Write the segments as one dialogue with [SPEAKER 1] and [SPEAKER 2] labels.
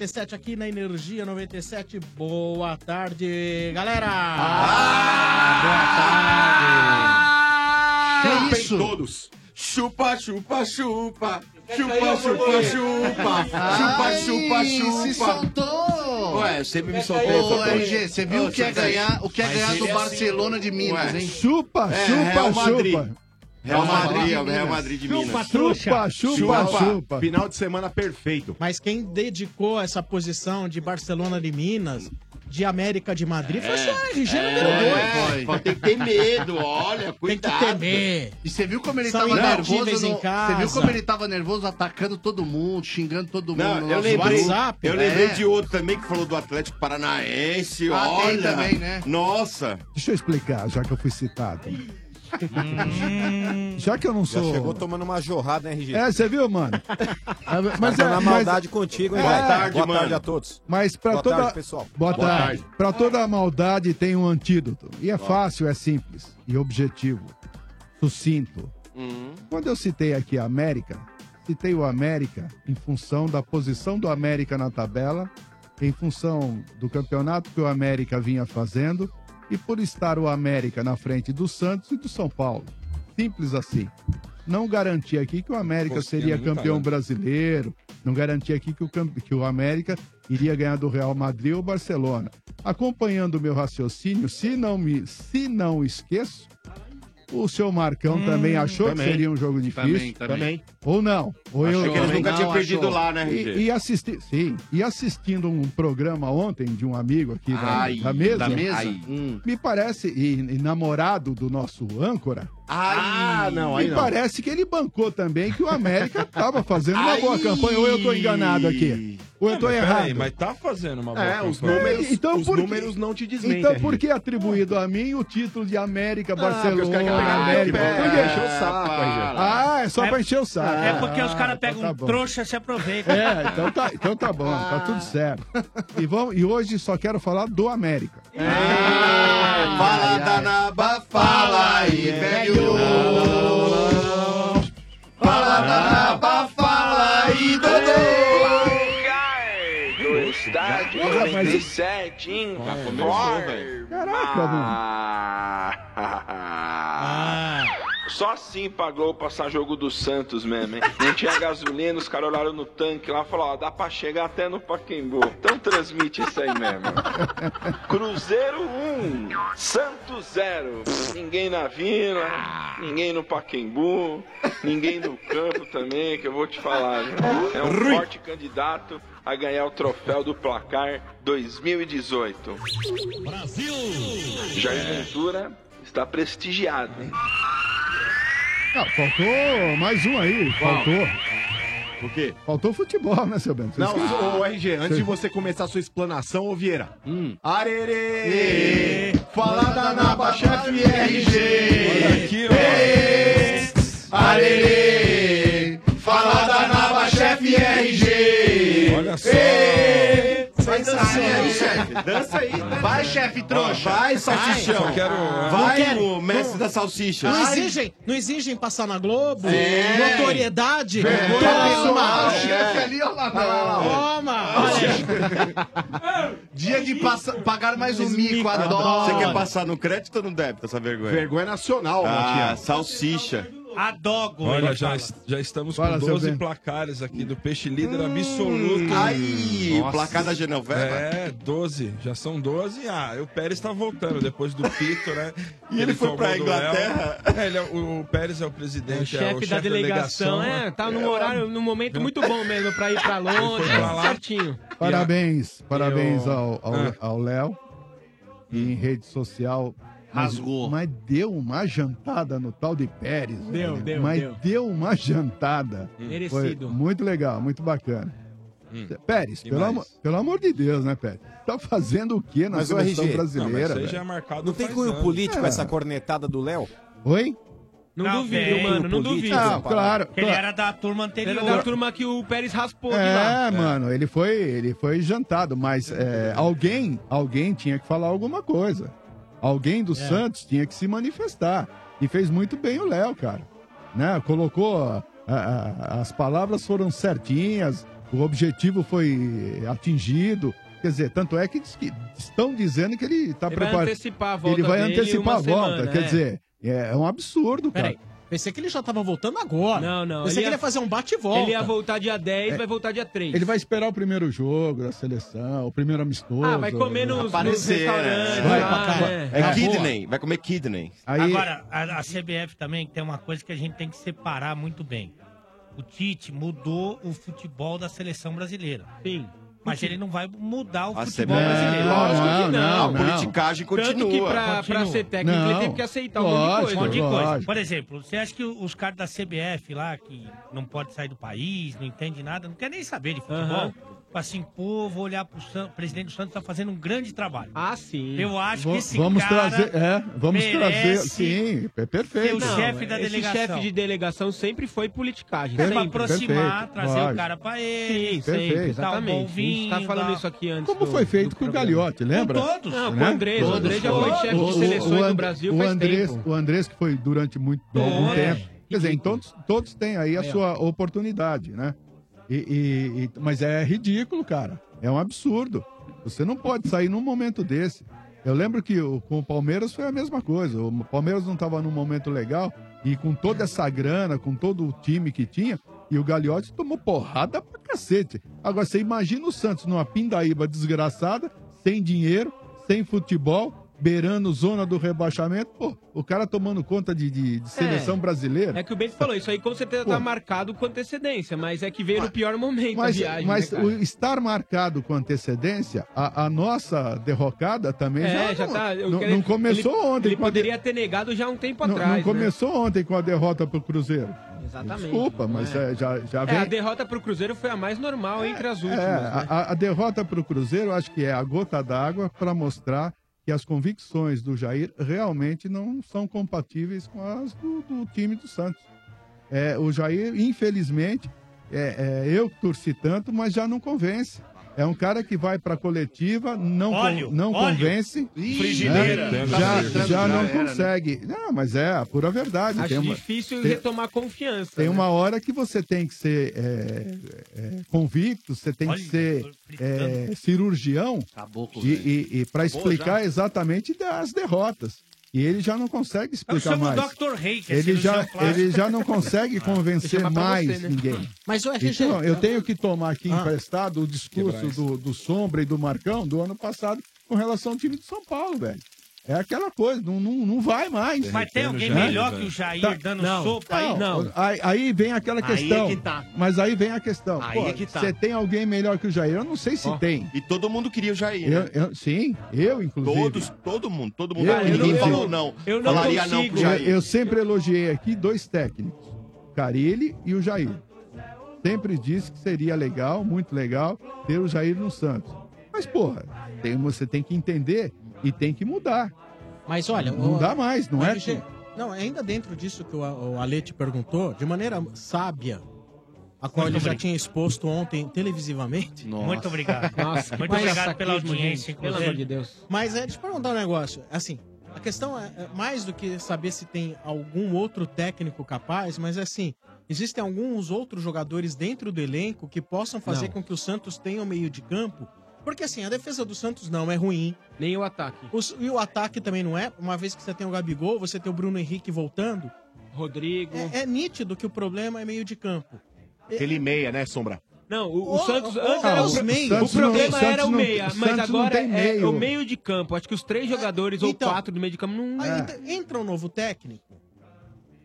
[SPEAKER 1] T7 aqui na Energia 97. Boa tarde, galera!
[SPEAKER 2] boa
[SPEAKER 1] tarde!
[SPEAKER 2] Que É isso? todos! Chupa, chupa, chupa! Chupa, chupa, chupa! Chupa, chupa, chupa!
[SPEAKER 3] Se soltou! É,
[SPEAKER 2] Ué, sempre me soltou.
[SPEAKER 3] Ô, RG, você viu o que é ganhar, o que é ganhar do Barcelona de Minas, hein?
[SPEAKER 4] Chupa,
[SPEAKER 3] É,
[SPEAKER 4] chupa,
[SPEAKER 3] Real Madrid.
[SPEAKER 4] chupa.
[SPEAKER 2] Real Madrid, é o Real Madrid de Minas.
[SPEAKER 4] Chupa, chupa, chupa.
[SPEAKER 1] Final de semana perfeito. Mas quem dedicou essa posição de Barcelona de Minas, de América de Madrid, foi só a RG número 2.
[SPEAKER 3] Tem que ter medo, olha,
[SPEAKER 1] cuidado. Tem que temer.
[SPEAKER 3] E você viu como ele
[SPEAKER 1] São
[SPEAKER 3] tava nervoso?
[SPEAKER 1] imbatíveis em
[SPEAKER 3] no-
[SPEAKER 1] casa.
[SPEAKER 3] Você viu como ele tava nervoso atacando todo mundo, xingando todo mundo?
[SPEAKER 2] Não,
[SPEAKER 3] no
[SPEAKER 2] eu
[SPEAKER 3] nosso
[SPEAKER 2] lembrei,
[SPEAKER 3] WhatsApp?
[SPEAKER 2] eu lembrei
[SPEAKER 3] É.
[SPEAKER 2] de outro também que falou do Atlético Paranaense,
[SPEAKER 3] Ah, tem
[SPEAKER 2] olha.
[SPEAKER 3] também, né?
[SPEAKER 2] Nossa.
[SPEAKER 4] Deixa eu explicar, já que eu fui citado. já que eu não
[SPEAKER 5] Já
[SPEAKER 4] sou.
[SPEAKER 5] chegou tomando uma jorrada, né, RG?
[SPEAKER 4] É, você Ah, viu, mano?
[SPEAKER 5] mas é, na maldade contigo, hein?
[SPEAKER 4] É.
[SPEAKER 5] Boa tarde,
[SPEAKER 4] Boa
[SPEAKER 5] Boa
[SPEAKER 4] tarde
[SPEAKER 5] tarde
[SPEAKER 4] a
[SPEAKER 5] a todos.
[SPEAKER 4] Mas pra
[SPEAKER 5] Boa
[SPEAKER 4] toda.
[SPEAKER 5] tarde, pessoal.
[SPEAKER 4] Boa,
[SPEAKER 5] Boa
[SPEAKER 4] tarde.
[SPEAKER 5] tarde.
[SPEAKER 4] Pra toda maldade tem um antídoto. E é fácil, é simples e objetivo. Sucinto. Quando eu citei aqui a América, citei o América em função da posição do América na tabela, em função do campeonato que o América vinha fazendo e por estar o América na frente do Santos e do São Paulo. Simples assim. Não garantia aqui que o América
[SPEAKER 6] Pô, tem
[SPEAKER 4] seria
[SPEAKER 6] muito
[SPEAKER 4] campeão
[SPEAKER 6] talento.
[SPEAKER 4] brasileiro, não garantia aqui que o, cam- que o América iria ganhar do Real Madrid ou Barcelona. Acompanhando o meu raciocínio, se não me, se não esqueço, o seu Marcão
[SPEAKER 2] Hum,
[SPEAKER 4] também achou
[SPEAKER 2] também.
[SPEAKER 4] que seria um jogo difícil?
[SPEAKER 2] Também, também.
[SPEAKER 4] Ou não? Ou
[SPEAKER 2] Achou que eles nunca
[SPEAKER 4] Não,
[SPEAKER 2] tinham perdido
[SPEAKER 4] achou.
[SPEAKER 2] lá, né, RG?
[SPEAKER 4] E, e assisti, sim, e assistindo um programa ontem de um amigo aqui Tá da,
[SPEAKER 2] Ai,
[SPEAKER 4] da mesa,
[SPEAKER 2] da mesa? Hum. Ai.
[SPEAKER 4] me parece, e, e namorado do nosso âncora,
[SPEAKER 2] Ah, não, aí
[SPEAKER 4] me
[SPEAKER 2] não.
[SPEAKER 4] parece que ele bancou também que o América estava fazendo uma boa
[SPEAKER 6] Ai.
[SPEAKER 4] campanha, ou eu tô enganado aqui, ou eu tô
[SPEAKER 6] mas
[SPEAKER 4] errado.
[SPEAKER 6] peraí, mas tá fazendo uma boa
[SPEAKER 4] É, os
[SPEAKER 6] campanha.
[SPEAKER 4] números- Então, os por quê? números
[SPEAKER 6] não te
[SPEAKER 4] Então, por que atribuído a mim o título de América,
[SPEAKER 6] porque os caras
[SPEAKER 4] Barcelona,
[SPEAKER 6] querem pegar no
[SPEAKER 4] América?
[SPEAKER 7] É.
[SPEAKER 6] pé,
[SPEAKER 4] Por quê?
[SPEAKER 6] encher o saco, RG.
[SPEAKER 4] Ah, é só
[SPEAKER 8] É-
[SPEAKER 4] pra encher o saco.
[SPEAKER 8] É porque os
[SPEAKER 4] Ah,
[SPEAKER 8] caras
[SPEAKER 4] então
[SPEAKER 8] pegam
[SPEAKER 4] tá
[SPEAKER 8] um
[SPEAKER 4] bom.
[SPEAKER 8] trouxa e se aproveitam.
[SPEAKER 4] É, então tá, então tá bom, tá tudo certo. E, vamos, e hoje só quero falar do América.
[SPEAKER 2] Fala da Naba, fala aí, velho. Fala da Naba, fala aí, doido.
[SPEAKER 9] do estádio
[SPEAKER 2] Porra, mas-
[SPEAKER 9] 97 em
[SPEAKER 6] Ah.
[SPEAKER 9] Só assim pagou passar jogo do Santos mesmo, hein? Não tinha gasolina, os caras olharam no tanque lá e falaram, ó, dá pra chegar até no Paquembu. Então transmite isso aí mesmo. Cruzeiro 1, Santos 0. Ninguém na vila, ninguém no Paquembu, ninguém no campo também, que eu vou te falar. viu? É um
[SPEAKER 2] Rui.
[SPEAKER 9] forte candidato a ganhar o troféu do placar 2018.
[SPEAKER 1] Brasil!
[SPEAKER 9] Jair Ventura está prestigiado, hein?
[SPEAKER 4] Ah, faltou mais um aí, faltou.
[SPEAKER 10] O quê?
[SPEAKER 4] Faltou futebol, né, seu Bento? Você
[SPEAKER 10] Não,
[SPEAKER 4] esqueceu.
[SPEAKER 10] ô, RG, antes de você começar a sua explanação, ô Vieira. Arerê! Falada na Baixa
[SPEAKER 2] Olha
[SPEAKER 10] RG!
[SPEAKER 2] aqui,
[SPEAKER 10] Arerê! Falada na Baixa RG! Olha só!
[SPEAKER 3] um
[SPEAKER 10] Vai dançar aí, chefe. Dança aí. Vai, chefe trouxa. Vai,
[SPEAKER 1] salsichão.
[SPEAKER 10] Eu quero...
[SPEAKER 1] Vai,
[SPEAKER 2] o mestre da salsicha.
[SPEAKER 1] Não exigem, não exigem passar na Globo,
[SPEAKER 2] É.
[SPEAKER 1] notoriedade.
[SPEAKER 2] Vergonha
[SPEAKER 1] Toma!
[SPEAKER 2] nacional.
[SPEAKER 3] O chefe ali, olha lá.
[SPEAKER 1] Toma!
[SPEAKER 3] Dia de passa- pagar mais um mico, adoro.
[SPEAKER 2] Você quer passar no crédito ou no débito essa vergonha?
[SPEAKER 10] Vergonha nacional,
[SPEAKER 2] Ah,
[SPEAKER 10] Matias.
[SPEAKER 2] salsicha.
[SPEAKER 8] Adogo.
[SPEAKER 6] Olha,
[SPEAKER 8] ele
[SPEAKER 6] já,
[SPEAKER 8] fala.
[SPEAKER 6] es- já estamos
[SPEAKER 8] Fala,
[SPEAKER 6] com
[SPEAKER 8] seu
[SPEAKER 6] 12
[SPEAKER 8] Ben.
[SPEAKER 6] placares aqui do peixe líder absoluto.
[SPEAKER 2] Hum. ai, o placar da Genoveva.
[SPEAKER 6] É, 12. Já são 12. Ah, e o Pérez tá voltando depois do Pito, né?
[SPEAKER 2] E ele foi pra
[SPEAKER 6] tomou o duelo.
[SPEAKER 2] Inglaterra.
[SPEAKER 6] É, ele é o, o Pérez é o presidente, é o
[SPEAKER 11] chefe da delegação, é, tá num
[SPEAKER 6] É,
[SPEAKER 11] horário, num momento muito bom mesmo pra ir pra Londres,
[SPEAKER 6] Ele foi pra lá.
[SPEAKER 11] certinho.
[SPEAKER 4] Parabéns, parabéns
[SPEAKER 11] Eu-
[SPEAKER 4] ao ao-
[SPEAKER 11] Ah.
[SPEAKER 4] ao Léo. E em rede social. mas-
[SPEAKER 11] Rasgou.
[SPEAKER 4] Mas, deu uma jantada no tal de Pérez.
[SPEAKER 11] Deu,
[SPEAKER 4] velho.
[SPEAKER 11] deu,
[SPEAKER 4] Mas
[SPEAKER 11] deu.
[SPEAKER 4] uma jantada.
[SPEAKER 11] Hum. Merecido.
[SPEAKER 4] Foi muito legal, muito bacana.
[SPEAKER 6] Hum.
[SPEAKER 4] Pérez,
[SPEAKER 6] E
[SPEAKER 4] pelo,
[SPEAKER 6] mais?
[SPEAKER 4] amor- pelo amor de Deus, né, Pérez? Tá fazendo o que na
[SPEAKER 5] Mas o
[SPEAKER 4] seleção
[SPEAKER 5] RG,
[SPEAKER 4] brasileira?
[SPEAKER 6] não, mas isso aí
[SPEAKER 4] velho?
[SPEAKER 6] já é marcado
[SPEAKER 5] Não tem
[SPEAKER 6] faz
[SPEAKER 5] cunho
[SPEAKER 6] anos.
[SPEAKER 5] político
[SPEAKER 4] né? É.
[SPEAKER 5] essa cornetada do Léo?
[SPEAKER 4] Oi?
[SPEAKER 11] Não,
[SPEAKER 5] Não,
[SPEAKER 11] duvido,
[SPEAKER 5] velho,
[SPEAKER 11] mano, não
[SPEAKER 5] político,
[SPEAKER 11] duvido.
[SPEAKER 5] Ah, claro,
[SPEAKER 11] Ele
[SPEAKER 4] claro.
[SPEAKER 11] era da turma anterior.
[SPEAKER 4] Ele era da
[SPEAKER 11] turma que o Pérez raspou
[SPEAKER 4] É, mano, ele foi, ele foi jantado, mas é, alguém, alguém tinha que falar alguma coisa. Alguém
[SPEAKER 11] É.
[SPEAKER 4] do Santos tinha que se manifestar. E fez muito bem o Léo, cara. Né? Colocou. a- a- as palavras foram certinhas, O objetivo foi atingido. Quer dizer, tanto é que, diz que estão dizendo que ele está
[SPEAKER 11] Ele vai
[SPEAKER 4] preparado.
[SPEAKER 11] antecipar a volta
[SPEAKER 4] Ele vai
[SPEAKER 11] dele
[SPEAKER 4] antecipar
[SPEAKER 11] uma
[SPEAKER 4] a volta.
[SPEAKER 11] semana,
[SPEAKER 4] quer
[SPEAKER 11] é.
[SPEAKER 4] dizer, é um absurdo, cara.
[SPEAKER 1] Peraí. Pensei que ele já tava voltando agora.
[SPEAKER 11] Não, não. ele
[SPEAKER 1] Pensei que ele
[SPEAKER 11] ia-
[SPEAKER 1] ia fazer um bate-volta.
[SPEAKER 11] Ele ia voltar dia 10,
[SPEAKER 4] É.
[SPEAKER 11] vai voltar dia 3.
[SPEAKER 4] Ele vai esperar o primeiro jogo da seleção, o primeiro amistoso.
[SPEAKER 11] Ah, vai comer nos-
[SPEAKER 4] Aparecer,
[SPEAKER 11] nos restaurantes
[SPEAKER 4] Vai,
[SPEAKER 11] lá, né?
[SPEAKER 4] É
[SPEAKER 7] kidney,
[SPEAKER 5] vai comer kidney.
[SPEAKER 7] Agora, a, a CBF também tem uma coisa que a gente tem que separar muito bem. O Tite mudou o futebol da seleção brasileira.
[SPEAKER 11] Sim.
[SPEAKER 7] Mas ele não vai mudar o
[SPEAKER 11] A
[SPEAKER 7] futebol
[SPEAKER 11] CBF.
[SPEAKER 7] brasileiro.
[SPEAKER 11] Não, Lógico que não. não, não.
[SPEAKER 7] A
[SPEAKER 11] politicagem continua. Tanto que pra- pra ser técnico, ele Não. teve que aceitar um monte de coisa.
[SPEAKER 7] Um monte de
[SPEAKER 11] Lógico,
[SPEAKER 7] coisa.
[SPEAKER 11] lógico.
[SPEAKER 7] Por exemplo, você acha que os caras da CBF lá, que não pode sair do país, não entende nada, não quer nem saber de futebol.
[SPEAKER 11] Aham.
[SPEAKER 7] Assim, pô, vou olhar pro Santos. O presidente do Santos tá fazendo um grande trabalho.
[SPEAKER 11] Ah, sim.
[SPEAKER 7] Eu acho
[SPEAKER 4] Va-
[SPEAKER 7] que esse
[SPEAKER 4] vamos
[SPEAKER 7] cara
[SPEAKER 4] trazer, é, vamos trazer,
[SPEAKER 7] merece
[SPEAKER 4] sim, é perfeito.
[SPEAKER 7] ser o chefe da
[SPEAKER 11] Esse
[SPEAKER 7] delegação.
[SPEAKER 11] chefe de delegação sempre foi politicagem.
[SPEAKER 4] Perfeito,
[SPEAKER 11] sempre.
[SPEAKER 4] Pra aproximar, perfeito, trazer o lógico. cara
[SPEAKER 7] pra ele.
[SPEAKER 11] Sim,
[SPEAKER 4] Perfeito.
[SPEAKER 11] sempre,
[SPEAKER 4] Dar um
[SPEAKER 11] exatamente.
[SPEAKER 4] bom vinho,
[SPEAKER 11] a gente tá falando
[SPEAKER 4] dar-
[SPEAKER 11] isso aqui antes
[SPEAKER 4] Como
[SPEAKER 11] do-
[SPEAKER 4] foi feito com o Gagliotti, lembra?
[SPEAKER 11] todos. Não, com o Andrés. O Andrés já foi chefe de
[SPEAKER 4] O- o-
[SPEAKER 11] seleções
[SPEAKER 4] o
[SPEAKER 11] do
[SPEAKER 4] And-
[SPEAKER 11] Brasil
[SPEAKER 4] o
[SPEAKER 11] faz
[SPEAKER 4] Andrés,
[SPEAKER 11] tempo.
[SPEAKER 4] O Andrés, que foi durante muito algum tempo. Quer dizer, em todos, todos têm aí a
[SPEAKER 11] Aí, ó.
[SPEAKER 4] sua oportunidade, né? E, e- e- mas é ridículo, cara. É um absurdo. Você não pode sair num momento desse. Eu lembro que o- com o Palmeiras foi a mesma coisa. O Palmeiras não estava num momento legal e com toda essa grana, com todo o time que tinha, e o Gagliotti tomou porrada pra cacete. Agora, você imagina o Santos numa pindaíba desgraçada, sem dinheiro, sem futebol, beirando zona do rebaixamento. Pô, o cara tomando conta de, de- de seleção brasileira.
[SPEAKER 11] É que o Bento falou, isso aí com certeza tá marcado com antecedência, mas é que veio no pior momento
[SPEAKER 4] Mas,
[SPEAKER 11] a viagem.
[SPEAKER 4] mas
[SPEAKER 11] né, cara?
[SPEAKER 4] o estar marcado com antecedência, a, a nossa derrocada também já,
[SPEAKER 11] É, já
[SPEAKER 4] não,
[SPEAKER 11] tá. eu
[SPEAKER 4] um- não-
[SPEAKER 11] quero-
[SPEAKER 4] não começou
[SPEAKER 11] ele-
[SPEAKER 4] ontem.
[SPEAKER 11] Ele
[SPEAKER 4] com a de-
[SPEAKER 11] poderia ter negado já há um tempo
[SPEAKER 4] não,
[SPEAKER 11] atrás.
[SPEAKER 4] não começou ontem com a derrota pro Cruzeiro.
[SPEAKER 11] Né? Exatamente.
[SPEAKER 4] Desculpa, mas é, já, já
[SPEAKER 11] É,
[SPEAKER 4] vem.
[SPEAKER 11] a derrota pro Cruzeiro foi a mais normal entre as
[SPEAKER 4] É,
[SPEAKER 11] últimas. né?
[SPEAKER 4] a, a derrota para o Cruzeiro, acho que é a gota d'água para mostrar que as convicções do Jair realmente não são compatíveis com as do, do time do Santos. É, o Jair, infelizmente, é, é, eu que torci tanto, mas já não convence. É um cara que vai para a coletiva, não, con-
[SPEAKER 10] Óleo,
[SPEAKER 4] não
[SPEAKER 10] óleo.
[SPEAKER 4] convence.
[SPEAKER 10] Ih, frigideira.
[SPEAKER 4] né?
[SPEAKER 10] Tá
[SPEAKER 4] Já,
[SPEAKER 10] frigideira.
[SPEAKER 4] já
[SPEAKER 10] Já
[SPEAKER 4] não
[SPEAKER 10] era, né?
[SPEAKER 4] consegue. Não, mas é a pura verdade.
[SPEAKER 11] Acho
[SPEAKER 4] Tem uma-
[SPEAKER 11] difícil
[SPEAKER 4] tem-
[SPEAKER 11] retomar confiança.
[SPEAKER 4] tem
[SPEAKER 11] né?
[SPEAKER 4] uma hora que você tem que ser é, é, convicto, você tem que ser é, cirurgião
[SPEAKER 10] Caboclo,
[SPEAKER 4] e,
[SPEAKER 10] velho.
[SPEAKER 4] e, para
[SPEAKER 10] Acabou
[SPEAKER 4] explicar
[SPEAKER 10] já?
[SPEAKER 4] exatamente as derrotas. E ele já não consegue explicar
[SPEAKER 7] chamo o
[SPEAKER 4] mais.
[SPEAKER 7] Dr. Rey, que é
[SPEAKER 4] ele, já,
[SPEAKER 7] cirurgião plástico. Ah.
[SPEAKER 4] ele já não consegue convencer
[SPEAKER 7] Chama pra
[SPEAKER 4] mais
[SPEAKER 7] você, né?
[SPEAKER 4] ninguém.
[SPEAKER 1] Mas o RG.
[SPEAKER 4] Então, eu tenho que tomar aqui
[SPEAKER 1] Ah.
[SPEAKER 4] emprestado o discurso do, do Sombra e do Marcão do ano passado com relação ao time de São Paulo, velho. É aquela coisa, não, não, não vai mais.
[SPEAKER 7] Mas tem alguém
[SPEAKER 4] Né?
[SPEAKER 7] melhor que o Jair dando
[SPEAKER 4] não,
[SPEAKER 7] sopa aí?
[SPEAKER 4] Não.
[SPEAKER 7] Não.
[SPEAKER 4] Aí, aí vem aquela
[SPEAKER 7] Aí é
[SPEAKER 4] questão.
[SPEAKER 7] que tá.
[SPEAKER 4] Mas aí vem a questão.
[SPEAKER 7] Aí
[SPEAKER 4] Pô,
[SPEAKER 7] é que tá.
[SPEAKER 4] Você tem alguém melhor que o Jair? Eu não sei se tem.
[SPEAKER 12] E todo mundo queria o Jair.
[SPEAKER 4] Eu,
[SPEAKER 12] né?
[SPEAKER 4] eu- sim, eu inclusive.
[SPEAKER 12] Todos, todo mundo, todo mundo.
[SPEAKER 4] Eu,
[SPEAKER 12] Ah, ninguém
[SPEAKER 4] eu-
[SPEAKER 12] falou
[SPEAKER 4] eu-
[SPEAKER 12] não.
[SPEAKER 4] eu
[SPEAKER 11] não
[SPEAKER 12] Falaria não pro Jair.
[SPEAKER 4] Eu, eu sempre elogiei aqui dois técnicos, o Carilli e o Jair. Sempre disse que seria legal, muito legal, ter o Jair no Santos. Mas, porra, tem- você tem que entender e tem que mudar.
[SPEAKER 1] Mas olha,
[SPEAKER 4] Não
[SPEAKER 1] o-
[SPEAKER 4] dá mais, não
[SPEAKER 1] o
[SPEAKER 4] é
[SPEAKER 1] RG
[SPEAKER 4] que-
[SPEAKER 1] Não, ainda dentro disso que o, o Ale te perguntou, de maneira sábia, a qual
[SPEAKER 7] Muito
[SPEAKER 1] ele já
[SPEAKER 7] obrigado.
[SPEAKER 1] tinha exposto ontem televisivamente.
[SPEAKER 7] Muito obrigado.
[SPEAKER 1] Nossa,
[SPEAKER 7] Muito
[SPEAKER 1] mas-
[SPEAKER 7] obrigado pela
[SPEAKER 1] sacismo,
[SPEAKER 7] audiência,
[SPEAKER 1] gente, pelo
[SPEAKER 7] inclusive.
[SPEAKER 1] amor de Mas é, deixa eu perguntar um negócio. Assim, a questão é é mais do que saber se tem algum outro técnico capaz, mas assim, existem alguns outros jogadores dentro do elenco que possam fazer
[SPEAKER 11] Não.
[SPEAKER 1] com que o Santos tenha o meio de campo. Porque assim, a defesa do Santos não é ruim.
[SPEAKER 11] Nem o ataque.
[SPEAKER 1] e o ataque também não é. Uma vez que você tem o Gabigol, você tem o Bruno Henrique voltando.
[SPEAKER 11] Rodrigo.
[SPEAKER 1] É, é nítido que o problema é meio de campo.
[SPEAKER 12] Aquele meia, né, Sombra?
[SPEAKER 11] Não, o, o
[SPEAKER 1] Ô,
[SPEAKER 11] Santos
[SPEAKER 1] ô,
[SPEAKER 11] antes
[SPEAKER 1] ô,
[SPEAKER 11] era
[SPEAKER 1] os
[SPEAKER 11] o,
[SPEAKER 1] meios.
[SPEAKER 11] o
[SPEAKER 1] Santos não-
[SPEAKER 11] problema
[SPEAKER 1] Santos
[SPEAKER 11] era o
[SPEAKER 1] não-
[SPEAKER 11] meia,
[SPEAKER 1] Santos
[SPEAKER 11] mas
[SPEAKER 1] não
[SPEAKER 11] agora
[SPEAKER 1] tem
[SPEAKER 11] é,
[SPEAKER 1] meio.
[SPEAKER 11] o meio de campo. Acho que os três jogadores ou
[SPEAKER 1] então.
[SPEAKER 11] quatro do meio de campo não.
[SPEAKER 1] Aí ent- entra um novo técnico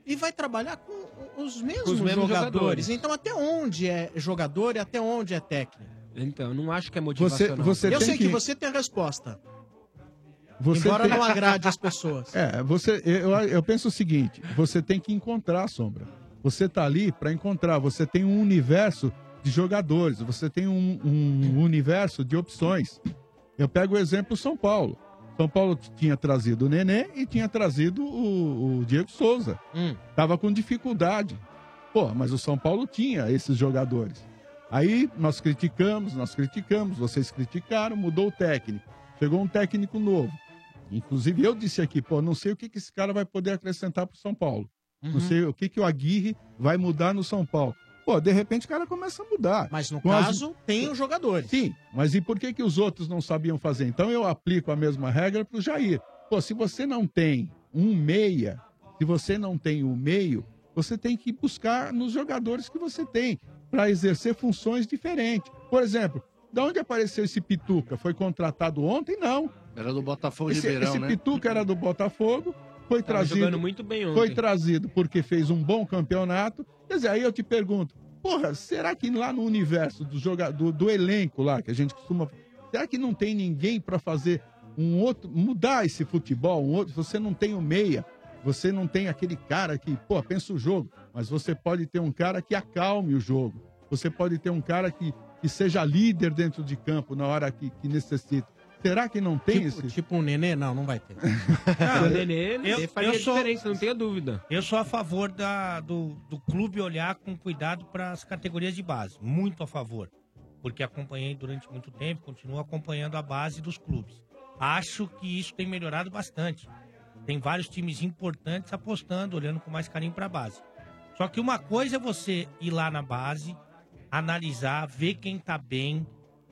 [SPEAKER 1] e vai trabalhar com o- os mesmos,
[SPEAKER 11] mesmos
[SPEAKER 1] jogadores.
[SPEAKER 11] jogadores.
[SPEAKER 1] Então, até onde é jogador e até onde é técnico?
[SPEAKER 11] Então, não acho que é motivacional.
[SPEAKER 4] você
[SPEAKER 1] Eu
[SPEAKER 4] tem
[SPEAKER 1] sei que...
[SPEAKER 4] que-
[SPEAKER 1] você tem a resposta.
[SPEAKER 4] Você
[SPEAKER 1] Embora
[SPEAKER 4] tem-
[SPEAKER 1] não agrade as pessoas.
[SPEAKER 4] É, você, eu, eu penso o seguinte: você tem que encontrar a sombra. Você tá ali para encontrar. Você tem um universo de jogadores. Você tem um, um universo de opções. Eu pego o exemplo São Paulo. São Paulo tinha trazido o Nenê e tinha trazido o, o Diego Souza. Tava com dificuldade. Pô, mas o São Paulo tinha esses jogadores. Aí nós criticamos, nós criticamos, vocês criticaram, mudou o técnico. Chegou um técnico novo. Inclusive, eu disse aqui, pô, não sei o que, que
[SPEAKER 1] Uhum.
[SPEAKER 4] esse cara vai poder acrescentar para o São Paulo. Não sei o que, que o Aguirre vai mudar no São Paulo. Pô, de repente o cara começa a mudar.
[SPEAKER 1] Mas no
[SPEAKER 4] Com as-
[SPEAKER 1] caso, tem os jogadores.
[SPEAKER 4] Sim, mas e por que, que os outros não sabiam fazer? Então eu aplico a mesma regra para o Jair. Pô, se você não tem um meia, se você não tem o meio, você tem que buscar nos jogadores que você tem para exercer funções diferentes. Por exemplo, da onde apareceu esse Pituca? Foi contratado ontem? Não.
[SPEAKER 3] Era do Botafogo de
[SPEAKER 4] esse,
[SPEAKER 3] Ribeirão,
[SPEAKER 4] esse
[SPEAKER 3] né?
[SPEAKER 4] Pituca era do Botafogo, foi
[SPEAKER 3] Tava
[SPEAKER 4] trazido.
[SPEAKER 3] jogando muito bem ontem.
[SPEAKER 4] Foi trazido porque fez um bom campeonato. Quer dizer, aí eu te pergunto, porra, será que lá no universo do jogador, do elenco lá, que a gente costuma. Será que não tem ninguém para fazer um outro. mudar esse futebol? Um outro, você não tem o meia, você não tem aquele cara que, pô, pensa o jogo, mas você pode ter um cara que acalme o jogo. Você pode ter um cara que, que seja líder dentro de campo na hora que, que necessita. Será que não tem esse?
[SPEAKER 1] Tipo um nenê? Não, não vai ter.
[SPEAKER 11] Não, o Nenê, ele
[SPEAKER 7] Eu-
[SPEAKER 11] faria
[SPEAKER 7] eu sou-
[SPEAKER 11] diferença, não tenha dúvida.
[SPEAKER 7] Eu sou a favor da- do, do clube olhar com cuidado para as categorias de base. Muito a favor. Porque acompanhei durante muito tempo, continuo acompanhando a base dos clubes. Acho que isso tem melhorado bastante. Tem vários times importantes apostando, olhando com mais carinho para a base. Só que uma coisa é você ir lá na base, analisar, ver quem tá bem,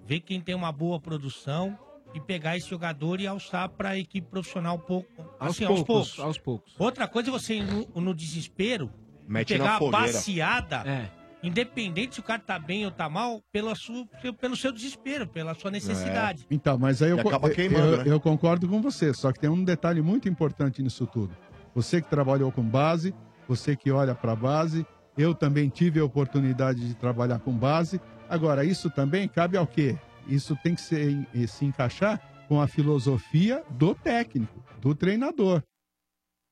[SPEAKER 7] ver quem tem uma boa produção e pegar esse jogador e alçar para a equipe profissional um pouco,
[SPEAKER 11] Aos
[SPEAKER 7] assim,
[SPEAKER 11] poucos,
[SPEAKER 7] aos poucos.
[SPEAKER 11] aos poucos.
[SPEAKER 7] Outra coisa é você ir no, no desespero e
[SPEAKER 12] Mete na
[SPEAKER 7] pegar a
[SPEAKER 12] fogueira.
[SPEAKER 7] passeada,
[SPEAKER 5] É.
[SPEAKER 7] independente se o cara tá bem ou tá mal, pela sua, pelo seu desespero, pela sua necessidade.
[SPEAKER 4] Então, mas aí eu,
[SPEAKER 7] E
[SPEAKER 4] co-
[SPEAKER 7] acaba
[SPEAKER 4] eu-
[SPEAKER 7] queimando,
[SPEAKER 4] eu-
[SPEAKER 7] né?
[SPEAKER 4] eu concordo com você, só que tem um detalhe muito importante nisso tudo. Você que trabalhou com base, você que olha para base, eu também tive a oportunidade de trabalhar com base. Agora, isso também cabe ao quê? Isso tem que ser- eh, se encaixar com a filosofia do técnico, do treinador.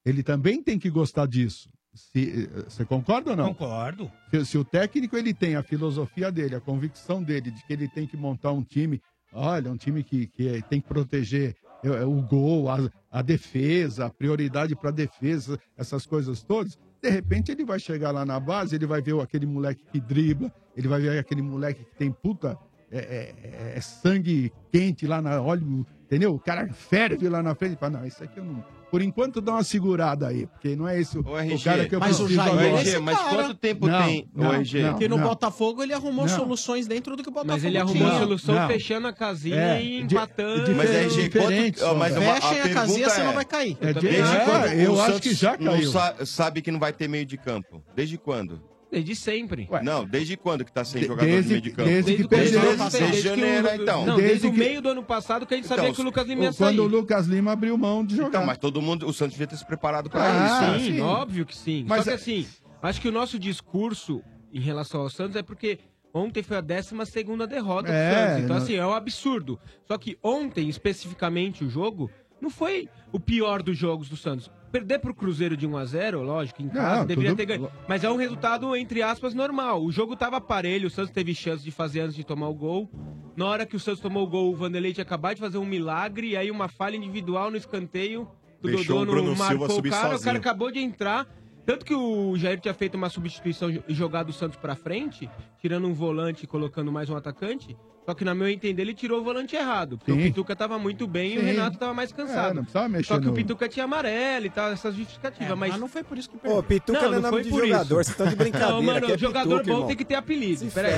[SPEAKER 4] Ele também tem que gostar disso. Se- eh, você concorda ou não?
[SPEAKER 7] Concordo.
[SPEAKER 4] Se, se o técnico ele tem a filosofia dele, a convicção dele de que ele tem que montar um time, olha, um time que, que tem que proteger eh, eh, o gol, a, a defesa, a prioridade para defesa, essas coisas todas. De repente ele vai chegar lá na base, ele vai ver aquele moleque que dribla, ele vai ver aquele moleque que tem puta é, é- é- é sangue quente lá na óleo, entendeu? O cara ferve lá na frente e fala, não, isso aqui eu não. Por enquanto dá uma segurada aí, porque não é esse o, o
[SPEAKER 12] RG,
[SPEAKER 4] cara que eu
[SPEAKER 12] mas o
[SPEAKER 4] preciso
[SPEAKER 12] Jair,
[SPEAKER 4] agora.
[SPEAKER 12] esse mas cara- quanto tempo tem o RG?
[SPEAKER 4] não,
[SPEAKER 1] Porque no
[SPEAKER 4] não.
[SPEAKER 1] Botafogo ele arrumou
[SPEAKER 4] Não.
[SPEAKER 1] soluções dentro do que o Botafogo
[SPEAKER 11] Mas ele arrumou
[SPEAKER 1] tinha.
[SPEAKER 11] solução
[SPEAKER 1] Não.
[SPEAKER 11] fechando a casinha
[SPEAKER 1] É,
[SPEAKER 11] e
[SPEAKER 1] di-
[SPEAKER 11] empatando.
[SPEAKER 1] Mas é
[SPEAKER 12] Gente, quanto- ó, mas uma-
[SPEAKER 1] Fechem a
[SPEAKER 12] pergunta
[SPEAKER 1] casinha,
[SPEAKER 12] é-
[SPEAKER 1] senão vai cair.
[SPEAKER 12] Eu
[SPEAKER 1] Eu
[SPEAKER 12] também
[SPEAKER 1] também
[SPEAKER 12] desde
[SPEAKER 1] acho.
[SPEAKER 12] quando
[SPEAKER 1] É, eu
[SPEAKER 12] o
[SPEAKER 1] acho
[SPEAKER 12] Santos
[SPEAKER 1] que já
[SPEAKER 12] não
[SPEAKER 1] caiu.
[SPEAKER 12] sa- sabe que não vai ter meio de campo. Desde quando?
[SPEAKER 11] Desde sempre.
[SPEAKER 12] Não, desde quando que tá sem jogador
[SPEAKER 4] desde-
[SPEAKER 12] no meio de campo?
[SPEAKER 4] desde que
[SPEAKER 12] desde,
[SPEAKER 4] perdeu.
[SPEAKER 12] desde, desde
[SPEAKER 4] Desde que o-
[SPEAKER 12] janeiro, então.
[SPEAKER 11] tá Não, desde, o meio do ano passado que a gente sabia
[SPEAKER 12] Então,
[SPEAKER 11] que o Lucas Lima ia sair.
[SPEAKER 4] Quando o Lucas Lima abriu mão de jogar.
[SPEAKER 12] Então, mas todo mundo, o Santos devia ter se preparado pra
[SPEAKER 11] Ah,
[SPEAKER 12] isso.
[SPEAKER 11] sim,
[SPEAKER 12] né?
[SPEAKER 11] óbvio que sim.
[SPEAKER 12] Mas
[SPEAKER 11] Só que
[SPEAKER 12] é-
[SPEAKER 11] assim, acho que o nosso discurso em relação ao Santos é porque ontem foi a 12 ª derrota
[SPEAKER 4] É,
[SPEAKER 11] do Santos. Então,
[SPEAKER 4] não-
[SPEAKER 11] assim, é um absurdo. Só que ontem, especificamente, o jogo não foi o pior dos jogos do Santos. Perder pro Cruzeiro de 1x0, lógico, em casa,
[SPEAKER 4] Não,
[SPEAKER 11] deveria
[SPEAKER 4] tudo-
[SPEAKER 11] ter ganho. Mas é um resultado, entre aspas, normal. O jogo tava parelho, o Santos teve chance de fazer antes de tomar o gol. Na hora que o Santos tomou o gol, o Vanderlei tinha acabado de fazer um milagre, e aí uma falha individual no escanteio do
[SPEAKER 5] Deixou
[SPEAKER 11] Dodô
[SPEAKER 5] o Bruno
[SPEAKER 11] não
[SPEAKER 5] Silva
[SPEAKER 11] marcou o
[SPEAKER 5] subir
[SPEAKER 11] cara, o
[SPEAKER 5] sozinho.
[SPEAKER 11] cara acabou de entrar. Tanto que o Jair tinha feito uma substituição e jogado o Santos pra frente, tirando um volante e colocando mais um atacante. Só que, na meu entender, ele tirou o volante errado. Porque o
[SPEAKER 4] Sim.
[SPEAKER 11] Pituca tava muito bem e o
[SPEAKER 4] Sim.
[SPEAKER 11] Renato tava mais
[SPEAKER 4] É,
[SPEAKER 11] cansado.
[SPEAKER 4] não precisava mexer
[SPEAKER 11] Só que
[SPEAKER 4] no-
[SPEAKER 11] o Pituca tinha amarelo e tal, essas justificativas. mas... não foi por isso que
[SPEAKER 1] perdeu. Ô, Pituca não é nome de jogador, vocês tão de brincadeira,
[SPEAKER 11] Não, mano,
[SPEAKER 1] aqui é
[SPEAKER 11] jogador
[SPEAKER 1] Pituca,
[SPEAKER 11] bom
[SPEAKER 1] irmão.
[SPEAKER 11] tem que ter apelido. Peraí.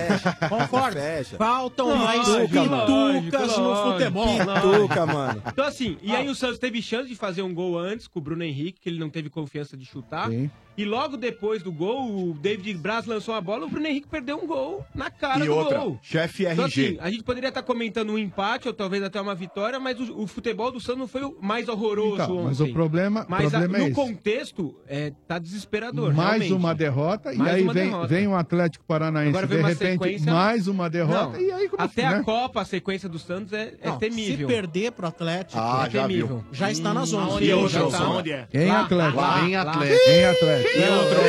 [SPEAKER 1] Concordo. Faltam mais
[SPEAKER 11] Lógico,
[SPEAKER 1] pitucas
[SPEAKER 11] lógico,
[SPEAKER 1] no
[SPEAKER 11] lógico,
[SPEAKER 1] futebol.
[SPEAKER 11] lógico. Então, assim, e aí o Santos teve chance de fazer um gol antes com o Bruno Henrique, que ele não teve confiança de chutar.
[SPEAKER 4] Sim.
[SPEAKER 11] E logo depois do gol, o David Braz lançou a bola, o Bruno Henrique perdeu um gol na cara
[SPEAKER 12] E
[SPEAKER 11] do
[SPEAKER 12] outra,
[SPEAKER 11] gol.
[SPEAKER 12] chefe
[SPEAKER 11] Então,
[SPEAKER 12] RG.
[SPEAKER 11] assim, a gente poderia estar comentando um empate ou talvez até uma vitória, mas o, o futebol do Santos não foi o mais horroroso
[SPEAKER 4] Então,
[SPEAKER 11] ontem.
[SPEAKER 4] mas o problema-
[SPEAKER 11] Mas
[SPEAKER 4] problema é
[SPEAKER 11] no
[SPEAKER 4] esse.
[SPEAKER 11] contexto, é, tá desesperador.
[SPEAKER 4] mais
[SPEAKER 11] realmente.
[SPEAKER 4] uma derrota,
[SPEAKER 11] Mais
[SPEAKER 4] e aí
[SPEAKER 11] uma
[SPEAKER 4] vem,
[SPEAKER 11] derrota.
[SPEAKER 4] vem o Atlético Paranaense,
[SPEAKER 11] Agora vem
[SPEAKER 4] de
[SPEAKER 11] uma
[SPEAKER 4] repente,
[SPEAKER 11] sequência.
[SPEAKER 4] mais uma derrota,
[SPEAKER 11] Não,
[SPEAKER 4] e aí como
[SPEAKER 11] Até
[SPEAKER 4] né?
[SPEAKER 11] a Copa, a sequência do Santos é, é
[SPEAKER 1] Não,
[SPEAKER 11] temível.
[SPEAKER 1] Se perder pro Atlético,
[SPEAKER 11] Ah,
[SPEAKER 1] é
[SPEAKER 11] já
[SPEAKER 1] temível.
[SPEAKER 11] viu.
[SPEAKER 1] Já está na zona.
[SPEAKER 11] Aonde é o jogo? Aonde é?
[SPEAKER 4] Em
[SPEAKER 1] Lá,
[SPEAKER 4] Atlético.
[SPEAKER 1] lá,
[SPEAKER 4] em
[SPEAKER 1] lá.
[SPEAKER 4] Atlético. Em Atlético. É.
[SPEAKER 5] E outra,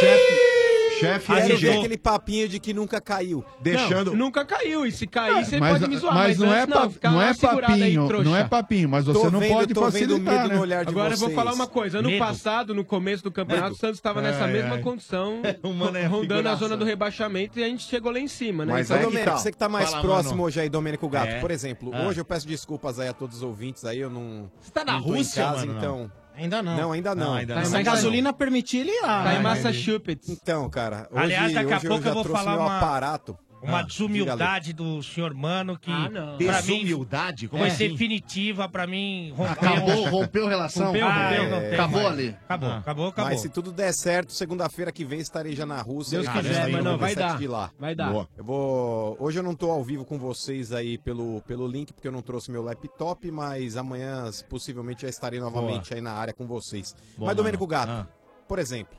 [SPEAKER 11] chefe,
[SPEAKER 5] chefe
[SPEAKER 11] Aí
[SPEAKER 5] RG,
[SPEAKER 11] eu-
[SPEAKER 5] é aquele papinho de que nunca caiu.
[SPEAKER 11] Deixando...
[SPEAKER 5] Deixando.
[SPEAKER 11] nunca caiu. E se cair, você
[SPEAKER 4] Mas,
[SPEAKER 11] pode me zoar.
[SPEAKER 4] mas não,
[SPEAKER 11] antes
[SPEAKER 4] é pa-
[SPEAKER 11] fica
[SPEAKER 4] não
[SPEAKER 11] lá
[SPEAKER 4] é
[SPEAKER 11] segurada aí,
[SPEAKER 4] papinho,
[SPEAKER 11] trouxa.
[SPEAKER 4] não é papinho, mas você
[SPEAKER 11] Tô
[SPEAKER 4] não
[SPEAKER 11] vendo-
[SPEAKER 4] pode
[SPEAKER 11] tô vendo
[SPEAKER 4] facilitar,
[SPEAKER 11] medo
[SPEAKER 4] né?
[SPEAKER 11] no olhar de Agora eu vou falar uma coisa. Ano
[SPEAKER 4] Medo.
[SPEAKER 11] passado, no começo do campeonato, o Santos estava nessa
[SPEAKER 4] Ai,
[SPEAKER 11] mesma
[SPEAKER 4] ai.
[SPEAKER 11] condição,
[SPEAKER 4] O mano é
[SPEAKER 11] rondando a
[SPEAKER 4] figuraça.
[SPEAKER 11] zona do rebaixamento, e a gente chegou lá em cima, né?
[SPEAKER 5] Mas,
[SPEAKER 11] Então,
[SPEAKER 5] Domênico,
[SPEAKER 11] Domênico,
[SPEAKER 5] você que tá mais
[SPEAKER 11] Fala,
[SPEAKER 5] próximo
[SPEAKER 11] mano.
[SPEAKER 5] hoje aí, Domênico Gato.
[SPEAKER 11] É.
[SPEAKER 5] Por exemplo,
[SPEAKER 11] Ah.
[SPEAKER 5] hoje eu peço desculpas aí a todos os ouvintes aí, eu não.
[SPEAKER 11] Você tá na
[SPEAKER 5] não tô em
[SPEAKER 11] Rússia,
[SPEAKER 5] casa,
[SPEAKER 11] mano,
[SPEAKER 5] então.
[SPEAKER 1] Ainda não.
[SPEAKER 5] Não, ainda não.
[SPEAKER 1] Não,
[SPEAKER 5] ainda
[SPEAKER 7] Tá
[SPEAKER 1] ainda não. Se a gasolina permitir, ele Tá irá.
[SPEAKER 5] Tá em
[SPEAKER 11] Massachusetts.
[SPEAKER 5] Então, cara. Hoje,
[SPEAKER 7] Aliás, daqui a
[SPEAKER 5] hoje
[SPEAKER 7] pouco
[SPEAKER 5] já
[SPEAKER 7] eu vou
[SPEAKER 5] trouxe
[SPEAKER 7] falar
[SPEAKER 5] meu
[SPEAKER 7] uma,
[SPEAKER 5] aparato.
[SPEAKER 7] uma
[SPEAKER 5] Ah,
[SPEAKER 7] desumildade do senhor Mano que
[SPEAKER 5] Ah, não.
[SPEAKER 7] pra
[SPEAKER 5] Desumildade?
[SPEAKER 7] mim
[SPEAKER 5] Como
[SPEAKER 7] foi
[SPEAKER 5] assim?
[SPEAKER 7] definitiva pra mim. rompeu-
[SPEAKER 5] Acabou, rompeu relação?
[SPEAKER 7] Rompeu,
[SPEAKER 5] Ah,
[SPEAKER 7] rompeu,
[SPEAKER 5] é.
[SPEAKER 7] rompeu.
[SPEAKER 5] Acabou
[SPEAKER 7] Mas-
[SPEAKER 5] ali.
[SPEAKER 7] Acabou,
[SPEAKER 5] Ah.
[SPEAKER 7] acabou, acabou.
[SPEAKER 5] Mas se tudo der certo, segunda-feira que vem estarei já na Rússia.
[SPEAKER 10] Ah,
[SPEAKER 7] Deus
[SPEAKER 5] Cara,
[SPEAKER 7] quiser,
[SPEAKER 5] estarei
[SPEAKER 7] mas
[SPEAKER 5] no
[SPEAKER 7] não, vai
[SPEAKER 5] 17
[SPEAKER 7] dar.
[SPEAKER 5] de lá.
[SPEAKER 7] Vai dar.
[SPEAKER 5] Eu vou... Hoje eu não tô ao vivo com vocês aí pelo, pelo link, porque eu não trouxe meu laptop, mas amanhã s- possivelmente já estarei novamente aí na área com vocês.
[SPEAKER 13] Boa,
[SPEAKER 5] mas, Domênico
[SPEAKER 13] mano.
[SPEAKER 5] Gato, por exemplo...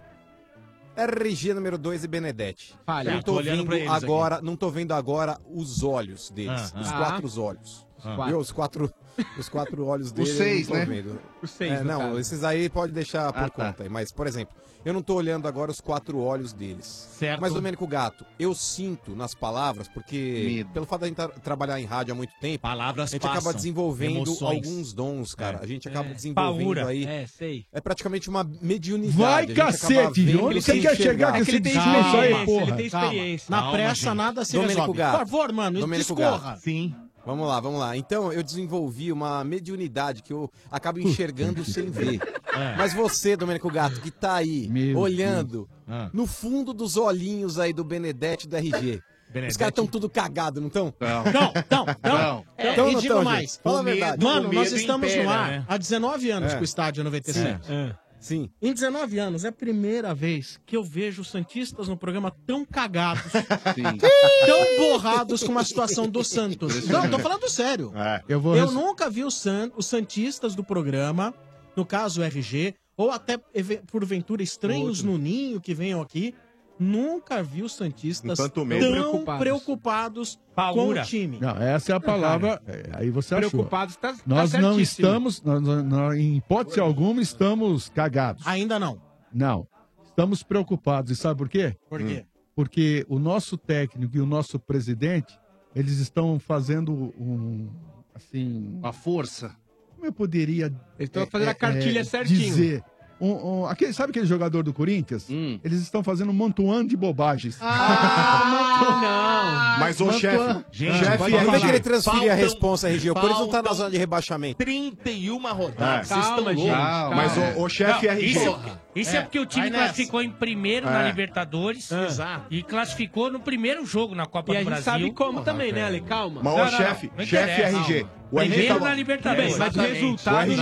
[SPEAKER 5] RG número 2 e Benedetti.
[SPEAKER 13] Falha.
[SPEAKER 5] Eu não
[SPEAKER 13] Tô
[SPEAKER 5] tô,
[SPEAKER 13] olhando
[SPEAKER 5] vendo
[SPEAKER 13] pra eles aqui.
[SPEAKER 5] agora, não tô vendo agora os olhos deles,
[SPEAKER 13] Ah,
[SPEAKER 5] os
[SPEAKER 13] ah.
[SPEAKER 5] quatro olhos.
[SPEAKER 13] Os quatro.
[SPEAKER 5] Viu? Os quatro, os quatro olhos
[SPEAKER 13] Os
[SPEAKER 5] dele.
[SPEAKER 13] seis,
[SPEAKER 5] eu não
[SPEAKER 13] né?
[SPEAKER 5] tô vendo.
[SPEAKER 13] Os seis,
[SPEAKER 5] É,
[SPEAKER 13] no
[SPEAKER 5] não,
[SPEAKER 13] caso.
[SPEAKER 5] esses aí pode deixar por
[SPEAKER 13] Ah, tá.
[SPEAKER 5] conta aí. Mas, por exemplo, eu não tô olhando agora os quatro olhos deles. Certo. Mas, Domênico Gato, eu sinto nas palavras, porque pelo fato de a gente
[SPEAKER 13] tá,
[SPEAKER 5] tra- trabalhar em rádio há muito tempo,
[SPEAKER 13] Palavras
[SPEAKER 5] a gente
[SPEAKER 13] passam,
[SPEAKER 5] acaba desenvolvendo
[SPEAKER 13] emoções.
[SPEAKER 5] alguns dons, cara.
[SPEAKER 13] É.
[SPEAKER 5] A gente acaba
[SPEAKER 13] É.
[SPEAKER 5] desenvolvendo
[SPEAKER 13] Paura.
[SPEAKER 5] aí.
[SPEAKER 13] É,
[SPEAKER 11] sei.
[SPEAKER 5] É praticamente uma mediunidade.
[SPEAKER 13] Vai,
[SPEAKER 5] A gente acaba
[SPEAKER 13] cacete,
[SPEAKER 5] vendo
[SPEAKER 13] onde
[SPEAKER 5] sem
[SPEAKER 13] você quer
[SPEAKER 5] enxergar.
[SPEAKER 13] chegar com
[SPEAKER 5] É que ele
[SPEAKER 13] esse
[SPEAKER 5] tem
[SPEAKER 13] discurso aí,
[SPEAKER 5] experiência,
[SPEAKER 13] porra?
[SPEAKER 5] ele tem
[SPEAKER 13] Calma.
[SPEAKER 5] experiência.
[SPEAKER 1] Na
[SPEAKER 5] Calma,
[SPEAKER 1] pressa,
[SPEAKER 5] gente.
[SPEAKER 1] nada se
[SPEAKER 5] Domênico
[SPEAKER 1] resolve.
[SPEAKER 5] Gato.
[SPEAKER 1] Por favor, mano,
[SPEAKER 5] Domênico
[SPEAKER 1] discorra.
[SPEAKER 5] Gato. Vamos lá, vamos lá. Então, eu desenvolvi uma mediunidade que eu acabo enxergando sem ver. Mas você, Domênico Gato, que tá aí, olhando, no fundo dos olhinhos aí do Benedetti e do RG. Os caras estão tudo cagados, não estão?
[SPEAKER 1] Não, não, não.
[SPEAKER 5] É,
[SPEAKER 1] Então,
[SPEAKER 5] e
[SPEAKER 1] não
[SPEAKER 5] digo
[SPEAKER 1] tão,
[SPEAKER 5] mais,
[SPEAKER 1] gente.
[SPEAKER 5] fala a
[SPEAKER 1] O medo-
[SPEAKER 5] verdade.
[SPEAKER 1] Mano,
[SPEAKER 5] o
[SPEAKER 1] nós
[SPEAKER 5] medo
[SPEAKER 1] estamos
[SPEAKER 5] impera,
[SPEAKER 1] no ar
[SPEAKER 5] né?
[SPEAKER 1] há 19 anos
[SPEAKER 5] É.
[SPEAKER 1] com o estádio 97.
[SPEAKER 5] Sim. Sim.
[SPEAKER 1] Em 19 anos, é a primeira vez que eu vejo os Santistas no programa tão cagados, tão borrados com uma situação do Santos. Não, tô falando sério.
[SPEAKER 4] É, Eu vou.
[SPEAKER 1] Eu
[SPEAKER 4] res-
[SPEAKER 1] nunca vi o San- os Santistas do programa, no caso o RG, ou até eve- porventura estranhos no ninho que venham aqui. Nunca vi os Santistas
[SPEAKER 4] Enquanto
[SPEAKER 1] tão
[SPEAKER 4] medo.
[SPEAKER 1] preocupados, com o
[SPEAKER 4] Paura.
[SPEAKER 1] time.
[SPEAKER 4] Não, essa é
[SPEAKER 11] Tá
[SPEAKER 4] a palavra. é, Aí você achou.
[SPEAKER 1] Preocupados, tá- tá
[SPEAKER 4] Nós não
[SPEAKER 1] certíssimo.
[SPEAKER 4] estamos, nós- nós- nós, em hipótese alguma, estamos cagados.
[SPEAKER 1] Ainda não.
[SPEAKER 4] Não. Estamos preocupados. E sabe por quê?
[SPEAKER 1] Por quê?
[SPEAKER 4] Hum. Porque o nosso técnico e o nosso presidente, eles estão fazendo um. Assim.
[SPEAKER 3] Uma força.
[SPEAKER 4] Como eu poderia. Eles
[SPEAKER 3] estão fazendo a cartilha certinho.
[SPEAKER 4] Dizer. Um- um- aquele, sabe aquele jogador do Corinthians?
[SPEAKER 3] Hum.
[SPEAKER 4] Eles estão fazendo um montoando de bobagens.
[SPEAKER 7] Ah!
[SPEAKER 5] não.
[SPEAKER 4] Mas, ô, chefe, é gente,
[SPEAKER 5] chefe,
[SPEAKER 4] pode
[SPEAKER 5] ainda
[SPEAKER 4] falar.
[SPEAKER 5] queria transferir a
[SPEAKER 4] Faltam-
[SPEAKER 5] responsa, RG. O Corinthians não tá na
[SPEAKER 13] faltam
[SPEAKER 5] zona de rebaixamento.
[SPEAKER 13] 31
[SPEAKER 5] Ah,
[SPEAKER 13] rodadas.
[SPEAKER 5] vocês estão loucos. Mas o- o chefe é
[SPEAKER 7] Não,
[SPEAKER 5] RG.
[SPEAKER 7] Isso,
[SPEAKER 5] Porra.
[SPEAKER 7] isso é.
[SPEAKER 5] É,
[SPEAKER 7] porque o
[SPEAKER 5] vai
[SPEAKER 7] time
[SPEAKER 5] nessa.
[SPEAKER 7] classificou em primeiro na
[SPEAKER 11] É.
[SPEAKER 7] Libertadores.
[SPEAKER 11] Ah.
[SPEAKER 7] Exato. E classificou no primeiro jogo na Copa
[SPEAKER 11] E
[SPEAKER 7] do
[SPEAKER 11] a gente
[SPEAKER 7] Brasil.
[SPEAKER 11] sabe como também, né, Ale? Calma.
[SPEAKER 7] Não,
[SPEAKER 11] Não, não,
[SPEAKER 7] não, não.
[SPEAKER 11] não. Não
[SPEAKER 7] Não interessa,
[SPEAKER 11] interessa,
[SPEAKER 7] calma.
[SPEAKER 11] calma.
[SPEAKER 5] tá
[SPEAKER 7] Primeiro na Libertadores.
[SPEAKER 11] Tudo Tá bem, Mas o resultado,
[SPEAKER 1] Exatamente,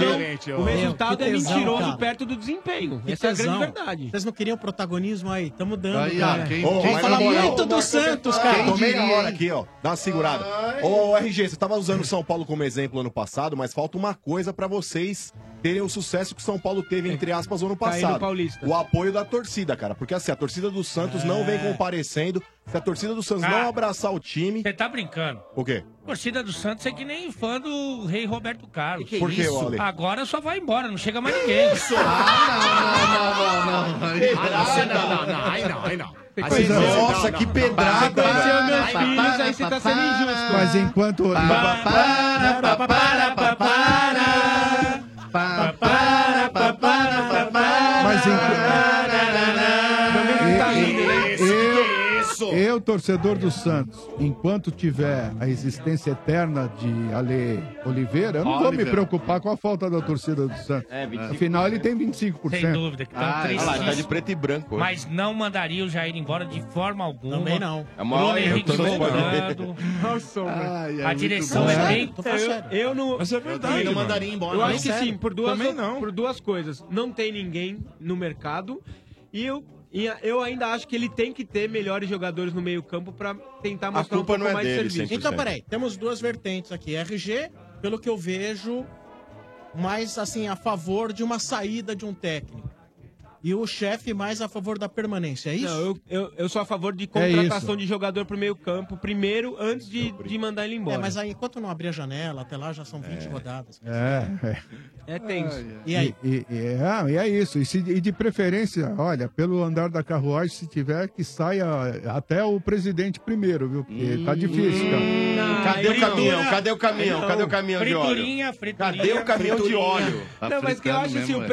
[SPEAKER 11] não-
[SPEAKER 1] ó.
[SPEAKER 11] o resultado
[SPEAKER 1] Meu,
[SPEAKER 11] é
[SPEAKER 1] que tesão,
[SPEAKER 11] mentiroso
[SPEAKER 1] cara.
[SPEAKER 11] perto do desempenho.
[SPEAKER 1] Que
[SPEAKER 11] Essa é a grande
[SPEAKER 1] tesão.
[SPEAKER 11] verdade.
[SPEAKER 1] Vocês não queriam protagonismo aí? Tamo dando,
[SPEAKER 11] Aí, ó,
[SPEAKER 1] cara.
[SPEAKER 11] quem-
[SPEAKER 1] Vamos
[SPEAKER 11] quem
[SPEAKER 1] falar
[SPEAKER 11] diria?
[SPEAKER 1] muito do Santos, cara.
[SPEAKER 13] Tomei na hora aqui, ó. Dá uma segurada. Ô, RG, você tava usando o São Paulo como exemplo ano passado, mas falta uma coisa pra vocês terem o sucesso que o São Paulo teve, entre aspas, ano
[SPEAKER 11] Cair no
[SPEAKER 13] passado.
[SPEAKER 11] Paulista.
[SPEAKER 13] O apoio da torcida, cara. Porque assim, a torcida do Santos não vem comparecendo. Se a torcida do Santos não abraçar o time.
[SPEAKER 7] Você tá brincando.
[SPEAKER 13] O quê?
[SPEAKER 7] A torcida do Santos é que nem fã do rei Roberto Carlos.
[SPEAKER 13] Que que é Por que, isso? Ale?
[SPEAKER 7] Agora só vai embora, não chega mais ninguém.
[SPEAKER 13] isso?
[SPEAKER 7] Ah, não, não, não,
[SPEAKER 13] Aí não,
[SPEAKER 7] tá
[SPEAKER 13] não, não, aí não, aí não. Aí você- Nossa, que pedrada. né?
[SPEAKER 11] meus filhos, aí você tá sendo injusto.
[SPEAKER 4] Mas enquanto.
[SPEAKER 7] Ah,
[SPEAKER 4] Mas enquanto. Eu, eu, torcedor do Santos, enquanto tiver a existência eterna de Ale Oliveira, eu não vou me
[SPEAKER 10] Oliveira.
[SPEAKER 4] preocupar com a falta da torcida do Santos.
[SPEAKER 10] É, 25.
[SPEAKER 4] Afinal, ele tem 25%.
[SPEAKER 7] Sem dúvida, que tão Ah, triste. olha lá, tá de preto
[SPEAKER 13] e branco.
[SPEAKER 7] Mas não mandaria o Jair embora de forma alguma.
[SPEAKER 1] Também não.
[SPEAKER 7] É uma Bruno Henrique voltando. A direção é bem...
[SPEAKER 11] Eu, eu não. Mas é verdade.
[SPEAKER 7] Também não mandaria embora,
[SPEAKER 11] Eu
[SPEAKER 7] não.
[SPEAKER 11] acho que
[SPEAKER 7] Sério.
[SPEAKER 11] sim, por duas,
[SPEAKER 7] Também não.
[SPEAKER 11] por duas coisas. Não tem ninguém no mercado e eu. e a- Eu ainda acho que ele tem que ter melhores jogadores no meio-campo pra tentar mostrar um
[SPEAKER 13] culpa
[SPEAKER 11] pouco
[SPEAKER 13] não é
[SPEAKER 11] mais
[SPEAKER 13] dele,
[SPEAKER 11] de serviço.
[SPEAKER 13] 100%.
[SPEAKER 1] Então, peraí, temos duas vertentes aqui. RG, pelo que eu vejo, mais assim, a favor de uma saída de um técnico. E o chefe mais a favor da permanência, é isso?
[SPEAKER 11] Não, eu, eu, eu sou a favor de
[SPEAKER 1] É isso.
[SPEAKER 11] contratação de jogador pro meio-campo primeiro, antes de, de mandar ele embora.
[SPEAKER 1] É, mas aí, enquanto não abrir a janela, até lá já são 20 rodadas.
[SPEAKER 4] É, é.
[SPEAKER 11] É tenso.
[SPEAKER 1] E aí?
[SPEAKER 4] E, e- é, ah, e é isso. E, se- e de preferência, olha, pelo andar da carruagem, se tiver, que saia até o presidente primeiro, viu? Porque tá difícil, cara.
[SPEAKER 12] Cadê o
[SPEAKER 4] Fritura.
[SPEAKER 12] caminhão? Cadê o caminhão?
[SPEAKER 11] Então,
[SPEAKER 12] Cadê o caminhão de óleo?
[SPEAKER 7] Friturinha, friturinha.
[SPEAKER 12] Cadê o caminhão de óleo? Tá
[SPEAKER 11] não, mas que eu acho assim, o
[SPEAKER 12] presidente.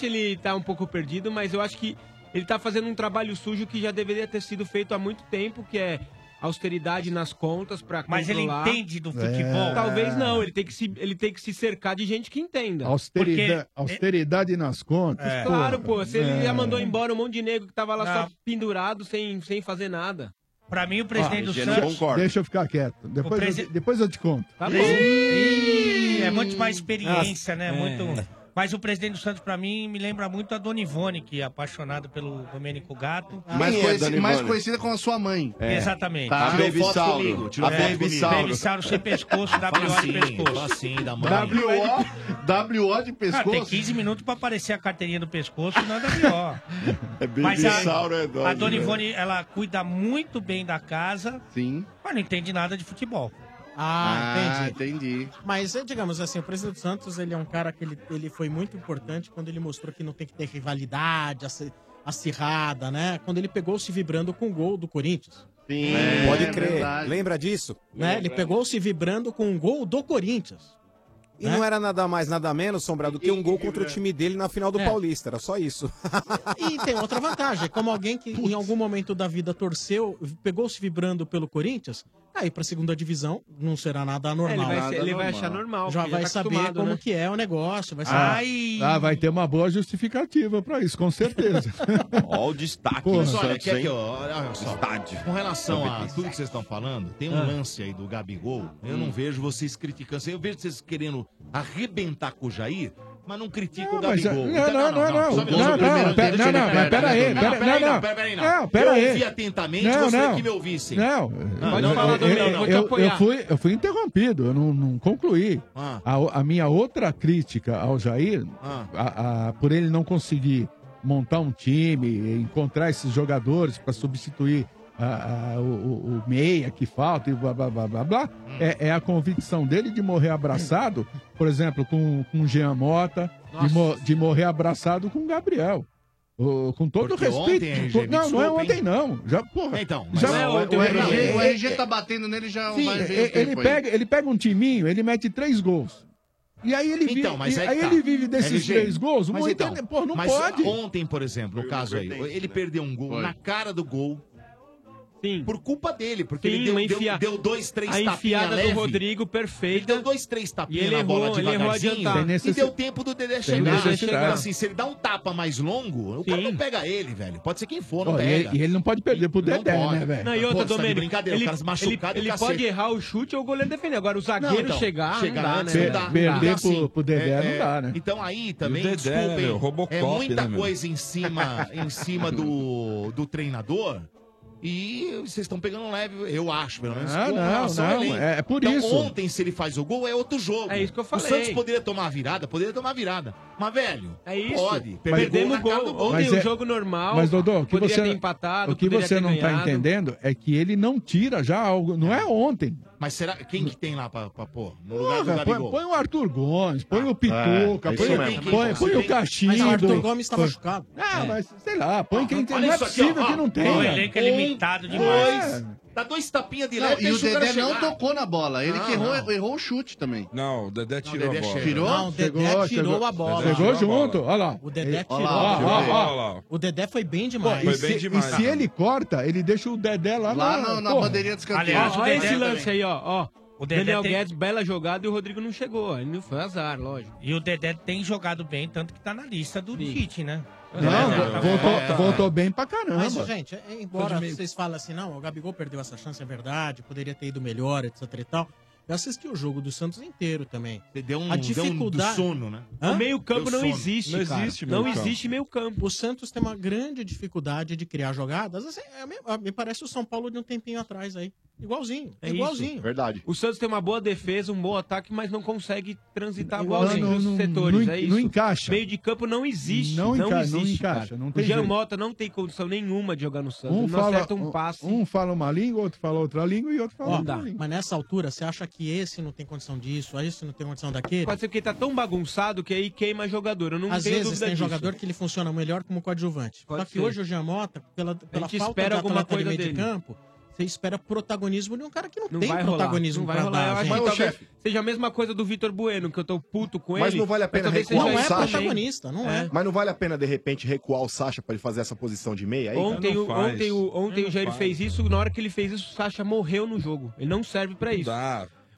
[SPEAKER 11] presidente ele tá um pouco perdido, mas eu acho que ele tá fazendo um trabalho sujo que já deveria ter sido feito há muito tempo, que é austeridade nas contas pra
[SPEAKER 7] Mas ele
[SPEAKER 11] controlar.
[SPEAKER 7] entende do futebol? É.
[SPEAKER 11] Talvez não, ele tem, que se, ele tem que se cercar de gente que entenda.
[SPEAKER 4] Austerida-
[SPEAKER 11] Porque-
[SPEAKER 4] Austeridade nas contas.
[SPEAKER 11] É. Claro, pô, se ele
[SPEAKER 4] É.
[SPEAKER 11] já mandou embora um monte de negro que tava lá
[SPEAKER 7] Não.
[SPEAKER 11] só pendurado sem, sem fazer nada.
[SPEAKER 7] Pra mim, o
[SPEAKER 4] Ah, Deixa eu ficar quieto. Depois,
[SPEAKER 7] presi-
[SPEAKER 4] eu, depois eu te conto.
[SPEAKER 7] Tá bom. é muito mais experiência,
[SPEAKER 4] Ah,
[SPEAKER 7] né?
[SPEAKER 4] é.
[SPEAKER 7] Muito... Mas o presidente do Santos, pra mim, me lembra muito a Dona Ivone, que é apaixonada pelo Domênico Gato.
[SPEAKER 3] Ah, Mais, conheci- mais conhecida como a sua mãe.
[SPEAKER 7] É. Exatamente.
[SPEAKER 3] Tá?
[SPEAKER 7] A
[SPEAKER 3] Tirou
[SPEAKER 7] Baby
[SPEAKER 3] foto
[SPEAKER 7] Sauro.
[SPEAKER 3] comigo, tirou
[SPEAKER 7] A
[SPEAKER 3] foto
[SPEAKER 7] Baby
[SPEAKER 3] comigo.
[SPEAKER 7] Sauro. Baby Sauro sem pescoço, W.O. de pescoço.
[SPEAKER 3] Fala assim da mãe.
[SPEAKER 7] W.O. de
[SPEAKER 3] pescoço?
[SPEAKER 7] Ah, tem 15 minutos pra aparecer a carteirinha do pescoço, não é W.O.
[SPEAKER 13] É
[SPEAKER 7] Mas a, a Dona
[SPEAKER 13] né?
[SPEAKER 7] Ivone, ela cuida muito bem da casa,
[SPEAKER 3] Sim.
[SPEAKER 7] mas não entende nada de futebol.
[SPEAKER 1] Ah, entendi.
[SPEAKER 3] entendi.
[SPEAKER 1] Mas, eh, digamos assim, o presidente dos Santos, ele é um cara que ele, ele foi muito importante quando ele mostrou que não tem que ter rivalidade aci- acirrada, né? Quando ele pegou se vibrando com o gol do Corinthians.
[SPEAKER 3] Sim,
[SPEAKER 11] É,
[SPEAKER 1] É
[SPEAKER 5] Pode crer. Lembra disso?
[SPEAKER 1] Né? Ele pegou se vibrando com o gol do Corinthians.
[SPEAKER 5] E não era nada mais, nada menos, Sombra, do que um gol contra o time dele na final do Paulista. Era só isso.
[SPEAKER 1] E tem outra vantagem, é como alguém que em algum momento da vida torceu, pegou se vibrando pelo Corinthians, tá aí pra segunda divisão não será nada
[SPEAKER 11] É,
[SPEAKER 1] anormal.
[SPEAKER 11] ele vai, ser-
[SPEAKER 1] Nada
[SPEAKER 11] ele vai
[SPEAKER 1] anormal.
[SPEAKER 11] achar normal.
[SPEAKER 1] Já
[SPEAKER 11] porque
[SPEAKER 1] vai
[SPEAKER 11] tá
[SPEAKER 1] saber
[SPEAKER 11] acostumado,
[SPEAKER 1] como
[SPEAKER 11] né?
[SPEAKER 1] que é o negócio, vai
[SPEAKER 4] Ah,
[SPEAKER 1] saber.
[SPEAKER 4] ah, vai ter uma boa justificativa pra isso, com certeza.
[SPEAKER 14] Ó, o destaque
[SPEAKER 4] Porra,
[SPEAKER 14] Mas olha,
[SPEAKER 4] Santos,
[SPEAKER 14] aqui, aqui,
[SPEAKER 4] hein?
[SPEAKER 14] ó, olha só.
[SPEAKER 4] Estádio.
[SPEAKER 14] Com relação a
[SPEAKER 4] 97.
[SPEAKER 14] tudo que vocês estão falando, tem um
[SPEAKER 4] Ah. Hum.
[SPEAKER 14] lance aí do Gabigol. Eu não vejo vocês criticando. Eu vejo vocês querendo arrebentar com o Jair, mas não critica o
[SPEAKER 4] Não, mas-
[SPEAKER 14] Gabigol.
[SPEAKER 9] Então,
[SPEAKER 4] não, não, não, não.
[SPEAKER 14] Só
[SPEAKER 4] O
[SPEAKER 14] me-
[SPEAKER 4] gol do
[SPEAKER 14] não,
[SPEAKER 4] primeiro
[SPEAKER 14] não,
[SPEAKER 4] tempo
[SPEAKER 14] não,
[SPEAKER 4] de
[SPEAKER 14] não,
[SPEAKER 4] Libertadores.
[SPEAKER 14] mas peraí,
[SPEAKER 4] Não,
[SPEAKER 14] peraí,
[SPEAKER 4] peraí,
[SPEAKER 14] não,
[SPEAKER 4] não.
[SPEAKER 14] peraí,
[SPEAKER 4] Não, peraí.
[SPEAKER 14] Eu ouvi atentamente,
[SPEAKER 4] Não,
[SPEAKER 14] gostaria
[SPEAKER 4] não.
[SPEAKER 14] que me ouvissem.
[SPEAKER 4] Não,
[SPEAKER 14] Pode
[SPEAKER 4] eu-
[SPEAKER 14] falar do
[SPEAKER 4] eu,
[SPEAKER 14] meu, não.
[SPEAKER 4] eu-
[SPEAKER 14] Vou te
[SPEAKER 4] eu
[SPEAKER 14] apoiar.
[SPEAKER 4] fui, eu fui interrompido, eu não, não concluí. A, a minha outra crítica ao Jair,
[SPEAKER 14] Ah.
[SPEAKER 4] a- a- por ele não conseguir montar um time, encontrar esses jogadores para substituir a- a- o, o- o meia que falta e blá blá blá blá, blá
[SPEAKER 14] Hum.
[SPEAKER 4] é, é a convicção dele de morrer abraçado, por exemplo, com, com Jean Mota, de, mo- de morrer abraçado com Gabriel. Ô, com todo
[SPEAKER 14] Porque
[SPEAKER 4] respeito.
[SPEAKER 14] ontem, RG,
[SPEAKER 4] com to-
[SPEAKER 14] me
[SPEAKER 4] não, não é
[SPEAKER 14] desculpa,
[SPEAKER 4] ontem, não. Já, porra.
[SPEAKER 14] Então,
[SPEAKER 3] Mas
[SPEAKER 4] já, é
[SPEAKER 3] não, o, o RG, o RG tá batendo nele já há
[SPEAKER 4] Sim, é,
[SPEAKER 3] mais
[SPEAKER 4] ele, ele pega, ele pega um timinho, ele mete três gols. E aí ele vive,
[SPEAKER 14] Então, mas
[SPEAKER 4] e-
[SPEAKER 14] aí,
[SPEAKER 4] aí,
[SPEAKER 14] que tá.
[SPEAKER 4] ele vive desses
[SPEAKER 14] LG,
[SPEAKER 4] três gols,
[SPEAKER 14] mas
[SPEAKER 4] muito,
[SPEAKER 14] então,
[SPEAKER 4] pô, não
[SPEAKER 14] mas
[SPEAKER 4] pode.
[SPEAKER 14] Ontem, por exemplo, no caso aí, ele perdeu um gol
[SPEAKER 4] Foi.
[SPEAKER 14] na cara do gol. Por culpa dele, porque
[SPEAKER 11] Sim,
[SPEAKER 14] ele deu,
[SPEAKER 11] uma enfia-
[SPEAKER 14] deu, deu dois, três
[SPEAKER 11] a enfiada
[SPEAKER 14] tapinha leve.
[SPEAKER 11] do Rodrigo perfeita.
[SPEAKER 14] Ele deu dois, três tapinha
[SPEAKER 11] E ele
[SPEAKER 14] na bola
[SPEAKER 11] errou, ele errou
[SPEAKER 14] devagarzinho.
[SPEAKER 11] adiantado. Tem
[SPEAKER 14] E
[SPEAKER 11] necessi-
[SPEAKER 14] deu tempo do Dedé
[SPEAKER 11] Tem
[SPEAKER 14] chegar.
[SPEAKER 11] necessidade.
[SPEAKER 14] Então, assim, se ele dá um tapa mais longo, o cara não pega ele, velho. Pode ser quem for, não
[SPEAKER 4] Ó, e,
[SPEAKER 14] pega.
[SPEAKER 4] ele, e ele não pode perder pro
[SPEAKER 14] Não
[SPEAKER 4] Dedé,
[SPEAKER 14] pode.
[SPEAKER 4] né, velho?
[SPEAKER 11] Não, e outra,
[SPEAKER 14] Pô, você tá de
[SPEAKER 11] Domênico,
[SPEAKER 14] brincadeira,
[SPEAKER 11] ele,
[SPEAKER 14] o cara se machucado
[SPEAKER 11] ele,
[SPEAKER 14] e
[SPEAKER 11] ele
[SPEAKER 14] cacete.
[SPEAKER 11] pode errar o chute ou o goleiro defender. Agora, o zagueiro
[SPEAKER 14] então,
[SPEAKER 11] chegar,
[SPEAKER 14] chegar
[SPEAKER 11] não dá,
[SPEAKER 14] antes,
[SPEAKER 11] né?
[SPEAKER 14] não dá.
[SPEAKER 4] perder
[SPEAKER 14] Então,
[SPEAKER 4] pro- pro Dedé não dá, né?
[SPEAKER 14] Então aí também,
[SPEAKER 6] E o Dedé, né,
[SPEAKER 14] desculpem,
[SPEAKER 6] meu? Robocop,
[SPEAKER 14] é muita
[SPEAKER 6] né, meu?
[SPEAKER 14] coisa em cima, em cima do, do treinador. E vocês estão pegando leve, eu acho, pelo menos.
[SPEAKER 4] Ah,
[SPEAKER 14] com
[SPEAKER 4] não,
[SPEAKER 14] relação ao
[SPEAKER 4] não,
[SPEAKER 14] elenco.
[SPEAKER 4] é por
[SPEAKER 14] então,
[SPEAKER 4] isso.
[SPEAKER 14] ontem, se ele faz o gol, é outro jogo. É isso que eu
[SPEAKER 11] falei.
[SPEAKER 14] O Santos poderia tomar a virada, poderia tomar a virada. Mas, velho,
[SPEAKER 11] É isso.
[SPEAKER 14] pode.
[SPEAKER 4] Mas-
[SPEAKER 11] Perdemos o
[SPEAKER 14] na cara do
[SPEAKER 11] gol. Ontem
[SPEAKER 4] Mas
[SPEAKER 11] um
[SPEAKER 4] é-
[SPEAKER 11] jogo normal.
[SPEAKER 4] Mas, Dodô, o que
[SPEAKER 11] poderia
[SPEAKER 4] você,
[SPEAKER 11] ter empatado,
[SPEAKER 4] o que
[SPEAKER 11] poderia
[SPEAKER 4] você
[SPEAKER 11] ter
[SPEAKER 4] não tá
[SPEAKER 11] ganhado.
[SPEAKER 4] entendendo é que ele não tira já algo. Não é ontem.
[SPEAKER 14] Mas será quem que tem lá pra, pra pôr? No lugar do
[SPEAKER 4] Porra, põe,
[SPEAKER 14] Gabigol?
[SPEAKER 4] põe o Arthur Gomes, põe o Pituca,
[SPEAKER 14] é isso
[SPEAKER 4] põe,
[SPEAKER 14] mesmo.
[SPEAKER 4] põe- põe
[SPEAKER 14] Mas
[SPEAKER 4] o Cachimbo.
[SPEAKER 14] o Arthur Gomes tá
[SPEAKER 4] põe-
[SPEAKER 14] machucado.
[SPEAKER 4] Ah,
[SPEAKER 14] É.
[SPEAKER 4] mas sei lá, põe quem tem.
[SPEAKER 14] Olha
[SPEAKER 4] Não é
[SPEAKER 14] isso aqui,
[SPEAKER 4] possível
[SPEAKER 14] ó,
[SPEAKER 4] que
[SPEAKER 14] ó.
[SPEAKER 4] não
[SPEAKER 14] Um,
[SPEAKER 4] tenha. É.
[SPEAKER 7] limitado
[SPEAKER 4] demais.
[SPEAKER 14] dois. Dá dois tapinhas de
[SPEAKER 3] Não,
[SPEAKER 14] leve,
[SPEAKER 3] e o
[SPEAKER 14] deixa cara
[SPEAKER 3] Dedé não
[SPEAKER 14] chegar.
[SPEAKER 3] tocou na bola. Ele
[SPEAKER 14] Não,
[SPEAKER 3] que errou,
[SPEAKER 14] não.
[SPEAKER 3] errou o chute também.
[SPEAKER 6] Não, o Dedé
[SPEAKER 3] Não,
[SPEAKER 6] tirou
[SPEAKER 3] o Dedé
[SPEAKER 6] a bola.
[SPEAKER 3] chega. Tirou?
[SPEAKER 6] Não,
[SPEAKER 3] Não,
[SPEAKER 1] O Dedé
[SPEAKER 3] Chegou,
[SPEAKER 1] tirou
[SPEAKER 3] chegou.
[SPEAKER 1] a bola.
[SPEAKER 4] Chegou junto, olha lá.
[SPEAKER 1] O Dedé
[SPEAKER 4] Ele-
[SPEAKER 1] tirou.
[SPEAKER 4] Olha lá,
[SPEAKER 1] a bola.
[SPEAKER 4] olha lá.
[SPEAKER 1] O Dedé foi bem
[SPEAKER 4] Pô,
[SPEAKER 1] demais.
[SPEAKER 4] e, se, e se ele corta, ele deixa o Dedé lá,
[SPEAKER 1] Lá
[SPEAKER 4] na,
[SPEAKER 1] no- na
[SPEAKER 4] porra.
[SPEAKER 1] bandeirinha de escanteio.
[SPEAKER 11] Aliás,
[SPEAKER 1] Ó,
[SPEAKER 11] olha
[SPEAKER 1] o
[SPEAKER 11] esse
[SPEAKER 1] Dedé
[SPEAKER 11] lance
[SPEAKER 1] também.
[SPEAKER 11] aí, ó. ó.
[SPEAKER 7] O
[SPEAKER 11] O
[SPEAKER 7] Dedé
[SPEAKER 11] Daniel
[SPEAKER 7] tem-
[SPEAKER 11] Guedes, bela jogada e o Rodrigo não chegou. Ele não foi azar, lógico.
[SPEAKER 7] E o Dedé tem jogado bem, tanto que tá na lista do Tite, né?
[SPEAKER 4] Não,
[SPEAKER 7] É.
[SPEAKER 4] voltou,
[SPEAKER 7] É.
[SPEAKER 4] voltou bem pra caramba.
[SPEAKER 1] Mas, gente, é- embora
[SPEAKER 4] Foi de meio.
[SPEAKER 1] vocês falem assim, não, o Gabigol perdeu essa chance, é verdade, poderia ter ido melhor, etc e tal. Eu assisti o jogo do Santos inteiro também.
[SPEAKER 14] Deu
[SPEAKER 11] um- deu um sono, né? O meio-campo Deu não sono. existe, Não cara. existe Não meio-campo. existe meio-campo.
[SPEAKER 1] O Santos tem uma grande dificuldade de criar jogadas. Assim, é me- ah, me parece o São Paulo de um tempinho atrás aí. Igualzinho,
[SPEAKER 11] É
[SPEAKER 1] igualzinho.
[SPEAKER 11] isso.
[SPEAKER 3] Verdade.
[SPEAKER 11] O Santos tem uma boa defesa, um bom ataque, mas não consegue transitar a bola
[SPEAKER 4] Não,
[SPEAKER 11] entre
[SPEAKER 4] não,
[SPEAKER 11] os
[SPEAKER 4] não-
[SPEAKER 11] setores.
[SPEAKER 4] não
[SPEAKER 11] é
[SPEAKER 4] en-
[SPEAKER 11] isso.
[SPEAKER 4] não encaixa.
[SPEAKER 11] Meio de campo não existe.
[SPEAKER 4] Não
[SPEAKER 11] Não,
[SPEAKER 4] encaixa, não
[SPEAKER 11] existe.
[SPEAKER 4] encaixa,
[SPEAKER 11] cara.
[SPEAKER 4] não tem
[SPEAKER 11] o Jean
[SPEAKER 4] jeito.
[SPEAKER 11] Mota não tem condição nenhuma de jogar no Santos.
[SPEAKER 4] Um
[SPEAKER 11] ele não
[SPEAKER 4] fala,
[SPEAKER 11] acerta um passe.
[SPEAKER 4] um fala uma língua, outro fala outra língua e outro fala
[SPEAKER 1] Ó, tá.
[SPEAKER 4] outra língua.
[SPEAKER 1] mas nessa altura, você acha que esse não tem condição disso, esse não tem condição daquele?
[SPEAKER 11] Pode ser que ele tá tão bagunçado que aí queima jogador. Eu não
[SPEAKER 1] Às
[SPEAKER 11] tenho
[SPEAKER 1] vezes
[SPEAKER 11] dúvida
[SPEAKER 1] tem
[SPEAKER 11] disso.
[SPEAKER 1] jogador que ele funciona melhor como coadjuvante.
[SPEAKER 11] Pode
[SPEAKER 1] Só que
[SPEAKER 11] ser.
[SPEAKER 1] hoje o Giamota, pela, pela
[SPEAKER 11] gente
[SPEAKER 1] falta
[SPEAKER 11] espera
[SPEAKER 1] de
[SPEAKER 11] alguma
[SPEAKER 1] atleta de
[SPEAKER 11] coisa
[SPEAKER 1] meio de
[SPEAKER 11] dele.
[SPEAKER 1] campo, Você espera protagonismo de um cara que não,
[SPEAKER 11] Não
[SPEAKER 1] tem
[SPEAKER 11] vai rolar,
[SPEAKER 1] protagonismo
[SPEAKER 11] não vai
[SPEAKER 1] pra
[SPEAKER 11] rolar.
[SPEAKER 1] dar,
[SPEAKER 11] Eu acho
[SPEAKER 1] gente.
[SPEAKER 11] que talvez seja a mesma coisa do Vitor Bueno, que eu tô puto com
[SPEAKER 13] Mas
[SPEAKER 11] ele.
[SPEAKER 13] não vale a pena
[SPEAKER 11] talvez
[SPEAKER 13] recuar
[SPEAKER 1] é
[SPEAKER 11] seja
[SPEAKER 13] o
[SPEAKER 11] isso
[SPEAKER 13] Sacha.
[SPEAKER 11] também. É.
[SPEAKER 14] é?
[SPEAKER 13] Mas não vale a pena, de repente, recuar o Sacha pra ele fazer essa posição de meia aí?
[SPEAKER 11] Ontem,
[SPEAKER 13] Não
[SPEAKER 11] o,
[SPEAKER 13] faz.
[SPEAKER 11] ontem, o, ontem
[SPEAKER 13] Não
[SPEAKER 11] o Jair
[SPEAKER 13] faz.
[SPEAKER 11] fez isso, na hora que ele fez isso, o Sacha morreu no jogo. Ele não serve pra isso.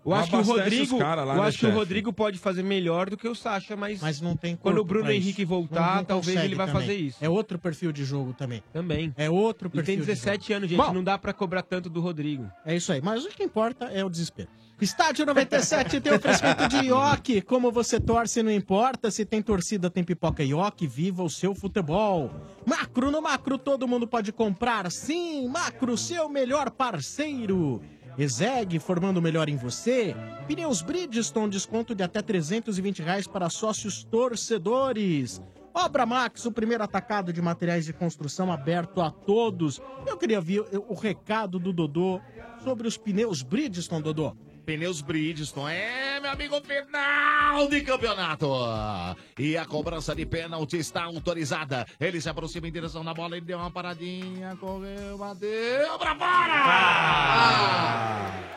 [SPEAKER 11] Eu
[SPEAKER 6] Não
[SPEAKER 11] acho que o
[SPEAKER 6] abastece
[SPEAKER 11] Rodrigo,
[SPEAKER 6] os cara lá,
[SPEAKER 11] eu
[SPEAKER 6] né,
[SPEAKER 11] acho que o
[SPEAKER 6] chefe?
[SPEAKER 11] Rodrigo pode fazer melhor do que o Sacha, mas,
[SPEAKER 1] mas não tem
[SPEAKER 11] quando o
[SPEAKER 1] corpo
[SPEAKER 11] Bruno
[SPEAKER 1] pra isso.
[SPEAKER 11] Henrique
[SPEAKER 1] Não-
[SPEAKER 11] voltar,
[SPEAKER 1] não
[SPEAKER 11] talvez
[SPEAKER 1] consegue
[SPEAKER 11] ele vai
[SPEAKER 1] também.
[SPEAKER 11] fazer isso.
[SPEAKER 1] É outro perfil de jogo também.
[SPEAKER 11] Também.
[SPEAKER 1] É outro
[SPEAKER 11] Ele
[SPEAKER 1] perfil.
[SPEAKER 11] tem
[SPEAKER 1] de jogo.
[SPEAKER 11] 17 anos, gente,
[SPEAKER 1] Bom,
[SPEAKER 11] não dá pra cobrar tanto do Rodrigo.
[SPEAKER 1] É isso aí, mas o que importa é o desespero. Estádio 97 tem oferecimento de Ioki. Como você torce, não importa. Se tem torcida, tem pipoca Ioki. Viva o seu futebol. Macro no Macro, todo mundo pode comprar. Sim, Macro, seu melhor parceiro. Exeg, formando o melhor em você. Pneus Bridgestone, desconto de até R$ 320 reais para sócios torcedores. Obra Max, o primeiro atacado de materiais de construção aberto a todos. Eu queria ver o recado do Dodô sobre os pneus Bridgestone, Dodô.
[SPEAKER 14] Pneus Bridgestone, é, meu amigo, final de campeonato. E a cobrança de pênalti está autorizada. Ele se aproxima em direção na bola, ele deu uma paradinha, correu, bateu pra fora!
[SPEAKER 1] Ah!
[SPEAKER 14] Ah!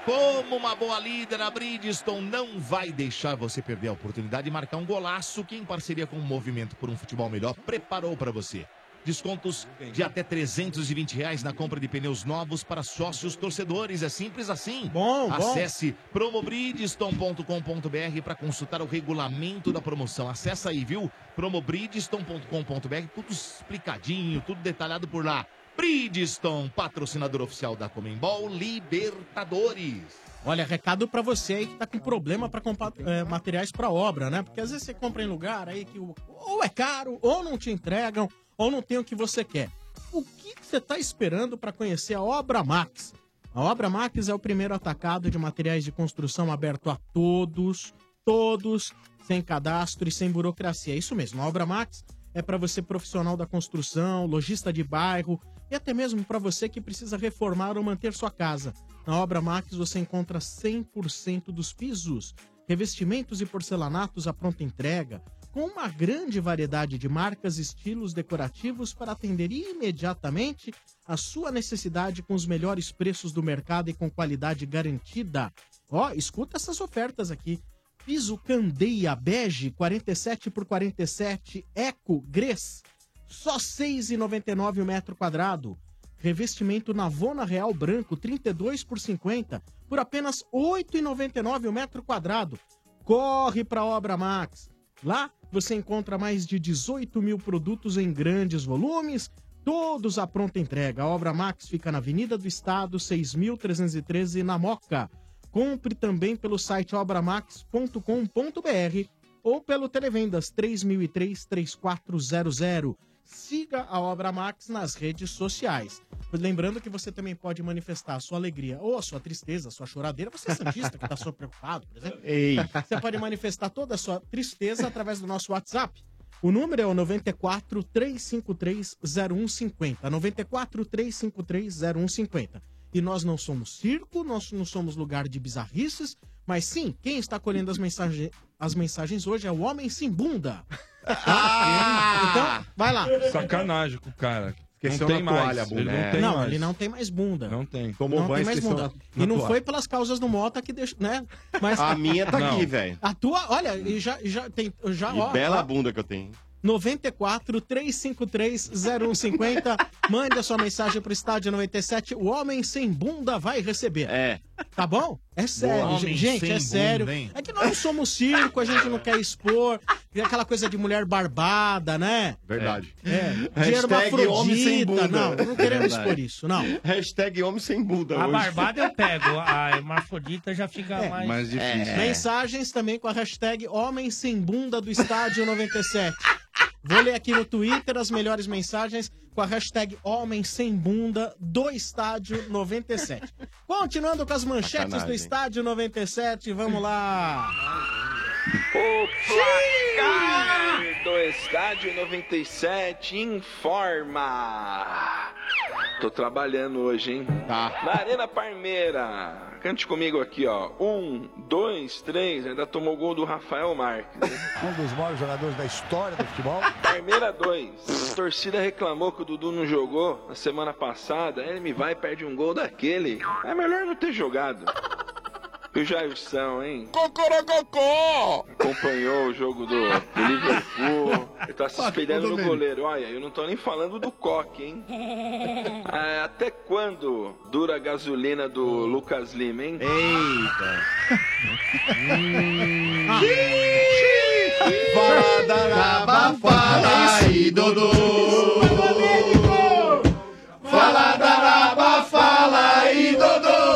[SPEAKER 14] Como uma boa líder, a Bridgestone não vai deixar você perder a oportunidade de marcar um golaço que, em parceria com o Movimento por um Futebol Melhor, preparou para você. Descontos de até 320 reais na compra de pneus novos para sócios torcedores. É simples assim.
[SPEAKER 1] Bom, bom.
[SPEAKER 14] Acesse promobridgestone.com.br para consultar o regulamento da promoção. Acessa aí, viu? promobridgestone.com.br, tudo explicadinho, tudo detalhado por lá. Bridgestone, patrocinador oficial da Comembol Libertadores.
[SPEAKER 1] Olha, recado pra você aí que tá com problema pra comprar eh, materiais pra obra, né? Porque às vezes você compra em lugar aí que o- ou é caro, ou não te entregam, ou não tem o que você quer. O que que você tá esperando pra conhecer a Obra Max? A Obra Max é o primeiro atacado de materiais de construção aberto a todos, todos, sem cadastro e sem burocracia. É isso mesmo, a Obra Max é pra você profissional da construção, lojista de bairro, e até mesmo para você que precisa reformar ou manter sua casa. Na Obra Max você encontra 100% dos pisos, revestimentos e porcelanatos à pronta entrega, com uma grande variedade de marcas e estilos decorativos para atender imediatamente a sua necessidade com os melhores preços do mercado e com qualidade garantida. Ó, escuta essas ofertas aqui. Piso Candeia Bege 47 por 47 Eco Gres só R$ 6,99 o metro quadrado. Revestimento Navona Real Branco, 32 por 50, por apenas R$ 8,99 o metro quadrado. Corre para a Obra Max. Lá você encontra mais de 18 mil produtos em grandes volumes, todos à pronta entrega. A Obra Max fica na Avenida do Estado, 6.313, na Moca. Compre também pelo site obramax.com.br ou pelo Televendas 3003-3400. Siga a Obra Max nas redes sociais. Lembrando que você também pode manifestar a sua alegria ou a sua tristeza, a sua choradeira. Você é santista que está só preocupado, por exemplo.
[SPEAKER 10] Ei.
[SPEAKER 1] Você pode manifestar toda a sua tristeza através do nosso WhatsApp. O número é o 94 353 0150. 94 353 0150. E nós não somos circo, nós não somos lugar de bizarrices, mas sim, quem está colhendo as, mensage- as mensagens hoje é o Homem Sem Bunda. Tá?
[SPEAKER 2] Ah!
[SPEAKER 6] Ah!
[SPEAKER 1] Então, vai lá.
[SPEAKER 6] Sacanagem com o cara.
[SPEAKER 1] Esqueceu
[SPEAKER 6] não tem
[SPEAKER 1] na
[SPEAKER 6] mais.
[SPEAKER 1] toalha,
[SPEAKER 6] ele
[SPEAKER 1] bunda.
[SPEAKER 12] Né?
[SPEAKER 6] não tem
[SPEAKER 1] Não,
[SPEAKER 6] mais.
[SPEAKER 1] ele não tem mais bunda.
[SPEAKER 6] Não tem.
[SPEAKER 1] não tem mais bunda. e não foi pelas causas do Mota que deixou, né? Mas
[SPEAKER 12] A minha tá aqui,
[SPEAKER 1] Não.
[SPEAKER 12] velho.
[SPEAKER 1] A tua, olha, e já, já tem. Já, ó,
[SPEAKER 12] Que bela
[SPEAKER 1] ó,
[SPEAKER 12] bunda que eu tenho.
[SPEAKER 1] 94 353 0150. Mande a sua mensagem pro estádio 97. O homem sem bunda vai receber.
[SPEAKER 12] É.
[SPEAKER 1] Tá bom? É sério,
[SPEAKER 10] Homem
[SPEAKER 1] gen- gente,
[SPEAKER 10] sem
[SPEAKER 1] é sério.
[SPEAKER 10] bunda, hein?
[SPEAKER 1] é que nós não somos circo, a gente não quer expor. É aquela coisa de mulher barbada, né?
[SPEAKER 12] Verdade.
[SPEAKER 1] É. De
[SPEAKER 12] Hashtag homem sem
[SPEAKER 1] hermafrodita.
[SPEAKER 12] bunda. É
[SPEAKER 1] Não, não queremos
[SPEAKER 12] Verdade.
[SPEAKER 1] expor isso, não.
[SPEAKER 12] Hashtag homem sem bunda
[SPEAKER 1] A
[SPEAKER 12] hoje.
[SPEAKER 1] barbada
[SPEAKER 7] Eu pego, a hermafrodita já fica mais...
[SPEAKER 1] É.
[SPEAKER 6] né?
[SPEAKER 1] Mensagens também com a hashtag Homem Sem Bunda do Estádio 97. Vou ler aqui no Twitter as melhores mensagens com a hashtag Homem Sem Bunda do Estádio 97. Continuando com as manchetes
[SPEAKER 10] Sacanagem,
[SPEAKER 1] do
[SPEAKER 10] hein?
[SPEAKER 1] Estádio 97, vamos lá.
[SPEAKER 9] O placar do estádio 97 informa. Tô trabalhando hoje, hein? Tá. Na Arena Parmeira. Cante comigo aqui, ó. Um, dois, três. Ainda tomou o gol do Rafael Marques.
[SPEAKER 15] Um dos maiores jogadores da história do futebol.
[SPEAKER 9] Parmeira 2. A torcida reclamou que o Dudu não jogou na semana passada. Ele me vai e perde um gol daquele. É melhor não ter jogado. E o Jairzão, hein?
[SPEAKER 2] Cocorococó!
[SPEAKER 9] Acompanhou o jogo do, do Liverpool. Ele tá se espelhando no goleiro. Olha, eu não tô nem falando do Coque, hein? Ah, até quando dura a gasolina do Lucas Lima, hein? Eita!
[SPEAKER 10] Fala, fala aí, Dodô. Fala, Daraba, fala aí, Dodô.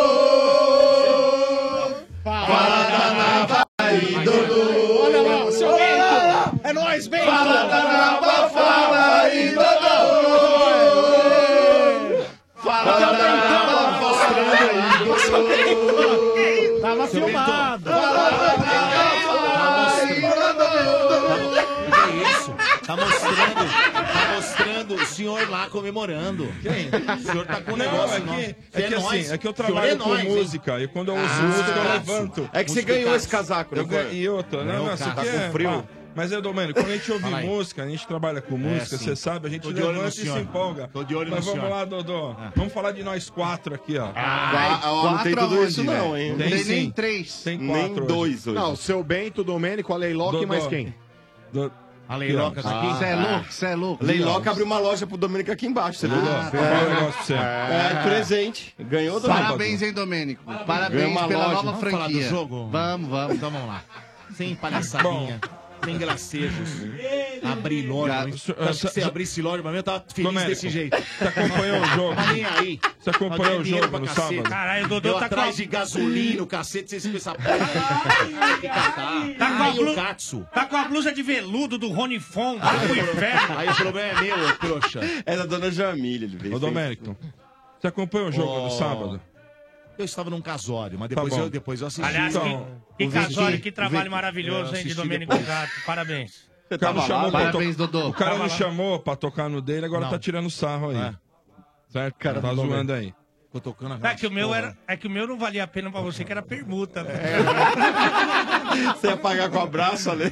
[SPEAKER 10] Fala, Daraba, aí, Dodô. Olha lá, seu Bento. É nóis, Bento. Fala, Daraba, fala aí, Dodô. Fala, Daraba, fala aí, Dodô. Tava filmado. Fala,
[SPEAKER 14] Tá
[SPEAKER 10] Daraba, aí, Dodô.
[SPEAKER 14] Que isso? Tá mostrando, tá mostrando o senhor lá comemorando. Quem? O senhor tá com um
[SPEAKER 6] Não,
[SPEAKER 14] negócio
[SPEAKER 6] é que-
[SPEAKER 14] nosso.
[SPEAKER 6] é
[SPEAKER 14] Você
[SPEAKER 6] que assim,
[SPEAKER 14] nóis.
[SPEAKER 6] é que eu
[SPEAKER 14] O senhor
[SPEAKER 6] trabalho com
[SPEAKER 14] hein? Ah, tá. É
[SPEAKER 6] música, e quando eu uso música, eu
[SPEAKER 14] Multiplicaço.
[SPEAKER 6] levanto. tá.
[SPEAKER 14] Multiplicaço.
[SPEAKER 6] Eu ganhei E outra,
[SPEAKER 14] Ganhou,
[SPEAKER 6] não, essa
[SPEAKER 14] cara.
[SPEAKER 6] aqui
[SPEAKER 14] Tá com
[SPEAKER 6] é...
[SPEAKER 14] frio.
[SPEAKER 6] pá. Mas, Edomênio, quando a gente ouve
[SPEAKER 14] Fala aí.
[SPEAKER 6] música, a gente trabalha com música,
[SPEAKER 14] sim.
[SPEAKER 6] você sabe, a gente
[SPEAKER 14] Tô de olho
[SPEAKER 6] levanta
[SPEAKER 14] no
[SPEAKER 6] e se
[SPEAKER 14] senhor.
[SPEAKER 6] empolga.
[SPEAKER 14] Tô de olho
[SPEAKER 6] Mas
[SPEAKER 14] no
[SPEAKER 6] vamos
[SPEAKER 14] senhor. Ah.
[SPEAKER 6] lá, Dodô. Vamos falar de nós quatro aqui, ó.
[SPEAKER 13] Ah, ó, não tem tudo isso não, hein?
[SPEAKER 6] Tem,
[SPEAKER 13] Tem nem
[SPEAKER 6] sim.
[SPEAKER 13] três.
[SPEAKER 6] Tem
[SPEAKER 13] Nem
[SPEAKER 6] quatro hoje.
[SPEAKER 13] dois hoje. Não, o seu Bento, o Domênico, a Leiloca e
[SPEAKER 6] Dodô.
[SPEAKER 13] mais quem?
[SPEAKER 6] Do...
[SPEAKER 14] A
[SPEAKER 6] Leiloca tá aqui?
[SPEAKER 13] Você
[SPEAKER 6] Cê
[SPEAKER 13] é
[SPEAKER 6] é
[SPEAKER 2] Ah.
[SPEAKER 13] louco,
[SPEAKER 6] louco,
[SPEAKER 13] você é louco. Leiloca abriu uma loja pro Domênico aqui embaixo, você viu?
[SPEAKER 6] Ah, tá. Fala um negócio pra você.
[SPEAKER 13] É, presente. Ganhou do
[SPEAKER 3] Parabéns, hein, Domênico? Parabéns
[SPEAKER 14] Ganhou uma
[SPEAKER 3] pela
[SPEAKER 14] loja.
[SPEAKER 3] nova
[SPEAKER 14] Vamos falar
[SPEAKER 3] franquia.
[SPEAKER 14] do jogo?
[SPEAKER 3] Vamos, vamos.
[SPEAKER 14] Então vamos lá. Sem palhaçadinha. Sem gracejos. Abrir loja.
[SPEAKER 6] Gato.
[SPEAKER 14] Eu Acho que se abrisse loja pra mim, eu tava feliz
[SPEAKER 6] Domênico,
[SPEAKER 14] desse jeito.
[SPEAKER 6] Você acompanhou o jogo?
[SPEAKER 14] Tá nem aí.
[SPEAKER 6] Você acompanhou
[SPEAKER 14] Eu dei
[SPEAKER 6] o
[SPEAKER 14] dinheiro
[SPEAKER 6] jogo
[SPEAKER 14] pra
[SPEAKER 6] no
[SPEAKER 14] cacete.
[SPEAKER 6] sábado?
[SPEAKER 14] Caralho, o Dodô tá atrás de gasolina, o cacete, vocês com essa porra.
[SPEAKER 7] Tá com, a
[SPEAKER 14] Aí o
[SPEAKER 7] blu-
[SPEAKER 14] Katsu.
[SPEAKER 7] tá com a blusa de veludo do Rony Fon, tá
[SPEAKER 6] Ah,
[SPEAKER 7] pro inferno.
[SPEAKER 14] Aí o problema é meu, ô trouxa.
[SPEAKER 13] É da dona Jamília, ele veio.
[SPEAKER 6] Ô, Domênico, você acompanhou o jogo
[SPEAKER 14] Ó,
[SPEAKER 6] no sábado?
[SPEAKER 14] Eu estava num casório, mas
[SPEAKER 6] Tá
[SPEAKER 14] depois
[SPEAKER 6] bom.
[SPEAKER 14] eu, depois eu assisti.
[SPEAKER 7] Aliás,
[SPEAKER 6] Então,
[SPEAKER 7] que, que
[SPEAKER 6] o
[SPEAKER 7] casório,
[SPEAKER 6] Vitinho-
[SPEAKER 7] que
[SPEAKER 6] o
[SPEAKER 7] trabalho
[SPEAKER 6] Vitinho-
[SPEAKER 7] maravilhoso,
[SPEAKER 6] eu
[SPEAKER 7] hein, de
[SPEAKER 6] assisti
[SPEAKER 7] Domênico Gato. Parabéns.
[SPEAKER 6] O cara não
[SPEAKER 7] né?
[SPEAKER 6] chamou pra
[SPEAKER 3] Parabéns,
[SPEAKER 6] to-
[SPEAKER 3] Dodô.
[SPEAKER 6] O cara
[SPEAKER 3] Tava
[SPEAKER 6] não
[SPEAKER 3] lá.
[SPEAKER 6] chamou pra tocar no dele, agora
[SPEAKER 7] Não.
[SPEAKER 6] tá tirando sarro aí. Certo?
[SPEAKER 7] Cara
[SPEAKER 6] tá
[SPEAKER 7] do Domênico.
[SPEAKER 6] zoando aí.
[SPEAKER 14] Tô tocando
[SPEAKER 7] É que, o meu era, é que o meu não valia a pena pra você, que era permuta. né?
[SPEAKER 6] É,
[SPEAKER 13] Você ia pagar com abraço, Ale?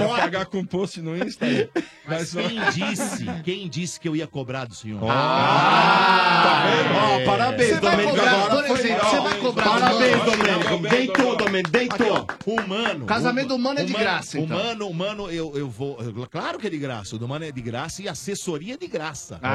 [SPEAKER 6] Vou pagar com post no Insta. aí.
[SPEAKER 14] Mas quem disse, quem disse que eu ia cobrar do senhor?
[SPEAKER 13] Ó,
[SPEAKER 14] É.
[SPEAKER 13] parabéns,
[SPEAKER 14] Você vai
[SPEAKER 13] Domênico.
[SPEAKER 14] cobrar,
[SPEAKER 13] agora
[SPEAKER 14] por
[SPEAKER 13] foi
[SPEAKER 14] exemplo,
[SPEAKER 13] mal.
[SPEAKER 14] você vai cobrar
[SPEAKER 13] Parabéns,
[SPEAKER 14] do Domênico.
[SPEAKER 13] Domênico. Deitou, Domênico, deitou.
[SPEAKER 14] Humano. Hum,
[SPEAKER 13] Casamento humano é de graça, então.
[SPEAKER 14] Humano, humano, eu, eu vou. eu- Claro que é de graça. O do humano é de graça e assessoria é de graça.
[SPEAKER 3] Dá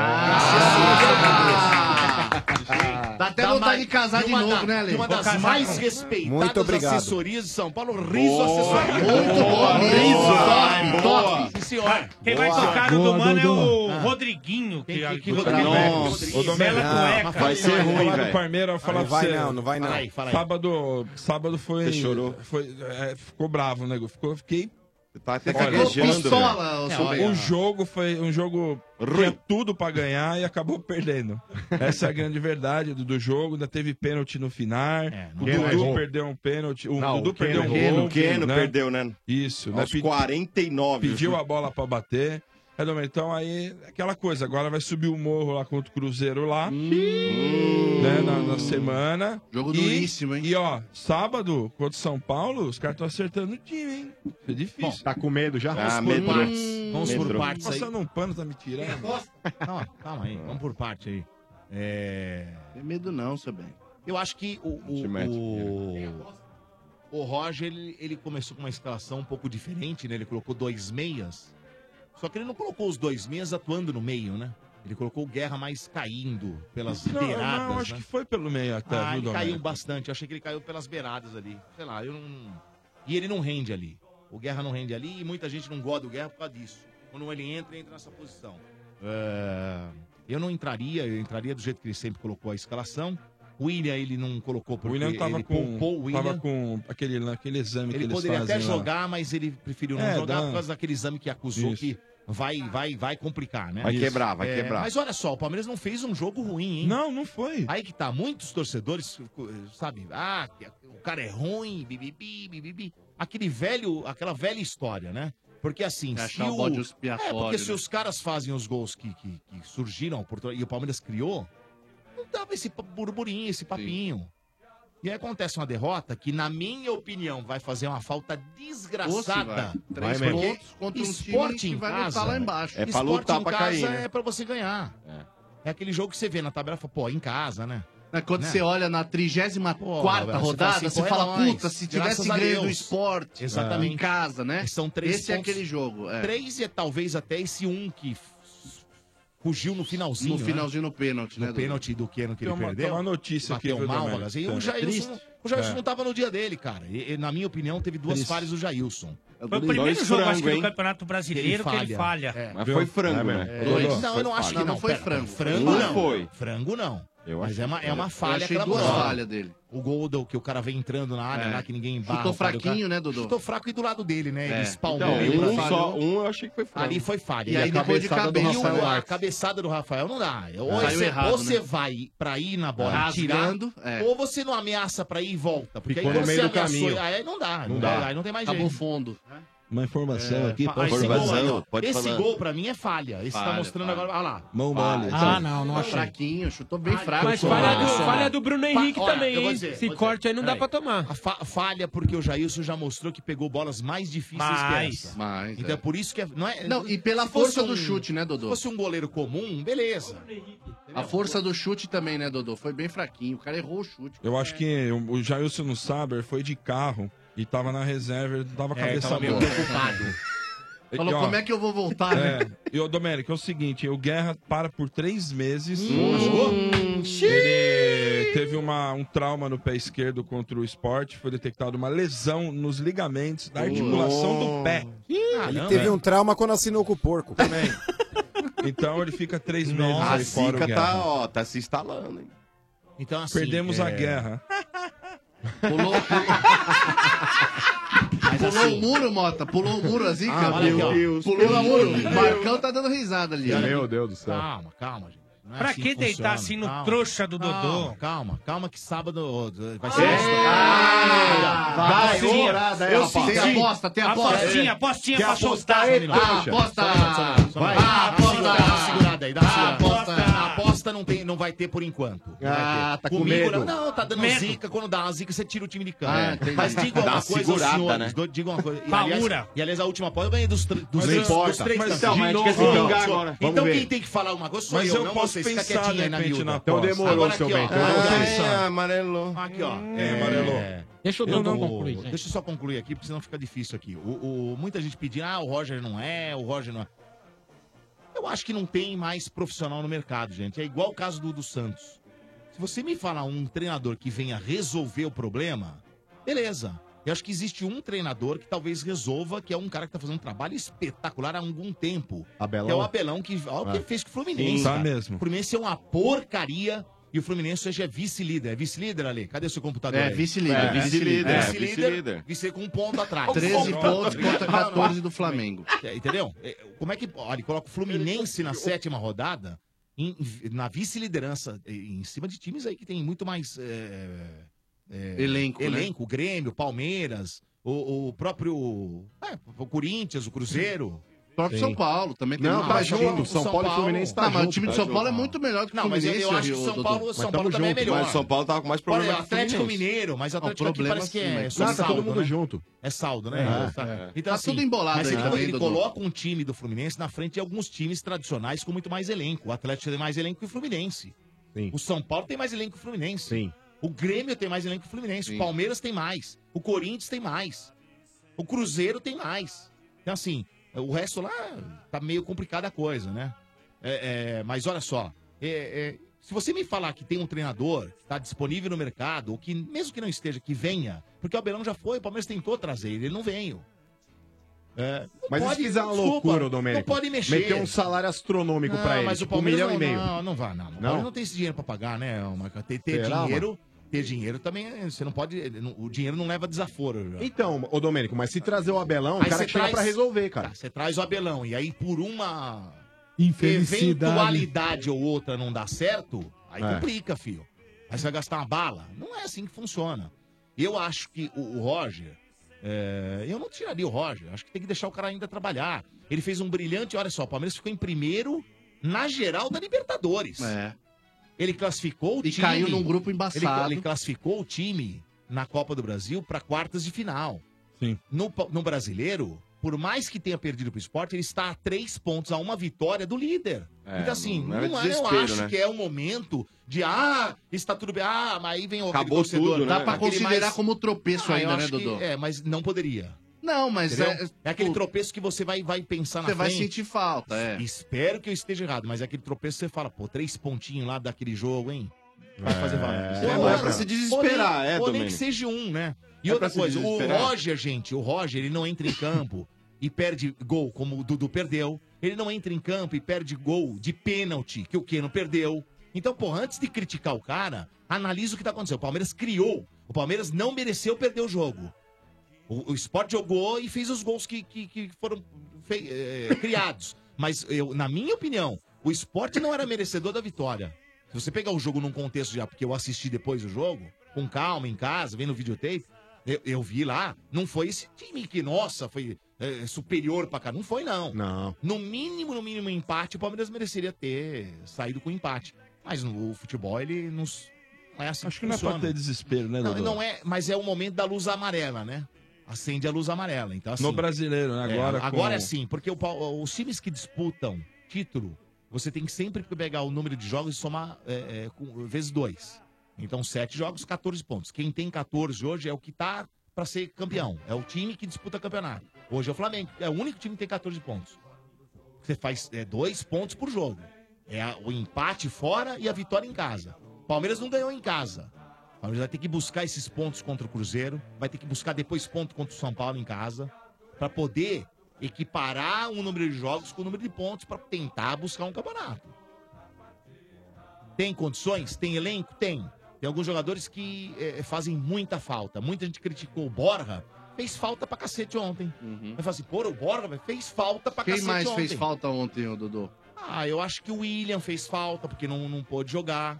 [SPEAKER 3] tá até vontade de casar de novo, né, Ale?
[SPEAKER 14] Lê? Uma
[SPEAKER 3] Vou
[SPEAKER 14] das
[SPEAKER 3] casar
[SPEAKER 14] mais
[SPEAKER 3] com-
[SPEAKER 14] respeitadas
[SPEAKER 3] Muito obrigado.
[SPEAKER 14] assessorias de São Paulo, Riso
[SPEAKER 3] Boa,
[SPEAKER 14] Assessoria.
[SPEAKER 3] muito boa,
[SPEAKER 14] Riso,
[SPEAKER 3] Riso,
[SPEAKER 14] top,
[SPEAKER 3] boa.
[SPEAKER 14] top. Sim, senhor.
[SPEAKER 7] Quem vai tocar no do mano é o
[SPEAKER 11] Ah.
[SPEAKER 7] Rodriguinho. Que, que, é
[SPEAKER 6] Ô, Domênico,
[SPEAKER 7] Bela cueca. né?
[SPEAKER 6] falar do Parmeira, eu vou falar
[SPEAKER 7] Não
[SPEAKER 6] pra
[SPEAKER 7] vai
[SPEAKER 6] você.
[SPEAKER 7] não, não vai não. Fala aí, fala aí.
[SPEAKER 6] Sábado, sábado foi...
[SPEAKER 13] Você chorou?
[SPEAKER 6] Foi, é, ficou bravo, né? Ficou, fiquei...
[SPEAKER 13] Tá até
[SPEAKER 6] Olha,
[SPEAKER 13] gaguejando,
[SPEAKER 6] pistola,
[SPEAKER 13] velho.
[SPEAKER 6] ô,
[SPEAKER 13] É,
[SPEAKER 6] seu
[SPEAKER 13] olha.
[SPEAKER 6] Bento. o jogo foi um jogo tinha tudo pra ganhar e acabou perdendo. Essa é a grande verdade do, do jogo. Ainda teve pênalti no final.
[SPEAKER 2] É,
[SPEAKER 6] o
[SPEAKER 13] Keno
[SPEAKER 6] Dudu
[SPEAKER 13] errou.
[SPEAKER 6] perdeu um pênalti. O
[SPEAKER 13] Não,
[SPEAKER 6] Dudu
[SPEAKER 13] o
[SPEAKER 6] perdeu um
[SPEAKER 13] Keno errou.
[SPEAKER 6] gol.
[SPEAKER 13] O Keno perdeu, né?
[SPEAKER 6] Isso.
[SPEAKER 13] Aos
[SPEAKER 6] Pe-
[SPEAKER 13] 49.
[SPEAKER 6] Pediu a bola pra bater. É, Domênico, Então aí, aquela coisa, agora vai subir o morro lá contra o Cruzeiro lá,
[SPEAKER 14] Hum.
[SPEAKER 6] né, na, na semana. Jogo duríssimo, hein? E ó, sábado, contra o São Paulo, os caras estão acertando o time, hein? É difícil.
[SPEAKER 13] tá com medo já?
[SPEAKER 6] Vamos
[SPEAKER 13] Ah,
[SPEAKER 6] por
[SPEAKER 13] medo.
[SPEAKER 6] partes. Vamos por
[SPEAKER 13] Medo.
[SPEAKER 6] partes aí. Passando um pano, tá me tirando.
[SPEAKER 14] Calma, calma aí, vamos por parte aí. É...
[SPEAKER 3] Tem medo não, seu bem.
[SPEAKER 14] Eu acho que o, o, o, o Roger, ele, ele começou com uma escalação um pouco diferente, né? Ele colocou dois meias. Só que ele não colocou os dois meias atuando no meio, né? Ele colocou o Guerra mais caindo pelas
[SPEAKER 6] Não,
[SPEAKER 14] beiradas,
[SPEAKER 6] não, acho
[SPEAKER 14] né?
[SPEAKER 6] que foi pelo meio até,
[SPEAKER 14] Ah,
[SPEAKER 6] Tá, viu,
[SPEAKER 14] ele
[SPEAKER 6] Domênico?
[SPEAKER 14] caiu bastante. Eu achei que ele caiu pelas beiradas ali. Sei lá, eu não... E ele não rende ali. O Guerra não rende ali e muita gente não gosta do Guerra por causa disso. Quando ele entra, entra nessa posição. É, Eu não entraria, eu entraria do jeito que ele sempre colocou a escalação. O William, ele não colocou
[SPEAKER 6] O
[SPEAKER 14] porque
[SPEAKER 6] William tava
[SPEAKER 14] ele
[SPEAKER 6] com,
[SPEAKER 14] poupou o William.
[SPEAKER 6] tava com aquele, aquele exame que
[SPEAKER 14] Ele
[SPEAKER 6] eles
[SPEAKER 14] poderia
[SPEAKER 6] fazem
[SPEAKER 14] até
[SPEAKER 6] lá.
[SPEAKER 14] jogar, mas ele preferiu não
[SPEAKER 6] É,
[SPEAKER 14] jogar
[SPEAKER 6] dá.
[SPEAKER 14] por causa daquele exame que acusou
[SPEAKER 6] Isso.
[SPEAKER 14] que vai, vai, vai complicar, né?
[SPEAKER 13] Vai quebrar, vai quebrar.
[SPEAKER 14] Mas olha só, o Palmeiras não fez um jogo ruim, hein?
[SPEAKER 6] Não, não foi.
[SPEAKER 14] Aí que tá, muitos torcedores, sabe, ah, o cara é ruim, bibibi, bibibi. Aquele velho, aquela velha história, né? Porque assim,
[SPEAKER 3] É Achar o bode expiatório,
[SPEAKER 14] É, porque se
[SPEAKER 3] né?
[SPEAKER 14] os caras fazem os gols que, que, que surgiram a oportunidade- e o Palmeiras criou, não dava esse burburinho, esse papinho. E aí acontece uma derrota que, na minha opinião, vai fazer uma falta desgraçada.
[SPEAKER 10] Oxe, vai. Três
[SPEAKER 14] Porque
[SPEAKER 10] pontos contra um
[SPEAKER 14] esporte
[SPEAKER 10] time
[SPEAKER 14] em
[SPEAKER 10] que vai
[SPEAKER 14] casa,
[SPEAKER 10] lutar lá embaixo.
[SPEAKER 14] É
[SPEAKER 10] É
[SPEAKER 14] pra
[SPEAKER 10] pra
[SPEAKER 14] esporte
[SPEAKER 10] lutar
[SPEAKER 14] em
[SPEAKER 10] pra
[SPEAKER 14] casa
[SPEAKER 10] cair, né?
[SPEAKER 14] é pra você ganhar. É. aquele jogo que você vê na tabela e fala, pô, em casa, né?
[SPEAKER 3] Quando
[SPEAKER 14] Né?
[SPEAKER 3] você olha na 34
[SPEAKER 14] Pô,
[SPEAKER 3] quarta
[SPEAKER 14] velho,
[SPEAKER 3] rodada,
[SPEAKER 14] assim,
[SPEAKER 3] você
[SPEAKER 14] pô, é
[SPEAKER 3] fala,
[SPEAKER 14] nóis.
[SPEAKER 3] puta, se
[SPEAKER 14] Graças
[SPEAKER 3] tivesse
[SPEAKER 14] a
[SPEAKER 3] ganho do
[SPEAKER 14] Deus.
[SPEAKER 3] esporte
[SPEAKER 14] Exatamente.
[SPEAKER 3] em casa, né?
[SPEAKER 14] São três
[SPEAKER 3] Esse é aquele jogo. é.
[SPEAKER 14] Três e talvez até esse um que f- fugiu no finalzinho. né?
[SPEAKER 3] No finalzinho, no pênalti,
[SPEAKER 14] no
[SPEAKER 3] né,
[SPEAKER 14] No pênalti do Keno que
[SPEAKER 3] Tem
[SPEAKER 14] ele
[SPEAKER 3] uma-
[SPEAKER 14] perdeu.
[SPEAKER 3] tem uma notícia
[SPEAKER 14] Bateu
[SPEAKER 3] aqui, viu,
[SPEAKER 14] mal,
[SPEAKER 3] Domênico?
[SPEAKER 14] Magalhães. E o
[SPEAKER 3] É.
[SPEAKER 14] Jailson,
[SPEAKER 3] Triste.
[SPEAKER 14] o Jailson
[SPEAKER 3] É.
[SPEAKER 14] não tava no dia dele, cara. E- e, na minha opinião, teve duas
[SPEAKER 7] Triste.
[SPEAKER 14] falhas do Jailson.
[SPEAKER 7] Foi o primeiro jogo, acho que, do Campeonato Brasileiro que ele falha.
[SPEAKER 14] É.
[SPEAKER 7] Mas foi frango, né?
[SPEAKER 14] É.
[SPEAKER 7] Dois.
[SPEAKER 14] Não, eu não
[SPEAKER 7] Foi
[SPEAKER 14] acho
[SPEAKER 7] falha.
[SPEAKER 14] que não.
[SPEAKER 7] Não foi
[SPEAKER 14] Pera,
[SPEAKER 7] frango.
[SPEAKER 14] Frango
[SPEAKER 7] Foi.
[SPEAKER 14] não.
[SPEAKER 7] Foi.
[SPEAKER 14] Frango não.
[SPEAKER 7] Eu
[SPEAKER 14] Mas
[SPEAKER 7] achei
[SPEAKER 14] é uma, é uma
[SPEAKER 7] que foi.
[SPEAKER 14] falha
[SPEAKER 7] Eu achei duas
[SPEAKER 14] clamorosa.
[SPEAKER 7] falhas
[SPEAKER 3] dele.
[SPEAKER 14] O gol do, que o cara vem entrando na área
[SPEAKER 12] É.
[SPEAKER 14] lá, que ninguém
[SPEAKER 12] Chutou
[SPEAKER 14] barra.
[SPEAKER 12] fraquinho, né, Dodô?
[SPEAKER 14] Chutou fraco e do lado dele, né?
[SPEAKER 12] É.
[SPEAKER 14] Ele espalmou.
[SPEAKER 12] Então,
[SPEAKER 14] ele
[SPEAKER 12] um
[SPEAKER 14] falhou.
[SPEAKER 12] só- um eu achei que foi frango.
[SPEAKER 14] Ali foi falha.
[SPEAKER 12] E aí
[SPEAKER 14] a
[SPEAKER 12] depois de
[SPEAKER 14] cabeçada do
[SPEAKER 12] cabeça,
[SPEAKER 14] Rafael
[SPEAKER 12] né?
[SPEAKER 14] Arce. a cabeçada do Rafael não dá. Ou,
[SPEAKER 12] Saiu
[SPEAKER 14] você,
[SPEAKER 12] errado,
[SPEAKER 14] ou você
[SPEAKER 12] né?
[SPEAKER 14] vai pra ir na bola e tirar,
[SPEAKER 12] Rasgando, é.
[SPEAKER 14] ou você não ameaça pra ir e volta. Porque
[SPEAKER 12] Ficou
[SPEAKER 14] aí
[SPEAKER 12] no
[SPEAKER 14] quando
[SPEAKER 12] meio
[SPEAKER 14] você
[SPEAKER 12] do
[SPEAKER 14] ameaçou,
[SPEAKER 12] caminho.
[SPEAKER 14] aí não dá.
[SPEAKER 12] Não
[SPEAKER 14] né?
[SPEAKER 12] dá.
[SPEAKER 14] Aí não tem mais
[SPEAKER 3] Acabou
[SPEAKER 14] jeito.
[SPEAKER 3] o fundo.
[SPEAKER 16] Uma informação aqui,
[SPEAKER 14] Ah,
[SPEAKER 16] pode
[SPEAKER 14] esse gol, aí, ó.
[SPEAKER 16] informação, pode
[SPEAKER 14] esse
[SPEAKER 16] falar.
[SPEAKER 14] gol pra mim é falha. Esse tá
[SPEAKER 16] Falha,
[SPEAKER 14] mostrando
[SPEAKER 16] falha.
[SPEAKER 14] agora. Olha lá.
[SPEAKER 16] Mão
[SPEAKER 14] Falha.
[SPEAKER 16] mole.
[SPEAKER 14] Ah,
[SPEAKER 1] não, não achei.
[SPEAKER 3] Fraquinho, chutou bem fraco.
[SPEAKER 14] Mas
[SPEAKER 3] chutou
[SPEAKER 14] falha
[SPEAKER 3] mal.
[SPEAKER 14] do-
[SPEAKER 3] Essa-
[SPEAKER 14] falha do Bruno Henrique também, hein? Esse corte aí não dá
[SPEAKER 3] Peraí.
[SPEAKER 14] pra tomar. falha porque o Jailson já mostrou que pegou bolas mais difíceis
[SPEAKER 3] Mais.
[SPEAKER 14] que essa.
[SPEAKER 3] Mais,
[SPEAKER 14] então é.
[SPEAKER 3] é.
[SPEAKER 14] por isso que é, não é
[SPEAKER 3] Não, e pela
[SPEAKER 14] se fosse
[SPEAKER 3] força do chute, né, Dodô?
[SPEAKER 14] Se fosse um goleiro comum, beleza.
[SPEAKER 3] A força do chute também, né, Dodô? Foi bem fraquinho. O cara errou o chute.
[SPEAKER 6] Eu acho que o o Jailson no Saber foi de carro e tava na reserva, ele tava
[SPEAKER 3] É,
[SPEAKER 6] cabeça
[SPEAKER 3] tava meio
[SPEAKER 6] boa.
[SPEAKER 3] preocupado.
[SPEAKER 6] E,
[SPEAKER 3] Falou,
[SPEAKER 6] ó,
[SPEAKER 3] como é que eu vou voltar, né?
[SPEAKER 6] é, e o Domérico, é o seguinte, o Guerra para por três meses. Ele teve uma, um trauma no pé esquerdo contra o esporte, foi detectado uma lesão nos ligamentos da articulação do pé.
[SPEAKER 5] Ele teve um trauma quando assinou com o porco.
[SPEAKER 6] Também. Então ele fica três meses
[SPEAKER 5] Nossa,
[SPEAKER 6] aí
[SPEAKER 5] a
[SPEAKER 6] fora
[SPEAKER 5] zica
[SPEAKER 6] o
[SPEAKER 5] tá,
[SPEAKER 6] Guerra.
[SPEAKER 12] Ó, tá se instalando, hein?
[SPEAKER 14] Então, assim,
[SPEAKER 6] Perdemos a
[SPEAKER 14] é,
[SPEAKER 6] guerra.
[SPEAKER 3] pulou o muro, Mota. Pulou o muro, a zica.
[SPEAKER 14] Ah, olha aqui, ó.
[SPEAKER 3] Pulou o muro.
[SPEAKER 14] Meu
[SPEAKER 3] O Marcão tá dando risada ali. né? ó.
[SPEAKER 14] Meu Deus
[SPEAKER 12] do
[SPEAKER 14] céu. Calma, calma, gente. Não é
[SPEAKER 7] Pra
[SPEAKER 14] assim
[SPEAKER 7] que deitar
[SPEAKER 14] funciona.
[SPEAKER 7] assim no
[SPEAKER 14] Calma.
[SPEAKER 7] trouxa do
[SPEAKER 14] Calma,
[SPEAKER 7] Dodô?
[SPEAKER 14] Calma, calma que sábado ó, vai ser... Ah,
[SPEAKER 7] Vai,
[SPEAKER 14] vai,
[SPEAKER 7] sim.
[SPEAKER 14] orada, é,
[SPEAKER 7] Eu
[SPEAKER 14] rapaz.
[SPEAKER 7] senti.
[SPEAKER 14] Tem
[SPEAKER 7] Apostinha,
[SPEAKER 14] É.
[SPEAKER 7] apostinha
[SPEAKER 14] Quer
[SPEAKER 7] pra
[SPEAKER 14] apostar,
[SPEAKER 7] soltar.
[SPEAKER 14] hein,
[SPEAKER 7] Ah,
[SPEAKER 14] trouxa?
[SPEAKER 7] aposta.
[SPEAKER 14] Só um minuto, só um minuto, só um minuto.
[SPEAKER 7] Vai.
[SPEAKER 14] Ah, aposta. Dá uma segurada aí, dá uma segurada. A aposta não, tem, não vai ter por enquanto. Não vai
[SPEAKER 12] Ah,
[SPEAKER 14] ter.
[SPEAKER 12] tá com
[SPEAKER 14] Comigo,
[SPEAKER 12] medo.
[SPEAKER 14] Não, não, tá dando
[SPEAKER 12] Medo.
[SPEAKER 14] zica. Quando dá uma zica, você tira o time de campo.
[SPEAKER 12] Ah, entendi.
[SPEAKER 14] Mas diga
[SPEAKER 12] Dá
[SPEAKER 14] uma
[SPEAKER 12] uma
[SPEAKER 14] coisa aos
[SPEAKER 12] segurada,
[SPEAKER 14] senhores.
[SPEAKER 12] né?
[SPEAKER 14] do- Diga uma coisa. E,
[SPEAKER 12] Paura.
[SPEAKER 14] aliás, e aliás, a última aposta eu ganhei dos, tr- dos,
[SPEAKER 12] Mas
[SPEAKER 14] três,
[SPEAKER 12] importa.
[SPEAKER 14] dos três
[SPEAKER 12] Mas,
[SPEAKER 14] campeões.
[SPEAKER 12] então, mas
[SPEAKER 14] De
[SPEAKER 12] a gente quer se
[SPEAKER 14] novo.
[SPEAKER 12] vingar agora. Vamos
[SPEAKER 14] Então
[SPEAKER 12] ver.
[SPEAKER 14] quem tem que falar uma coisa sou
[SPEAKER 12] Mas
[SPEAKER 14] eu,
[SPEAKER 12] eu
[SPEAKER 14] não
[SPEAKER 12] posso
[SPEAKER 14] vocês. Fica
[SPEAKER 12] pensar, de
[SPEAKER 14] quietinho aí na
[SPEAKER 12] repente, na
[SPEAKER 14] miúda.
[SPEAKER 12] aposta. Então demorou,
[SPEAKER 14] Agora aqui,
[SPEAKER 12] seu
[SPEAKER 14] ó.
[SPEAKER 12] Bento. Eu vou
[SPEAKER 14] Ah,
[SPEAKER 12] pensar.
[SPEAKER 14] é, amarelou. Aqui, ó.
[SPEAKER 12] É, amarelou.
[SPEAKER 14] Deixa né, eu,
[SPEAKER 12] Eu não
[SPEAKER 14] concluir.
[SPEAKER 12] concluí, gente.
[SPEAKER 14] Deixa eu só concluir aqui, porque senão fica difícil aqui. O, o- muita gente pedindo, ah, o Roger não é, o Roger não é. Eu acho que não tem mais profissional no mercado, gente. É igual o caso do, do Santos. Se você me falar um treinador que venha resolver o problema, beleza. Eu acho que existe um treinador que talvez resolva, que é um cara que tá fazendo um trabalho espetacular há algum tempo.
[SPEAKER 13] Abelão.
[SPEAKER 14] Que é o Abelão, que, olha o que
[SPEAKER 13] É.
[SPEAKER 14] ele fez com o Fluminense.
[SPEAKER 13] Sim, tá
[SPEAKER 14] cara.
[SPEAKER 13] mesmo.
[SPEAKER 14] O Fluminense é uma porcaria e o Fluminense hoje é vice-líder. É vice-líder, Ale? Cadê seu computador?
[SPEAKER 3] É,
[SPEAKER 14] aí?
[SPEAKER 3] vice-líder,
[SPEAKER 14] É,
[SPEAKER 3] vice-líder.
[SPEAKER 14] Vice-líder.
[SPEAKER 3] É,
[SPEAKER 14] Vice-líder.
[SPEAKER 3] vice-líder.
[SPEAKER 14] Vice com um ponto atrás.
[SPEAKER 3] 13 pontos contra 14 do Flamengo.
[SPEAKER 14] É, entendeu? É, Como é que. Olha, coloca o Fluminense na sétima rodada, em- na vice-liderança, em cima de times aí que tem muito mais. é, é,
[SPEAKER 3] Elenco, né?
[SPEAKER 14] Elenco, Grêmio, Palmeiras, o, o próprio. é, o Corinthians, o Cruzeiro.
[SPEAKER 3] O próprio São Paulo também tem
[SPEAKER 14] Não,
[SPEAKER 3] muito
[SPEAKER 14] tá
[SPEAKER 3] mais
[SPEAKER 14] junto,
[SPEAKER 3] time.
[SPEAKER 14] São Paulo e Fluminense tá
[SPEAKER 3] Não, mas o
[SPEAKER 14] junto,
[SPEAKER 3] time do
[SPEAKER 14] tá
[SPEAKER 3] São
[SPEAKER 14] junto.
[SPEAKER 3] Paulo é muito melhor que o
[SPEAKER 14] Não, mas
[SPEAKER 3] Fluminense.
[SPEAKER 14] eu- eu acho que o São Paulo- São Paulo também é melhor.
[SPEAKER 12] Mas São Paulo tava com mais problema
[SPEAKER 14] Olha,
[SPEAKER 12] que o
[SPEAKER 14] Atlético
[SPEAKER 12] Fluminense.
[SPEAKER 14] Mineiro, mas
[SPEAKER 12] Ah, o
[SPEAKER 14] Atlético aqui
[SPEAKER 12] problema
[SPEAKER 14] parece que
[SPEAKER 12] é
[SPEAKER 14] é,
[SPEAKER 12] Fluminense.
[SPEAKER 14] só
[SPEAKER 12] Não, tá
[SPEAKER 14] saldo,
[SPEAKER 12] todo mundo
[SPEAKER 14] né?
[SPEAKER 12] junto.
[SPEAKER 14] É saldo, né?
[SPEAKER 12] É,
[SPEAKER 14] Tá.
[SPEAKER 12] é.
[SPEAKER 14] Então,
[SPEAKER 12] Tá
[SPEAKER 14] assim,
[SPEAKER 12] tudo embolado
[SPEAKER 14] mas
[SPEAKER 12] aí
[SPEAKER 14] ele,
[SPEAKER 12] também,
[SPEAKER 14] ele
[SPEAKER 12] Dudu.
[SPEAKER 14] coloca um time do Fluminense na frente de alguns times tradicionais com muito mais elenco. O Atlético tem mais elenco que o Fluminense. O São Paulo tem mais elenco que o Fluminense. O Grêmio tem mais elenco que o Fluminense. O Palmeiras tem mais. O Corinthians tem mais. O Cruzeiro tem mais. Então, assim, o resto lá tá meio complicada a coisa, né? É, é, mas olha só, é, é, se você me falar que tem um treinador que está disponível no mercado, ou que mesmo que não esteja, que venha, porque o Abelão já foi, o Palmeiras tentou trazer ele, ele não veio. É, não
[SPEAKER 13] Mas
[SPEAKER 14] pode-
[SPEAKER 13] isso fizer uma
[SPEAKER 14] desculpa,
[SPEAKER 13] loucura, Domênico.
[SPEAKER 14] Não pode mexer.
[SPEAKER 13] Meter um salário astronômico
[SPEAKER 14] Não,
[SPEAKER 13] pra ele.
[SPEAKER 14] mas o
[SPEAKER 13] tipo, um
[SPEAKER 14] Palmeiras
[SPEAKER 13] milhão
[SPEAKER 14] não,
[SPEAKER 13] e meio.
[SPEAKER 14] Não, não vai, não. O
[SPEAKER 13] Não?
[SPEAKER 14] Palmeiras não tem esse dinheiro pra pagar, né, Marca? Ter, ter
[SPEAKER 13] Será,
[SPEAKER 14] dinheiro, ter dinheiro também, é, você não pode, é, não- o dinheiro não leva desaforo. já.
[SPEAKER 13] Então, ô Domênico, mas se trazer o Abelão, o
[SPEAKER 14] Aí
[SPEAKER 13] cara
[SPEAKER 14] você
[SPEAKER 13] que chega
[SPEAKER 14] traz- Tá,
[SPEAKER 13] pra resolver, cara.
[SPEAKER 14] Você traz o Abelão e aí por uma
[SPEAKER 4] Infelicidade.
[SPEAKER 14] eventualidade ou outra não dá certo, aí
[SPEAKER 4] É.
[SPEAKER 14] complica, filho. Aí você vai gastar uma bala. Não é assim que funciona. Eu acho que o, o Roger. é, eu não tiraria o Roger. Acho que tem que deixar o cara ainda trabalhar. Ele fez um brilhante. Olha só, o Palmeiras ficou em primeiro na geral da Libertadores. Ele classificou o
[SPEAKER 3] E
[SPEAKER 14] time.
[SPEAKER 3] caiu num grupo embaçado.
[SPEAKER 14] Ele, ele classificou o time na Copa do Brasil para quartas de final.
[SPEAKER 6] Sim.
[SPEAKER 14] No, pa- no brasileiro, por mais que tenha perdido para o esporte, ele está a três pontos, a uma vitória do líder.
[SPEAKER 12] É,
[SPEAKER 14] então, assim,
[SPEAKER 12] não
[SPEAKER 14] não,
[SPEAKER 12] era
[SPEAKER 14] é- eu
[SPEAKER 12] desespero,
[SPEAKER 14] acho
[SPEAKER 12] né?
[SPEAKER 14] que é o momento de, ah, está tudo bem, ah, mas aí vem o
[SPEAKER 12] Acabou
[SPEAKER 14] torcedor,
[SPEAKER 12] tudo, né?
[SPEAKER 14] dá pra
[SPEAKER 12] Aquele
[SPEAKER 14] considerar
[SPEAKER 12] mais-
[SPEAKER 14] como tropeço
[SPEAKER 12] Ah, eu
[SPEAKER 14] ainda, né,
[SPEAKER 12] acho que-
[SPEAKER 14] Dodô?
[SPEAKER 12] é,
[SPEAKER 14] mas não poderia.
[SPEAKER 3] Não, mas
[SPEAKER 14] Entendeu?
[SPEAKER 3] é,
[SPEAKER 14] É aquele tropeço que você vai, vai pensar tá na
[SPEAKER 3] Você vai
[SPEAKER 14] frente.
[SPEAKER 3] sentir falta, é.
[SPEAKER 14] Espero que eu esteja errado, mas é aquele tropeço que você fala, pô, três pontinhos lá daquele jogo, hein? Vai fazer valer.
[SPEAKER 12] É,
[SPEAKER 14] Ou-
[SPEAKER 12] não é
[SPEAKER 14] ou-
[SPEAKER 12] pra se
[SPEAKER 14] ou
[SPEAKER 12] desesperar,
[SPEAKER 14] nem- Ou
[SPEAKER 12] é,
[SPEAKER 14] nem
[SPEAKER 12] Domênico.
[SPEAKER 14] que seja um, né? E
[SPEAKER 12] É
[SPEAKER 14] outra
[SPEAKER 12] pra se
[SPEAKER 14] coisa, o
[SPEAKER 12] desesperar.
[SPEAKER 14] Roger, gente, o Roger, ele não entra em campo e perde gol, como o Dudu perdeu. Ele não entra em campo e perde gol de pênalti, que o Keno perdeu. Então, pô, antes de criticar o cara, analisa o que tá acontecendo. O Palmeiras criou. O Palmeiras não mereceu perder o jogo. O, o Sport jogou e fez os gols que, que, que foram fe- eh, criados. Mas, eu, na minha opinião, o Sport não era merecedor da vitória. Se você pegar o jogo num contexto já, porque eu assisti depois o jogo, com calma, em casa, vendo o videotape, eu, eu vi lá, não foi esse time que, nossa, foi eh, superior pra cá. Não foi, não.
[SPEAKER 13] Não.
[SPEAKER 14] No mínimo, no mínimo um empate, o Palmeiras mereceria ter saído com empate. Mas no, o futebol, ele nos. Não é assim
[SPEAKER 6] Acho que não é pra
[SPEAKER 14] funciona.
[SPEAKER 6] ter desespero, né,
[SPEAKER 14] Não,
[SPEAKER 6] Dodô?
[SPEAKER 14] não é, mas é o momento da luz amarela, né? Acende a luz amarela. Então, assim,
[SPEAKER 6] No brasileiro, né? Agora
[SPEAKER 14] é,
[SPEAKER 6] com-
[SPEAKER 14] agora sim, porque o pau- os times que disputam título, você tem que sempre pegar o número de jogos e somar é, é, com- vezes dois. Então, sete jogos, 14 pontos. Quem tem 14 hoje é o que tá pra ser campeão. É o time que disputa campeonato. Hoje é o Flamengo, é o único time que tem 14 pontos. Você faz é, dois pontos por jogo. É a- o empate fora e a vitória em casa. O Palmeiras não ganhou em casa. O Palmeiras vai ter que buscar esses pontos contra o Cruzeiro, vai ter que buscar depois ponto contra o São Paulo em casa, para poder equiparar o número de jogos com o número de pontos para tentar buscar um campeonato. Tem condições? Tem elenco? Tem. Tem alguns jogadores que eh, fazem muita falta. Muita gente criticou o Borja. Fez falta pra cacete ontem. Aí fala assim, pô, o Borja velho, fez falta pra
[SPEAKER 3] Uhum. Quem
[SPEAKER 14] cacete
[SPEAKER 3] mais
[SPEAKER 14] ontem.
[SPEAKER 3] fez falta ontem, ô, Dodô?
[SPEAKER 14] Ah, eu acho que o William fez falta, porque não, não pôde jogar.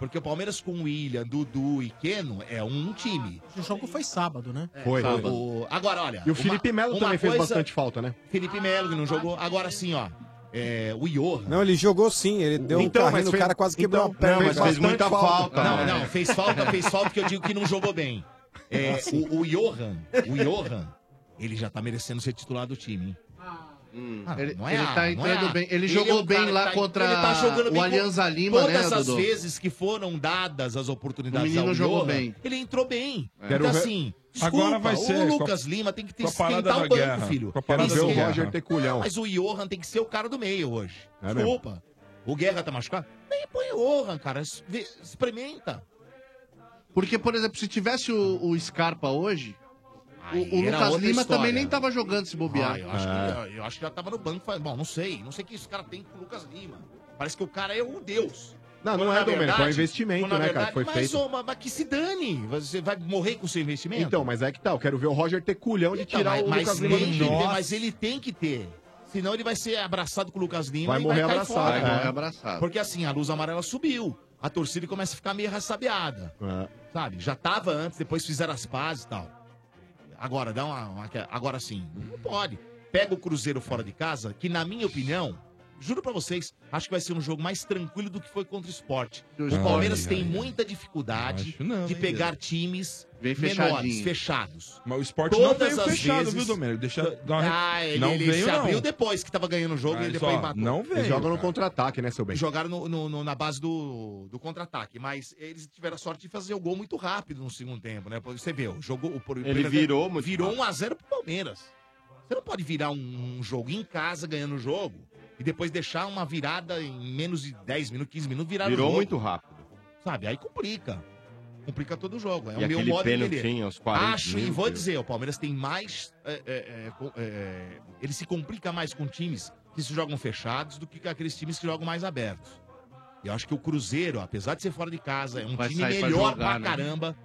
[SPEAKER 14] Porque o Palmeiras com o William, Dudu e Keno é um time.
[SPEAKER 1] O jogo foi sábado, né?
[SPEAKER 13] Foi.
[SPEAKER 14] O- Agora, olha.
[SPEAKER 13] E o
[SPEAKER 14] uma-
[SPEAKER 13] Felipe Melo
[SPEAKER 14] uma
[SPEAKER 13] também fez
[SPEAKER 14] coisa-
[SPEAKER 13] bastante falta, né?
[SPEAKER 14] Felipe Melo que não jogou. Agora sim, ó. É, o Iorra.
[SPEAKER 5] Não, ele jogou sim, ele deu
[SPEAKER 14] Então,
[SPEAKER 5] um
[SPEAKER 14] mas
[SPEAKER 5] carrinho no
[SPEAKER 14] fez-
[SPEAKER 5] cara, quase quebrou
[SPEAKER 14] então,
[SPEAKER 5] a perna.
[SPEAKER 14] não, mas fez
[SPEAKER 5] bastante
[SPEAKER 14] muita né?
[SPEAKER 12] falta.
[SPEAKER 14] Não,
[SPEAKER 12] É.
[SPEAKER 14] não, fez falta, fez falta que eu digo que não jogou bem. É,
[SPEAKER 12] Ah, sim.
[SPEAKER 14] o, o Johan, o Johan, ele já tá merecendo ser titular do time, hein? Ah,
[SPEAKER 3] Ele-
[SPEAKER 14] não é
[SPEAKER 3] ele
[SPEAKER 14] A,
[SPEAKER 3] tá
[SPEAKER 14] não é
[SPEAKER 3] entrando
[SPEAKER 14] A.
[SPEAKER 3] bem. Ele
[SPEAKER 14] é
[SPEAKER 3] jogou
[SPEAKER 14] um
[SPEAKER 3] bem
[SPEAKER 14] cara que
[SPEAKER 3] lá
[SPEAKER 14] tá-
[SPEAKER 3] contra
[SPEAKER 14] ele tá jogando
[SPEAKER 3] o
[SPEAKER 14] bem
[SPEAKER 3] Alianza
[SPEAKER 14] com-
[SPEAKER 3] Lima, né,
[SPEAKER 14] Todas as
[SPEAKER 3] Dudu?
[SPEAKER 14] vezes que foram dadas as
[SPEAKER 3] O
[SPEAKER 14] oportunidades
[SPEAKER 3] menino
[SPEAKER 14] ao
[SPEAKER 3] jogou
[SPEAKER 14] Johan,
[SPEAKER 3] bem.
[SPEAKER 14] Ele entrou bem.
[SPEAKER 3] É.
[SPEAKER 14] Então,
[SPEAKER 3] Quero ver-
[SPEAKER 14] assim, desculpa,
[SPEAKER 3] Agora vai ser,
[SPEAKER 14] o
[SPEAKER 3] com a-
[SPEAKER 14] Lucas Lima tem que ter
[SPEAKER 3] com a parada
[SPEAKER 14] esquentar o
[SPEAKER 3] da
[SPEAKER 14] banco,
[SPEAKER 3] guerra,
[SPEAKER 14] filho.
[SPEAKER 3] com a parada
[SPEAKER 14] Esquentar.
[SPEAKER 3] da guerra. Roger ter culhão.
[SPEAKER 14] Mas o Johan tem que ser o cara do meio hoje.
[SPEAKER 3] É mesmo?
[SPEAKER 14] desculpa. O Guerra tá machucado? Vem põe o Johan, cara. Es- vê- Experimenta.
[SPEAKER 3] Porque, por exemplo, se tivesse o, o Scarpa hoje, o- o,
[SPEAKER 14] era
[SPEAKER 3] Lucas
[SPEAKER 14] outra
[SPEAKER 3] Lima
[SPEAKER 14] história.
[SPEAKER 3] também nem tava jogando se bobear.
[SPEAKER 14] Ah, eu, acho
[SPEAKER 3] É.
[SPEAKER 14] que, eu acho que já tava no banco. faz- Bom, não sei. Não sei o que esse cara tem com o Lucas Lima. Parece que o cara é o Deus.
[SPEAKER 13] Não, não
[SPEAKER 14] Quando,
[SPEAKER 13] é,
[SPEAKER 14] na
[SPEAKER 13] Domênico, é um
[SPEAKER 14] verdade-
[SPEAKER 13] investimento,
[SPEAKER 14] quando, na
[SPEAKER 13] né, cara,
[SPEAKER 14] verdade-
[SPEAKER 13] que foi
[SPEAKER 14] mas,
[SPEAKER 13] feito.
[SPEAKER 14] ô, mas, mas que se dane. Você vai morrer com o seu investimento?
[SPEAKER 13] Então, mas é que tá. Eu quero ver o Roger ter culhão de
[SPEAKER 14] Então,
[SPEAKER 13] tirar
[SPEAKER 14] mas-
[SPEAKER 13] o
[SPEAKER 14] mas
[SPEAKER 13] Lucas Lima do
[SPEAKER 14] tem que
[SPEAKER 13] time.
[SPEAKER 14] ter, mas ele tem que ter. Senão ele vai ser abraçado com o Lucas Lima
[SPEAKER 13] Vai
[SPEAKER 14] e
[SPEAKER 13] morrer
[SPEAKER 14] vai cair
[SPEAKER 13] abraçado,
[SPEAKER 14] fora.
[SPEAKER 13] vai morrer abraçado.
[SPEAKER 14] Porque assim, a luz amarela subiu. A torcida começa a ficar meio ressabiada. Sabe? Já tava antes, depois fizeram as pazes e tal. Agora, dá uma, uma- Agora sim, não pode. Pega o Cruzeiro fora de casa, que na minha opinião, juro pra vocês, acho que vai ser um jogo mais tranquilo do que foi contra o esporte. O
[SPEAKER 12] Ai,
[SPEAKER 14] Palmeiras tem
[SPEAKER 12] ai, ai.
[SPEAKER 14] muita dificuldade
[SPEAKER 12] Acho não,
[SPEAKER 14] de
[SPEAKER 12] hein,
[SPEAKER 14] pegar
[SPEAKER 12] Deus.
[SPEAKER 14] times
[SPEAKER 12] Vem
[SPEAKER 14] menores,
[SPEAKER 12] fechadinho.
[SPEAKER 14] fechados.
[SPEAKER 6] Mas o esporte não veio fechado, viu, Domênico? Deixa- dá uma-
[SPEAKER 14] Ah, ele,
[SPEAKER 6] não
[SPEAKER 14] ele
[SPEAKER 6] veio,
[SPEAKER 14] se
[SPEAKER 6] não.
[SPEAKER 14] abriu depois que tava ganhando o jogo
[SPEAKER 6] Mas,
[SPEAKER 14] e depois
[SPEAKER 6] ó,
[SPEAKER 14] matou.
[SPEAKER 6] não veio, Eles jogam no cara.
[SPEAKER 13] contra-ataque, né, seu bem?
[SPEAKER 14] Jogaram no- no- no- na base do, do contra-ataque, mas eles tiveram a sorte de fazer o gol muito rápido no segundo tempo, né? Você vê, o jogo... O, o-
[SPEAKER 12] Ele virou muito
[SPEAKER 14] Virou
[SPEAKER 12] rápido.
[SPEAKER 14] 1x0 pro Palmeiras. Você não pode virar um, um jogo em casa ganhando o jogo e depois deixar uma virada em menos de 10 minutos, 15 minutos, virar o
[SPEAKER 12] Virou
[SPEAKER 14] jogo.
[SPEAKER 12] muito
[SPEAKER 14] Tá
[SPEAKER 12] rápido.
[SPEAKER 14] Sabe? Aí complica. Complica todo o jogo. É
[SPEAKER 12] E
[SPEAKER 14] o meu
[SPEAKER 12] aquele
[SPEAKER 14] modo de
[SPEAKER 12] pênalti,
[SPEAKER 14] entender.
[SPEAKER 12] aos 40,
[SPEAKER 14] Acho, e
[SPEAKER 12] meu
[SPEAKER 14] vou
[SPEAKER 12] Deus.
[SPEAKER 14] dizer, o Palmeiras tem mais. é, é, é, com- é, ele se complica mais com times que se jogam fechados do que com aqueles times que jogam mais abertos. Eu acho que o Cruzeiro, apesar de ser fora de casa, é um
[SPEAKER 12] Vai
[SPEAKER 14] time
[SPEAKER 12] sair pra
[SPEAKER 14] melhor pra,
[SPEAKER 12] jogar, né?
[SPEAKER 14] caramba.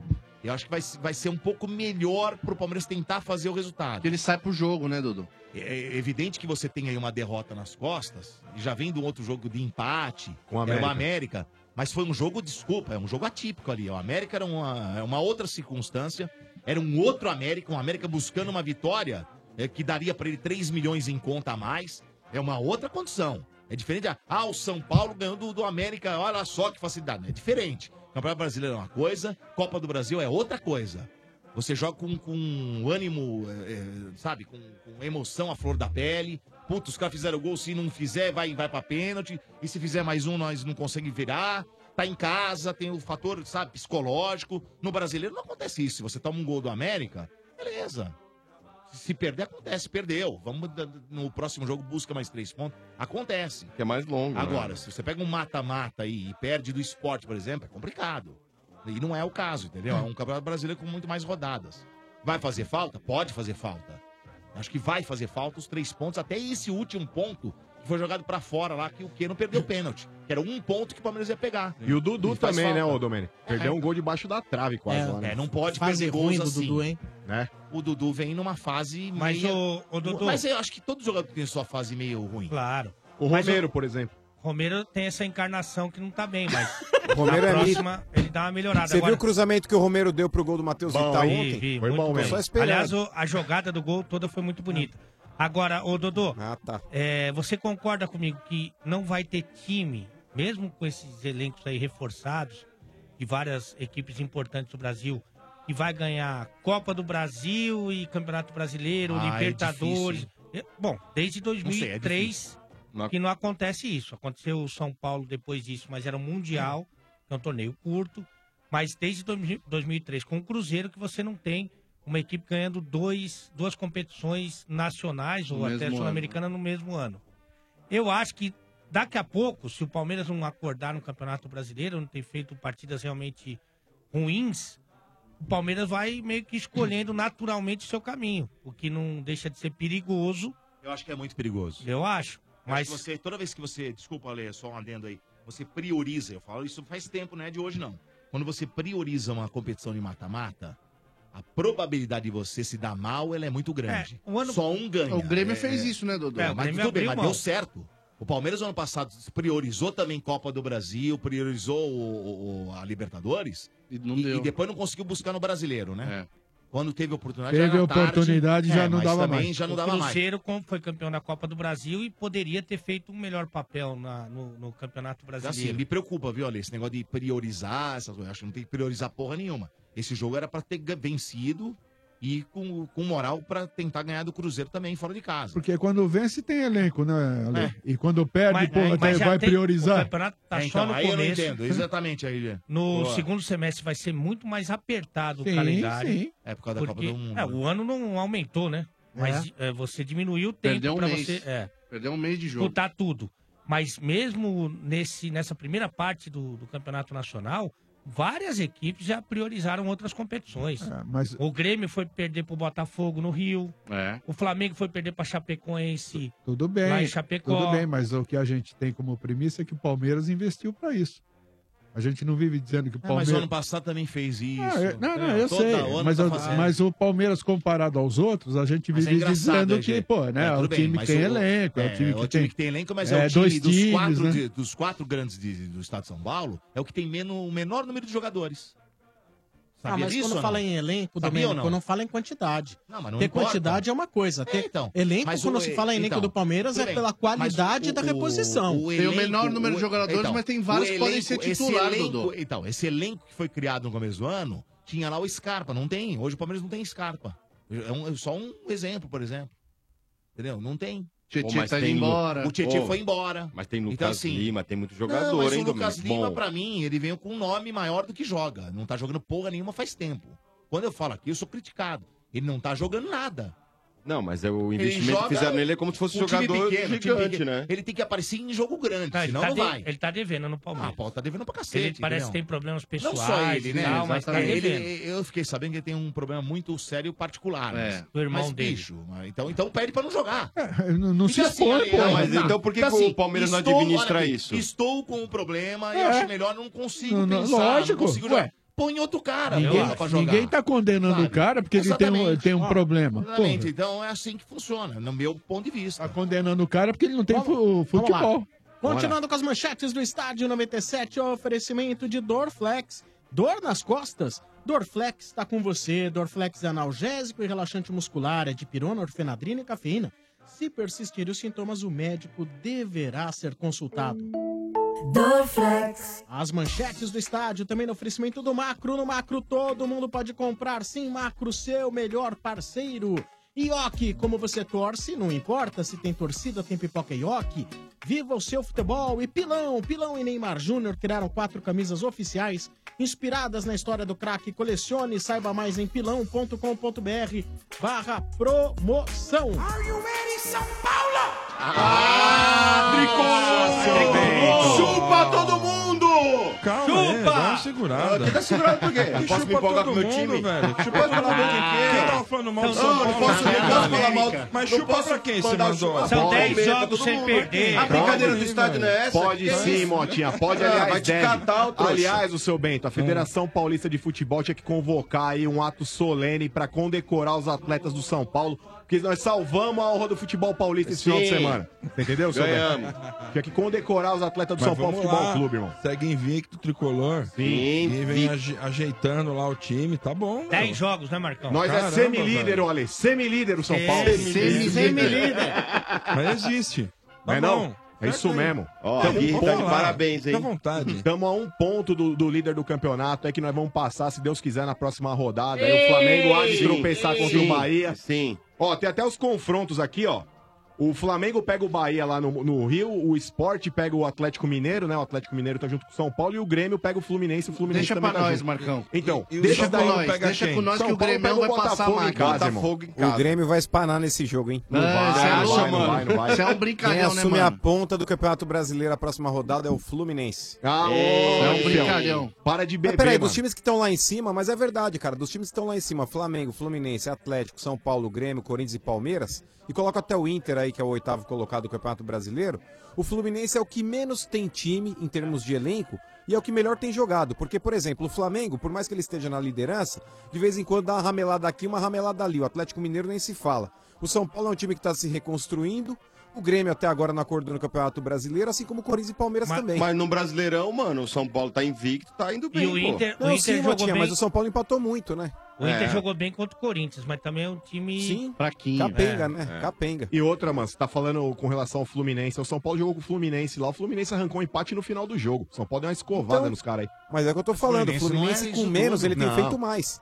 [SPEAKER 14] Eu acho que vai, se- vai ser um pouco melhor pro Palmeiras tentar fazer o resultado.
[SPEAKER 3] Ele sai pro jogo, né, Dudu?
[SPEAKER 14] É evidente que você tem aí uma derrota nas costas, e já vem do outro jogo de empate,
[SPEAKER 13] Com o
[SPEAKER 14] era
[SPEAKER 13] América.
[SPEAKER 14] o América, mas foi um jogo, desculpa, é um jogo atípico ali. O América era uma, é uma outra circunstância, era um outro América, um América buscando uma vitória é, que daria pra ele 3 milhões em conta a mais, é uma outra condição. É diferente. da- Ah, o São Paulo ganhou do, do América, olha só que facilidade. É diferente. Campeonato Brasileiro é uma coisa, Copa do Brasil é outra coisa. Você joga com, com ânimo, é, é, sabe, com, com emoção à flor da pele. Putz, os caras fizeram gol, se não fizer, vai, vai pra pênalti. E se fizer mais um, nós não conseguimos virar. Tá em casa, tem o fator, sabe, psicológico. No brasileiro não acontece isso. Se você toma um gol do América, beleza. Se perder, acontece, perdeu. Vamos da- no próximo jogo, busca mais três pontos. Acontece.
[SPEAKER 12] Que é mais longo. né?
[SPEAKER 14] Agora, se você pega um mata-mata aí e perde do esporte, por exemplo, é complicado. E não é o caso, entendeu? É um campeonato brasileiro com muito mais rodadas. Vai fazer falta? Pode fazer falta. Acho que vai fazer falta os três pontos, até esse último ponto que foi jogado pra fora lá, que o Keno perdeu o pênalti. Que era um ponto que o Palmeiras ia pegar.
[SPEAKER 12] E o Dudu
[SPEAKER 14] E Hum. faz
[SPEAKER 12] também, né,
[SPEAKER 14] falta.
[SPEAKER 12] ô Domênico? Perdeu um gol debaixo da trave quase
[SPEAKER 14] É,
[SPEAKER 12] lá, né?
[SPEAKER 14] é, não pode
[SPEAKER 12] Fase
[SPEAKER 14] perder
[SPEAKER 12] ruim
[SPEAKER 14] gols
[SPEAKER 12] do
[SPEAKER 14] assim.
[SPEAKER 12] Dudu, hein?
[SPEAKER 14] Né? O Dudu vem numa fase
[SPEAKER 7] Mas
[SPEAKER 14] meia...
[SPEAKER 7] o- o Dudu-
[SPEAKER 14] Mas eu acho que todo jogador tem sua fase meio ruim.
[SPEAKER 7] Claro.
[SPEAKER 12] O
[SPEAKER 7] Mas
[SPEAKER 12] Romero,
[SPEAKER 7] o-
[SPEAKER 12] por exemplo.
[SPEAKER 7] Romero tem essa encarnação que não tá bem, mas
[SPEAKER 5] Romero
[SPEAKER 7] na
[SPEAKER 5] é
[SPEAKER 7] próxima ele dá uma melhorada.
[SPEAKER 5] Você viu o cruzamento que o Romero deu pro gol do Matheus
[SPEAKER 7] Bom,
[SPEAKER 5] Vital
[SPEAKER 7] vi,
[SPEAKER 5] ontem?
[SPEAKER 7] vi, muito bem.
[SPEAKER 5] Só esperando.
[SPEAKER 7] Aliás, o- a jogada do gol toda foi muito bonita. Agora, ô Dodô,
[SPEAKER 5] Ah, tá.
[SPEAKER 7] é, você concorda comigo que não vai ter time, mesmo com esses elencos aí reforçados, e várias equipes importantes do Brasil, que vai ganhar Copa do Brasil e Campeonato Brasileiro,
[SPEAKER 14] Ah, é
[SPEAKER 7] Libertadores. É, Bom, desde
[SPEAKER 14] sei, é
[SPEAKER 7] 2003
[SPEAKER 14] Não-
[SPEAKER 7] que não acontece isso. Aconteceu o São Paulo depois disso, mas era um Mundial, que é um torneio curto. Mas desde 2000 2003, com o Cruzeiro, que você não tem uma equipe ganhando dois, duas competições nacionais ou
[SPEAKER 14] No
[SPEAKER 7] até
[SPEAKER 14] mesmo
[SPEAKER 7] sul-americana no mesmo ano. Eu acho que daqui a pouco, se o Palmeiras não acordar no Campeonato Brasileiro, não ter feito partidas realmente ruins, o Palmeiras vai meio que escolhendo naturalmente o seu caminho, o que não deixa de ser perigoso.
[SPEAKER 14] Eu acho que é muito perigoso.
[SPEAKER 7] Eu acho.
[SPEAKER 14] Mas
[SPEAKER 7] Mas
[SPEAKER 14] você, toda vez que você, desculpa, Lê, só um adendo aí, você prioriza, eu falo isso faz tempo, não é de hoje não. Quando você prioriza uma competição de mata-mata, a probabilidade de você se dar mal, ela é muito grande.
[SPEAKER 3] É, o ano-
[SPEAKER 14] Só um ganha.
[SPEAKER 3] O Grêmio
[SPEAKER 14] É,
[SPEAKER 3] fez
[SPEAKER 14] é.
[SPEAKER 3] isso, né, Dodô?
[SPEAKER 14] É,
[SPEAKER 3] O
[SPEAKER 14] mas
[SPEAKER 3] Grêmio
[SPEAKER 14] tudo bem,
[SPEAKER 3] abriu
[SPEAKER 14] mas
[SPEAKER 3] mão.
[SPEAKER 14] deu certo. O Palmeiras, ano passado, priorizou também Copa do Brasil, priorizou o- o- a Libertadores. E, e depois não conseguiu buscar no Brasileiro,
[SPEAKER 3] É.
[SPEAKER 14] né? Quando teve oportunidade,
[SPEAKER 4] Teve
[SPEAKER 14] já era tarde.
[SPEAKER 4] oportunidade, já
[SPEAKER 14] É,
[SPEAKER 4] não
[SPEAKER 14] mas
[SPEAKER 4] dava
[SPEAKER 14] também
[SPEAKER 4] mais.
[SPEAKER 14] já não
[SPEAKER 7] o
[SPEAKER 14] dava mais.
[SPEAKER 7] Cruzeiro com- foi campeão da Copa do Brasil e poderia ter feito um melhor papel na- no, no Campeonato
[SPEAKER 14] Assim,
[SPEAKER 7] Brasileiro.
[SPEAKER 14] me preocupa, viu, Ale? Esse negócio de priorizar essas coisas. Eu acho que não tem que priorizar porra nenhuma. Esse jogo era pra ter gan- vencido e com, com moral pra tentar ganhar do Cruzeiro também fora de casa. É,
[SPEAKER 4] Porque quando vence tem elenco, né, Ale?
[SPEAKER 1] É.
[SPEAKER 4] E quando perde,
[SPEAKER 14] Mas-
[SPEAKER 4] pô,
[SPEAKER 14] mas
[SPEAKER 4] até
[SPEAKER 14] já
[SPEAKER 4] vai
[SPEAKER 14] tem-
[SPEAKER 4] priorizar.
[SPEAKER 7] O campeonato tá
[SPEAKER 14] É,
[SPEAKER 7] só
[SPEAKER 14] então,
[SPEAKER 7] no
[SPEAKER 14] aí eu não
[SPEAKER 7] começo.
[SPEAKER 14] entendo. Exatamente aí, Lê.
[SPEAKER 7] No
[SPEAKER 14] Boa.
[SPEAKER 7] segundo semestre vai ser muito mais apertado
[SPEAKER 14] Sim,
[SPEAKER 7] o calendário.
[SPEAKER 14] sim. É por causa da Copa do Mundo,
[SPEAKER 7] é, o ano não aumentou, né? Mas é, você diminuiu o tempo
[SPEAKER 3] Perdeu um
[SPEAKER 7] pra
[SPEAKER 3] mês.
[SPEAKER 7] você é,
[SPEAKER 3] Perdeu um mês de jogo.
[SPEAKER 7] disputar tudo. Mas mesmo nesse, nessa primeira parte do, do Campeonato Nacional, várias equipes já priorizaram outras competições.
[SPEAKER 4] mas-
[SPEAKER 7] O Grêmio foi perder pro Botafogo no Rio.
[SPEAKER 12] É.
[SPEAKER 7] O Flamengo foi perder pra Chapecoense.
[SPEAKER 4] Tudo bem.
[SPEAKER 7] Lá em Chapecó.
[SPEAKER 4] Tudo bem, mas o que a gente tem como premissa é que o Palmeiras investiu pra isso. A gente não vive dizendo que o
[SPEAKER 14] É, mas o ano
[SPEAKER 4] Palmeiras.
[SPEAKER 14] passado também fez isso.
[SPEAKER 4] Ah, eu- não, não,
[SPEAKER 14] É,
[SPEAKER 4] eu
[SPEAKER 14] toda
[SPEAKER 4] sei.
[SPEAKER 14] hora
[SPEAKER 4] Mas,
[SPEAKER 14] tá
[SPEAKER 4] o-
[SPEAKER 14] fazendo.
[SPEAKER 4] mas o Palmeiras, comparado aos outros, a gente
[SPEAKER 14] Mas é
[SPEAKER 4] vive
[SPEAKER 14] engraçado,
[SPEAKER 4] dizendo
[SPEAKER 14] né,
[SPEAKER 4] que,
[SPEAKER 14] Gê?
[SPEAKER 4] pô, né?
[SPEAKER 14] É,
[SPEAKER 4] o
[SPEAKER 14] tudo bem,
[SPEAKER 4] time que
[SPEAKER 14] mas
[SPEAKER 4] tem
[SPEAKER 14] o-
[SPEAKER 4] elenco, é, o time, que, tem,
[SPEAKER 14] elenco, mas é, o time
[SPEAKER 4] dois
[SPEAKER 14] dos,
[SPEAKER 4] times,
[SPEAKER 14] quatro,
[SPEAKER 4] né?
[SPEAKER 14] de- dos quatro grandes de- do estado de São Paulo, é o que tem menos, o menor número de jogadores.
[SPEAKER 1] Ah,
[SPEAKER 14] Sabia
[SPEAKER 1] mas
[SPEAKER 14] disso ou
[SPEAKER 1] quando
[SPEAKER 14] não?
[SPEAKER 1] fala em elenco,
[SPEAKER 14] Sabia ou
[SPEAKER 1] Domênico,
[SPEAKER 14] não?
[SPEAKER 1] não fala em quantidade.
[SPEAKER 14] Não, mas não
[SPEAKER 1] Ter
[SPEAKER 14] importa. então.
[SPEAKER 1] quantidade é uma coisa. Ter elenco,
[SPEAKER 14] Mas
[SPEAKER 1] quando
[SPEAKER 14] o-
[SPEAKER 1] se fala em elenco
[SPEAKER 14] então,
[SPEAKER 1] do Palmeiras,
[SPEAKER 14] tudo
[SPEAKER 1] é
[SPEAKER 14] bem.
[SPEAKER 1] pela
[SPEAKER 14] Mas
[SPEAKER 1] qualidade
[SPEAKER 14] o-
[SPEAKER 1] da reposição.
[SPEAKER 14] elenco- então, o elenco- esse elenco,
[SPEAKER 12] Dodô.
[SPEAKER 14] Então, esse elenco que foi criado no começo do ano, tinha lá o Scarpa, não tem? Hoje o Palmeiras não tem Scarpa. É, um- é só um exemplo, por exemplo. Entendeu? Não tem.
[SPEAKER 12] Pô,
[SPEAKER 3] tá
[SPEAKER 12] mas tem Lu-
[SPEAKER 14] O Tietchan
[SPEAKER 12] tá Pô,
[SPEAKER 14] foi embora.
[SPEAKER 12] Mas tem Lucas
[SPEAKER 14] Então, assim,
[SPEAKER 12] Lima, tem muito
[SPEAKER 14] não,
[SPEAKER 12] jogador,
[SPEAKER 14] mas
[SPEAKER 12] hein,
[SPEAKER 14] o Lucas
[SPEAKER 12] Domênico?
[SPEAKER 14] Lima,
[SPEAKER 12] Bom,
[SPEAKER 14] pra mim, ele veio com um nome maior do que joga. Não tá jogando porra nenhuma faz tempo. Quando eu falo aqui, eu sou criticado. Ele não tá jogando nada.
[SPEAKER 12] Não, mas é o
[SPEAKER 14] Ele
[SPEAKER 12] investimento
[SPEAKER 14] joga
[SPEAKER 12] que fizeram nele é como se fosse
[SPEAKER 14] com um time
[SPEAKER 12] jogador
[SPEAKER 14] pequeno, time
[SPEAKER 12] gigante,
[SPEAKER 14] pequeno.
[SPEAKER 12] né?
[SPEAKER 14] Ele tem que aparecer em jogo grande,
[SPEAKER 7] Não, ele,
[SPEAKER 14] senão
[SPEAKER 7] tá
[SPEAKER 14] não
[SPEAKER 7] de-
[SPEAKER 14] vai.
[SPEAKER 7] ele tá devendo no Palmeiras.
[SPEAKER 14] Ah, Paulo, tá devendo pra
[SPEAKER 7] Ele
[SPEAKER 14] cacete.
[SPEAKER 7] parece que
[SPEAKER 14] entendeu?
[SPEAKER 7] tem problemas pessoais.
[SPEAKER 14] Não só ele, né?
[SPEAKER 7] tal, mas tá
[SPEAKER 14] Exatamente.
[SPEAKER 7] devendo.
[SPEAKER 14] Ele- eu fiquei sabendo que ele tem um problema muito sério particular.
[SPEAKER 4] É.
[SPEAKER 14] mas-
[SPEAKER 4] Do irmão
[SPEAKER 14] mas,
[SPEAKER 4] dele.
[SPEAKER 14] Bicho, mas- então, então pede pra não jogar.
[SPEAKER 4] É, Não, não se
[SPEAKER 14] Então, assim,
[SPEAKER 4] expõe,
[SPEAKER 14] olha,
[SPEAKER 4] pô.
[SPEAKER 14] não,
[SPEAKER 12] mas então por que que
[SPEAKER 14] assim,
[SPEAKER 12] o Palmeiras não administra
[SPEAKER 14] olha aqui,
[SPEAKER 12] isso?
[SPEAKER 14] Estou com um problema e
[SPEAKER 4] É.
[SPEAKER 14] acho melhor não consigo
[SPEAKER 4] Não, não,
[SPEAKER 14] pensar.
[SPEAKER 4] lógico,
[SPEAKER 14] não consigo
[SPEAKER 4] ué.
[SPEAKER 14] jogar. Põe outro cara
[SPEAKER 4] ninguém,
[SPEAKER 14] pra jogar.
[SPEAKER 4] ninguém tá condenando o cara porque ele tem um,
[SPEAKER 14] Exatamente.
[SPEAKER 4] tem um
[SPEAKER 14] Ó,
[SPEAKER 4] problema.
[SPEAKER 14] Exatamente.
[SPEAKER 4] Porra,
[SPEAKER 14] Então é assim que funciona, no meu ponto de vista.
[SPEAKER 4] tá condenando o cara porque ele não tem fu-
[SPEAKER 1] Vamos lá.
[SPEAKER 4] futebol.
[SPEAKER 1] Continuando com as manchetes do Estádio 97, o oferecimento de Dorflex. Dor nas costas? Dorflex tá está com você. Dorflex é analgésico e relaxante muscular, é de pirona, orfenadrina e cafeína. Se persistirem os sintomas, o médico deverá ser consultado. As manchetes do estádio também no oferecimento do Macro. No Macro todo mundo pode comprar. Sim, Macro, seu melhor parceiro. Ioki, como você torce, não importa se tem torcida, tem pipoca Ioki. Viva o seu futebol e Pilão. Pilão e Neymar Júnior criaram quatro camisas oficiais inspiradas na história do craque. Colecione e saiba mais em pilão.com.br barra promoção.
[SPEAKER 17] São Paulo!
[SPEAKER 1] Ah!
[SPEAKER 2] Tricolor! Chupa todo mundo!
[SPEAKER 14] é,
[SPEAKER 6] Calma, aí, dá uma segurada.
[SPEAKER 2] Tá segurado por quê?
[SPEAKER 6] Que
[SPEAKER 2] Eu posso me
[SPEAKER 6] chupa
[SPEAKER 2] empolgar com o
[SPEAKER 6] todo
[SPEAKER 2] meu
[SPEAKER 6] mundo,
[SPEAKER 2] time?
[SPEAKER 6] velho.
[SPEAKER 2] Eu posso falar bem de quê?
[SPEAKER 6] Quem tava falando mal do
[SPEAKER 2] Não,
[SPEAKER 6] São
[SPEAKER 2] não
[SPEAKER 6] Paulo?
[SPEAKER 2] posso- não posso falar mal.
[SPEAKER 6] Mas
[SPEAKER 2] Não
[SPEAKER 6] chupa
[SPEAKER 2] posso
[SPEAKER 6] pra quem você
[SPEAKER 2] mandar
[SPEAKER 6] mandou?
[SPEAKER 2] chupa. São
[SPEAKER 6] Bola,
[SPEAKER 2] 10
[SPEAKER 6] Palmeiras,
[SPEAKER 2] jogos
[SPEAKER 6] todo
[SPEAKER 2] sem
[SPEAKER 6] mundo.
[SPEAKER 2] perder.
[SPEAKER 6] Pode,
[SPEAKER 2] A brincadeira do
[SPEAKER 6] hein,
[SPEAKER 2] estádio
[SPEAKER 6] velho?
[SPEAKER 2] não é essa?
[SPEAKER 13] Pode
[SPEAKER 2] Que
[SPEAKER 13] sim,
[SPEAKER 2] isso?
[SPEAKER 13] Motinha. Pode,
[SPEAKER 2] Ah,
[SPEAKER 13] aliás,
[SPEAKER 2] vai te
[SPEAKER 13] deve.
[SPEAKER 2] catar, ô trouxa. Hum.
[SPEAKER 13] Aliás, o seu Bento, a Federação Paulista de Futebol tinha que convocar aí um ato solene pra condecorar os atletas do São Paulo, porque nós salvamos a honra do futebol paulista esse
[SPEAKER 18] Sim.
[SPEAKER 13] final de semana. Você entendeu, seu
[SPEAKER 18] Ganhamos.
[SPEAKER 13] Bento? Tinha que condecorar os atletas do
[SPEAKER 6] Mas
[SPEAKER 13] São Paulo
[SPEAKER 6] vamos
[SPEAKER 13] Futebol
[SPEAKER 6] lá.
[SPEAKER 13] Clube, irmão.
[SPEAKER 6] Segue invicto, tricolor.
[SPEAKER 13] Sim.
[SPEAKER 6] E vem aje- ajeitando lá o time, tá bom.
[SPEAKER 7] Dez jogos, né, Marcão?
[SPEAKER 13] Nós é semilíder, ô Ale. Semilíder o São
[SPEAKER 6] É,
[SPEAKER 13] Paulo.
[SPEAKER 6] semilíder. Semilíder. Mas existe.
[SPEAKER 13] Não é
[SPEAKER 6] Tá
[SPEAKER 13] não?
[SPEAKER 6] bom.
[SPEAKER 13] É isso
[SPEAKER 6] Certo aí.
[SPEAKER 13] mesmo.
[SPEAKER 6] Ó,
[SPEAKER 13] Tamo
[SPEAKER 6] Gui,
[SPEAKER 13] um
[SPEAKER 6] tá
[SPEAKER 13] ponto-
[SPEAKER 6] de parabéns, hein? Fica à vontade.
[SPEAKER 13] Estamos a um ponto do, do líder do campeonato. É que nós vamos passar, se Deus quiser, na próxima rodada. Aí o Flamengo há de
[SPEAKER 18] Sim,
[SPEAKER 13] tropeçar
[SPEAKER 18] sim,
[SPEAKER 13] contra o Bahia.
[SPEAKER 18] Sim.
[SPEAKER 13] Ó, tem até os confrontos aqui, ó. O Flamengo pega o Bahia lá no, no Rio, o Sport pega o Atlético Mineiro, né? O Atlético Mineiro tá junto com o São Paulo e o Grêmio pega o Fluminense. O Fluminense
[SPEAKER 3] Deixa
[SPEAKER 13] também
[SPEAKER 3] pra
[SPEAKER 13] tá
[SPEAKER 3] nós,
[SPEAKER 13] junto.
[SPEAKER 3] Marcão.
[SPEAKER 13] Então,
[SPEAKER 3] E- e o
[SPEAKER 13] deixa
[SPEAKER 3] São
[SPEAKER 13] com
[SPEAKER 3] Paulo
[SPEAKER 13] nós,
[SPEAKER 3] pega
[SPEAKER 13] deixa
[SPEAKER 3] quem?
[SPEAKER 13] com nós
[SPEAKER 3] São
[SPEAKER 13] que o
[SPEAKER 3] Paulo
[SPEAKER 13] Grêmio
[SPEAKER 3] pega
[SPEAKER 13] vai
[SPEAKER 3] o
[SPEAKER 13] passar
[SPEAKER 3] Botafogo
[SPEAKER 13] a
[SPEAKER 3] em casa,
[SPEAKER 13] máquina.
[SPEAKER 3] irmão.
[SPEAKER 5] O Grêmio vai espanar nesse jogo, hein?
[SPEAKER 3] Não Não vai, vai, não vai, não vai, não vai. Isso é um brincalhão,
[SPEAKER 5] Quem
[SPEAKER 3] né,
[SPEAKER 5] assume
[SPEAKER 3] mano?
[SPEAKER 5] a ponta do Campeonato Brasileiro a próxima rodada é o Fluminense.
[SPEAKER 13] Ah,
[SPEAKER 5] ô,
[SPEAKER 13] É, é um
[SPEAKER 5] campeão.
[SPEAKER 13] brincalhão. Para de beber,
[SPEAKER 5] Mas peraí,
[SPEAKER 13] mano.
[SPEAKER 5] dos times que estão lá em cima, mas é verdade, cara. Dos times que estão lá em cima, Flamengo, Fluminense, Atlético, São Paulo, Grêmio, Corinthians e Palmeiras, e coloca até o Inter aí, que é o oitavo colocado do Campeonato Brasileiro, o Fluminense é o que menos tem time em termos de elenco e é o que melhor tem jogado. Porque, por exemplo, o Flamengo, por mais que ele esteja na liderança, de vez em quando dá uma ramelada aqui, uma ramelada ali. O Atlético Mineiro nem se fala. O São Paulo é um time que está se reconstruindo. O Grêmio até agora não acordou no Campeonato Brasileiro, assim como o Corinthians e Palmeiras também.
[SPEAKER 2] Mas no Brasileirão, mano, o São Paulo tá invicto, tá indo bem,
[SPEAKER 7] o Inter-
[SPEAKER 2] pô.
[SPEAKER 7] o Não, Inter sim, jogou Motinha, bem.
[SPEAKER 5] Mas o São Paulo empatou muito, né?
[SPEAKER 7] O Inter
[SPEAKER 13] É.
[SPEAKER 7] jogou bem contra o Corinthians, mas também é um time.
[SPEAKER 13] Sim.
[SPEAKER 7] Fraquinho.
[SPEAKER 13] Capenga,
[SPEAKER 7] É,
[SPEAKER 13] né?
[SPEAKER 7] é.
[SPEAKER 5] Capenga.
[SPEAKER 13] E outra, mano, você tá falando com relação ao Fluminense. O São Paulo jogou com o Fluminense lá. O Fluminense arrancou um empate no final do jogo. O São Paulo deu uma escovada
[SPEAKER 5] Então,
[SPEAKER 13] nos caras aí.
[SPEAKER 5] Mas é o que eu tô falando. O Fluminense, é com menos, ele tem feito mais.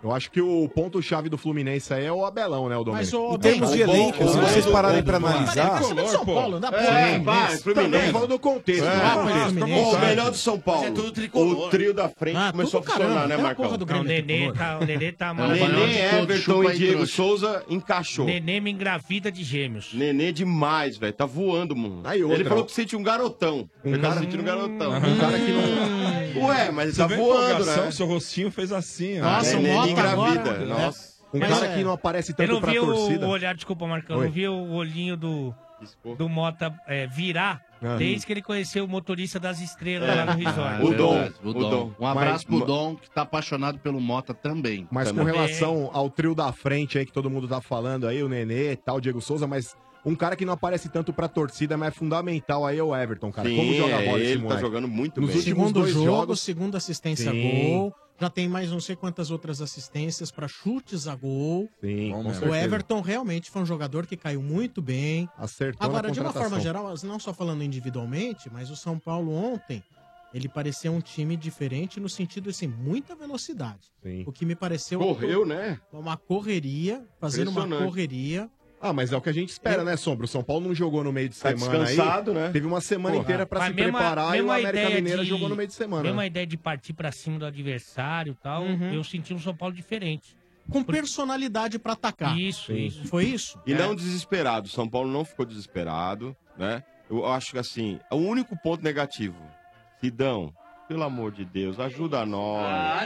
[SPEAKER 13] Eu acho que o ponto-chave do Fluminense aí é o Abelão, né, o Domênico?
[SPEAKER 5] Mas, ô, Em termos de elenco, se vocês pararem pra analisar-
[SPEAKER 13] Mas é do São Paulo, dá pra-
[SPEAKER 2] É,
[SPEAKER 13] Sim,
[SPEAKER 2] vai,
[SPEAKER 13] isso.
[SPEAKER 2] Fluminense.
[SPEAKER 13] Também Tá falando do contexto.
[SPEAKER 2] É,
[SPEAKER 13] Ah,
[SPEAKER 2] Fluminense.
[SPEAKER 13] Fluminense.
[SPEAKER 2] Ô, O melhor do São Paulo.
[SPEAKER 13] Mas é tudo tricolor.
[SPEAKER 2] O trio da frente
[SPEAKER 13] Ah,
[SPEAKER 2] começou a
[SPEAKER 13] tudo caramba,
[SPEAKER 2] funcionar, né,
[SPEAKER 13] até a
[SPEAKER 2] Marcão? É
[SPEAKER 13] porra do Grêmio
[SPEAKER 7] Não, o Nenê tá, o Nenê tá mal.
[SPEAKER 2] Nenê, Everton e Diego Souza encaixou.
[SPEAKER 7] Nenê me engravida de gêmeos.
[SPEAKER 2] Nenê demais, velho. Tá voando, mano.
[SPEAKER 7] Aí, outra,
[SPEAKER 2] ele falou
[SPEAKER 7] ó.
[SPEAKER 2] que sente um garotão. ele tá sentindo um garotão.
[SPEAKER 6] Um
[SPEAKER 2] cara que não... Ué, mas
[SPEAKER 6] Você
[SPEAKER 2] tá
[SPEAKER 6] vê é a
[SPEAKER 2] voando,
[SPEAKER 6] empolgação,
[SPEAKER 2] né?
[SPEAKER 6] Seu rostinho fez assim, ó.
[SPEAKER 13] Ah,
[SPEAKER 2] Nossa, o Nenê Mota engravida, agora, né? nossa.
[SPEAKER 13] Um
[SPEAKER 7] Mas,
[SPEAKER 13] cara
[SPEAKER 7] é,
[SPEAKER 13] que não aparece
[SPEAKER 7] eu
[SPEAKER 13] tanto
[SPEAKER 7] não
[SPEAKER 13] pra
[SPEAKER 7] vi
[SPEAKER 13] torcida.
[SPEAKER 7] O olhar, desculpa, Marcão, eu
[SPEAKER 13] Oi.
[SPEAKER 7] não vi o olhinho do, do Mota é, virar
[SPEAKER 13] Ah.
[SPEAKER 7] desde que ele conheceu o motorista das estrelas lá no resort.
[SPEAKER 3] É verdade, o Dom. Um abraço pro Dom, que tá apaixonado pelo Mota também.
[SPEAKER 13] Mas com relação ao trio da frente aí que todo mundo tá falando aí, o Nenê e tal, o Diego Souza, mas um cara que não aparece tanto pra torcida, mas é fundamental aí é o Everton, cara.
[SPEAKER 2] Sim,
[SPEAKER 13] Como joga
[SPEAKER 2] é,
[SPEAKER 13] bola esse
[SPEAKER 2] ele tá
[SPEAKER 13] moleque.
[SPEAKER 2] jogando muito
[SPEAKER 13] Nos
[SPEAKER 2] bem.
[SPEAKER 13] últimos
[SPEAKER 1] segundo
[SPEAKER 13] dois
[SPEAKER 1] jogo,
[SPEAKER 13] jogos,
[SPEAKER 1] segunda assistência a
[SPEAKER 13] Sim.
[SPEAKER 1] gol. Já tem mais não sei quantas outras assistências para chutes a gol.
[SPEAKER 13] Sim, com
[SPEAKER 1] o
[SPEAKER 13] certeza.
[SPEAKER 1] Everton realmente foi um jogador que caiu muito bem.
[SPEAKER 13] Acertou na
[SPEAKER 1] Agora, de uma
[SPEAKER 13] contratação.
[SPEAKER 1] forma geral, assim, não só falando individualmente, mas o São Paulo ontem, ele pareceu um time diferente no sentido assim, muita velocidade. O que me pareceu
[SPEAKER 13] Correu, né?
[SPEAKER 1] Uma correria, fazendo uma
[SPEAKER 13] Impressionante.
[SPEAKER 1] correria.
[SPEAKER 13] Ah, mas é o que a gente espera, né, Sombra? O São Paulo não jogou no meio de
[SPEAKER 1] Tá
[SPEAKER 13] semana
[SPEAKER 1] descansado,
[SPEAKER 13] aí.
[SPEAKER 1] né?
[SPEAKER 13] Teve uma semana
[SPEAKER 1] Porra.
[SPEAKER 13] inteira pra
[SPEAKER 7] Mas
[SPEAKER 13] se
[SPEAKER 7] mesma-
[SPEAKER 13] preparar e o
[SPEAKER 7] mesma
[SPEAKER 13] América
[SPEAKER 7] ideia
[SPEAKER 13] Mineira jogou no meio de semana.
[SPEAKER 7] Mesma
[SPEAKER 13] né?
[SPEAKER 7] ideia de partir pra cima do adversário e tal, eu senti um São Paulo diferente.
[SPEAKER 1] Com personalidade pra atacar.
[SPEAKER 7] Isso, isso. É.
[SPEAKER 1] Foi isso?
[SPEAKER 2] E não é um desesperado. São Paulo não ficou desesperado, né? Eu acho que assim, o único ponto negativo, Sidão, pelo amor de Deus, ajuda nós.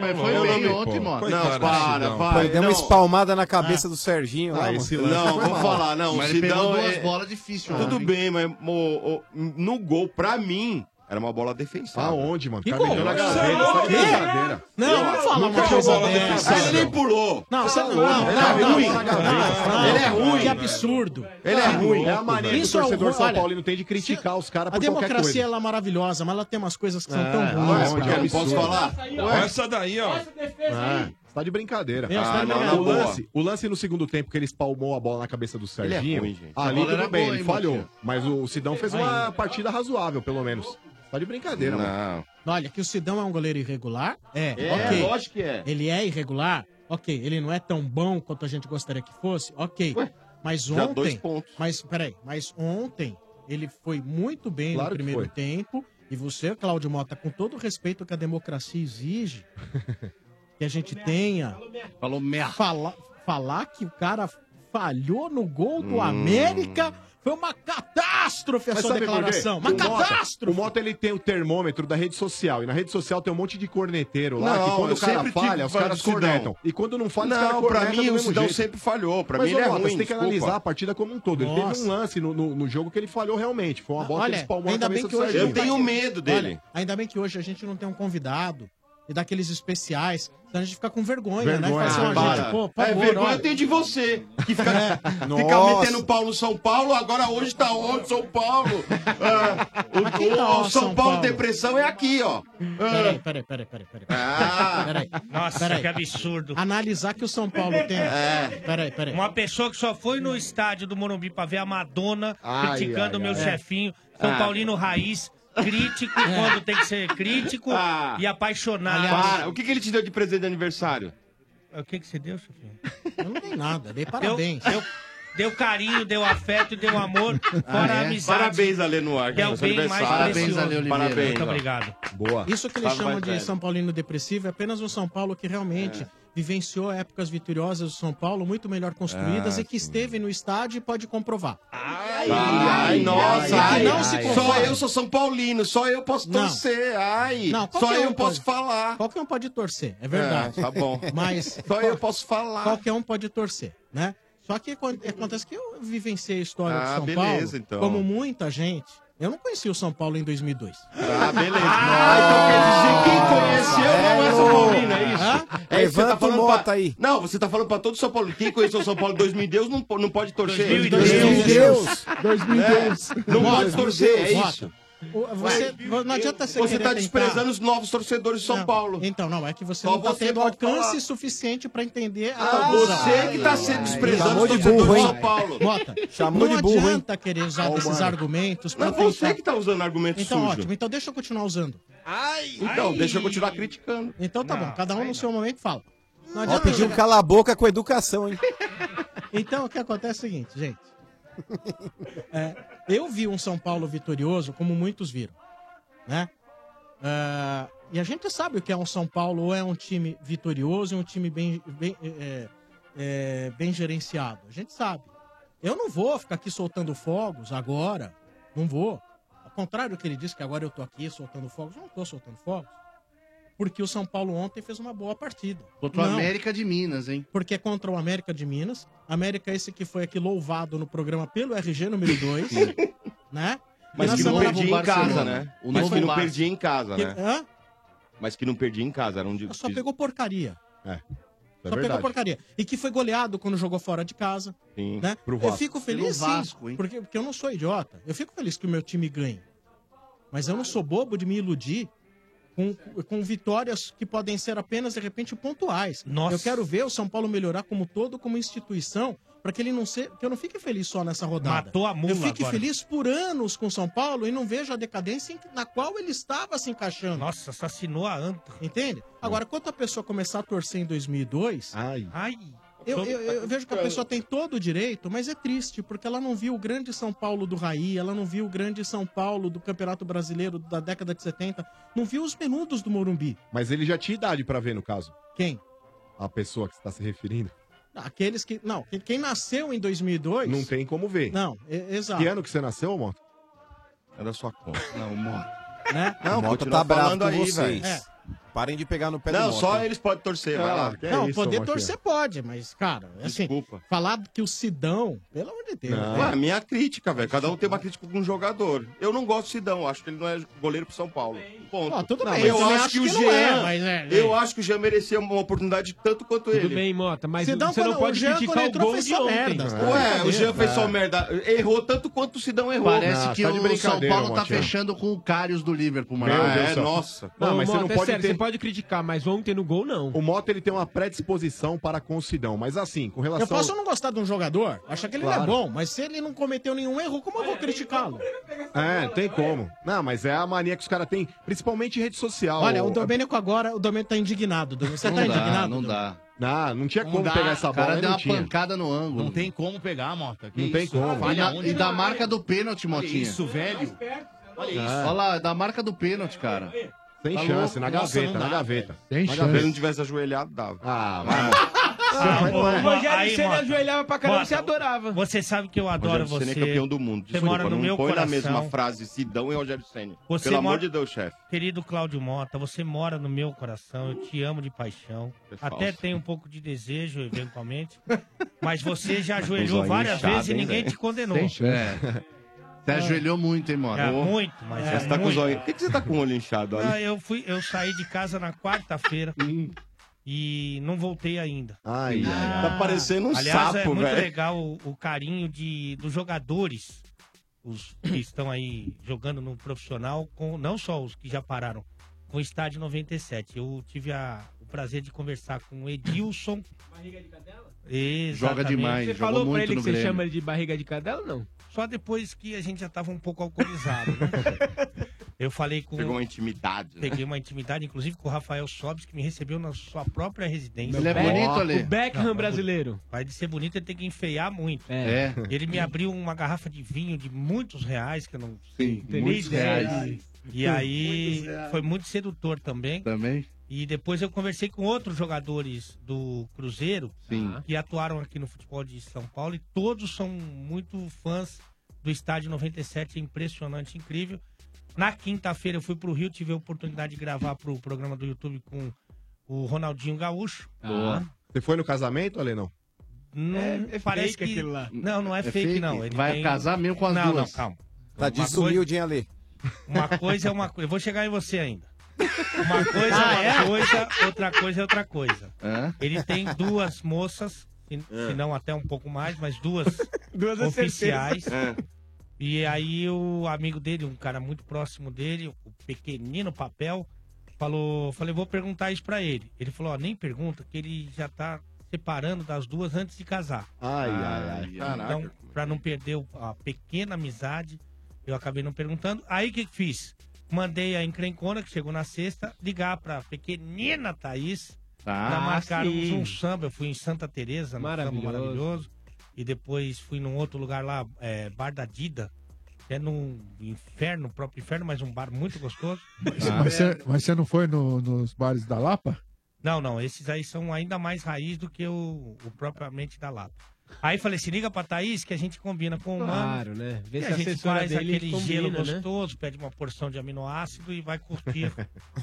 [SPEAKER 3] Mas foi
[SPEAKER 2] Meu
[SPEAKER 3] bem
[SPEAKER 2] nome,
[SPEAKER 3] ontem,
[SPEAKER 2] pô.
[SPEAKER 3] Mota.
[SPEAKER 2] Não, para, vai.
[SPEAKER 5] Pô, deu uma
[SPEAKER 2] não.
[SPEAKER 5] espalmada na cabeça do Serginho. lá,
[SPEAKER 2] Ah,
[SPEAKER 5] mano.
[SPEAKER 2] esse lance não, vou falar, não.
[SPEAKER 5] Mas
[SPEAKER 2] se
[SPEAKER 5] ele pegou
[SPEAKER 2] não,
[SPEAKER 5] duas
[SPEAKER 2] é-
[SPEAKER 5] bolas difícil,
[SPEAKER 2] Tudo
[SPEAKER 5] né?
[SPEAKER 2] bem, mas mo- o- no gol, pra mim, era uma bola defensável.
[SPEAKER 13] Aonde, mano?
[SPEAKER 2] Que
[SPEAKER 13] Tá
[SPEAKER 2] gol?
[SPEAKER 13] metendo a
[SPEAKER 2] Você
[SPEAKER 13] gaveta,
[SPEAKER 2] é
[SPEAKER 13] tá de
[SPEAKER 2] louco, né?
[SPEAKER 13] brincadeira.
[SPEAKER 1] Não, não fala uma coisa dessa.
[SPEAKER 2] Ah, Ele nem pulou.
[SPEAKER 1] Não, você não,
[SPEAKER 2] louco,
[SPEAKER 1] não,
[SPEAKER 2] ele é
[SPEAKER 1] não,
[SPEAKER 2] ruim.
[SPEAKER 1] não, não, não.
[SPEAKER 2] Ele é ruim.
[SPEAKER 1] Que absurdo.
[SPEAKER 2] Ele é ruim.
[SPEAKER 13] É a maneira que o torcedor
[SPEAKER 1] horror.
[SPEAKER 13] São
[SPEAKER 1] Olha,
[SPEAKER 13] Paulino tem de criticar os caras
[SPEAKER 1] A
[SPEAKER 13] por qualquer coisa.
[SPEAKER 1] democracia ela é
[SPEAKER 12] Ah,
[SPEAKER 1] maravilhosa, mas ela tem umas coisas que são
[SPEAKER 13] É,
[SPEAKER 1] tão
[SPEAKER 13] olha,
[SPEAKER 1] boas.
[SPEAKER 13] porque eu não posso falar.
[SPEAKER 6] Olha essa daí, ó.
[SPEAKER 13] Ah.
[SPEAKER 12] Tá de brincadeira.
[SPEAKER 6] Meu, você tá de
[SPEAKER 12] não,
[SPEAKER 6] brincadeira.
[SPEAKER 12] o, lance, o lance no segundo tempo que ele espalmou a bola na cabeça do
[SPEAKER 6] Ele é
[SPEAKER 12] Serginho.
[SPEAKER 6] ruim, gente. A
[SPEAKER 12] Ali
[SPEAKER 6] bola
[SPEAKER 12] tudo
[SPEAKER 6] era
[SPEAKER 12] bem,
[SPEAKER 6] boa,
[SPEAKER 12] ele
[SPEAKER 6] hein,
[SPEAKER 12] falhou.
[SPEAKER 6] Montinho?
[SPEAKER 12] Mas o Sidão fez uma partida razoável, pelo menos. Tá de brincadeira, mano.
[SPEAKER 1] Olha, que o Sidão é um goleiro irregular. É,
[SPEAKER 12] É,
[SPEAKER 1] ok.
[SPEAKER 12] lógico que é.
[SPEAKER 1] Ele é irregular, ok. Ele não é tão bom quanto a gente gostaria que fosse, ok. mas
[SPEAKER 2] já
[SPEAKER 1] ontem.
[SPEAKER 2] dois pontos.
[SPEAKER 1] Mas, peraí, mas ontem ele foi muito bem
[SPEAKER 2] Claro
[SPEAKER 1] no
[SPEAKER 2] que
[SPEAKER 1] primeiro
[SPEAKER 2] foi.
[SPEAKER 1] tempo. E você, Cláudio Mota, com todo o respeito que a democracia exige, que a gente tenha.
[SPEAKER 3] Falou merda.
[SPEAKER 1] Fala, falar que o cara falhou no gol do
[SPEAKER 12] Hum.
[SPEAKER 1] América foi uma catástrofe a
[SPEAKER 12] Mas
[SPEAKER 1] sua
[SPEAKER 12] sabe por quê?
[SPEAKER 1] declaração. Uma
[SPEAKER 12] O Mota-
[SPEAKER 1] catástrofe!
[SPEAKER 12] O Mota, ele tem o termômetro da rede social. E na rede social tem um monte de corneteiro lá
[SPEAKER 2] Não,
[SPEAKER 12] que quando
[SPEAKER 2] eu
[SPEAKER 12] o cara
[SPEAKER 2] sempre
[SPEAKER 12] falha,
[SPEAKER 2] tive
[SPEAKER 12] os
[SPEAKER 2] fã
[SPEAKER 12] caras
[SPEAKER 2] do Sidão.
[SPEAKER 12] cornetam. E quando não falha, os
[SPEAKER 2] Não,
[SPEAKER 12] caras
[SPEAKER 2] pra
[SPEAKER 12] cornetam
[SPEAKER 2] mim,
[SPEAKER 13] é
[SPEAKER 12] do
[SPEAKER 2] o
[SPEAKER 12] mesmo
[SPEAKER 2] Sidão
[SPEAKER 12] jeito.
[SPEAKER 2] sempre falhou. Pra
[SPEAKER 12] Mas,
[SPEAKER 2] mim, ele
[SPEAKER 12] ô,
[SPEAKER 2] é
[SPEAKER 12] Mota,
[SPEAKER 2] ruim,
[SPEAKER 12] Você tem que
[SPEAKER 2] desculpa.
[SPEAKER 12] analisar a partida como um todo. Ele teve
[SPEAKER 1] Nossa.
[SPEAKER 12] um lance no, no, no jogo que ele falhou realmente. Foi uma bola que ele espalmou na
[SPEAKER 1] ainda
[SPEAKER 12] cabeça
[SPEAKER 1] bem que
[SPEAKER 12] do
[SPEAKER 1] hoje
[SPEAKER 12] Serginho.
[SPEAKER 1] não
[SPEAKER 2] tá
[SPEAKER 1] vai- Olha, ainda bem que hoje a gente não tem um convidado e daqueles especiais, senão a gente fica com vergonha, né?
[SPEAKER 2] Vergonha,
[SPEAKER 1] E fala assim, ó,
[SPEAKER 2] para.
[SPEAKER 1] gente, pô, por
[SPEAKER 2] É,
[SPEAKER 1] favor,
[SPEAKER 2] vergonha
[SPEAKER 1] olha.
[SPEAKER 2] eu tenho de você, que fica, fica
[SPEAKER 1] Nossa.
[SPEAKER 2] metendo pau no São Paulo, agora hoje tá onde, São Paulo? Ah, o
[SPEAKER 1] Aqui tá,
[SPEAKER 2] o
[SPEAKER 1] ó,
[SPEAKER 2] São,
[SPEAKER 1] São
[SPEAKER 2] Paulo,
[SPEAKER 1] Paulo.
[SPEAKER 2] depressão é aqui, ó.
[SPEAKER 1] Peraí, peraí, peraí, peraí. peraí. Peraí,
[SPEAKER 7] Nossa,
[SPEAKER 1] peraí.
[SPEAKER 7] que absurdo.
[SPEAKER 1] Analisar que o São Paulo tem...
[SPEAKER 2] É.
[SPEAKER 1] Peraí, peraí.
[SPEAKER 7] É. Uma pessoa que só foi no estádio do Morumbi pra ver a Madonna
[SPEAKER 1] Ai,
[SPEAKER 7] criticando o
[SPEAKER 1] ai,
[SPEAKER 7] meu
[SPEAKER 1] ai.
[SPEAKER 7] chefinho, São
[SPEAKER 1] Ah.
[SPEAKER 7] Paulino Raiz, crítico
[SPEAKER 2] É.
[SPEAKER 7] quando tem que ser crítico
[SPEAKER 2] Ah.
[SPEAKER 7] e apaixonado.
[SPEAKER 2] Para, o que, que ele te deu de presente de aniversário?
[SPEAKER 7] O que, que você deu, chefinho?
[SPEAKER 1] Eu não dei nada, dei
[SPEAKER 2] parabéns. Ah, é?
[SPEAKER 7] Deu, deu carinho, deu afeto, deu amor, fora a amizade.
[SPEAKER 2] Parabéns, Ale Noir.
[SPEAKER 7] Que é o bem mais precioso. Parabéns, Ale Oliveira.
[SPEAKER 2] Parabéns.
[SPEAKER 7] Muito
[SPEAKER 2] ó.
[SPEAKER 7] obrigado.
[SPEAKER 12] Boa.
[SPEAKER 1] Isso que eles chamam de São Paulino depressivo é apenas um São Paulo que realmente
[SPEAKER 2] É.
[SPEAKER 1] vivenciou épocas vitoriosas do São Paulo, muito melhor construídas,
[SPEAKER 2] Ah,
[SPEAKER 1] e que esteve no estádio e pode comprovar.
[SPEAKER 2] Ai, ai, nossa,
[SPEAKER 1] E que
[SPEAKER 2] ai,
[SPEAKER 1] não
[SPEAKER 2] ai.
[SPEAKER 1] se
[SPEAKER 2] só
[SPEAKER 1] conforma.
[SPEAKER 2] eu sou São Paulino, só eu posso
[SPEAKER 1] Não.
[SPEAKER 2] torcer, ai,
[SPEAKER 1] Não,
[SPEAKER 2] só
[SPEAKER 1] qualquer
[SPEAKER 2] eu
[SPEAKER 1] um
[SPEAKER 2] posso
[SPEAKER 1] pode-
[SPEAKER 2] falar.
[SPEAKER 1] Qualquer um pode torcer, é verdade.
[SPEAKER 2] É, tá bom.
[SPEAKER 1] Mas
[SPEAKER 2] Só eu posso falar.
[SPEAKER 1] Qualquer um pode torcer, né? Só que acon- acontece que eu vivenciei a história
[SPEAKER 2] Ah,
[SPEAKER 1] do São
[SPEAKER 2] beleza,
[SPEAKER 1] Paulo,
[SPEAKER 2] então.
[SPEAKER 1] como muita gente. Eu não conheci o São Paulo em 2002.
[SPEAKER 2] Ah, beleza. Ah, então quer dizer, quem conheceu não é São Paulino, é isso? É isso que você tá falando pra... aí. Não, você tá falando pra todo São Paulo. Quem conheceu São Paulo em 2010 não, po- não pode torcer.
[SPEAKER 1] 2010.
[SPEAKER 2] 2010. É. Não pode torcer, é isso.
[SPEAKER 1] O- Você,
[SPEAKER 2] Vai,
[SPEAKER 1] não adianta você
[SPEAKER 2] Você
[SPEAKER 1] querer
[SPEAKER 2] tá
[SPEAKER 1] tentar.
[SPEAKER 2] desprezando os novos torcedores de São
[SPEAKER 1] Não,
[SPEAKER 2] Paulo.
[SPEAKER 1] Então, não, é que você
[SPEAKER 2] Só
[SPEAKER 1] não tá
[SPEAKER 2] você
[SPEAKER 1] tendo
[SPEAKER 2] pode
[SPEAKER 1] alcance
[SPEAKER 2] falar.
[SPEAKER 1] suficiente pra entender a
[SPEAKER 2] Ah,
[SPEAKER 1] conclusão.
[SPEAKER 2] você que tá sendo desprezando
[SPEAKER 1] Chamou
[SPEAKER 2] os
[SPEAKER 1] de
[SPEAKER 2] torcedores
[SPEAKER 1] burro,
[SPEAKER 2] de
[SPEAKER 1] hein?
[SPEAKER 2] São Paulo.
[SPEAKER 1] Mota,
[SPEAKER 2] Chamou
[SPEAKER 1] não
[SPEAKER 2] de burro, hein?
[SPEAKER 1] adianta querer usar
[SPEAKER 2] Ó,
[SPEAKER 1] desses
[SPEAKER 2] mano.
[SPEAKER 1] argumentos pra
[SPEAKER 2] Não, você
[SPEAKER 1] tentar-
[SPEAKER 2] que tá usando argumento
[SPEAKER 1] Então,
[SPEAKER 2] sujo.
[SPEAKER 1] ótimo. Então, deixa eu continuar usando.
[SPEAKER 2] Então, deixa eu continuar criticando.
[SPEAKER 1] Então, tá bom. Cada um no seu momento fala. Não
[SPEAKER 5] Ó,
[SPEAKER 1] adianta
[SPEAKER 5] pediu um cala a boca com educação, hein?
[SPEAKER 1] Então, o que acontece é o seguinte, gente. É, eu vi um São Paulo vitorioso, como muitos viram, né? Ah, e a gente sabe o que é um São Paulo, ou é um time vitorioso, e um time bem, bem, é, é, bem gerenciado. A gente sabe. Eu não vou ficar aqui soltando fogos agora, não vou. Ao contrário do que ele disse, que agora eu tô aqui soltando fogos, eu não tô soltando fogos. Porque o São Paulo ontem fez uma boa partida.
[SPEAKER 3] Contra o
[SPEAKER 1] Não.
[SPEAKER 3] América de Minas, hein?
[SPEAKER 1] Porque é contra o América de Minas. América esse que foi aqui louvado no programa pelo RG número 2, né?
[SPEAKER 2] Mas
[SPEAKER 1] E na
[SPEAKER 2] que não
[SPEAKER 1] semana-
[SPEAKER 2] perdi em casa, né?
[SPEAKER 1] O
[SPEAKER 2] Mas
[SPEAKER 1] novo
[SPEAKER 2] que não
[SPEAKER 1] Barça.
[SPEAKER 2] perdi em casa,
[SPEAKER 1] Que-
[SPEAKER 2] né?
[SPEAKER 1] Hã?
[SPEAKER 2] Mas que não perdi em casa. Era um de...
[SPEAKER 1] Só pegou porcaria.
[SPEAKER 2] É.
[SPEAKER 1] Só pegou porcaria. E que foi goleado quando jogou fora de casa.
[SPEAKER 2] Sim.
[SPEAKER 1] Né?
[SPEAKER 2] Pro
[SPEAKER 1] Eu
[SPEAKER 2] Vasco.
[SPEAKER 1] fico
[SPEAKER 2] Pelo
[SPEAKER 1] feliz, sim,
[SPEAKER 2] Vasco, hein?
[SPEAKER 1] porque, porque eu não sou idiota. Eu fico feliz que o meu time ganhe. Mas eu não sou bobo de me iludir com, com vitórias que podem ser apenas, de repente, pontuais. Eu quero ver o São Paulo melhorar como todo, como instituição, para que ele não se, que eu não fique feliz só nessa rodada.
[SPEAKER 7] Matou a mula
[SPEAKER 1] Eu fique
[SPEAKER 7] agora.
[SPEAKER 1] feliz por anos com o São Paulo e não vejo a decadência em que- na qual ele estava se encaixando.
[SPEAKER 7] Nossa, assassinou a anta.
[SPEAKER 1] Entende? Agora, quando a pessoa começar a torcer em 2002...
[SPEAKER 12] Ai.
[SPEAKER 7] Ai.
[SPEAKER 1] Eu, eu- eu vejo que a pessoa tem todo o direito, mas é triste, porque ela não viu o grande São Paulo do Raí, ela não viu o grande São Paulo do Campeonato Brasileiro da década de 70, não viu os menudos do Morumbi.
[SPEAKER 12] Mas ele já tinha idade pra ver, no caso.
[SPEAKER 1] Quem?
[SPEAKER 12] A pessoa que você tá se referindo.
[SPEAKER 1] Aqueles que. Não, que- quem nasceu em 2002.
[SPEAKER 12] Não tem como ver.
[SPEAKER 1] Não, e- exato.
[SPEAKER 12] Que ano que você nasceu, Mota?
[SPEAKER 2] Era sua conta.
[SPEAKER 12] Não, Mota.
[SPEAKER 1] Né? É.
[SPEAKER 5] Não, o Mota tá bravo com vocês. Parem de pegar no pé do
[SPEAKER 1] Não,
[SPEAKER 5] Mota.
[SPEAKER 1] só
[SPEAKER 2] eles podem torcer,
[SPEAKER 1] Ah,
[SPEAKER 12] é
[SPEAKER 1] não, poder torcer pode, mas, cara, assim, falar que o Sidão, pelo amor de Deus.
[SPEAKER 2] Não.
[SPEAKER 1] né?
[SPEAKER 2] Ué, minha crítica, velho. Cada um tem uma crítica com um jogador. Eu não gosto do Sidão, acho que ele não é goleiro pro São Paulo. Ponto.
[SPEAKER 1] Ó, tudo
[SPEAKER 2] Não,
[SPEAKER 1] bem,
[SPEAKER 2] mas eu
[SPEAKER 1] eu também
[SPEAKER 2] acho que o Jean.
[SPEAKER 1] não é, mas é, é.
[SPEAKER 2] Eu acho que o Jean merecia uma oportunidade tanto quanto ele.
[SPEAKER 11] bem, Mota, mas
[SPEAKER 2] Sidão,
[SPEAKER 11] você não
[SPEAKER 2] quando-
[SPEAKER 11] pode
[SPEAKER 2] um o Jean,
[SPEAKER 11] criticar
[SPEAKER 2] quando
[SPEAKER 11] o
[SPEAKER 2] entrou,
[SPEAKER 11] gol
[SPEAKER 2] fez
[SPEAKER 11] de
[SPEAKER 2] só
[SPEAKER 11] ontem.
[SPEAKER 2] merda.
[SPEAKER 11] Tá de
[SPEAKER 2] Ué, o Jean
[SPEAKER 11] brincadeira.
[SPEAKER 2] fez
[SPEAKER 14] É.
[SPEAKER 2] só merda. é Errou tanto quanto o Sidão errou.
[SPEAKER 3] Parece que o São Paulo tá
[SPEAKER 12] Montinho.
[SPEAKER 3] fechando com o Carius do Liverpool, mano. Ah,
[SPEAKER 5] É,
[SPEAKER 3] é
[SPEAKER 1] é
[SPEAKER 13] é
[SPEAKER 12] Meu Deus do céu. Não, mas você não pode ter...
[SPEAKER 11] pode criticar, mas ontem no gol não.
[SPEAKER 12] O Mota ele tem uma predisposição para com o Sidão, mas assim, com relação
[SPEAKER 1] Eu posso não gostar de um jogador, achar que ele não é
[SPEAKER 12] Claro.
[SPEAKER 1] bom, mas se ele não cometeu nenhum erro, como eu vou criticá-lo?
[SPEAKER 12] É, tem como. Não, mas é a mania que os caras têm, principalmente em rede social.
[SPEAKER 1] Olha, o Domênico agora, o Domênico tá indignado. Domênico. Você
[SPEAKER 12] Não
[SPEAKER 1] tá
[SPEAKER 12] dá,
[SPEAKER 1] indignado?
[SPEAKER 12] não
[SPEAKER 1] Domênico?
[SPEAKER 12] dá. Não, não tinha
[SPEAKER 1] Não
[SPEAKER 12] como
[SPEAKER 1] dá.
[SPEAKER 12] pegar essa
[SPEAKER 1] O
[SPEAKER 12] bola.
[SPEAKER 1] cara deu
[SPEAKER 12] não
[SPEAKER 1] uma
[SPEAKER 12] tinha.
[SPEAKER 3] Pancada no ângulo.
[SPEAKER 14] Não tem como pegar, Mota.
[SPEAKER 12] Não tem como.
[SPEAKER 3] E da, e da marca do pênalti,
[SPEAKER 14] né? Olha
[SPEAKER 3] Motinha.
[SPEAKER 14] isso, velho. Olha isso.
[SPEAKER 3] Olha lá, da marca do pênalti, cara. Tá
[SPEAKER 12] Sem chance, na gaveta, na gaveta.
[SPEAKER 3] Sem
[SPEAKER 12] na
[SPEAKER 3] chance.
[SPEAKER 12] gaveta, se não tivesse ajoelhado, dava. Ah, é. vai.
[SPEAKER 7] Ah, pô,
[SPEAKER 12] Ué.
[SPEAKER 7] Rogério,
[SPEAKER 12] Aí,
[SPEAKER 7] você me
[SPEAKER 12] Mota.
[SPEAKER 7] ajoelhava pra caramba,
[SPEAKER 12] Mota,
[SPEAKER 7] você adorava. Você sabe que eu adoro
[SPEAKER 2] Rogério
[SPEAKER 7] você.
[SPEAKER 2] Senna é campeão do mundo.
[SPEAKER 7] Você
[SPEAKER 2] Desculpa,
[SPEAKER 7] mora no
[SPEAKER 2] não
[SPEAKER 7] meu
[SPEAKER 2] põe na
[SPEAKER 7] coração.
[SPEAKER 2] mesma frase Sidão e Rogério Senna. Pelo
[SPEAKER 7] Você
[SPEAKER 2] amor
[SPEAKER 7] mora-
[SPEAKER 2] de Deus, chefe.
[SPEAKER 7] Querido Cláudio Mota, você mora no meu coração, eu te amo de paixão.
[SPEAKER 2] falso.
[SPEAKER 7] Até tenho um pouco de desejo, eventualmente. mas você já
[SPEAKER 3] Mas
[SPEAKER 7] ajoelhou
[SPEAKER 3] com o zoinho
[SPEAKER 7] várias
[SPEAKER 3] inchado,
[SPEAKER 7] vezes e
[SPEAKER 3] hein,
[SPEAKER 7] ninguém
[SPEAKER 3] velho?
[SPEAKER 7] te condenou.
[SPEAKER 3] Sem chance. É. Você ajoelhou muito, hein, mano?
[SPEAKER 7] É, muito, mas é
[SPEAKER 2] Você tá com
[SPEAKER 7] muito.
[SPEAKER 2] o zoinho. Por que, que você tá com o olho inchado?
[SPEAKER 7] Não,
[SPEAKER 2] Olha.
[SPEAKER 7] Ah, eu, fui, eu saí de casa na quarta-feira e não voltei ainda.
[SPEAKER 2] Ai, ai,
[SPEAKER 7] Ah.
[SPEAKER 2] tá parecendo um
[SPEAKER 7] Aliás, é
[SPEAKER 2] sapo,
[SPEAKER 7] muito
[SPEAKER 2] velho.
[SPEAKER 7] legal o, o carinho de, dos jogadores, os que estão aí jogando no profissional, com, não só os que já pararam, com o estádio 97. Eu tive a- o prazer de conversar com o Edilson. Exatamente.
[SPEAKER 3] Joga demais,
[SPEAKER 7] Você
[SPEAKER 3] jogou
[SPEAKER 7] falou
[SPEAKER 3] muito
[SPEAKER 7] pra ele
[SPEAKER 3] no
[SPEAKER 7] que você
[SPEAKER 3] Grêmio.
[SPEAKER 7] chama ele de barriga de cadela ou não? Só depois que a gente já tava um pouco alcoolizado, né? Eu falei com...
[SPEAKER 2] Pegou uma intimidade. né?
[SPEAKER 7] Peguei uma intimidade, inclusive com o Rafael Sobis, que me recebeu na sua própria residência.
[SPEAKER 11] Ele é Beck- bonito, Ale? o Beckham
[SPEAKER 7] Não, não é
[SPEAKER 11] brasileiro.
[SPEAKER 7] bonito. Vai de ser bonito, ele tem que enfeiar muito.
[SPEAKER 11] É. É.
[SPEAKER 7] Ele me abriu uma garrafa de vinho de muitos reais, que eu não
[SPEAKER 3] Sim,
[SPEAKER 7] tenho
[SPEAKER 3] muitos reais.
[SPEAKER 7] é, E aí
[SPEAKER 3] Muitos reais.
[SPEAKER 7] foi muito sedutor também.
[SPEAKER 3] Também?
[SPEAKER 7] E depois eu conversei com outros jogadores do Cruzeiro
[SPEAKER 3] Sim.
[SPEAKER 7] que atuaram aqui no futebol de São Paulo e todos são muito fãs do estádio 97, é impressionante, incrível. Na quinta-feira eu fui pro Rio, tive a oportunidade de gravar pro programa do YouTube com o Ronaldinho Gaúcho.
[SPEAKER 12] Boa. Você foi no casamento, Ale, não?
[SPEAKER 7] Não,
[SPEAKER 12] é
[SPEAKER 7] Hum, parece
[SPEAKER 12] fake
[SPEAKER 7] que...
[SPEAKER 12] aquilo lá.
[SPEAKER 7] Não, não é,
[SPEAKER 12] É
[SPEAKER 7] fake,
[SPEAKER 12] fake?
[SPEAKER 7] não. Ele
[SPEAKER 12] Vai
[SPEAKER 7] tem-
[SPEAKER 12] casar mesmo com as
[SPEAKER 7] não,
[SPEAKER 12] duas.
[SPEAKER 7] Não, calma.
[SPEAKER 5] Tá
[SPEAKER 7] Uma
[SPEAKER 5] disso
[SPEAKER 7] coisa-
[SPEAKER 5] humilde, hein, Ale?
[SPEAKER 7] Uma coisa é uma coisa. Eu vou chegar em você ainda. Uma coisa
[SPEAKER 5] Ah,
[SPEAKER 7] é
[SPEAKER 5] é?
[SPEAKER 7] uma coisa, outra coisa é outra coisa.
[SPEAKER 3] Hã?
[SPEAKER 7] Ele tem duas moças, se,
[SPEAKER 3] É.
[SPEAKER 7] se não até um pouco mais, mas duas,
[SPEAKER 3] Duas é
[SPEAKER 7] oficiais.
[SPEAKER 3] certeza. É.
[SPEAKER 7] E aí o amigo dele, um cara muito próximo dele, o pequenino papel, falou, falei, vou perguntar isso pra ele. Ele falou, ó, nem pergunta, que ele já tá separando das duas antes de casar.
[SPEAKER 12] Ai, ai, ai, caraca.
[SPEAKER 7] Então, pra não perder o- a pequena amizade, eu acabei não perguntando. Aí o que que fiz? Mandei a encrencona, que chegou na sexta, ligar pra pequenina Thaís.
[SPEAKER 12] Ah,
[SPEAKER 3] Tá,
[SPEAKER 7] pra marcarmos
[SPEAKER 3] sim.
[SPEAKER 7] um samba. Eu fui em Santa Teresa, num samba
[SPEAKER 3] Maravilhoso.
[SPEAKER 7] maravilhoso. E depois fui num outro lugar lá, é, Bar da Dida. É num inferno, próprio inferno, mas um bar muito gostoso.
[SPEAKER 4] Ah, Mas, você, mas você não foi no- nos bares da Lapa?
[SPEAKER 7] Não, não, esses aí são ainda mais raiz do que o, o propriamente da Lapa. Aí falei, se liga pra Thaís que a gente combina com o Mano.
[SPEAKER 11] Claro, né? Vê
[SPEAKER 7] e
[SPEAKER 11] se
[SPEAKER 7] a
[SPEAKER 11] a
[SPEAKER 7] gente
[SPEAKER 11] assessora
[SPEAKER 7] faz
[SPEAKER 11] dele
[SPEAKER 7] aquele
[SPEAKER 11] combina,
[SPEAKER 7] gelo
[SPEAKER 11] né?
[SPEAKER 7] gostoso, pede uma porção de aminoácido e vai curtir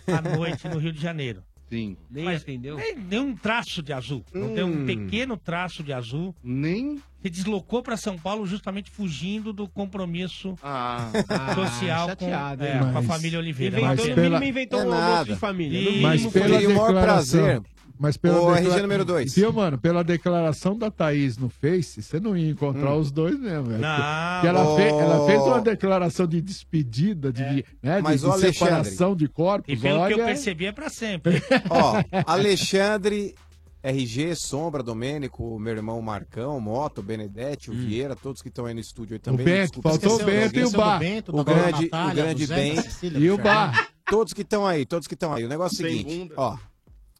[SPEAKER 7] a noite no Rio de Janeiro.
[SPEAKER 3] Sim.
[SPEAKER 7] Nem entendeu? Nem, nem um traço de azul. Não deu um
[SPEAKER 3] Hum.
[SPEAKER 7] pequeno traço de azul.
[SPEAKER 3] Nem.
[SPEAKER 7] Se deslocou pra São Paulo justamente fugindo do compromisso
[SPEAKER 3] ah,
[SPEAKER 7] social
[SPEAKER 11] chateado,
[SPEAKER 7] com,
[SPEAKER 11] hein?
[SPEAKER 7] é, com a
[SPEAKER 11] Mas-
[SPEAKER 7] família Oliveira.
[SPEAKER 11] Inventou,
[SPEAKER 7] Mas
[SPEAKER 11] no
[SPEAKER 7] pela-
[SPEAKER 11] mínimo, inventou
[SPEAKER 7] É
[SPEAKER 11] um almoço
[SPEAKER 7] nada.
[SPEAKER 11] de família. No
[SPEAKER 7] E-
[SPEAKER 11] mínimo,
[SPEAKER 7] Mas pela
[SPEAKER 11] foi-
[SPEAKER 4] declaração-
[SPEAKER 5] prazer.
[SPEAKER 4] Mas pela
[SPEAKER 5] O
[SPEAKER 4] declara-
[SPEAKER 5] RG número dois.
[SPEAKER 4] Viu, mano? Pela declaração da Thaís no Face, você não ia encontrar os dois mesmo, velho.
[SPEAKER 7] Não.
[SPEAKER 4] Que ela, fe- ela fez
[SPEAKER 7] Ô.
[SPEAKER 4] uma declaração de despedida, de, né, de,
[SPEAKER 5] Mas,
[SPEAKER 4] de
[SPEAKER 5] ô, Alexandre,
[SPEAKER 4] separação de corpos.
[SPEAKER 7] E pelo
[SPEAKER 4] olha,
[SPEAKER 7] que eu percebi é pra sempre.
[SPEAKER 5] Ó, Alexandre, RG, Sombra, Domênico, meu irmão Marcão, Moto, Benedetti, o Vieira, todos que estão aí no estúdio aí também.
[SPEAKER 4] Bento,
[SPEAKER 5] Desculpa,
[SPEAKER 4] faltou
[SPEAKER 5] esqueceu
[SPEAKER 4] Hum. o
[SPEAKER 5] alguém.
[SPEAKER 4] Bento e o
[SPEAKER 5] Esqueceu do
[SPEAKER 4] Bar.
[SPEAKER 5] Bento,
[SPEAKER 4] O
[SPEAKER 5] da Dona
[SPEAKER 4] grande-
[SPEAKER 5] Natália,
[SPEAKER 4] o grande
[SPEAKER 5] do Zé, da
[SPEAKER 4] Bento
[SPEAKER 5] Cecília,
[SPEAKER 4] e o
[SPEAKER 5] do
[SPEAKER 4] Bar.
[SPEAKER 5] Fernando. Todos que estão aí, todos que estão aí. O negócio é o seguinte, ó.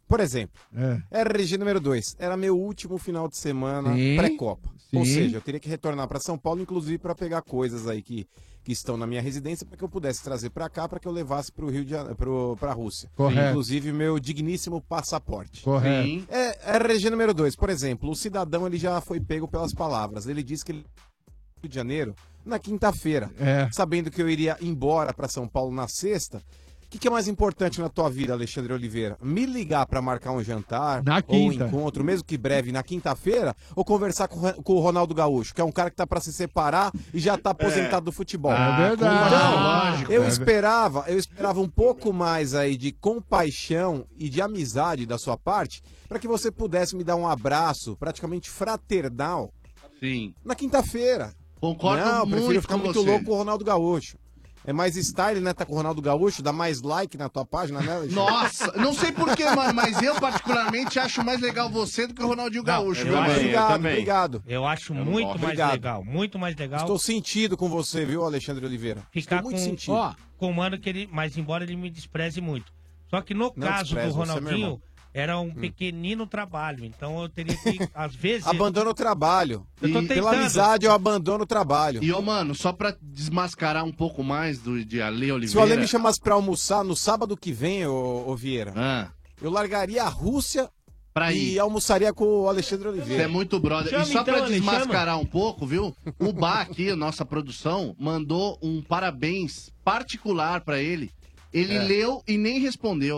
[SPEAKER 5] Por exemplo,
[SPEAKER 4] é.
[SPEAKER 5] RG É, número 2, era meu último final de semana
[SPEAKER 4] Sim.
[SPEAKER 5] pré-copa. Ou
[SPEAKER 4] Sim.
[SPEAKER 5] seja, eu teria que retornar para São Paulo, inclusive para pegar coisas aí que, que estão na minha residência para que eu pudesse trazer para cá, para que eu levasse para o Rio de Janeiro, para a Rússia.
[SPEAKER 4] Correto.
[SPEAKER 5] Inclusive meu digníssimo passaporte.
[SPEAKER 4] Correto. Sim.
[SPEAKER 5] É, RG número 2, por exemplo, o cidadão ele já foi pego pelas palavras. Ele disse que ele é Rio de Janeiro na quinta-feira,
[SPEAKER 4] É.
[SPEAKER 5] sabendo que eu iria embora para São Paulo na sexta. O que, que é mais importante na tua vida, Alexandre Oliveira? Me ligar para marcar um jantar
[SPEAKER 4] Na
[SPEAKER 5] ou um
[SPEAKER 4] quinta.
[SPEAKER 5] encontro, mesmo que breve, na quinta-feira, ou conversar com, o Ra- com o Ronaldo Gaúcho, que é um cara que tá para se separar e já tá aposentado do futebol.
[SPEAKER 4] Ah, É verdade.
[SPEAKER 5] Então,
[SPEAKER 4] lógico.
[SPEAKER 5] eu
[SPEAKER 4] É
[SPEAKER 5] esperava, eu esperava um pouco mais aí de compaixão e de amizade da sua parte, para que você pudesse me dar um abraço praticamente fraternal
[SPEAKER 3] Sim.
[SPEAKER 5] na quinta-feira.
[SPEAKER 3] Concordo
[SPEAKER 5] Não, prefiro
[SPEAKER 3] muito
[SPEAKER 5] ficar
[SPEAKER 3] com
[SPEAKER 5] muito
[SPEAKER 3] você.
[SPEAKER 5] louco com o Ronaldo Gaúcho. É mais style, né? Tá com o Ronaldo Gaúcho, dá mais like na tua página, né? Alexandre?
[SPEAKER 3] Nossa, não sei porquê, mano, mas eu particularmente acho mais legal você do que o Ronaldinho Gaúcho.
[SPEAKER 5] Eu acho- obrigado, obrigado.
[SPEAKER 7] Eu acho muito mais
[SPEAKER 5] Obrigado.
[SPEAKER 7] legal, muito mais legal.
[SPEAKER 5] Estou sentido com você, viu, Alexandre Oliveira?
[SPEAKER 7] ficar
[SPEAKER 5] Estou muito
[SPEAKER 7] com,
[SPEAKER 5] sentido.
[SPEAKER 7] ó, com o mano que ele. Mas embora ele me despreze muito. Só que no caso
[SPEAKER 5] despreze,
[SPEAKER 7] do
[SPEAKER 5] você é meu
[SPEAKER 7] Ronaldinho,
[SPEAKER 5] irmão. Hum.
[SPEAKER 7] era um pequenino trabalho. Então eu teria que, às vezes.
[SPEAKER 5] Abandono o trabalho.
[SPEAKER 7] Eu tô
[SPEAKER 5] E-
[SPEAKER 7] tentando.
[SPEAKER 5] Pela amizade, eu abandono o trabalho.
[SPEAKER 3] E, é ô, mano, só pra desmascarar um pouco mais do, de Ale Oliveira...
[SPEAKER 5] Se o Ale me chamasse pra almoçar no sábado que vem, ô, ô Vieira, eu largaria a Rússia
[SPEAKER 3] Ah. Pra
[SPEAKER 5] e
[SPEAKER 3] ir.
[SPEAKER 5] almoçaria com o Alexandre
[SPEAKER 3] Você
[SPEAKER 5] Oliveira.
[SPEAKER 3] é muito brother. e só
[SPEAKER 5] então,
[SPEAKER 1] então,
[SPEAKER 3] pra desmascarar um pouco, viu? O Bá aqui, nossa produção, mandou um parabéns particular pra ele. Ele
[SPEAKER 10] É.
[SPEAKER 3] leu e nem respondeu.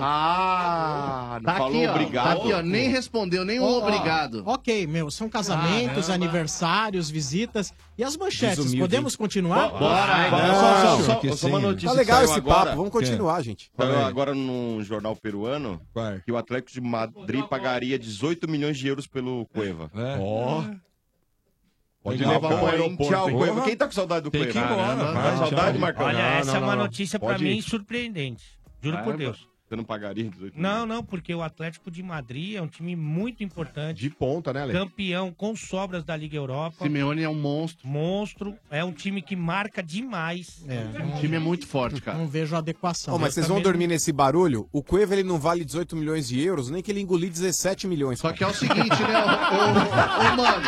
[SPEAKER 13] Ah,
[SPEAKER 3] tá
[SPEAKER 1] falou
[SPEAKER 3] aqui, ó,
[SPEAKER 1] obrigado.
[SPEAKER 3] Tá aqui, ó, nem respondeu, nem um
[SPEAKER 1] Ó,
[SPEAKER 3] obrigado.
[SPEAKER 1] Ok, meu, são casamentos,
[SPEAKER 3] Caramba.
[SPEAKER 1] aniversários, visitas. E as manchetes,
[SPEAKER 3] Desumilde,
[SPEAKER 1] podemos
[SPEAKER 3] hein?
[SPEAKER 1] continuar?
[SPEAKER 2] Bo- bora,
[SPEAKER 1] Ah,
[SPEAKER 2] bora.
[SPEAKER 1] não.
[SPEAKER 2] Só- só- só- Que só uma sim. notícia
[SPEAKER 5] Tá legal
[SPEAKER 2] que
[SPEAKER 5] esse
[SPEAKER 2] saiu agora.
[SPEAKER 5] papo, vamos continuar, gente.
[SPEAKER 2] Falou agora num jornal peruano que o Atlético de Madrid pagaria 18 milhões de euros pelo Cueva. Ó. Pode
[SPEAKER 13] É. Legal, é
[SPEAKER 2] levar
[SPEAKER 13] cara.
[SPEAKER 2] pro aeroporto.
[SPEAKER 13] Tchau,
[SPEAKER 2] hein?
[SPEAKER 13] Cueva.
[SPEAKER 2] Quem tá com saudade do
[SPEAKER 13] Tem
[SPEAKER 2] Cueva?
[SPEAKER 13] que ir embora,
[SPEAKER 2] Caramba,
[SPEAKER 13] vai,
[SPEAKER 2] tá
[SPEAKER 13] tchau.
[SPEAKER 2] saudade, Marcão?
[SPEAKER 7] Olha,
[SPEAKER 2] Não,
[SPEAKER 7] essa
[SPEAKER 2] não,
[SPEAKER 7] é uma
[SPEAKER 2] não.
[SPEAKER 7] notícia pra
[SPEAKER 2] Pode
[SPEAKER 7] mim
[SPEAKER 2] ir.
[SPEAKER 7] surpreendente. Juro por
[SPEAKER 2] Caramba.
[SPEAKER 7] Deus.
[SPEAKER 2] Você não pagaria 18 milhões?
[SPEAKER 7] Não, não, porque o Atlético de Madrid é um time muito importante.
[SPEAKER 13] De ponta, né, Ale?
[SPEAKER 7] Campeão com sobras da Liga Europa.
[SPEAKER 3] Simeone é um monstro.
[SPEAKER 7] Monstro. É um time que marca demais. um
[SPEAKER 3] O time é muito forte, cara.
[SPEAKER 1] Não vejo adequação.
[SPEAKER 5] Ó, mas vocês vão dormir nesse barulho? O Cueva ele não vale 18 milhões de euros, nem que ele engolir 17 milhões. Só
[SPEAKER 3] que é o seguinte, né? Ô, mano.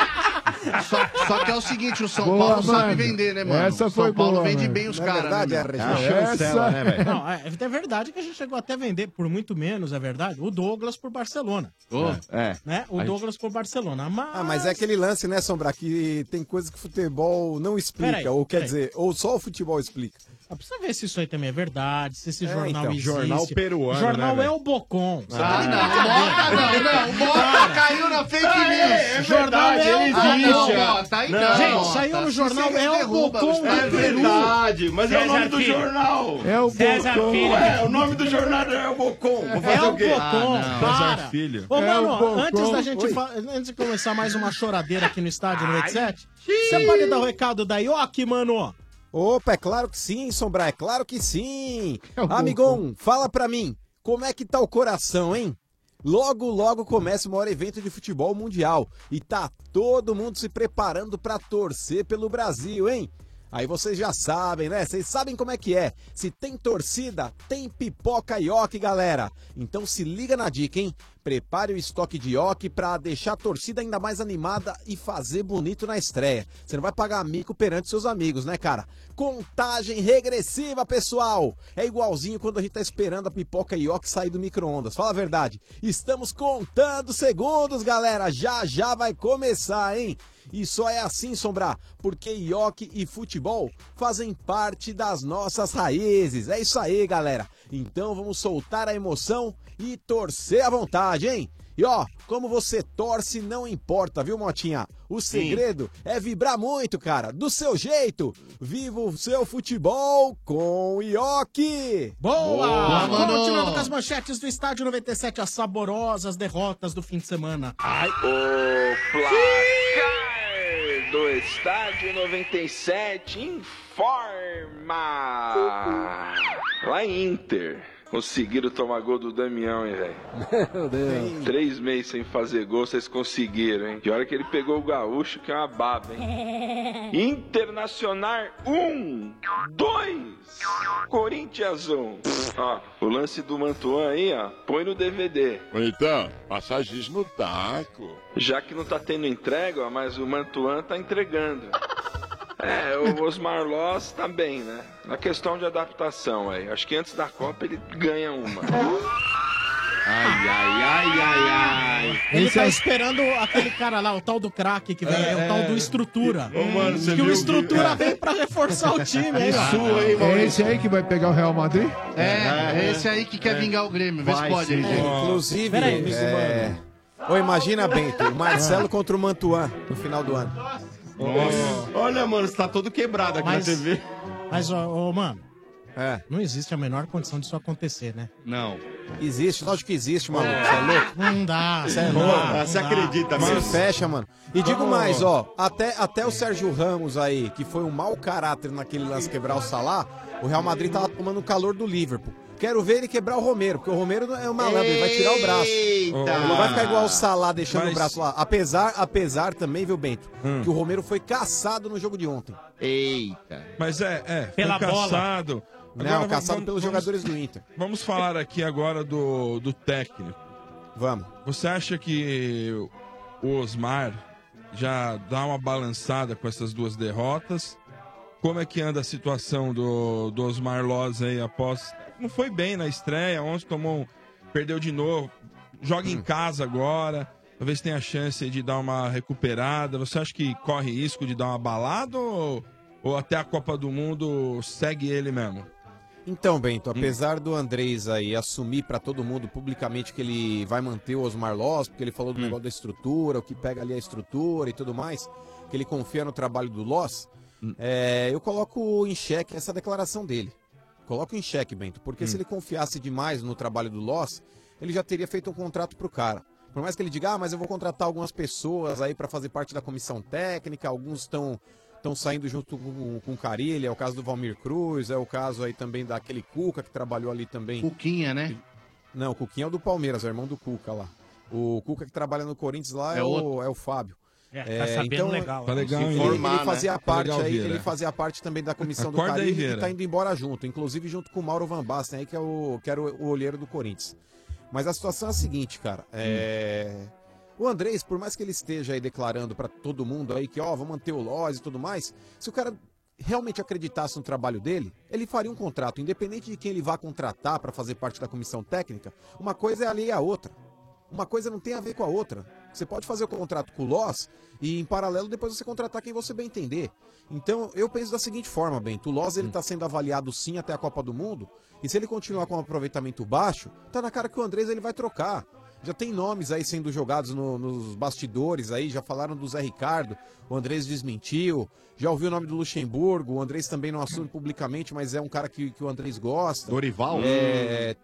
[SPEAKER 3] Só, só que é o seguinte, o São
[SPEAKER 5] Boa,
[SPEAKER 3] Paulo sabe
[SPEAKER 5] mano.
[SPEAKER 3] vender, né, mano?
[SPEAKER 5] Essa
[SPEAKER 3] O
[SPEAKER 5] foi
[SPEAKER 3] São Paulo
[SPEAKER 5] boa,
[SPEAKER 3] vende
[SPEAKER 5] mano.
[SPEAKER 3] bem os
[SPEAKER 5] Na
[SPEAKER 3] caras.
[SPEAKER 5] verdade,
[SPEAKER 3] né,
[SPEAKER 5] é a
[SPEAKER 3] mano?
[SPEAKER 5] resposta. Ah, Chancela, essa- né, velho?
[SPEAKER 1] Não, é, é verdade que a gente chegou até a vender por muito menos, é verdade, o Douglas por Barcelona.
[SPEAKER 2] É.
[SPEAKER 1] Né? O
[SPEAKER 5] A gente-
[SPEAKER 1] Douglas por Barcelona. Mas...
[SPEAKER 5] Ah, mas é aquele lance, né, Sombra, que tem coisa que futebol não explica,
[SPEAKER 1] Peraí,
[SPEAKER 5] ou quer
[SPEAKER 1] peraí.
[SPEAKER 5] dizer, ou só o futebol explica.
[SPEAKER 1] Ah, precisa ver se isso aí também é verdade, se esse
[SPEAKER 5] É,
[SPEAKER 1] jornal
[SPEAKER 5] então.
[SPEAKER 1] existe.
[SPEAKER 5] Jornal peruano,
[SPEAKER 1] O jornal
[SPEAKER 5] né,
[SPEAKER 1] é
[SPEAKER 5] velho?
[SPEAKER 1] o Bocon.
[SPEAKER 5] Ah,
[SPEAKER 1] sabe?
[SPEAKER 5] não,
[SPEAKER 3] Não, não, o Bota caiu na fake
[SPEAKER 10] Ah,
[SPEAKER 3] news.
[SPEAKER 10] é, é verdade, ele existe, ó.
[SPEAKER 3] Tá
[SPEAKER 10] Não.
[SPEAKER 3] então.
[SPEAKER 10] Gente,
[SPEAKER 3] ó,
[SPEAKER 10] saiu
[SPEAKER 3] tá.
[SPEAKER 10] no
[SPEAKER 3] Se
[SPEAKER 10] jornal,
[SPEAKER 3] você
[SPEAKER 10] é o
[SPEAKER 3] derruba
[SPEAKER 10] Bocon
[SPEAKER 3] os
[SPEAKER 10] do
[SPEAKER 3] caras.
[SPEAKER 10] Peru. É verdade, mas é o nome do jornal. É o César Bocon. Filho.
[SPEAKER 2] É, o nome do jornal é o Bocon. Vou fazer
[SPEAKER 1] É o
[SPEAKER 2] o quê?
[SPEAKER 1] Bocon,
[SPEAKER 2] Ah, não.
[SPEAKER 1] para.
[SPEAKER 2] César Filho.
[SPEAKER 1] Ô,
[SPEAKER 2] É o
[SPEAKER 1] mano,
[SPEAKER 2] Bocon.
[SPEAKER 1] antes da gente
[SPEAKER 2] Oi.
[SPEAKER 1] fa- antes de começar mais uma choradeira aqui no estádio 97,
[SPEAKER 5] xiii.
[SPEAKER 1] você pode dar um o recado da Ioki, mano?
[SPEAKER 5] Opa, é claro que sim, Sombra, é claro que sim.
[SPEAKER 1] É
[SPEAKER 5] Amigão, fala pra mim, como é que tá o coração, hein? Logo, logo começa o maior evento de futebol mundial e tá todo mundo se preparando pra torcer pelo Brasil, hein? Aí vocês já sabem, né? Vocês sabem como é que é. Se tem torcida, tem pipoca e ioki, galera. Então se liga na dica, hein? Prepare o estoque de ioki pra deixar a torcida ainda mais animada e fazer bonito na estreia. Você não vai pagar mico perante seus amigos, né, cara? Contagem regressiva, pessoal! É igualzinho quando a gente tá esperando a pipoca ioki sair do micro-ondas. Fala a verdade. Estamos contando segundos, galera. Já já vai começar, hein? E só é assim, Sombra, porque ioki e futebol fazem parte das nossas raízes. É isso aí, galera. Então vamos soltar a emoção e torcer à vontade, hein? E ó, como você torce não importa, viu, Motinha? O segredo é vibrar muito, cara, do seu jeito. Viva o seu futebol com ioki!
[SPEAKER 1] Boa, Continuando com as manchetes do Estádio 97, as saborosas derrotas do fim de semana.
[SPEAKER 2] Ai,
[SPEAKER 9] O placar do estádio 97 informa. Ah, Lá em Inter. Conseguiram tomar gol do Damião, hein, velho? Meu Deus. Três meses sem fazer gol, vocês conseguiram, hein? E olha que ele pegou o gaúcho, que é uma baba, hein? Internacional 1, 2, Corinthians 1. Ó, o lance do Mantuan aí, ó, põe no DVD.
[SPEAKER 19] Então, massagismo no taco.
[SPEAKER 9] Já que não tá tendo entrega, ó, mas o Mantuan tá entregando. É, o Osmar Loss tá bem, né? Na questão de adaptação aí. Acho que antes da Copa ele ganha uma. Ai, ai, ai, ai, ai.
[SPEAKER 1] Ele
[SPEAKER 2] é
[SPEAKER 1] tá esperando aquele cara lá, o tal do craque que vem, é, o tal do Estrutura.
[SPEAKER 2] Ô, mano, você
[SPEAKER 1] que o
[SPEAKER 2] viu
[SPEAKER 1] Estrutura vem pra reforçar o time. aí, ó.
[SPEAKER 4] É esse aí que vai pegar o Real Madrid?
[SPEAKER 3] É,
[SPEAKER 4] né?
[SPEAKER 3] é esse aí que quer vingar o Grêmio. Vê se pode, RG.
[SPEAKER 5] Inclusive,
[SPEAKER 3] Peraí.
[SPEAKER 5] é... Ô, imagina, Bento, o Marcelo contra o Mantuan no final do ano.
[SPEAKER 2] Olha, mano, você tá todo quebrado aqui
[SPEAKER 1] Mas-
[SPEAKER 2] na TV.
[SPEAKER 5] É.
[SPEAKER 1] Mas, ó, ô, mano, não existe a menor condição disso acontecer, né?
[SPEAKER 3] Não.
[SPEAKER 5] Existe, lógico que existe, maluco. Você é louco?
[SPEAKER 1] Não dá.
[SPEAKER 5] Você é
[SPEAKER 1] Ah, não
[SPEAKER 5] louco.
[SPEAKER 1] dá, não dá.
[SPEAKER 5] mano. Você fecha, mano. E digo mais, ó, até, até o Sérgio Ramos aí, que foi um mau caráter naquele lance quebrar o Salah, o Real Madrid tava tomando o calor do Liverpool. Quero ver ele quebrar o Romero, porque o Romero é uma lâmpada, ele vai tirar o braço.
[SPEAKER 10] Eita!
[SPEAKER 5] Ele não vai ficar igual o Salah deixando
[SPEAKER 10] Mas-
[SPEAKER 5] o braço lá. Apesar, apesar também, viu, Bento,
[SPEAKER 6] Hum.
[SPEAKER 5] que o Romero foi caçado no jogo de ontem.
[SPEAKER 6] Eita. Mas é, é. foi
[SPEAKER 5] Pela bola.
[SPEAKER 6] Caçado.
[SPEAKER 5] Não, caçado pelos jogadores do Inter.
[SPEAKER 6] Vamos falar aqui agora do, do técnico.
[SPEAKER 5] Vamos.
[SPEAKER 6] Você acha que o Osmar já dá uma balançada com essas duas derrotas? Como é que anda a situação do, do Osmar Loz aí após. Não foi bem na estreia, ontem tomou um, perdeu de novo, joga
[SPEAKER 5] Hum.
[SPEAKER 6] em casa agora. Talvez tenha chance de dar uma recuperada. Você acha que corre risco de dar uma balada ou, ou até a Copa do Mundo segue ele mesmo? Hum.
[SPEAKER 5] Então, Bento, apesar do Andrés aí assumir pra todo mundo publicamente que ele vai manter o Osmar Loz, porque ele falou do negócio da estrutura, o que pega ali é a estrutura e tudo mais, que ele confia no trabalho do Loz, é, eu coloco em xeque essa declaração dele. Coloco em xeque, Bento, porque se ele confiasse demais no trabalho do Loz, ele já teria feito um contrato pro cara. Por mais que ele diga, ah, mas eu vou contratar algumas pessoas aí pra fazer parte da comissão técnica, alguns estão estão saindo junto com, com o Carilha, é o caso do Valmir Cruz, é o caso aí também daquele Cuca que trabalhou ali também.
[SPEAKER 3] Cuquinha, né?
[SPEAKER 5] Não, o Cuquinha é o do Palmeiras, é o irmão do Cuca lá. O Cuca que trabalha no Corinthians lá é,
[SPEAKER 3] É
[SPEAKER 5] o,
[SPEAKER 3] outro.
[SPEAKER 5] é o Fábio.
[SPEAKER 7] É, tá sabendo
[SPEAKER 12] então,
[SPEAKER 7] legal, Tá né? legal, hein?
[SPEAKER 5] ele,
[SPEAKER 7] Informar,
[SPEAKER 5] ele fazia
[SPEAKER 7] né?
[SPEAKER 12] Tá
[SPEAKER 5] parte
[SPEAKER 7] Legal,
[SPEAKER 5] aí,
[SPEAKER 7] Vieira.
[SPEAKER 5] ele fazia parte também da comissão do
[SPEAKER 7] Acorda aí,
[SPEAKER 5] Carilho que
[SPEAKER 7] Vieira.
[SPEAKER 5] tá indo embora junto, inclusive junto com o Mauro Van Basten aí que é o que era o, o olheiro do Corinthians. Mas a situação é a seguinte, cara,
[SPEAKER 7] Hum.
[SPEAKER 5] é o Andrés, por mais que ele esteja aí declarando pra todo mundo aí que, ó, vou manter o Loz e tudo mais, se o cara realmente acreditasse no trabalho dele, ele faria um contrato, independente de quem ele vá contratar pra fazer parte da comissão técnica, uma coisa é alheia à outra. Uma coisa não tem a ver com a outra. Você pode fazer o contrato com o Loz e, em paralelo, depois você contratar quem você bem entender. Então, eu penso da seguinte forma, Bento. O Loz está sendo avaliado sim até a Copa do Mundo. E se ele continuar com um aproveitamento baixo, tá na cara que o Andrés ele vai trocar. Já tem nomes aí sendo jogados no- nos bastidores aí, já falaram do Zé Ricardo, o Andrés desmentiu, já ouviu o nome do Luxemburgo, o Andrés também não assume publicamente, mas é um cara que, que o Andrés gosta.
[SPEAKER 13] Dorival?
[SPEAKER 5] É...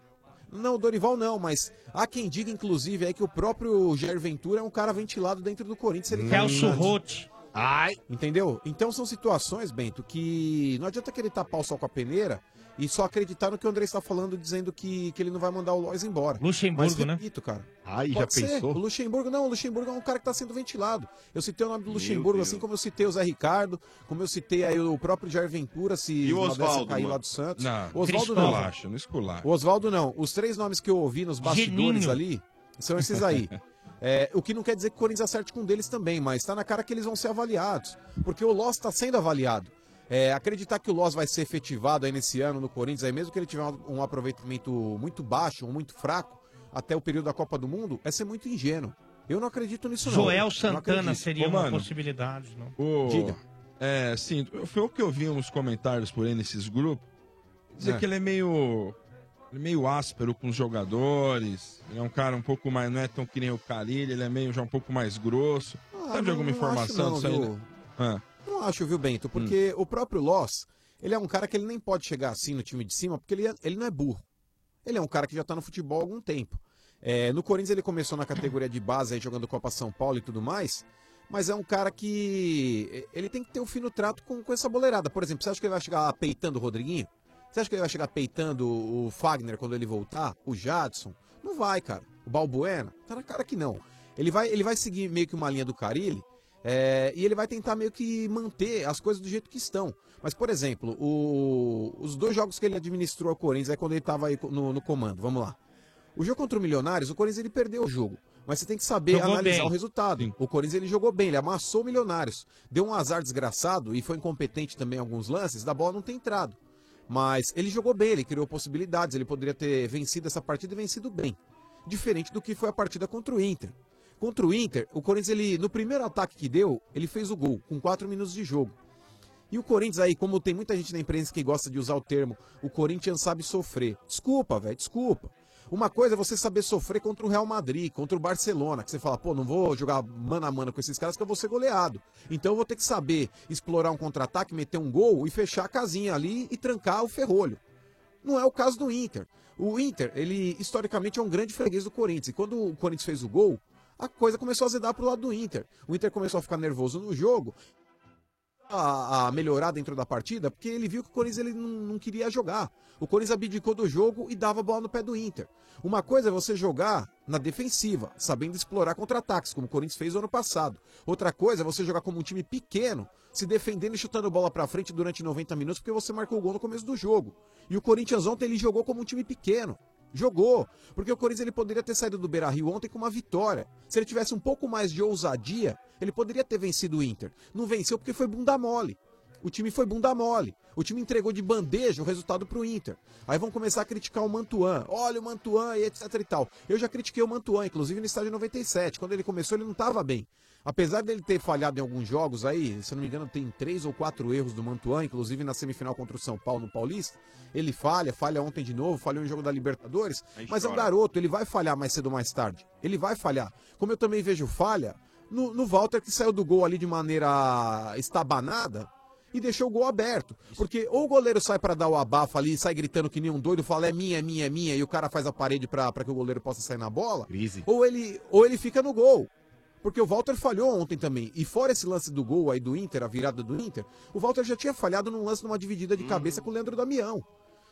[SPEAKER 5] Não, Dorival não, mas há quem diga, inclusive, aí que o próprio Jair Ventura é um cara ventilado dentro do Corinthians. Ele
[SPEAKER 7] Celso
[SPEAKER 5] Rotti. Ai. Entendeu? Então são situações, Bento, que não adianta querer tapar o sol com a peneira e só acreditar no que o Andrés está falando, dizendo que, que ele não vai mandar o Lois embora. Mas,
[SPEAKER 7] Luxemburgo, né?
[SPEAKER 5] repito, cara.
[SPEAKER 7] Ai, já
[SPEAKER 5] Pode ser.
[SPEAKER 7] pensou?
[SPEAKER 5] O Luxemburgo, não, o Luxemburgo é um cara que tá sendo ventilado. Eu citei o nome do
[SPEAKER 2] Meu
[SPEAKER 5] Luxemburgo,
[SPEAKER 2] Deus.
[SPEAKER 5] assim como eu citei o Zé Ricardo, como eu citei aí o próprio Jair Ventura, se
[SPEAKER 6] E o
[SPEAKER 5] uma dessa
[SPEAKER 6] Oswaldo,
[SPEAKER 5] cair
[SPEAKER 6] mano?
[SPEAKER 5] lá do Santos.
[SPEAKER 6] Não,
[SPEAKER 5] O Oswaldo
[SPEAKER 6] não
[SPEAKER 5] não.
[SPEAKER 6] esculacha, não esculacha.
[SPEAKER 5] O Oswaldo não. Os três nomes que eu ouvi nos bastidores
[SPEAKER 6] Geninho.
[SPEAKER 5] ali são esses aí. É, o que não quer dizer que o Corinthians acerte com um deles também, mas tá na cara que eles vão ser avaliados. Porque o Loss está sendo avaliado. É, acreditar que o Loss vai ser efetivado aí nesse ano no Corinthians, aí mesmo que ele tiver um, um aproveitamento muito baixo, ou muito fraco, até o período da Copa do Mundo, é ser muito ingênuo. Eu não acredito nisso, não.
[SPEAKER 7] Joel
[SPEAKER 5] Não
[SPEAKER 7] Santana
[SPEAKER 5] acredito.
[SPEAKER 7] seria
[SPEAKER 6] Ô,
[SPEAKER 7] uma
[SPEAKER 6] mano.
[SPEAKER 7] possibilidade, não?
[SPEAKER 6] O...
[SPEAKER 5] Diga.
[SPEAKER 6] É, sim, foi o que eu vi uns comentários por aí nesses grupos. Dizer
[SPEAKER 7] É.
[SPEAKER 6] que ele é meio. Ele é meio áspero com os jogadores. Ele é um cara um pouco mais. Não é tão que nem o Carilho, ele é meio já um pouco mais grosso. Sabe de
[SPEAKER 5] Ah, não-
[SPEAKER 6] alguma
[SPEAKER 5] não acho
[SPEAKER 6] informação
[SPEAKER 5] não,
[SPEAKER 6] disso aí?
[SPEAKER 5] viu?
[SPEAKER 6] né? Ah.
[SPEAKER 5] Não acho, viu, Bento? Porque o próprio Loss, ele é um cara que ele nem pode chegar assim no time de cima, porque ele, é- ele não é burro. Ele é um cara que já tá no futebol há algum tempo. É, no Corinthians ele começou na categoria de base, aí jogando Copa São Paulo e tudo mais, mas é um cara que ele tem que ter um fino trato com, com essa boleirada. Por exemplo, você acha que ele vai chegar lá peitando o Rodriguinho? Você acha que ele vai chegar peitando o Fagner quando ele voltar? O Jadson? Não vai, cara. O Balbuena? Tá na cara que não. Ele vai, ele vai seguir meio que uma linha do Carilli, é, e ele vai tentar meio que manter as coisas do jeito que estão. Mas, por exemplo, o- os dois jogos que ele administrou ao Corinthians é quando ele estava aí no, no comando. Vamos lá. O jogo contra o Milionários, o Corinthians ele perdeu o jogo. Mas você tem que saber
[SPEAKER 7] Jogou
[SPEAKER 5] analisar
[SPEAKER 7] bem.
[SPEAKER 5] o resultado. O Corinthians ele jogou bem, ele amassou o Milionários. Deu um azar desgraçado e foi incompetente também em alguns lances, da bola não ter entrado. Mas ele jogou bem, ele criou possibilidades, ele poderia ter vencido essa partida e vencido bem. Diferente do que foi a partida contra o Inter. Contra o Inter, o Corinthians, ele, no primeiro ataque que deu, ele fez o gol, com 4 minutos de jogo. E o Corinthians aí, como tem muita gente na imprensa que gosta de usar o termo, o Corinthians sabe sofrer. Desculpa, velho, desculpa. Uma coisa é você saber sofrer contra o Real Madrid, contra o Barcelona, que você fala, pô, não vou jogar mano a mano com esses caras que eu vou ser goleado. Então eu vou ter que saber explorar um contra-ataque, meter um gol e fechar a casinha ali e trancar o ferrolho. Não é o caso do Inter. O Inter, ele historicamente é um grande freguês do Corinthians. E quando o Corinthians fez o gol, a coisa começou a azedar pro lado do Inter. O Inter começou a ficar nervoso no jogo a, a melhorar dentro da partida, porque ele viu que o Corinthians ele não, não queria jogar. O Corinthians abdicou do jogo e dava a bola no pé do Inter. Uma coisa é você jogar na defensiva, sabendo explorar contra-ataques, como o Corinthians fez no ano passado. Outra coisa é você jogar como um time pequeno, se defendendo e chutando bola pra frente durante 90 minutos, porque você marcou o gol no começo do jogo. E o Corinthians ontem ele jogou como um time pequeno. Jogou, porque o Corinthians ele poderia ter saído do Beira-Rio ontem com uma vitória. Se ele tivesse um pouco mais de ousadia, ele poderia ter vencido o Inter. Não venceu porque foi bunda mole. O time foi bunda mole. O time entregou de bandeja o resultado pro Inter. Aí vão começar a criticar o Mantuan. Olha o Mantuan e etc e tal. Eu já critiquei o Mantuan, inclusive no estádio 97. Quando ele começou, ele não tava bem. Apesar dele ter falhado em alguns jogos aí, se eu não me engano, tem três ou quatro erros do Mantuan, inclusive na semifinal contra o São Paulo no Paulista. Ele falha, falha ontem de novo, falhou em jogo da Libertadores.
[SPEAKER 2] Aí
[SPEAKER 5] Mas é um
[SPEAKER 2] chora.
[SPEAKER 5] garoto, ele vai falhar mais cedo ou mais tarde. Ele vai falhar. Como eu também vejo falha no, no Walter, que saiu do gol ali de maneira estabanada e deixou o gol aberto. Porque ou o goleiro sai pra dar o abafo ali, sai gritando que nem um doido, fala é minha, é minha, é minha, e o cara faz a parede pra pra que o goleiro possa sair na bola. Ou ele, ou ele fica no gol. Porque o Walter falhou ontem também. E fora esse lance do gol aí do Inter, a virada do Inter, o Walter já tinha falhado num lance numa dividida de cabeça com o Leandro Damião.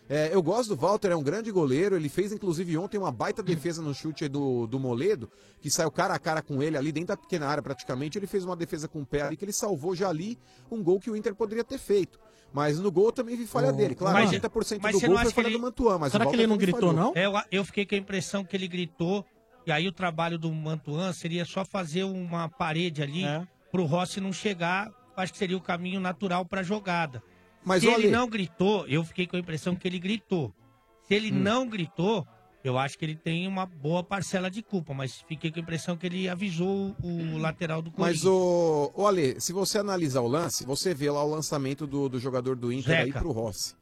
[SPEAKER 5] É, eu gosto do Walter, é um grande goleiro. Ele fez, inclusive, ontem uma baita defesa no chute do, do Moledo, que saiu cara a cara com ele ali dentro da pequena área praticamente. Ele fez uma defesa com o pé ali que ele salvou já ali um gol que o Inter poderia ter feito. Mas no gol eu também vi falha dele. Claro,
[SPEAKER 7] Mas-
[SPEAKER 5] 80%
[SPEAKER 7] mas
[SPEAKER 5] do
[SPEAKER 7] você
[SPEAKER 5] gol foi
[SPEAKER 7] não acha que
[SPEAKER 5] falha
[SPEAKER 7] ele-
[SPEAKER 5] do Mantuan. Mas o Walter também falhou.
[SPEAKER 7] É, Eu, eu fiquei com a impressão que ele gritou, e aí o trabalho do Mantuan seria só fazer uma parede ali pro Rossi não chegar, acho que seria o caminho natural pra jogada.
[SPEAKER 5] Mas
[SPEAKER 7] Se ele
[SPEAKER 5] olha-
[SPEAKER 7] não gritou, eu fiquei com a impressão que ele gritou. Se
[SPEAKER 1] Hum.
[SPEAKER 7] ele não gritou, eu acho que ele tem uma boa parcela de culpa, mas fiquei com a impressão que ele avisou o lateral do
[SPEAKER 5] Mas,
[SPEAKER 7] Corinthians.
[SPEAKER 5] o, o Ale, se você analisar o lance, você vê lá o lançamento do, do jogador do Inter aí
[SPEAKER 7] Zeca.
[SPEAKER 5] pro Rossi.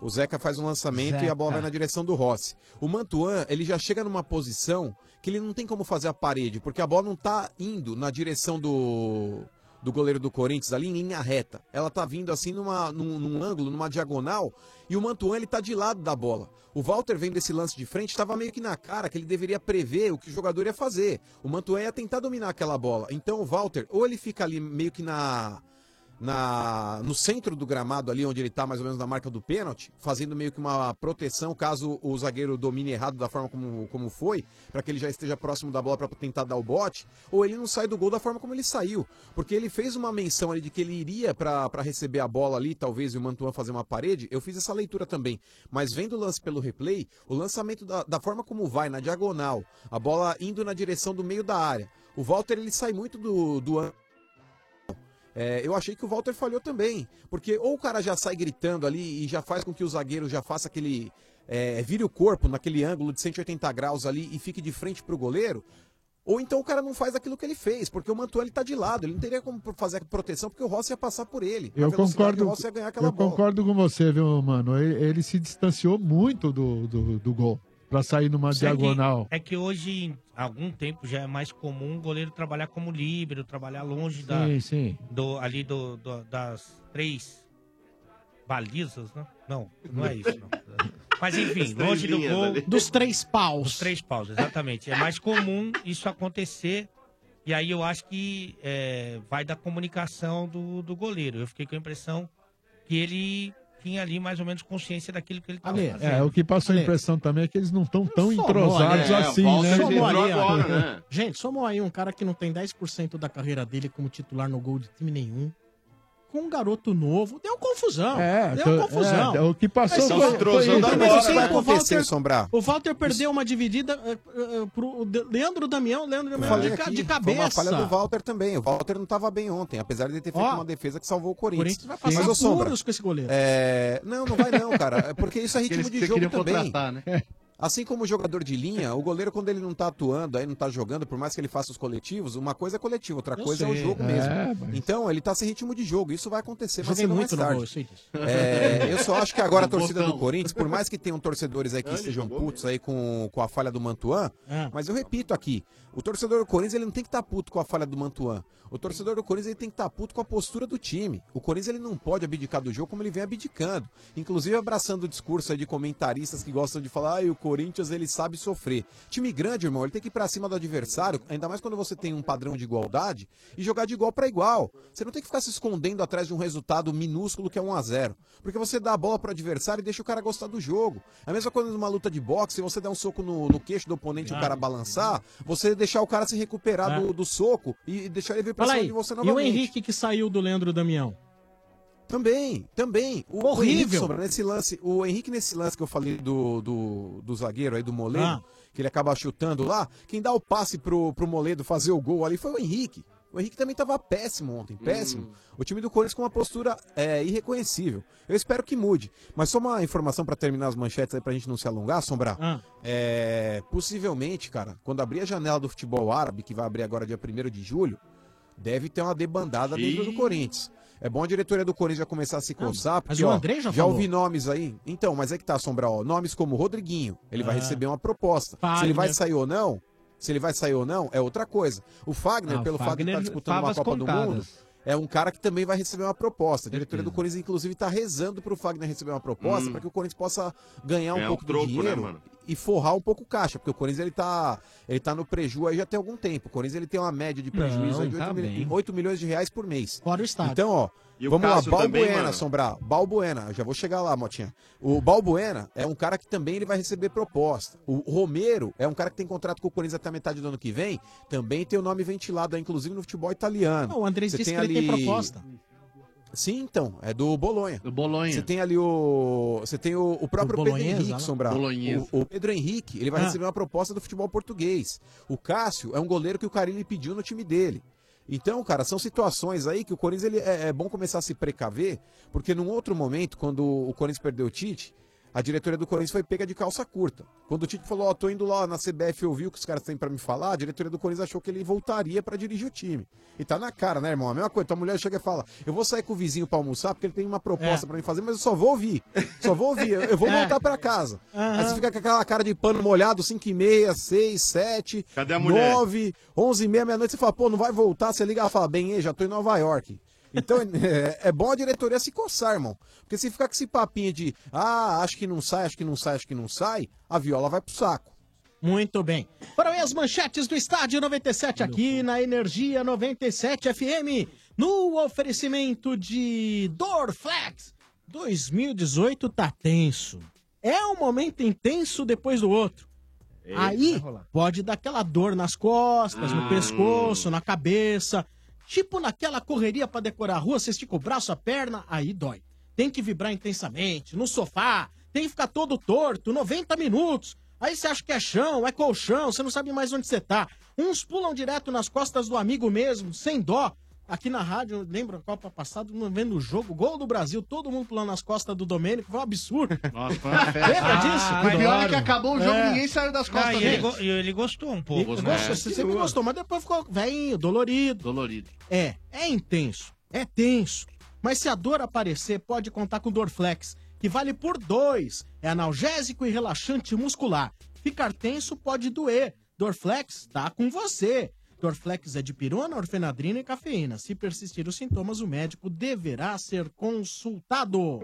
[SPEAKER 5] O Zeca faz um lançamento e a bola
[SPEAKER 7] Zeca.
[SPEAKER 5] vai na direção do Rossi. O Mantuan, ele já chega numa posição que ele não tem como fazer a parede, porque a bola não tá indo na direção do, do goleiro do Corinthians ali em linha reta. Ela tá vindo assim numa, num, num ângulo, numa diagonal, e o Mantuan, ele tá de lado da bola. O Walter vendo esse lance de frente, tava meio que na cara que ele deveria prever o que o jogador ia fazer. O Mantuan ia tentar dominar aquela bola. Então o Walter, ou ele fica ali meio que na na- no centro do gramado ali onde ele tá mais ou menos na marca do pênalti, fazendo meio que uma proteção caso o zagueiro domine errado da forma como, como foi, para que ele já esteja próximo da bola para tentar dar o bote, ou ele não sai do gol da forma como ele saiu, porque ele fez uma menção ali de que ele iria para receber a bola ali, talvez e o Mantuan fazer uma parede, eu fiz essa leitura também, mas vendo o lance pelo replay, o lançamento da, da forma como vai na diagonal, a bola indo na direção do meio da área. O Walter ele sai muito do, do ângulo é, eu achei que o Walter falhou também, porque ou o cara já sai gritando ali e já faz com que o zagueiro já faça aquele. É, vire o corpo naquele ângulo de 180 graus ali e fique de frente pro goleiro. Ou então o cara não faz aquilo que ele fez, porque o Mantuan ele tá de lado, ele não teria como fazer a proteção, porque o Rossi ia passar por ele. A
[SPEAKER 4] Eu
[SPEAKER 5] velocidade,
[SPEAKER 4] concordo,
[SPEAKER 5] O Rossi ia ganhar aquela
[SPEAKER 4] eu
[SPEAKER 5] bola.
[SPEAKER 4] concordo com você, viu, mano? Ele, ele se distanciou muito do, do, do gol pra sair numa
[SPEAKER 7] Só é que-
[SPEAKER 4] diagonal.
[SPEAKER 7] É que hoje, há algum tempo, já é mais comum o goleiro trabalhar como líbero, trabalhar longe da,
[SPEAKER 4] Sim, sim.
[SPEAKER 7] do- ali do, do- das três balizas, né? Não, não é isso. não. Mas
[SPEAKER 1] As
[SPEAKER 7] enfim,
[SPEAKER 1] três
[SPEAKER 7] longe do
[SPEAKER 1] linhas
[SPEAKER 7] gol.
[SPEAKER 1] ali. Dos três paus.
[SPEAKER 7] Dos três paus, exatamente. É mais comum isso acontecer. E aí eu acho que é, vai da comunicação do, do goleiro. Eu fiquei com a impressão que ele tinha ali mais ou menos consciência daquilo que ele estava fazendo.
[SPEAKER 4] É, o que passou a
[SPEAKER 7] Ale.
[SPEAKER 4] impressão também é que eles não estão tão entrosados
[SPEAKER 1] Somou, né?
[SPEAKER 4] assim,
[SPEAKER 1] É, o Walter
[SPEAKER 4] né?
[SPEAKER 1] somou ali, ó. Gente, somou aí um cara que não tem 10% da carreira dele como titular no gol de time nenhum. Com um garoto novo. Deu confusão.
[SPEAKER 4] É,
[SPEAKER 1] deu
[SPEAKER 4] tô-
[SPEAKER 1] confusão.
[SPEAKER 4] é, o que passou
[SPEAKER 1] Mas
[SPEAKER 4] foi-
[SPEAKER 1] são
[SPEAKER 4] foi isso.
[SPEAKER 1] Também
[SPEAKER 4] Agora
[SPEAKER 1] não sei
[SPEAKER 4] vai
[SPEAKER 1] como o
[SPEAKER 4] acontecer,
[SPEAKER 1] Walter-
[SPEAKER 4] Sombrar.
[SPEAKER 1] O Walter perdeu uma dividida eh, eh, pro De- Leandro Damião, Leandro
[SPEAKER 5] Eu
[SPEAKER 1] Damião de,
[SPEAKER 5] falei
[SPEAKER 1] ca-
[SPEAKER 5] aqui,
[SPEAKER 1] de
[SPEAKER 5] É. Foi uma
[SPEAKER 1] cabeça.
[SPEAKER 5] falha do Walter também. O Walter não tava bem ontem, apesar de ele ter feito
[SPEAKER 1] Ó,
[SPEAKER 5] uma defesa que salvou o
[SPEAKER 1] O Corinthians
[SPEAKER 5] Corinthians.
[SPEAKER 1] vai passar
[SPEAKER 5] ô, Sombra,
[SPEAKER 1] puros com esse goleiro.
[SPEAKER 5] É, Não, não vai não, cara. É porque isso é ritmo
[SPEAKER 1] Aqueles que
[SPEAKER 5] de
[SPEAKER 1] você
[SPEAKER 5] jogo
[SPEAKER 1] queria
[SPEAKER 5] também.
[SPEAKER 1] contratar, né?
[SPEAKER 5] Assim como o jogador de linha, o goleiro, quando ele não tá atuando, aí não tá jogando, por mais que ele faça os coletivos, uma coisa é coletiva, outra
[SPEAKER 1] Eu
[SPEAKER 5] coisa é o
[SPEAKER 1] sei,
[SPEAKER 5] jogo
[SPEAKER 1] é,
[SPEAKER 5] mesmo.
[SPEAKER 1] mas-
[SPEAKER 5] Então, ele tá sem ritmo de jogo, isso vai acontecer, mas
[SPEAKER 1] Joguei
[SPEAKER 5] cedo ou mais
[SPEAKER 1] muito no
[SPEAKER 5] tarde.
[SPEAKER 1] gol, eu sei disso.
[SPEAKER 5] É, eu só acho que agora a torcida do
[SPEAKER 1] Um Botão.
[SPEAKER 5] Corinthians, por mais que tenham torcedores aí que
[SPEAKER 1] Ele
[SPEAKER 5] estejam
[SPEAKER 1] jogou
[SPEAKER 5] putos aí com, com a falha do Mantuan, mas eu repito aqui, o torcedor do Corinthians ele não tem que estar puto com a falha do Mantuan. O torcedor do Corinthians ele tem que estar puto com a postura do time. O Corinthians ele não pode abdicar do jogo como ele vem abdicando. Inclusive abraçando o discurso aí de comentaristas que gostam de falar, ah, o Corinthians ele sabe sofrer. Time grande, irmão, ele tem que ir pra cima do adversário, ainda mais quando você tem um padrão de igualdade, e jogar de igual pra igual. Você não tem que ficar se escondendo atrás de um resultado minúsculo que é 1 a 0 Porque você dá a bola pro adversário e deixa o cara gostar do jogo. É a mesma coisa numa luta de boxe, se você der um soco no, no queixo do oponente e
[SPEAKER 1] Ah,
[SPEAKER 5] o cara balançar, você deixar o cara se recuperar
[SPEAKER 1] É.
[SPEAKER 5] do, do soco e deixar ele vir pra
[SPEAKER 1] Fala
[SPEAKER 5] cima
[SPEAKER 1] aí,
[SPEAKER 5] de você
[SPEAKER 1] e o
[SPEAKER 5] novamente.
[SPEAKER 1] Henrique que saiu do Leandro Damião?
[SPEAKER 5] Também, também. O,
[SPEAKER 1] Horrível.
[SPEAKER 5] o Henrique Sombra, nesse lance, o Henrique, nesse lance que eu falei do, do, do zagueiro aí, do Moledo,
[SPEAKER 1] Ah.
[SPEAKER 5] que ele acaba chutando lá, quem dá o passe pro, pro Moledo fazer o gol ali foi o Henrique. O Henrique também tava péssimo ontem, péssimo. O time do Corinthians com uma postura é, irreconhecível. Eu espero que mude. Mas só uma informação pra terminar as manchetes aí, pra gente não se alongar, Sombra.
[SPEAKER 1] Ah.
[SPEAKER 5] É, possivelmente, cara, quando abrir a janela do futebol árabe, que vai abrir agora dia 1 de julho, deve ter uma debandada dentro do Corinthians. É bom a diretoria do Corinthians já começar a se coçar, porque
[SPEAKER 1] Ah, o
[SPEAKER 5] ó,
[SPEAKER 1] Andrei já
[SPEAKER 5] já
[SPEAKER 1] falou.
[SPEAKER 5] ouvi nomes aí. Então, mas é que tá, Sombra, ó, nomes como Rodriguinho, ele vai
[SPEAKER 1] Ah.
[SPEAKER 5] receber uma proposta. se ele
[SPEAKER 1] Fagner.
[SPEAKER 5] vai sair ou não, se ele vai sair ou não, é outra coisa. O Fagner,
[SPEAKER 1] Ah, o
[SPEAKER 5] pelo fato de
[SPEAKER 1] Fagner,
[SPEAKER 5] estar disputando uma
[SPEAKER 1] favas
[SPEAKER 5] Copa do Mundo,
[SPEAKER 1] contadas.
[SPEAKER 5] é um cara que também vai receber uma proposta. A diretoria do Corinthians, inclusive, tá rezando pro Fagner receber uma proposta
[SPEAKER 1] Hum.
[SPEAKER 5] para que o Corinthians possa ganhar um
[SPEAKER 1] Ganhar um
[SPEAKER 5] pouco
[SPEAKER 1] troco,
[SPEAKER 5] de
[SPEAKER 1] né,
[SPEAKER 5] dinheiro
[SPEAKER 1] mano?
[SPEAKER 5] e forrar um pouco o caixa, porque o Corinthians ele tá, ele tá no preju aí já tem algum tempo. O Corinthians ele tem uma média de prejuízo
[SPEAKER 1] Não,
[SPEAKER 5] aí de 8,
[SPEAKER 1] tá
[SPEAKER 5] mil-
[SPEAKER 1] bem.
[SPEAKER 5] 8 milhões de reais por mês.
[SPEAKER 1] Fora o estádio.
[SPEAKER 5] Então, ó,
[SPEAKER 1] E o
[SPEAKER 5] vamos lá,
[SPEAKER 1] Cássio também,
[SPEAKER 5] Balbuena,
[SPEAKER 1] mano?
[SPEAKER 5] Sombrar, Balbuena, eu já vou chegar lá, Motinha. O Balbuena é um cara que também ele vai receber proposta. O Romero é um cara que tem contrato com o Corinthians até a metade do ano que vem, também tem o nome ventilado aí, inclusive no futebol italiano.
[SPEAKER 1] Não, o Andrés
[SPEAKER 5] Você
[SPEAKER 1] disse que ele tem proposta.
[SPEAKER 5] Sim, então, é do Bolonha.
[SPEAKER 3] Do Bolonha.
[SPEAKER 5] Você tem ali o. Você tem o, o próprio
[SPEAKER 1] Do
[SPEAKER 5] Pedro
[SPEAKER 1] Bolonhesa, lá.
[SPEAKER 5] Henrique, Sombrar.
[SPEAKER 1] Bolonhesa.
[SPEAKER 5] O, o Pedro Henrique, ele vai
[SPEAKER 1] Ah.
[SPEAKER 5] receber uma proposta do futebol português. O Cássio é um goleiro que o Carilli pediu no time dele. Então, cara, são situações aí que o Corinthians ele, é, é bom começar a se precaver, porque num outro momento, quando o Corinthians perdeu o Tite, a diretoria do Corinthians foi pega de calça curta. Quando o Tite falou, ó, tô indo lá na CBF ouvir o que os caras têm pra me falar, a diretoria do Corinthians achou que ele voltaria pra dirigir o time. E tá na cara, né, irmão? A mesma coisa, tua mulher chega e fala, eu vou sair com o vizinho pra almoçar porque ele tem uma proposta pra me fazer, mas eu só vou ouvir. Só vou ouvir, eu, eu vou
[SPEAKER 1] É.
[SPEAKER 5] voltar pra casa. Aí
[SPEAKER 1] Aham.
[SPEAKER 5] você fica com aquela cara de pano molhado, 5 e meia, 6, 7,
[SPEAKER 2] Cadê a mulher?
[SPEAKER 5] 9, 11 e meia, meia-noite, você fala, pô, não vai voltar, você liga e fala, bem, ei, já tô em Nova York. Então, é, é bom a diretoria se coçar, irmão. Porque se ficar com esse papinho de, ah, acho que não sai, acho que não sai, acho que não sai, a viola vai pro saco.
[SPEAKER 1] Muito bem. Foram aí as manchetes do Estádio 97 aqui na Energia 97 FM, no oferecimento de Dorflex. 2018 tá tenso. É um momento intenso depois do outro.
[SPEAKER 10] Eita,
[SPEAKER 1] Aí
[SPEAKER 10] vai rolar.
[SPEAKER 1] pode dar aquela dor nas costas,
[SPEAKER 10] Hum.
[SPEAKER 1] no pescoço, na cabeça. Tipo naquela correria pra decorar a rua, você estica o braço, a perna, aí dói. Tem que vibrar intensamente, no sofá, tem que ficar todo torto, 90 minutos. Aí você acha que é chão, é colchão, você não sabe mais onde você tá. Uns pulam direto nas costas do amigo mesmo, sem dó. Aqui na rádio, lembra a Copa passada, vendo o jogo, gol do Brasil, todo mundo pulando nas costas do Domênico, foi um absurdo.
[SPEAKER 3] Nossa, foi uma festa.
[SPEAKER 1] Lembra disso?
[SPEAKER 3] Ah, o pior é que acabou o jogo, ninguém saiu das costas
[SPEAKER 7] Ah, e,
[SPEAKER 3] dele.
[SPEAKER 7] ele go- e ele gostou um pouco.
[SPEAKER 1] Ele
[SPEAKER 7] né?
[SPEAKER 1] gostou, você sempre gostou, mas depois ficou velhinho, dolorido.
[SPEAKER 3] Dolorido.
[SPEAKER 1] É, é intenso, é tenso. Mas se a dor aparecer, pode contar com Dorflex, que vale por dois. É analgésico e relaxante muscular. Ficar tenso pode doer. Dorflex tá com você. Dorflex é de pirona, orfenadrina e cafeína. Se persistir os sintomas, o médico deverá ser consultado.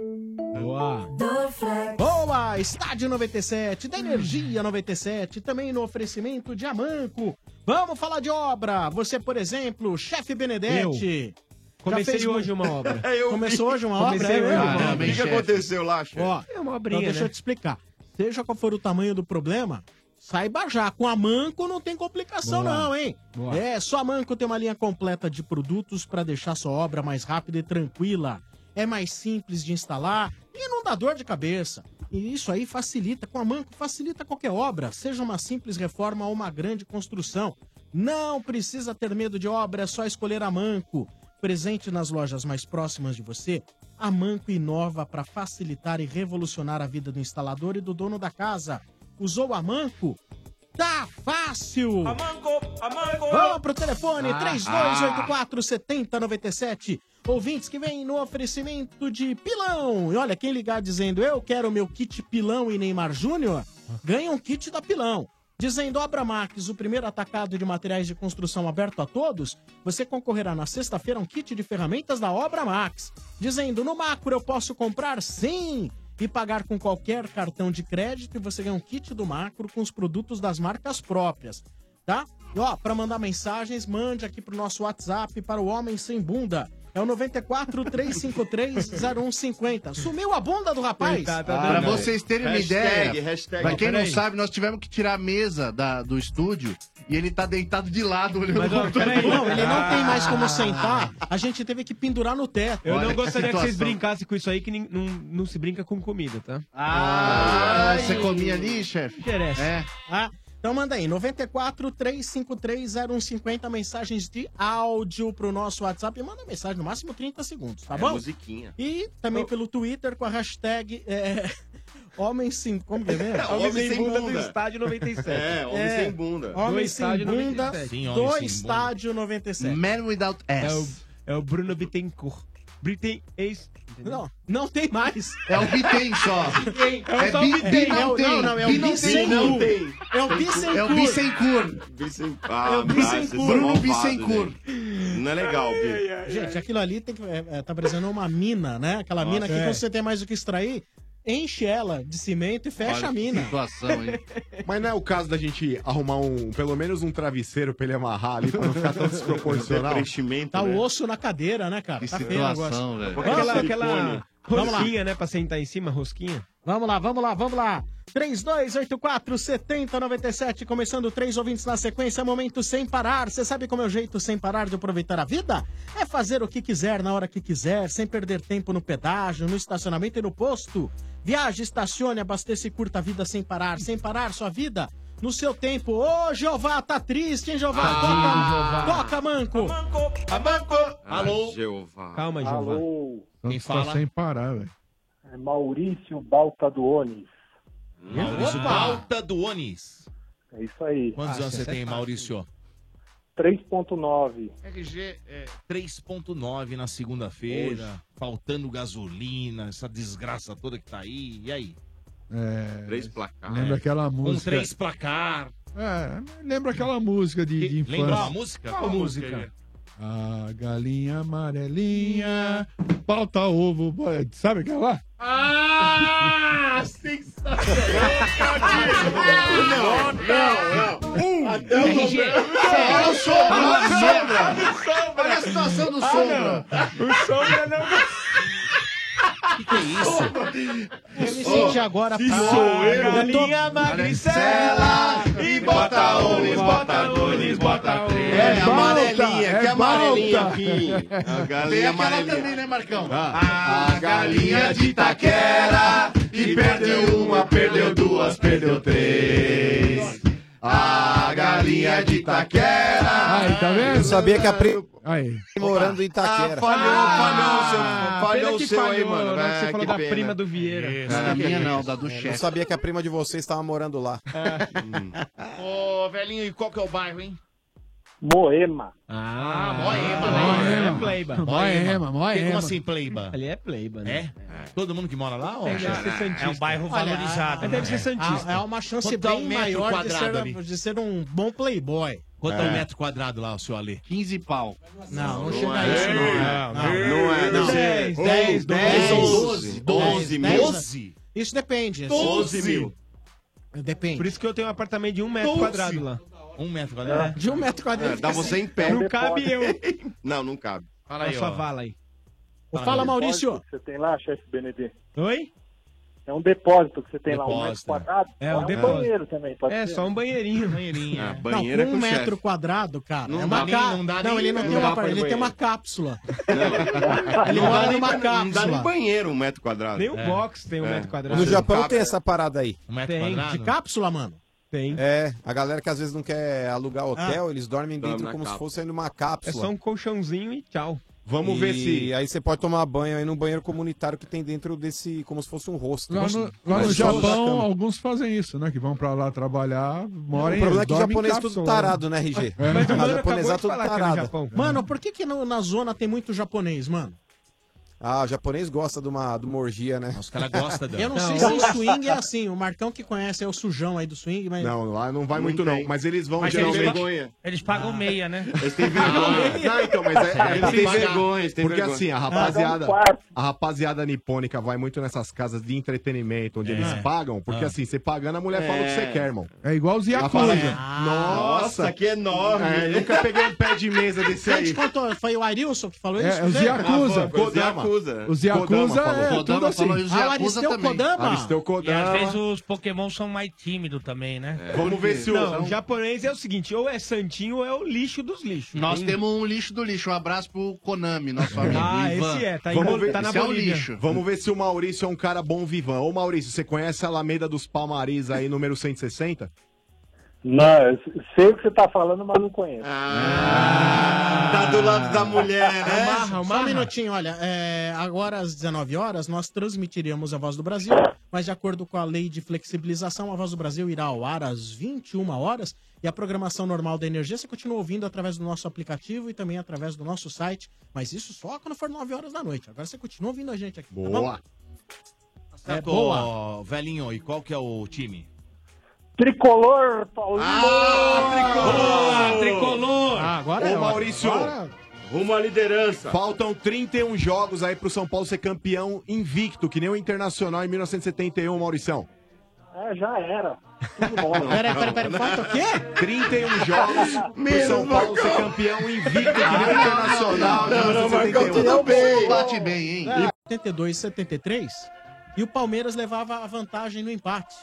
[SPEAKER 1] Boa. Boa! Estádio 97, da Energia 97, também no oferecimento de Amanco. Vamos falar de obra. Você, por exemplo, chefe Benedetti. Já
[SPEAKER 11] Comecei
[SPEAKER 1] fez
[SPEAKER 11] hoje
[SPEAKER 1] mu- É,
[SPEAKER 11] uma obra.
[SPEAKER 1] Eu Começou
[SPEAKER 11] vi.
[SPEAKER 1] hoje uma obra?
[SPEAKER 11] Comecei
[SPEAKER 1] É
[SPEAKER 11] hoje
[SPEAKER 1] mesmo?
[SPEAKER 11] uma obra. Caramba, hein,
[SPEAKER 2] O que aconteceu lá, chefe?
[SPEAKER 1] Ó,
[SPEAKER 11] É uma obrinha,
[SPEAKER 1] então deixa
[SPEAKER 11] né?
[SPEAKER 1] eu te explicar. Seja qual for o tamanho do problema, saiba já. Com a Manco não tem complicação
[SPEAKER 10] Boa.
[SPEAKER 1] não, hein?
[SPEAKER 10] Boa.
[SPEAKER 1] É, só a Manco tem uma linha completa de produtos para deixar sua obra mais rápida e tranquila. É mais simples de instalar e não dá dor de cabeça. E isso aí facilita, com a Manco facilita qualquer obra, seja uma simples reforma ou uma grande construção. Não precisa ter medo de obra, é só escolher a Manco. Presente nas lojas mais próximas de você, a Manco inova para facilitar e revolucionar a vida do instalador e do dono da casa. Usou a Manco? Tá fácil!
[SPEAKER 10] Amango, amango.
[SPEAKER 1] Vamos pro telefone
[SPEAKER 10] Ah,
[SPEAKER 1] 3284 7097. Ouvintes que vem no oferecimento de Pilão. E olha, quem ligar dizendo eu quero meu kit Pilão e Neymar Júnior, ganha um kit da Pilão. Dizendo Obra Max, o primeiro atacado de materiais de construção aberto a todos, você concorrerá na sexta-feira a um kit de ferramentas da Obra Max. Dizendo no Macro eu posso comprar sim e pagar com qualquer cartão de crédito e você ganha um kit do Macro com os produtos das marcas próprias tá? E ó, pra mandar mensagens, mande aqui pro nosso WhatsApp para o Homem Sem Bunda. É o 94 353 0150. Sumiu a bunda do rapaz?
[SPEAKER 3] pra vocês terem uma
[SPEAKER 1] Hashtag,
[SPEAKER 3] ideia,
[SPEAKER 1] hashtag.
[SPEAKER 3] pra quem não
[SPEAKER 1] Peraí.
[SPEAKER 3] sabe, nós tivemos que tirar a mesa da- do estúdio e ele tá deitado de lado olhando
[SPEAKER 1] Mas,
[SPEAKER 3] pro
[SPEAKER 1] ó, peraí.
[SPEAKER 3] computador.
[SPEAKER 1] Não, ele não tem mais como sentar. A gente teve que pendurar no teto.
[SPEAKER 11] Eu não gostaria que vocês brincassem com isso aí, que nin- não, não se brinca com comida, tá?
[SPEAKER 1] Ah,
[SPEAKER 11] você comia ali,
[SPEAKER 3] chefe?
[SPEAKER 1] Interessa.
[SPEAKER 11] É.
[SPEAKER 1] Ah, então manda aí, 94 353 0150 mensagens de áudio pro nosso WhatsApp. E manda mensagem no máximo 30 segundos, tá
[SPEAKER 10] É,
[SPEAKER 1] bom?
[SPEAKER 10] musiquinha.
[SPEAKER 1] E também
[SPEAKER 10] Então
[SPEAKER 1] pelo Twitter com a hashtag é, Homem Sem... Como que é mesmo?
[SPEAKER 10] É, Homem Sem Bunda.
[SPEAKER 1] do Estádio 97.
[SPEAKER 10] É, Homem Sem Bunda.
[SPEAKER 1] Homem
[SPEAKER 10] Do
[SPEAKER 1] Sem
[SPEAKER 10] Estádio
[SPEAKER 1] Bunda
[SPEAKER 10] 97. Sim, Homem
[SPEAKER 1] do
[SPEAKER 10] Sem Bunda.
[SPEAKER 1] Estádio 97.
[SPEAKER 3] Man Without
[SPEAKER 11] É
[SPEAKER 3] Ass.
[SPEAKER 11] o, é o Bruno Bittencourt. Britten ex.
[SPEAKER 1] Não, não tem mais.
[SPEAKER 3] É o Bitten só.
[SPEAKER 11] É, só o Bitten.
[SPEAKER 1] não tem. Não, não, é o
[SPEAKER 10] Bi não
[SPEAKER 1] Bicencourt.
[SPEAKER 10] tem, não tem.
[SPEAKER 1] É o Bicencourt.
[SPEAKER 10] É o
[SPEAKER 3] Bicencourt.
[SPEAKER 2] Ah,
[SPEAKER 1] É o
[SPEAKER 2] Braz, vocês
[SPEAKER 1] Bittencourt.
[SPEAKER 2] são
[SPEAKER 1] Bruno
[SPEAKER 2] malvados,
[SPEAKER 1] Bittencourt.
[SPEAKER 2] gente. Não é legal, Bi.
[SPEAKER 1] Gente, aquilo ali tem que, é, é, tá parecendo uma mina, né? Aquela
[SPEAKER 2] Nossa,
[SPEAKER 1] mina que
[SPEAKER 2] é.
[SPEAKER 1] quando você tem mais o que extrair, enche ela de cimento e fecha
[SPEAKER 12] Olha
[SPEAKER 1] a
[SPEAKER 12] que
[SPEAKER 1] mina.
[SPEAKER 3] Situação, hein?
[SPEAKER 12] Mas não é o caso da gente arrumar um, pelo menos um travesseiro pra ele amarrar ali, pra não ficar tão
[SPEAKER 10] É
[SPEAKER 12] desproporcional.
[SPEAKER 2] Preenchimento,
[SPEAKER 1] Tá o osso na cadeira, né, cara? Tá feio o negócio.
[SPEAKER 11] Aquela, aquela
[SPEAKER 1] Vamos lá.
[SPEAKER 11] rosquinha, né? Pra sentar em cima, rosquinha.
[SPEAKER 1] Vamos lá, vamos lá, vamos lá. 3284 7097, começando três ouvintes na sequência, momento sem parar. Você sabe como é o jeito sem parar de aproveitar a vida? É fazer o que quiser na hora que quiser, sem perder tempo no pedágio, no estacionamento e no posto. Viaje, estacione, abasteça e curta a vida sem parar, sem parar sua vida. No seu tempo, ô Jeová, tá triste, hein, Jeová?
[SPEAKER 10] Ah,
[SPEAKER 1] toca, toca, manco!
[SPEAKER 10] Amanco.
[SPEAKER 20] Ah.
[SPEAKER 2] Alô? Ah, Jeová.
[SPEAKER 11] Calma,
[SPEAKER 20] Jeová. Alô?
[SPEAKER 4] Quem
[SPEAKER 20] fala?
[SPEAKER 4] tá sem parar, velho.
[SPEAKER 20] É Maurício Baltaduones.
[SPEAKER 14] Maurício
[SPEAKER 20] Opa!
[SPEAKER 14] Balta do Onis.
[SPEAKER 20] É isso aí.
[SPEAKER 14] Quantos anos você tem,
[SPEAKER 11] é
[SPEAKER 14] Maurício?
[SPEAKER 20] 3.9.
[SPEAKER 14] RG é 3.9 na segunda-feira, faltando gasolina, essa desgraça toda que tá aí. E aí?
[SPEAKER 4] É,
[SPEAKER 14] Três placar.
[SPEAKER 4] Lembra aquela
[SPEAKER 14] Com
[SPEAKER 4] música.
[SPEAKER 14] Ah, Um, três placar.
[SPEAKER 4] É, lembra aquela música de, de infância.
[SPEAKER 14] Lembra a música? é?
[SPEAKER 4] Qual música? A galinha amarelinha, pauta ovo, boy. sabe aquela lá?
[SPEAKER 10] Ah, sensacional. Não, não, não. Um. Até o
[SPEAKER 3] RG.
[SPEAKER 10] Olha o sombra. Olha o sombra.
[SPEAKER 3] Olha a situação do Sombra.
[SPEAKER 10] O sombra não.
[SPEAKER 14] O que, que é isso?
[SPEAKER 1] Eu me senti agora
[SPEAKER 10] Se
[SPEAKER 1] fraco.
[SPEAKER 10] sou eu,
[SPEAKER 1] Eu tô-
[SPEAKER 10] galinha magricela. E bota ones, bota dois, bota três.
[SPEAKER 3] É amarelinha,
[SPEAKER 10] balta,
[SPEAKER 3] que
[SPEAKER 10] é
[SPEAKER 3] amarelinha
[SPEAKER 10] balta.
[SPEAKER 3] aqui.
[SPEAKER 2] A
[SPEAKER 3] Tem aquela
[SPEAKER 2] galinha amarelinha.
[SPEAKER 3] também, né, Marcão?
[SPEAKER 12] Ah.
[SPEAKER 2] A
[SPEAKER 10] galinha de Itaquera e perdeu uma, perdeu duas, perdeu três. A galinha de
[SPEAKER 2] É,
[SPEAKER 11] Um
[SPEAKER 10] Itaquera.
[SPEAKER 4] Aí, tá vendo? Eu sabia que a
[SPEAKER 5] pri-
[SPEAKER 4] Aí.
[SPEAKER 5] Morando em Itaquera.
[SPEAKER 14] Ah,
[SPEAKER 5] falhou o seu aí, mano.
[SPEAKER 11] na hora que né,
[SPEAKER 5] É,
[SPEAKER 11] você falou
[SPEAKER 5] que
[SPEAKER 11] da
[SPEAKER 5] pena.
[SPEAKER 11] prima do Vieira.
[SPEAKER 5] Ah,
[SPEAKER 3] do
[SPEAKER 5] Eu
[SPEAKER 14] chefe.
[SPEAKER 5] Não sabia que a prima de vocês estava morando lá.
[SPEAKER 14] Ô, velhinho, e qual que é o bairro, hein?
[SPEAKER 20] Moema.
[SPEAKER 14] Ah, Moema, né?
[SPEAKER 20] Moema.
[SPEAKER 14] É Pleiba.
[SPEAKER 20] Moema,
[SPEAKER 14] Que- Como
[SPEAKER 20] Moema.
[SPEAKER 14] assim, Pleiba?
[SPEAKER 11] Ali é Pleiba,
[SPEAKER 14] né? É? Todo mundo que mora lá, ó.
[SPEAKER 11] Deve ser Santista. É um bairro valorizado,
[SPEAKER 14] Olha,
[SPEAKER 11] né? Deve ser Santista.
[SPEAKER 1] É é uma chance
[SPEAKER 14] Quanto dá
[SPEAKER 1] bem
[SPEAKER 14] um metro
[SPEAKER 1] maior de
[SPEAKER 14] quadrado
[SPEAKER 1] ser,
[SPEAKER 14] ali?
[SPEAKER 1] de ser um bom playboy.
[SPEAKER 14] Quanto é
[SPEAKER 1] É.
[SPEAKER 14] um metro quadrado lá, o seu Ale?
[SPEAKER 3] 15 pau.
[SPEAKER 1] Não, não
[SPEAKER 14] Não
[SPEAKER 1] chega a
[SPEAKER 14] é.
[SPEAKER 1] isso, não.
[SPEAKER 14] Não, não é, não.
[SPEAKER 1] Dez,
[SPEAKER 14] Ou dez,
[SPEAKER 1] dez, dez,
[SPEAKER 14] doze,
[SPEAKER 1] doze,
[SPEAKER 14] doze,
[SPEAKER 1] dez,
[SPEAKER 14] doze.
[SPEAKER 1] dez. Isso depende.
[SPEAKER 14] Doze
[SPEAKER 1] assim.
[SPEAKER 14] mil.
[SPEAKER 1] Depende.
[SPEAKER 11] Por isso que eu tenho um apartamento de um metro
[SPEAKER 14] Doze.
[SPEAKER 11] quadrado lá.
[SPEAKER 14] Um metro quadrado?
[SPEAKER 1] De um metro quadrado.
[SPEAKER 2] É, dá você em pé.
[SPEAKER 11] Não cabe eu.
[SPEAKER 2] Não, não cabe.
[SPEAKER 14] Fala
[SPEAKER 11] aí, sua ó. vala aí.
[SPEAKER 20] Ô,
[SPEAKER 2] Fala,
[SPEAKER 20] depósito que Você tem lá, chefe Benedito?
[SPEAKER 11] Oi?
[SPEAKER 20] É um depósito que você tem lá, um metro
[SPEAKER 11] Depósito.
[SPEAKER 20] quadrado.
[SPEAKER 11] É,
[SPEAKER 20] Só
[SPEAKER 11] um depósito.
[SPEAKER 20] banheiro também, pode
[SPEAKER 11] É,
[SPEAKER 20] ser.
[SPEAKER 11] só um banheirinho.
[SPEAKER 14] Banheirinho.
[SPEAKER 1] Não, com um metro quadrado, cara.
[SPEAKER 11] Não
[SPEAKER 1] é uma
[SPEAKER 11] dá nem-
[SPEAKER 1] ca-
[SPEAKER 11] não
[SPEAKER 1] não,
[SPEAKER 11] dá nem-
[SPEAKER 1] ele não,
[SPEAKER 11] não
[SPEAKER 1] tem
[SPEAKER 11] dá
[SPEAKER 1] uma
[SPEAKER 11] pra ir
[SPEAKER 1] parede, ele
[SPEAKER 11] banheiro.
[SPEAKER 1] tem uma cápsula.
[SPEAKER 2] Ele
[SPEAKER 1] mora
[SPEAKER 2] mora
[SPEAKER 1] numa
[SPEAKER 2] numa casa. Não dá
[SPEAKER 1] cápsula.
[SPEAKER 2] nem banheiro um metro quadrado. É.
[SPEAKER 1] Nem o
[SPEAKER 11] É.
[SPEAKER 13] É.
[SPEAKER 1] box
[SPEAKER 5] tem um metro
[SPEAKER 1] quadrado.
[SPEAKER 5] No Japão tem essa parada aí.
[SPEAKER 14] Um
[SPEAKER 1] metro Tem. quadrado? De cápsula, mano?
[SPEAKER 11] Tem.
[SPEAKER 5] É, a galera que às vezes não quer alugar hotel,
[SPEAKER 11] Ah.
[SPEAKER 5] eles dormem
[SPEAKER 11] Dorme
[SPEAKER 5] dentro
[SPEAKER 11] na
[SPEAKER 5] como se
[SPEAKER 11] cápsula.
[SPEAKER 5] fosse numa
[SPEAKER 11] É
[SPEAKER 5] cápsula.
[SPEAKER 11] só um colchãozinho e tchau.
[SPEAKER 13] Vamos
[SPEAKER 5] E
[SPEAKER 13] ver se.
[SPEAKER 5] aí você pode tomar banho aí no banheiro comunitário que tem dentro desse. como se fosse um rosto.
[SPEAKER 4] Lá no, lá
[SPEAKER 5] Mas
[SPEAKER 4] no
[SPEAKER 5] só da
[SPEAKER 4] Japão,
[SPEAKER 5] cama.
[SPEAKER 4] alguns fazem isso, né? Que vão pra lá trabalhar, moram
[SPEAKER 5] o problema é
[SPEAKER 4] e
[SPEAKER 5] que
[SPEAKER 4] dormem em
[SPEAKER 5] japonês tudo
[SPEAKER 4] cápsula.
[SPEAKER 5] tarado, né, RG?
[SPEAKER 4] É.
[SPEAKER 5] Mas o A mano japonesada acabou de tudo falar que é no tarada. Japão.
[SPEAKER 1] Mano, por que, que no- na zona tem muito japonês, mano?
[SPEAKER 5] Ah, o japonês gosta de uma, de uma orgia, né? Os caras gostam
[SPEAKER 1] Eu não, sei se o swing é assim. O Marcão que conhece é o sujão aí do swing, mas.
[SPEAKER 13] Não, lá não vai muito não. Mas eles vão
[SPEAKER 7] Mas eles
[SPEAKER 13] geralmente.
[SPEAKER 7] pagam- Eles pagam meia, né?
[SPEAKER 13] Eles têm vergonha. Não, então, mas é, é, eles têm vergonha. Eles têm Porque
[SPEAKER 7] vergonha.
[SPEAKER 13] assim, a
[SPEAKER 7] Ah,
[SPEAKER 13] rapaziada,
[SPEAKER 7] dá um quarto.
[SPEAKER 13] a rapaziada nipônica vai muito nessas casas de entretenimento onde
[SPEAKER 4] É.
[SPEAKER 13] eles pagam. Porque
[SPEAKER 4] Ah.
[SPEAKER 13] assim, você pagando, a mulher fala o que você
[SPEAKER 4] É.
[SPEAKER 13] quer, irmão.
[SPEAKER 4] É igual os
[SPEAKER 13] Ela fala, assim,
[SPEAKER 4] Yakuza.
[SPEAKER 13] Nossa, que enorme. É,
[SPEAKER 1] né?
[SPEAKER 13] nunca peguei um pé de mesa desse
[SPEAKER 1] Quem te
[SPEAKER 13] aí.
[SPEAKER 1] contou? Foi o Arilson que falou
[SPEAKER 13] É,
[SPEAKER 1] isso?
[SPEAKER 13] os
[SPEAKER 1] Zé?
[SPEAKER 13] Yakuza.
[SPEAKER 1] Ah, foi, foi
[SPEAKER 13] Kodama.
[SPEAKER 4] Os Yakuza
[SPEAKER 7] falou.
[SPEAKER 4] é
[SPEAKER 7] Kodama
[SPEAKER 4] tudo assim.
[SPEAKER 7] falou, e os
[SPEAKER 1] Ah, o
[SPEAKER 7] Yakuza
[SPEAKER 1] Aristeu
[SPEAKER 7] também.
[SPEAKER 1] Kodama.
[SPEAKER 13] Aristeu Kodama.
[SPEAKER 7] E às vezes os Pokémon são mais tímidos também, né?
[SPEAKER 3] É.
[SPEAKER 13] Vamos ver se o-
[SPEAKER 3] Não, o japonês é o seguinte, ou é santinho ou é o lixo dos lixos.
[SPEAKER 20] Nós
[SPEAKER 3] Tem-
[SPEAKER 20] temos um lixo do lixo. Um abraço pro Konami, nosso amigo.
[SPEAKER 3] Ah,
[SPEAKER 20] Ivan.
[SPEAKER 3] esse é, tá, em-
[SPEAKER 13] Vamos ver,
[SPEAKER 3] tá na
[SPEAKER 13] esse é o
[SPEAKER 3] Bolívia.
[SPEAKER 13] lixo. Vamos ver se o Maurício é um cara bom vivan. Ô Maurício, você conhece a Alameda dos Palmares aí, número 160?
[SPEAKER 12] Não, eu sei o que você tá falando, mas não conheço.
[SPEAKER 1] Tá do lado
[SPEAKER 12] da mulher, né?
[SPEAKER 1] Só um minutinho, olha. é, agora às 19 horas nós transmitiremos a Voz do Brasil, mas de acordo com a lei de flexibilização, a Voz do Brasil irá ao ar às 21 horas e a programação normal da energia você continua ouvindo através do nosso aplicativo e também através do nosso site, mas isso só quando for 9 horas da noite. Agora você continua ouvindo a gente aqui. tá bom?
[SPEAKER 14] Boa.
[SPEAKER 1] É
[SPEAKER 14] Tá Certo,
[SPEAKER 1] boa.
[SPEAKER 14] velhinho, e qual que é o time?
[SPEAKER 12] Tricolor, Paulinho.
[SPEAKER 10] Ah,
[SPEAKER 14] Boa,
[SPEAKER 13] tricolor!
[SPEAKER 1] Ah,
[SPEAKER 13] agora é
[SPEAKER 12] é
[SPEAKER 13] Ô,
[SPEAKER 12] hora.
[SPEAKER 13] Maurício!
[SPEAKER 12] Agora-
[SPEAKER 13] Rumo à liderança. Faltam 31 jogos aí pro São Paulo ser campeão invicto, que nem o Internacional em 1971, Mauricião.
[SPEAKER 12] É, já era.
[SPEAKER 13] Peraí, peraí, peraí, falta o quê? 31 jogos pro
[SPEAKER 12] Meu
[SPEAKER 13] São Paulo ser campeão invicto, que nem o
[SPEAKER 1] Ah,
[SPEAKER 13] Internacional né? em 1971.
[SPEAKER 20] Bate bem, hein?
[SPEAKER 1] É, 72, 73. E o Palmeiras levava a vantagem no empate.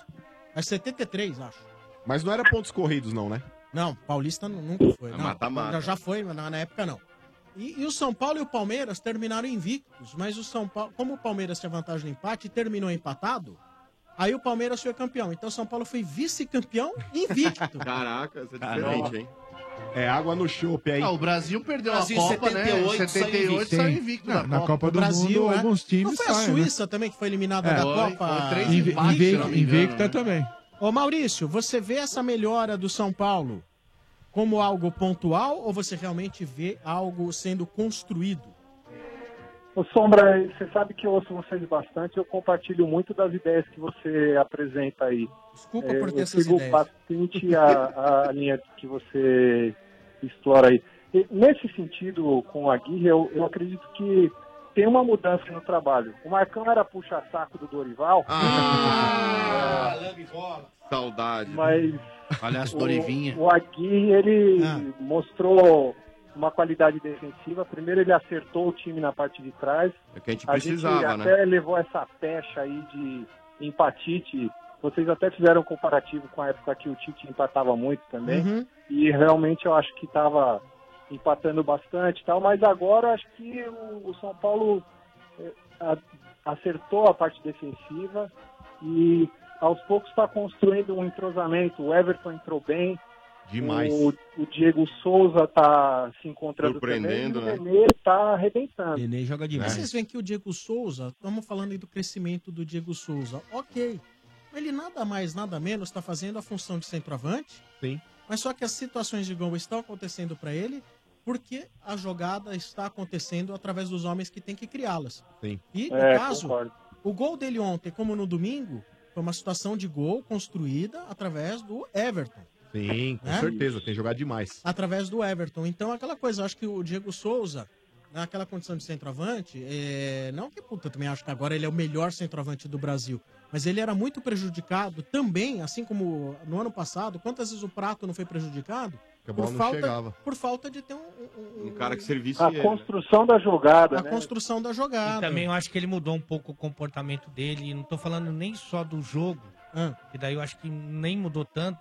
[SPEAKER 1] Mas 73, acho.
[SPEAKER 13] Mas não era pontos corridos, não, né?
[SPEAKER 1] Não, Paulista nu- nunca foi.
[SPEAKER 13] É
[SPEAKER 1] não.
[SPEAKER 13] mata-mata.
[SPEAKER 1] Já, já foi, mas na, na época não. E, e o São Paulo e o Palmeiras terminaram invictos, mas o São Paulo, como o Palmeiras tinha vantagem no empate e terminou empatado, aí o Palmeiras foi campeão. Então o São Paulo foi vice-campeão invicto.
[SPEAKER 2] Caraca, isso é
[SPEAKER 1] Caramba.
[SPEAKER 2] diferente, hein?
[SPEAKER 13] É água no chope aí.
[SPEAKER 20] Ah, o Brasil perdeu
[SPEAKER 1] Brasil,
[SPEAKER 20] a Copa, né?
[SPEAKER 1] 78, saiu
[SPEAKER 20] 78
[SPEAKER 1] invicto.
[SPEAKER 20] saiu
[SPEAKER 1] Sim.
[SPEAKER 20] invicto
[SPEAKER 4] Não,
[SPEAKER 20] da
[SPEAKER 4] na
[SPEAKER 20] Copa.
[SPEAKER 4] Copa do Mundo,
[SPEAKER 1] né?
[SPEAKER 4] alguns times
[SPEAKER 1] Não foi a
[SPEAKER 4] saem, né?
[SPEAKER 1] Suíça também que foi eliminada
[SPEAKER 4] É.
[SPEAKER 1] da
[SPEAKER 4] Foi,
[SPEAKER 1] Copa?
[SPEAKER 4] foi três Invi- empates, invi- se não me engano, invicta né? também.
[SPEAKER 1] Ô Maurício, você vê essa melhora do São Paulo como algo pontual ou você realmente vê algo sendo construído?
[SPEAKER 12] Ô Sombra, você sabe que eu ouço vocês bastante, eu compartilho muito das ideias que você apresenta aí.
[SPEAKER 1] Desculpa
[SPEAKER 12] É,
[SPEAKER 1] por ter
[SPEAKER 12] eu
[SPEAKER 1] essas
[SPEAKER 12] sigo
[SPEAKER 1] ideias.
[SPEAKER 12] bastante a, a linha que você explora aí. E, nesse sentido, com a Aguirre, eu, eu acredito que tem uma mudança no trabalho. O Marcão era puxa-saco do Dorival. É,
[SPEAKER 2] Ah! Saudade.
[SPEAKER 12] Mas
[SPEAKER 20] Aliás,
[SPEAKER 12] o-
[SPEAKER 20] Dorivinha.
[SPEAKER 12] O, Aguirre, ele mostrou uma qualidade defensiva. Primeiro, ele acertou o time na parte de trás.
[SPEAKER 2] É o que a gente
[SPEAKER 12] A gente
[SPEAKER 2] precisava, né?
[SPEAKER 12] até levou essa pecha aí de empatite. Vocês até fizeram um comparativo com a época que o Tite empatava muito também.
[SPEAKER 1] Uhum.
[SPEAKER 12] E realmente eu acho que estava empatando bastante e tal, mas agora acho que o, o São Paulo eh, a- acertou a parte defensiva e aos poucos está construindo um entrosamento. O Everton entrou bem,
[SPEAKER 2] Demais.
[SPEAKER 12] o, o Diego Souza está se encontrando
[SPEAKER 2] Surpreendendo,
[SPEAKER 12] também, e o
[SPEAKER 2] né?
[SPEAKER 12] Nenê está arrebentando.
[SPEAKER 3] Nenê joga
[SPEAKER 12] Né?
[SPEAKER 1] Mas É. vocês veem que o Diego Souza, estamos falando aí do crescimento do Diego Souza. Ok. Ele nada mais, nada menos está fazendo a função de centroavante.
[SPEAKER 13] Sim.
[SPEAKER 1] Mas só que as situações de gol estão acontecendo para ele porque a jogada está acontecendo através dos homens que têm que criá-las.
[SPEAKER 13] Sim.
[SPEAKER 1] E, no
[SPEAKER 12] É,
[SPEAKER 1] caso,
[SPEAKER 12] concordo.
[SPEAKER 1] o gol dele ontem, como no domingo, foi uma situação de gol construída através do Everton
[SPEAKER 13] Sim, com
[SPEAKER 1] É?
[SPEAKER 13] certeza, tem jogado demais.
[SPEAKER 1] através do Everton. Então, aquela coisa, eu acho que o Diego Souza, naquela condição de centroavante, é, não que puta, eu também acho que agora ele é o melhor centroavante do Brasil, mas ele era muito prejudicado também, assim como no ano passado, quantas vezes o Prato não foi prejudicado?
[SPEAKER 13] Que a bola não chegava.
[SPEAKER 1] por falta de ter um, um-
[SPEAKER 2] Um cara que servisse
[SPEAKER 12] A
[SPEAKER 13] Ah,
[SPEAKER 2] ele.
[SPEAKER 12] construção da jogada,
[SPEAKER 1] a
[SPEAKER 12] né?
[SPEAKER 1] construção da jogada.
[SPEAKER 7] E também eu acho que ele mudou um pouco o comportamento dele. e Não tô falando nem só do jogo, que daí eu acho que nem mudou tanto,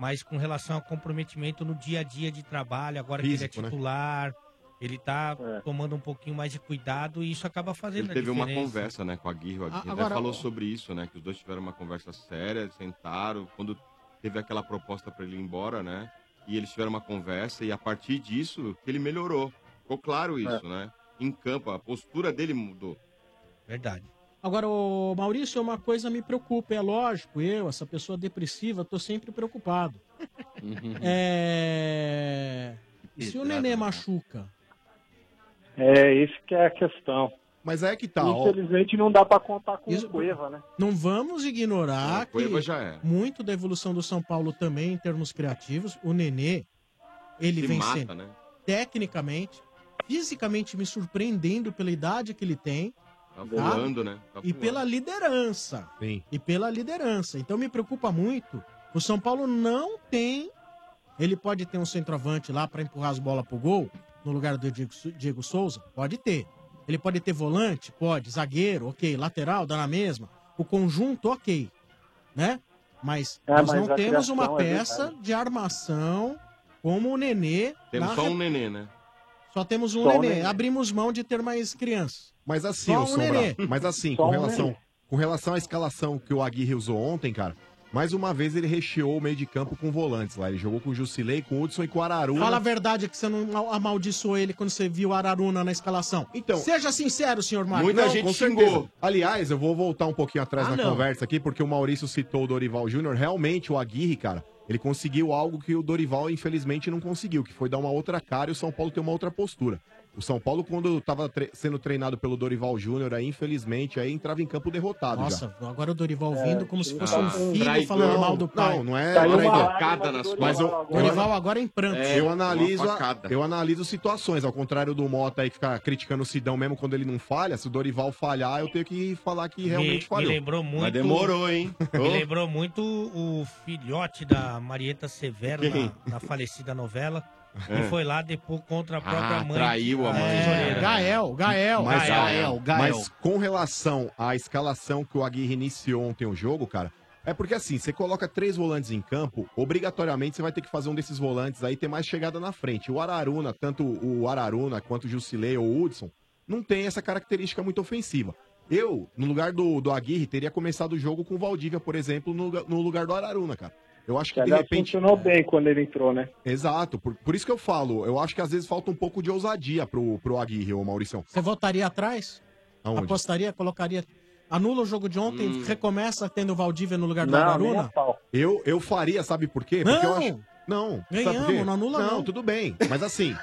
[SPEAKER 7] mas com relação ao comprometimento no dia a dia de trabalho, agora que
[SPEAKER 2] Físico,
[SPEAKER 7] ele é
[SPEAKER 2] né?
[SPEAKER 7] titular, ele tá tomando um pouquinho mais de cuidado e isso acaba fazendo
[SPEAKER 2] Ele
[SPEAKER 7] a
[SPEAKER 2] teve uma
[SPEAKER 7] diferença.
[SPEAKER 2] conversa, né, com a Guirro. A Guirre
[SPEAKER 7] agora-
[SPEAKER 2] até falou sobre isso, né? Que os dois tiveram uma conversa séria, sentaram. Quando teve aquela proposta pra ele ir embora,
[SPEAKER 13] É.
[SPEAKER 2] né? E eles tiveram uma conversa e a partir disso que ele melhorou. Ficou claro isso, né? em campo, a postura dele mudou.
[SPEAKER 7] Verdade.
[SPEAKER 1] Agora, o Maurício, uma coisa me preocupa, é lógico, eu, essa pessoa depressiva, tô sempre preocupado. Uhum. É... E se o nenê machuca?
[SPEAKER 20] É, esse que é a questão.
[SPEAKER 13] Mas é que
[SPEAKER 1] tá, ó.
[SPEAKER 20] Infelizmente não dá pra contar com
[SPEAKER 1] Isso-
[SPEAKER 20] o Cueva, né?
[SPEAKER 1] Não vamos ignorar
[SPEAKER 20] Não, o Cueva
[SPEAKER 1] que
[SPEAKER 20] já é.
[SPEAKER 1] muito da evolução do São Paulo também em termos criativos, o Nenê, ele
[SPEAKER 2] Se
[SPEAKER 1] vem
[SPEAKER 2] mata,
[SPEAKER 1] sendo
[SPEAKER 2] né?
[SPEAKER 1] tecnicamente, fisicamente me surpreendendo pela idade que ele tem.
[SPEAKER 2] Tá voando, né? Tá
[SPEAKER 1] e
[SPEAKER 2] voando.
[SPEAKER 1] pela liderança.
[SPEAKER 7] Sim.
[SPEAKER 1] E pela liderança. Então me preocupa muito. O São Paulo não tem. Ele pode ter um centroavante lá pra empurrar as bolas pro gol, no lugar do Diego, Sou- Diego Souza? Pode ter. Ele pode ter volante? Pode. Zagueiro? Ok. Lateral? Dá na mesma. O conjunto? Ok. Né? Mas
[SPEAKER 20] É,
[SPEAKER 1] nós
[SPEAKER 20] mas
[SPEAKER 1] não
[SPEAKER 20] a
[SPEAKER 1] temos
[SPEAKER 20] criação
[SPEAKER 1] uma
[SPEAKER 20] é
[SPEAKER 1] peça de armação como o Nenê.
[SPEAKER 2] Temos
[SPEAKER 1] na
[SPEAKER 2] só
[SPEAKER 1] re-
[SPEAKER 2] um nenê, né?
[SPEAKER 1] Só temos um
[SPEAKER 2] Só o
[SPEAKER 1] Nenê.
[SPEAKER 2] Nenê.
[SPEAKER 1] Abrimos mão de ter mais crianças.
[SPEAKER 13] Mas assim,
[SPEAKER 1] Só
[SPEAKER 13] ô
[SPEAKER 1] um
[SPEAKER 13] Sombra,
[SPEAKER 1] Nenê.
[SPEAKER 13] mas assim,
[SPEAKER 1] Só
[SPEAKER 13] com
[SPEAKER 1] um
[SPEAKER 13] relação,
[SPEAKER 1] Nenê.
[SPEAKER 13] com relação à escalação que o Aguirre usou ontem, cara, mais uma vez ele recheou o meio de campo com volantes lá. Ele jogou com o Jusilei, com o Hudson e com o Araruna.
[SPEAKER 1] Fala a verdade que você não mal- amaldiçoou ele quando você viu Araruna na escalação. Então, seja sincero, senhor Marcos.
[SPEAKER 13] Não, com certeza. Aliás, eu vou voltar um pouquinho atrás
[SPEAKER 1] Ah,
[SPEAKER 13] na
[SPEAKER 1] não.
[SPEAKER 13] conversa aqui, porque o Maurício citou o Dorival Júnior. Realmente, o Aguirre, cara, ele conseguiu algo que o Dorival, infelizmente, não conseguiu, que foi dar uma outra cara e o São Paulo ter uma outra postura. O São Paulo, quando estava sendo treinado pelo Dorival Júnior, aí, infelizmente, aí entrava em campo derrotado já.
[SPEAKER 1] Nossa, agora o Dorival vindo como se fosse
[SPEAKER 13] Ah,
[SPEAKER 1] um filho
[SPEAKER 13] traidor.
[SPEAKER 1] falando mal do pai.
[SPEAKER 13] Não, não é
[SPEAKER 1] Caiu
[SPEAKER 13] traidor.
[SPEAKER 1] uma facada nas
[SPEAKER 13] Mas É,
[SPEAKER 1] costas.
[SPEAKER 13] o-
[SPEAKER 1] Dorival agora é em pranto.
[SPEAKER 13] eu, analiso,
[SPEAKER 1] Uma
[SPEAKER 13] a-
[SPEAKER 1] facada.
[SPEAKER 13] eu analiso situações, ao contrário do Mota aí que fica criticando o Sidão mesmo quando ele não falha. Se o Dorival falhar, eu tenho que falar que
[SPEAKER 7] Me,
[SPEAKER 13] realmente
[SPEAKER 7] me
[SPEAKER 13] falhou.
[SPEAKER 7] lembrou muito. Me lembrou muito o filhote da Marieta Severo
[SPEAKER 13] Quem?
[SPEAKER 7] na, na falecida novela.
[SPEAKER 13] É.
[SPEAKER 7] E foi lá depois contra a própria
[SPEAKER 13] Ah,
[SPEAKER 7] mãe.
[SPEAKER 13] traiu a mãe.
[SPEAKER 7] tesoureira.
[SPEAKER 1] Gael, Gael,
[SPEAKER 13] Mas,
[SPEAKER 7] Gael, Gael.
[SPEAKER 13] mas com relação à escalação que o Aguirre iniciou ontem o jogo, cara, é porque assim, você coloca três volantes em campo, obrigatoriamente você vai ter que fazer um desses volantes aí ter mais chegada na frente. O Araruna, tanto o Araruna quanto o Jusilei ou o Hudson, não tem essa característica muito ofensiva. Eu, no lugar do, do Aguirre, teria começado o jogo com o Valdívia, por exemplo, no, lugar- no lugar do Araruna, cara. Eu acho que, de
[SPEAKER 20] Aliás,
[SPEAKER 13] repente.
[SPEAKER 20] funcionou bem quando ele entrou, né?
[SPEAKER 13] Exato, por, por isso que eu falo, eu acho que às vezes falta um pouco de ousadia pro, pro Aguirre, ô Mauricião.
[SPEAKER 1] Você voltaria atrás?
[SPEAKER 13] Aonde?
[SPEAKER 1] Apostaria, colocaria... Anula o jogo de ontem,
[SPEAKER 13] Hum.
[SPEAKER 1] recomeça tendo o Valdívia no lugar do
[SPEAKER 13] Não,
[SPEAKER 1] Araruna?
[SPEAKER 13] Eu, eu faria, sabe por quê? Porque eu acho. Não,
[SPEAKER 1] Ganhamos, não anula não.
[SPEAKER 13] tudo bem. Mas assim,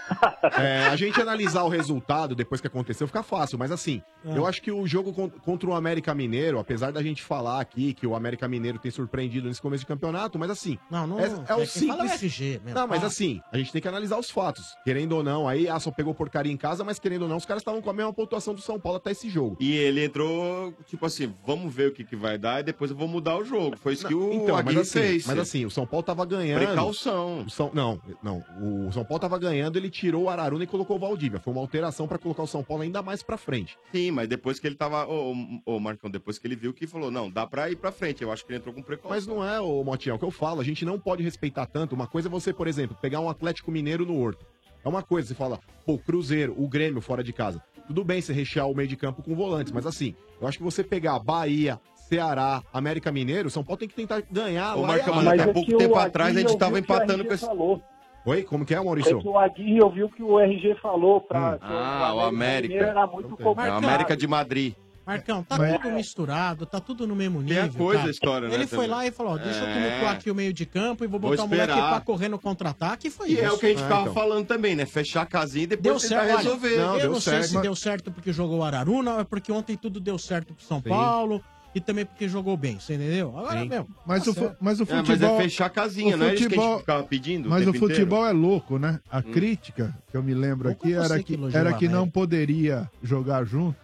[SPEAKER 13] é, a gente analisar o resultado depois que aconteceu fica fácil. Mas assim,
[SPEAKER 15] Ah.
[SPEAKER 13] eu acho que o jogo con- contra o América Mineiro, apesar da gente falar aqui que o América Mineiro tem surpreendido nesse começo de campeonato, mas assim.
[SPEAKER 1] Não, não.
[SPEAKER 13] É, é o
[SPEAKER 1] quem fala
[SPEAKER 13] simples.
[SPEAKER 1] é o RG, meu.
[SPEAKER 13] não, mas
[SPEAKER 1] Ah.
[SPEAKER 13] assim, a gente tem que analisar os fatos. Querendo ou não, aí, ah, só pegou porcaria em casa, mas querendo ou não, os caras estavam com a mesma pontuação do São Paulo até esse jogo.
[SPEAKER 2] E ele entrou, tipo assim, vamos ver o que, que vai dar e depois eu vou mudar o jogo. Foi isso que o
[SPEAKER 13] Então, mas
[SPEAKER 2] Aguirre
[SPEAKER 13] assim,
[SPEAKER 2] fez.
[SPEAKER 13] mas assim, o São Paulo tava ganhando.
[SPEAKER 2] Precaução.
[SPEAKER 13] O São, não, não. O São Paulo tava ganhando, ele tirou o Araruna e colocou o Valdívia. Foi uma alteração pra colocar o São Paulo ainda mais pra frente.
[SPEAKER 2] Sim, mas depois que ele tava. Ô, ô, ô, Marcão, depois que ele viu que falou, não, dá pra ir pra frente. Eu acho que ele entrou com precaução.
[SPEAKER 13] Mas não é, ô Motinha, é o que eu falo, a gente não pode respeitar tanto. Uma coisa é você, por exemplo, pegar um Atlético Mineiro no Horto. É uma coisa, você fala, pô, o Cruzeiro, o Grêmio fora de casa. Tudo bem você rechear o meio de campo com volantes, mas assim, eu acho que você pegar Bahia, Ceará, América Mineiro, o São Paulo tem que tentar ganhar.
[SPEAKER 2] Ô,
[SPEAKER 13] lá
[SPEAKER 2] Marcão,
[SPEAKER 13] e
[SPEAKER 2] mas
[SPEAKER 13] lá.
[SPEAKER 2] até Mas é pouco que o tempo atrás a gente
[SPEAKER 20] tava empatando com esse- falou.
[SPEAKER 13] Oi, como que é,
[SPEAKER 20] Foi
[SPEAKER 13] Maurício?
[SPEAKER 20] que o Aguirre ouviu o que o RG falou pra. que
[SPEAKER 2] Ah, o América.
[SPEAKER 20] Mineiro né? Era muito
[SPEAKER 2] É o
[SPEAKER 20] complicado.
[SPEAKER 2] América de Madrid.
[SPEAKER 1] Marcão, tá
[SPEAKER 2] Mas-
[SPEAKER 1] tudo misturado, tá tudo no mesmo
[SPEAKER 2] é, Tem a
[SPEAKER 1] nível.
[SPEAKER 2] coisa
[SPEAKER 1] cara.
[SPEAKER 2] a história, né,
[SPEAKER 1] Ele foi
[SPEAKER 2] também.
[SPEAKER 1] lá e falou: ó, deixa eu
[SPEAKER 2] É.
[SPEAKER 1] tumultuar aqui o meio de campo e vou
[SPEAKER 2] Vou
[SPEAKER 1] botar o moleque
[SPEAKER 2] esperar.
[SPEAKER 1] pra correr no contra-ataque. E foi
[SPEAKER 2] E
[SPEAKER 1] isso.
[SPEAKER 2] é o que a
[SPEAKER 4] Ah,
[SPEAKER 2] gente ficava
[SPEAKER 1] estava
[SPEAKER 4] então.
[SPEAKER 2] falando também, né? Fechar a casinha e
[SPEAKER 1] Deu
[SPEAKER 2] depois tentar
[SPEAKER 1] certo, olha,
[SPEAKER 2] resolver.
[SPEAKER 1] eu não sei se deu certo porque jogou o Araruna, ou é porque ontem tudo deu certo pro São
[SPEAKER 2] Sim.
[SPEAKER 1] Paulo e também porque jogou bem, você entendeu? Agora,
[SPEAKER 2] Sim.
[SPEAKER 1] meu.
[SPEAKER 4] Mas
[SPEAKER 1] tá
[SPEAKER 4] o fu-
[SPEAKER 1] certo.
[SPEAKER 4] mas o
[SPEAKER 2] É, mas
[SPEAKER 4] futebol-
[SPEAKER 2] é fechar a casinha,
[SPEAKER 4] o
[SPEAKER 2] não é isso que a gente
[SPEAKER 4] futebol-
[SPEAKER 2] ficava pedindo. o
[SPEAKER 4] Mas o
[SPEAKER 2] tempo inteiro?
[SPEAKER 4] futebol é louco, né? A
[SPEAKER 2] Hum.
[SPEAKER 4] crítica que eu me lembro aqui
[SPEAKER 1] você
[SPEAKER 4] era
[SPEAKER 1] que
[SPEAKER 4] que,
[SPEAKER 1] elogiou
[SPEAKER 4] era
[SPEAKER 1] a
[SPEAKER 4] que não
[SPEAKER 1] América.
[SPEAKER 4] poderia jogar junto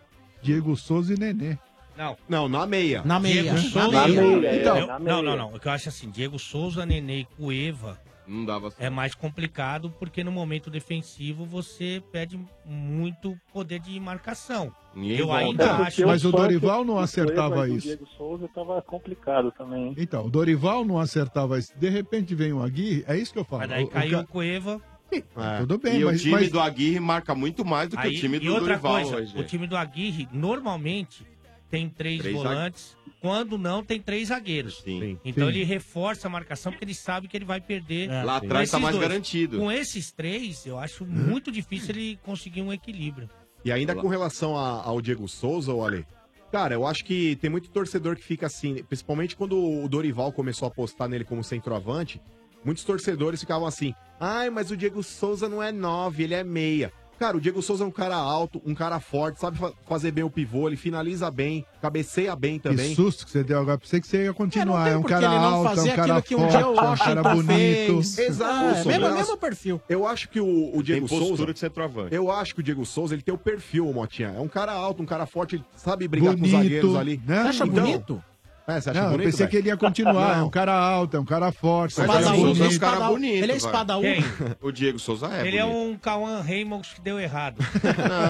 [SPEAKER 4] Diego Souza e Nenê.
[SPEAKER 7] Não.
[SPEAKER 13] Não, na meia.
[SPEAKER 1] Na meia.
[SPEAKER 7] Diego
[SPEAKER 4] Na
[SPEAKER 7] Souza.
[SPEAKER 4] meia.
[SPEAKER 7] Eu-
[SPEAKER 4] Na meia,
[SPEAKER 7] eu-
[SPEAKER 4] na
[SPEAKER 7] Não, não,
[SPEAKER 4] meia.
[SPEAKER 7] não. O que eu acho assim, Diego Souza, Nenê e Cueva
[SPEAKER 2] não dava
[SPEAKER 7] é mais complicado porque no momento defensivo você perde muito poder de marcação.
[SPEAKER 2] Ninguém
[SPEAKER 7] eu
[SPEAKER 2] volta.
[SPEAKER 7] ainda acho...
[SPEAKER 4] Mas É o Dorival não acertava
[SPEAKER 20] O
[SPEAKER 4] isso.
[SPEAKER 20] Diego Souza tava complicado também. hein?
[SPEAKER 4] Então, o Dorival não acertava isso. De repente vem o Aguirre, é isso que eu falo.
[SPEAKER 7] Mas daí
[SPEAKER 4] O- o
[SPEAKER 7] caiu
[SPEAKER 4] ca-
[SPEAKER 7] o Cueva...
[SPEAKER 2] É.
[SPEAKER 4] Tudo bem,
[SPEAKER 2] e
[SPEAKER 4] mas-
[SPEAKER 2] o time
[SPEAKER 4] mas-
[SPEAKER 2] do Aguirre marca muito mais do que
[SPEAKER 7] Aí,
[SPEAKER 2] o time
[SPEAKER 7] e
[SPEAKER 2] do
[SPEAKER 7] outra
[SPEAKER 2] Dorival
[SPEAKER 7] coisa,
[SPEAKER 2] hoje. é.
[SPEAKER 7] o time do Aguirre normalmente tem três,
[SPEAKER 2] Três
[SPEAKER 7] volantes, quando não tem três zagueiros. Então
[SPEAKER 2] Sim.
[SPEAKER 7] ele reforça a marcação porque ele sabe que ele vai perder.
[SPEAKER 2] É. Lá
[SPEAKER 7] com
[SPEAKER 2] atrás tá
[SPEAKER 7] esses
[SPEAKER 2] mais garantido.
[SPEAKER 7] Com esses três, eu acho muito difícil ele conseguir um equilíbrio.
[SPEAKER 13] E ainda com relação a- ao Diego Souza, o Ale, cara, eu acho que tem muito torcedor que fica assim, principalmente quando o Dorival começou a apostar nele como centroavante, muitos torcedores ficavam assim, ai, mas o Diego Souza não é nove, ele é meia. Cara, o Diego Souza é um cara alto, um cara forte, sabe fa- fazer bem o pivô, ele finaliza bem, cabeceia bem também.
[SPEAKER 4] Que susto que você deu agora. Pensei que você ia continuar. É, um
[SPEAKER 13] porque
[SPEAKER 4] cara
[SPEAKER 13] ele não
[SPEAKER 4] alto, é
[SPEAKER 13] fazer
[SPEAKER 4] um cara
[SPEAKER 13] aquilo
[SPEAKER 4] forte,
[SPEAKER 13] que um dia
[SPEAKER 4] é
[SPEAKER 13] o
[SPEAKER 4] um cara
[SPEAKER 13] Washington
[SPEAKER 4] bonito.
[SPEAKER 13] fez. Exato.
[SPEAKER 1] Ah, é, mesmo,
[SPEAKER 13] Nossa.
[SPEAKER 1] mesmo perfil.
[SPEAKER 13] Eu acho que o, o Diego
[SPEAKER 1] postura
[SPEAKER 13] Souza.
[SPEAKER 1] de centroavante.
[SPEAKER 13] Eu acho que o Diego Souza ele tem o perfil, o Motinha. É um cara alto, um cara forte, ele sabe brigar
[SPEAKER 4] Bonito,
[SPEAKER 13] com os zagueiros ali. Então,
[SPEAKER 4] né? Você acha bonito?
[SPEAKER 13] É, você acha
[SPEAKER 4] Não, eu
[SPEAKER 13] bonito?
[SPEAKER 4] pensei
[SPEAKER 13] velho?
[SPEAKER 4] que ele ia continuar. É
[SPEAKER 13] Não.
[SPEAKER 4] um cara alto, é um cara forte.
[SPEAKER 13] Mas
[SPEAKER 4] um cara
[SPEAKER 13] o Diego
[SPEAKER 4] bonito.
[SPEAKER 13] Souza é um cara bonito.
[SPEAKER 4] Ele é
[SPEAKER 13] velho.
[SPEAKER 4] espadaú.
[SPEAKER 7] Quem?
[SPEAKER 13] O Diego Souza
[SPEAKER 2] Tá,
[SPEAKER 13] é.
[SPEAKER 7] ele é
[SPEAKER 13] bonito.
[SPEAKER 7] um Cauã Reynolds que deu errado.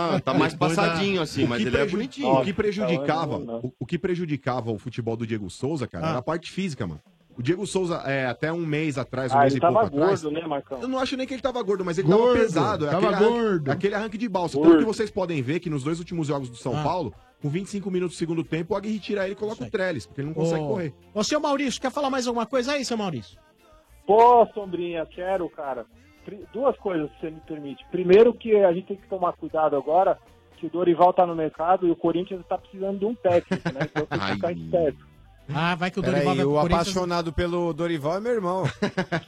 [SPEAKER 13] Não, tá mais passadinho assim,
[SPEAKER 7] O
[SPEAKER 13] mas
[SPEAKER 7] que
[SPEAKER 13] ele é
[SPEAKER 7] preju-
[SPEAKER 13] bonitinho. O que prejudicava, o, o que prejudicava o futebol do Diego Souza, cara,
[SPEAKER 20] Ah.
[SPEAKER 13] era a parte física, mano. O Diego Souza, é, até um mês atrás, um
[SPEAKER 20] Ah,
[SPEAKER 13] mês
[SPEAKER 20] ele
[SPEAKER 13] e pouco
[SPEAKER 20] tava
[SPEAKER 13] atrás.
[SPEAKER 20] gordo, né, Marcão?
[SPEAKER 13] Eu não acho nem que ele tava gordo, mas ele
[SPEAKER 20] Gordo,
[SPEAKER 13] tava pesado. é
[SPEAKER 20] tava
[SPEAKER 13] aquele arranque-
[SPEAKER 20] gordo.
[SPEAKER 13] Aquele arranque de balsa.
[SPEAKER 20] Gordo.
[SPEAKER 13] Tanto que vocês podem ver que nos dois últimos jogos do
[SPEAKER 1] Ah.
[SPEAKER 13] São Paulo, com 25 minutos do segundo tempo, o Aguirre tira ele e coloca o Trellis, porque ele não consegue
[SPEAKER 1] Ô,
[SPEAKER 13] correr.
[SPEAKER 1] Ô, seu Maurício, quer falar mais alguma coisa aí, seu Maurício?
[SPEAKER 20] Pô, Sombrinha, quero, cara. Pri- Duas coisas, se você me permite. Primeiro que a gente tem que tomar cuidado agora, que o Dorival tá no mercado e o Corinthians tá precisando de um técnico, né? Então tem que ficar esperto.
[SPEAKER 1] Ah, vai que o Dorival
[SPEAKER 5] Peraí,
[SPEAKER 1] vai pro
[SPEAKER 5] o
[SPEAKER 1] Corinthians.
[SPEAKER 5] apaixonado pelo Dorival é meu irmão.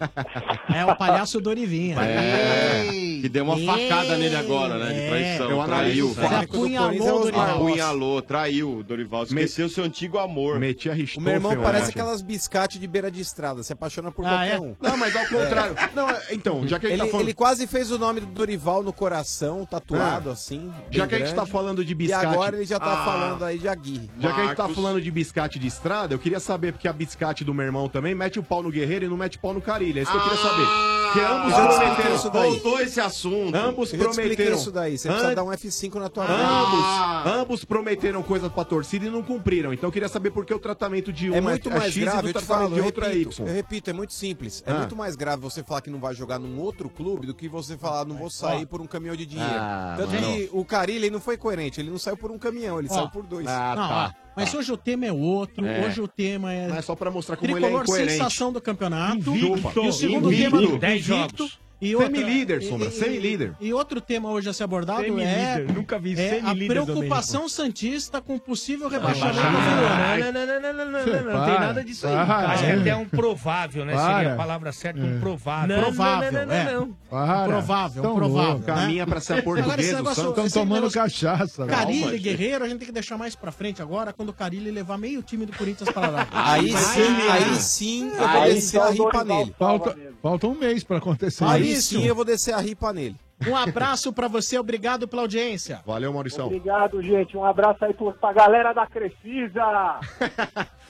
[SPEAKER 1] É o palhaço Dorivinha.
[SPEAKER 2] É, que deu uma facada nele agora, né?
[SPEAKER 1] É.
[SPEAKER 2] De traição.
[SPEAKER 1] Eu
[SPEAKER 2] traiu.
[SPEAKER 1] analiso o fato do Corinthians, é o Dorival.
[SPEAKER 2] Apunhalou, traiu o Dorival. Esqueceu seu antigo amor.
[SPEAKER 13] Metia
[SPEAKER 5] O meu irmão parece aquelas biscate de beira de estrada, se apaixona por
[SPEAKER 2] Ah,
[SPEAKER 5] qualquer
[SPEAKER 2] é?
[SPEAKER 5] um.
[SPEAKER 13] Não, mas ao contrário. Não, então, já que ele
[SPEAKER 5] ele
[SPEAKER 13] tá falando-
[SPEAKER 5] Ele quase fez o nome do Dorival no coração, tatuado
[SPEAKER 13] É.
[SPEAKER 5] assim.
[SPEAKER 13] Já
[SPEAKER 5] bem
[SPEAKER 13] que a gente
[SPEAKER 5] grande.
[SPEAKER 13] tá falando de
[SPEAKER 5] E
[SPEAKER 13] biscate-
[SPEAKER 5] agora ele já tá
[SPEAKER 13] Ah.
[SPEAKER 5] falando aí de Aguirre.
[SPEAKER 13] Já que a gente tá
[SPEAKER 5] Marcos.
[SPEAKER 13] falando de biscate de estrada, eu queria saber, porque a biscate do meu irmão também mete o pau no Guerreiro e não mete o pau no Carilha. É isso que eu queria saber. Porque ambos
[SPEAKER 5] eu expliquei
[SPEAKER 13] prometeram.
[SPEAKER 5] isso daí.
[SPEAKER 13] Voltou esse assunto. Ambos
[SPEAKER 5] Eu te expliquei
[SPEAKER 13] prometeram.
[SPEAKER 5] isso daí, você precisa
[SPEAKER 13] An-
[SPEAKER 5] dar um F5 na tua
[SPEAKER 13] Ambos,
[SPEAKER 7] Ah.
[SPEAKER 13] ambos prometeram coisas pra torcida e não cumpriram. Então eu queria saber por que o tratamento de um
[SPEAKER 5] É muito mais
[SPEAKER 13] X e
[SPEAKER 5] grave, eu
[SPEAKER 13] do
[SPEAKER 5] te
[SPEAKER 13] tratamento
[SPEAKER 5] falo,
[SPEAKER 13] de
[SPEAKER 5] eu
[SPEAKER 13] outro é
[SPEAKER 5] repito,
[SPEAKER 13] Y.
[SPEAKER 5] eu repito, é muito simples. É
[SPEAKER 13] Ah.
[SPEAKER 5] muito mais grave você falar que não vai jogar num outro clube do que você falar não vou sair por um caminhão de dinheiro.
[SPEAKER 1] Ah,
[SPEAKER 5] Tanto
[SPEAKER 1] mano.
[SPEAKER 5] que o Carilli ele não foi coerente, ele não saiu por um caminhão, ele
[SPEAKER 1] Ó. ah, tá.
[SPEAKER 5] saiu por dois.
[SPEAKER 1] Não, ó, Mas hoje o tema é outro,
[SPEAKER 5] ah, tá, É.
[SPEAKER 1] hoje o tema é.
[SPEAKER 5] Mas só pra mostrar
[SPEAKER 13] como ele é
[SPEAKER 1] Tricolor
[SPEAKER 13] incoerente.
[SPEAKER 1] sensação do campeonato.
[SPEAKER 13] Invicto.
[SPEAKER 1] E o segundo
[SPEAKER 13] Invicto.
[SPEAKER 1] tema
[SPEAKER 13] Dez
[SPEAKER 1] invicto.
[SPEAKER 13] jogos.
[SPEAKER 1] E outra-
[SPEAKER 13] Semilíder,
[SPEAKER 1] e-
[SPEAKER 13] Sombra,
[SPEAKER 1] e-
[SPEAKER 13] semilíder.
[SPEAKER 1] E outro tema hoje a ser abordado é,
[SPEAKER 8] Semilíder, nunca vi
[SPEAKER 1] é a
[SPEAKER 8] semilíder,
[SPEAKER 1] preocupação santista com possível rebaixamento.
[SPEAKER 7] Não,
[SPEAKER 1] do
[SPEAKER 7] não, não, não, não, não, não, não, não, não,
[SPEAKER 1] Para,
[SPEAKER 7] tem nada disso aí.
[SPEAKER 1] para. É.
[SPEAKER 7] Acho que até um provável, né? Seria
[SPEAKER 1] Para.
[SPEAKER 7] a palavra certa,
[SPEAKER 1] É.
[SPEAKER 7] um provável.
[SPEAKER 1] Não, Provável, não, não, não, é. não, não. Para. Provável,
[SPEAKER 4] Tá
[SPEAKER 1] Tão provável, louco. né? Caminha pra ser Agora esse português, o negócio- Santos.
[SPEAKER 4] Estão
[SPEAKER 1] esse
[SPEAKER 4] Então tomando
[SPEAKER 1] negócio-
[SPEAKER 4] cachaça. né? velho.
[SPEAKER 1] Carilho e Guerreiro, a gente tem que deixar mais pra frente agora, quando o Carilho levar meio time do Corinthians para lá.
[SPEAKER 5] Aí
[SPEAKER 1] Vai
[SPEAKER 5] sim,
[SPEAKER 1] ser
[SPEAKER 5] aí
[SPEAKER 1] mesmo.
[SPEAKER 5] sim eu
[SPEAKER 1] Aí
[SPEAKER 5] vou descer
[SPEAKER 1] só
[SPEAKER 5] a
[SPEAKER 1] o
[SPEAKER 5] ripa
[SPEAKER 1] Dorival
[SPEAKER 5] nele.
[SPEAKER 1] salva
[SPEAKER 4] Falta, falta um mês pra acontecer
[SPEAKER 5] Aí sim eu vou descer a ripa nele.
[SPEAKER 1] Um abraço pra você, obrigado pela audiência.
[SPEAKER 13] Valeu, Maurição.
[SPEAKER 20] Obrigado, gente. Um abraço aí pro- pra galera da Crefisa.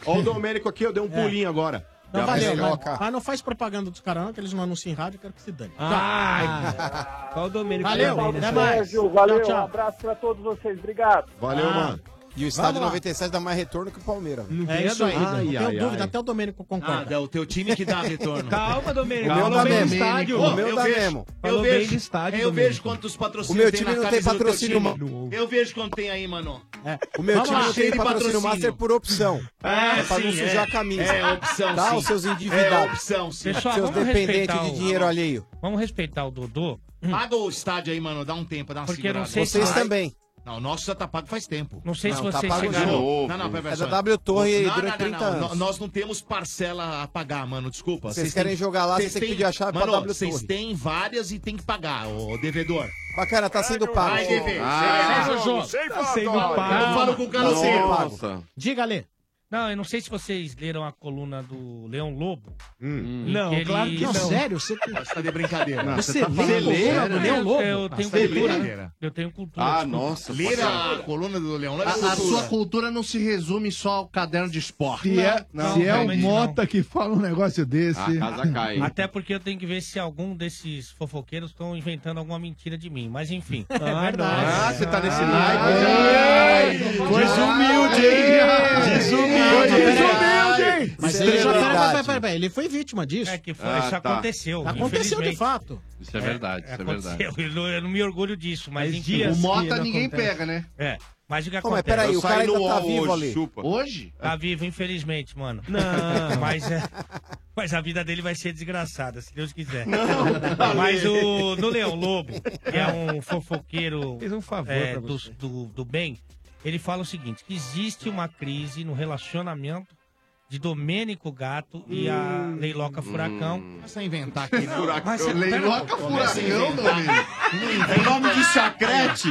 [SPEAKER 13] Ó o Domênico aqui, eu
[SPEAKER 5] É.
[SPEAKER 13] dei um pulinho agora.
[SPEAKER 1] Não,
[SPEAKER 13] Já
[SPEAKER 1] valeu,
[SPEAKER 13] vai
[SPEAKER 5] né?
[SPEAKER 1] mas,
[SPEAKER 13] tocar.
[SPEAKER 1] mas não faz propaganda dos caras, não, que eles não anunciam em rádio, eu quero que se dane. Tá.
[SPEAKER 7] Ai! Qual o domínio
[SPEAKER 1] Valeu, até mais.
[SPEAKER 20] Sérgio, valeu.
[SPEAKER 1] Tchau, tchau.
[SPEAKER 20] Um abraço pra todos vocês. Obrigado.
[SPEAKER 5] Ah. E o estádio
[SPEAKER 20] Vamos lá.
[SPEAKER 5] 97 dá mais retorno que o Palmeiras.
[SPEAKER 1] É isso aí, não tenho dúvida, até o Domênico concorda.
[SPEAKER 14] é o teu time que dá retorno.
[SPEAKER 1] Calma, Domênico,
[SPEAKER 14] O
[SPEAKER 1] calma,
[SPEAKER 14] meu dá
[SPEAKER 1] Domênico.
[SPEAKER 14] mesmo.
[SPEAKER 1] Estádio.
[SPEAKER 14] Ô,
[SPEAKER 1] O meu
[SPEAKER 14] eu
[SPEAKER 1] dá
[SPEAKER 14] vejo-
[SPEAKER 1] mesmo.
[SPEAKER 14] Eu
[SPEAKER 1] Falou bem
[SPEAKER 14] vejo,
[SPEAKER 1] de estádio,
[SPEAKER 14] eu
[SPEAKER 1] Domênico.
[SPEAKER 14] vejo quantos patrocínios
[SPEAKER 5] O meu
[SPEAKER 14] tem
[SPEAKER 5] time
[SPEAKER 14] na
[SPEAKER 5] não tem
[SPEAKER 14] camisa do teu
[SPEAKER 5] patrocínio,
[SPEAKER 14] time.
[SPEAKER 5] mano.
[SPEAKER 14] Eu vejo quanto tem aí, mano.
[SPEAKER 5] O meu
[SPEAKER 14] Vamos
[SPEAKER 5] time
[SPEAKER 14] lá.
[SPEAKER 5] não
[SPEAKER 14] Cheio
[SPEAKER 5] tem
[SPEAKER 14] de
[SPEAKER 5] patrocínio
[SPEAKER 14] patrocínio.
[SPEAKER 5] master por opção.
[SPEAKER 14] É,
[SPEAKER 5] pra não
[SPEAKER 14] sim,
[SPEAKER 5] sujar
[SPEAKER 14] é.
[SPEAKER 5] a camisa.
[SPEAKER 14] É opção,
[SPEAKER 5] Tá,
[SPEAKER 14] sim.
[SPEAKER 5] os seus
[SPEAKER 14] É
[SPEAKER 5] endividados.
[SPEAKER 14] opção, sim.
[SPEAKER 5] Pessoal,
[SPEAKER 14] Pessoal,
[SPEAKER 5] seus
[SPEAKER 14] vamos
[SPEAKER 5] dependentes
[SPEAKER 14] um respeitar
[SPEAKER 5] de
[SPEAKER 14] o-
[SPEAKER 5] dinheiro alheio.
[SPEAKER 7] Vamos respeitar o Dodô.
[SPEAKER 14] Paga o estádio aí, mano. Dá um tempo, dá uma
[SPEAKER 7] Hum. Porque
[SPEAKER 14] segurada.
[SPEAKER 7] não sei se Vocês vai- também.
[SPEAKER 14] Não, o nosso já tá pago faz tempo.
[SPEAKER 7] Não sei se
[SPEAKER 14] tá
[SPEAKER 7] vocês
[SPEAKER 14] pago
[SPEAKER 7] chegaram-
[SPEAKER 14] de novo.
[SPEAKER 7] Novo.
[SPEAKER 14] Não, não, pera, pera,
[SPEAKER 7] É da
[SPEAKER 14] só.
[SPEAKER 7] W Torre
[SPEAKER 14] Não, não,
[SPEAKER 7] durante
[SPEAKER 14] não,
[SPEAKER 7] 30
[SPEAKER 14] não.
[SPEAKER 7] anos.
[SPEAKER 14] Nós não temos parcela a pagar, mano. Desculpa.
[SPEAKER 5] Vocês querem
[SPEAKER 14] têm-
[SPEAKER 5] jogar lá, vocês têm que pedir a chave pra
[SPEAKER 14] mano,
[SPEAKER 5] W
[SPEAKER 14] Vocês
[SPEAKER 5] Torre.
[SPEAKER 14] têm várias e tem que pagar, ô devedor.
[SPEAKER 5] Bacana, tá sendo pago.
[SPEAKER 14] Vai, dever.
[SPEAKER 5] Ah.
[SPEAKER 14] Sem jogo, sem
[SPEAKER 7] Tá
[SPEAKER 14] fato,
[SPEAKER 7] sendo
[SPEAKER 14] ó.
[SPEAKER 7] pago.
[SPEAKER 14] Eu falo com o cara
[SPEAKER 5] é
[SPEAKER 14] assim, ó. Nossa.
[SPEAKER 1] Tá Diga, Lê.
[SPEAKER 7] Não, eu não sei se vocês leram a coluna do Leão Lobo. Em
[SPEAKER 1] Não, claro que não. Sério, você...
[SPEAKER 14] Hum. Você tá de brincadeira.
[SPEAKER 7] Não,
[SPEAKER 1] você
[SPEAKER 7] você tá
[SPEAKER 1] lê
[SPEAKER 7] falando
[SPEAKER 1] coluna
[SPEAKER 7] sério,
[SPEAKER 1] do
[SPEAKER 7] né?
[SPEAKER 1] Leão Lobo?
[SPEAKER 7] Eu
[SPEAKER 14] Tá
[SPEAKER 7] tenho
[SPEAKER 1] Você lê?
[SPEAKER 7] cultura. Eu tenho cultura.
[SPEAKER 2] Ah,
[SPEAKER 7] desculpa.
[SPEAKER 2] nossa,
[SPEAKER 14] Ler tá a coluna do Leão Lobo.
[SPEAKER 3] A, a
[SPEAKER 14] é cultura.
[SPEAKER 3] sua cultura não se resume só ao caderno de esporte.
[SPEAKER 4] Se é,
[SPEAKER 7] Não,
[SPEAKER 4] se é o
[SPEAKER 7] realmente
[SPEAKER 4] Mota que fala um negócio desse.
[SPEAKER 7] Até porque eu tenho que ver se algum desses fofoqueiros estão inventando alguma mentira de mim. Mas enfim. Ah,
[SPEAKER 10] Ah, você tá nesse
[SPEAKER 7] Ai,
[SPEAKER 10] naipe. Foi
[SPEAKER 7] desumilde,
[SPEAKER 10] hein? Desumilde.
[SPEAKER 1] Desumilde! Mas
[SPEAKER 10] Isso
[SPEAKER 1] ele
[SPEAKER 10] é
[SPEAKER 1] já pera,
[SPEAKER 10] verdade.
[SPEAKER 1] pera, pera, pera, ele foi vítima disso. É
[SPEAKER 7] que foi,
[SPEAKER 10] Ah, isso tá. aconteceu,
[SPEAKER 1] Aconteceu de
[SPEAKER 7] infelizmente.
[SPEAKER 1] fato.
[SPEAKER 7] Aconteceu, Eu não, eu não me orgulho disso, mas, enfim.
[SPEAKER 3] o Mota ninguém pega, né?
[SPEAKER 7] É. Mas o que
[SPEAKER 5] Ô, mas
[SPEAKER 7] acontece?
[SPEAKER 5] peraí, Eu o cara saí no ainda tá UOL vivo hoje, ali. chupa.
[SPEAKER 7] Hoje? Tá vivo, infelizmente, mano. Não, mas, é- mas a vida dele vai ser desgraçada, se Deus quiser.
[SPEAKER 10] Não,
[SPEAKER 7] mas
[SPEAKER 10] Ale.
[SPEAKER 7] o no Leão Lobo, que é um fofoqueiro
[SPEAKER 10] Fez um favor
[SPEAKER 7] é,
[SPEAKER 10] pra
[SPEAKER 7] do, do, do bem, ele fala o seguinte, que existe uma crise no relacionamento de Domênico Gato e a Leiloca Furacão.
[SPEAKER 14] Hum. Começa a inventar aqui, né? não.
[SPEAKER 7] Mas você-
[SPEAKER 14] Leiloca
[SPEAKER 7] pera-
[SPEAKER 14] Furacão,
[SPEAKER 7] Começa a inventar.
[SPEAKER 14] É nome de chacrete.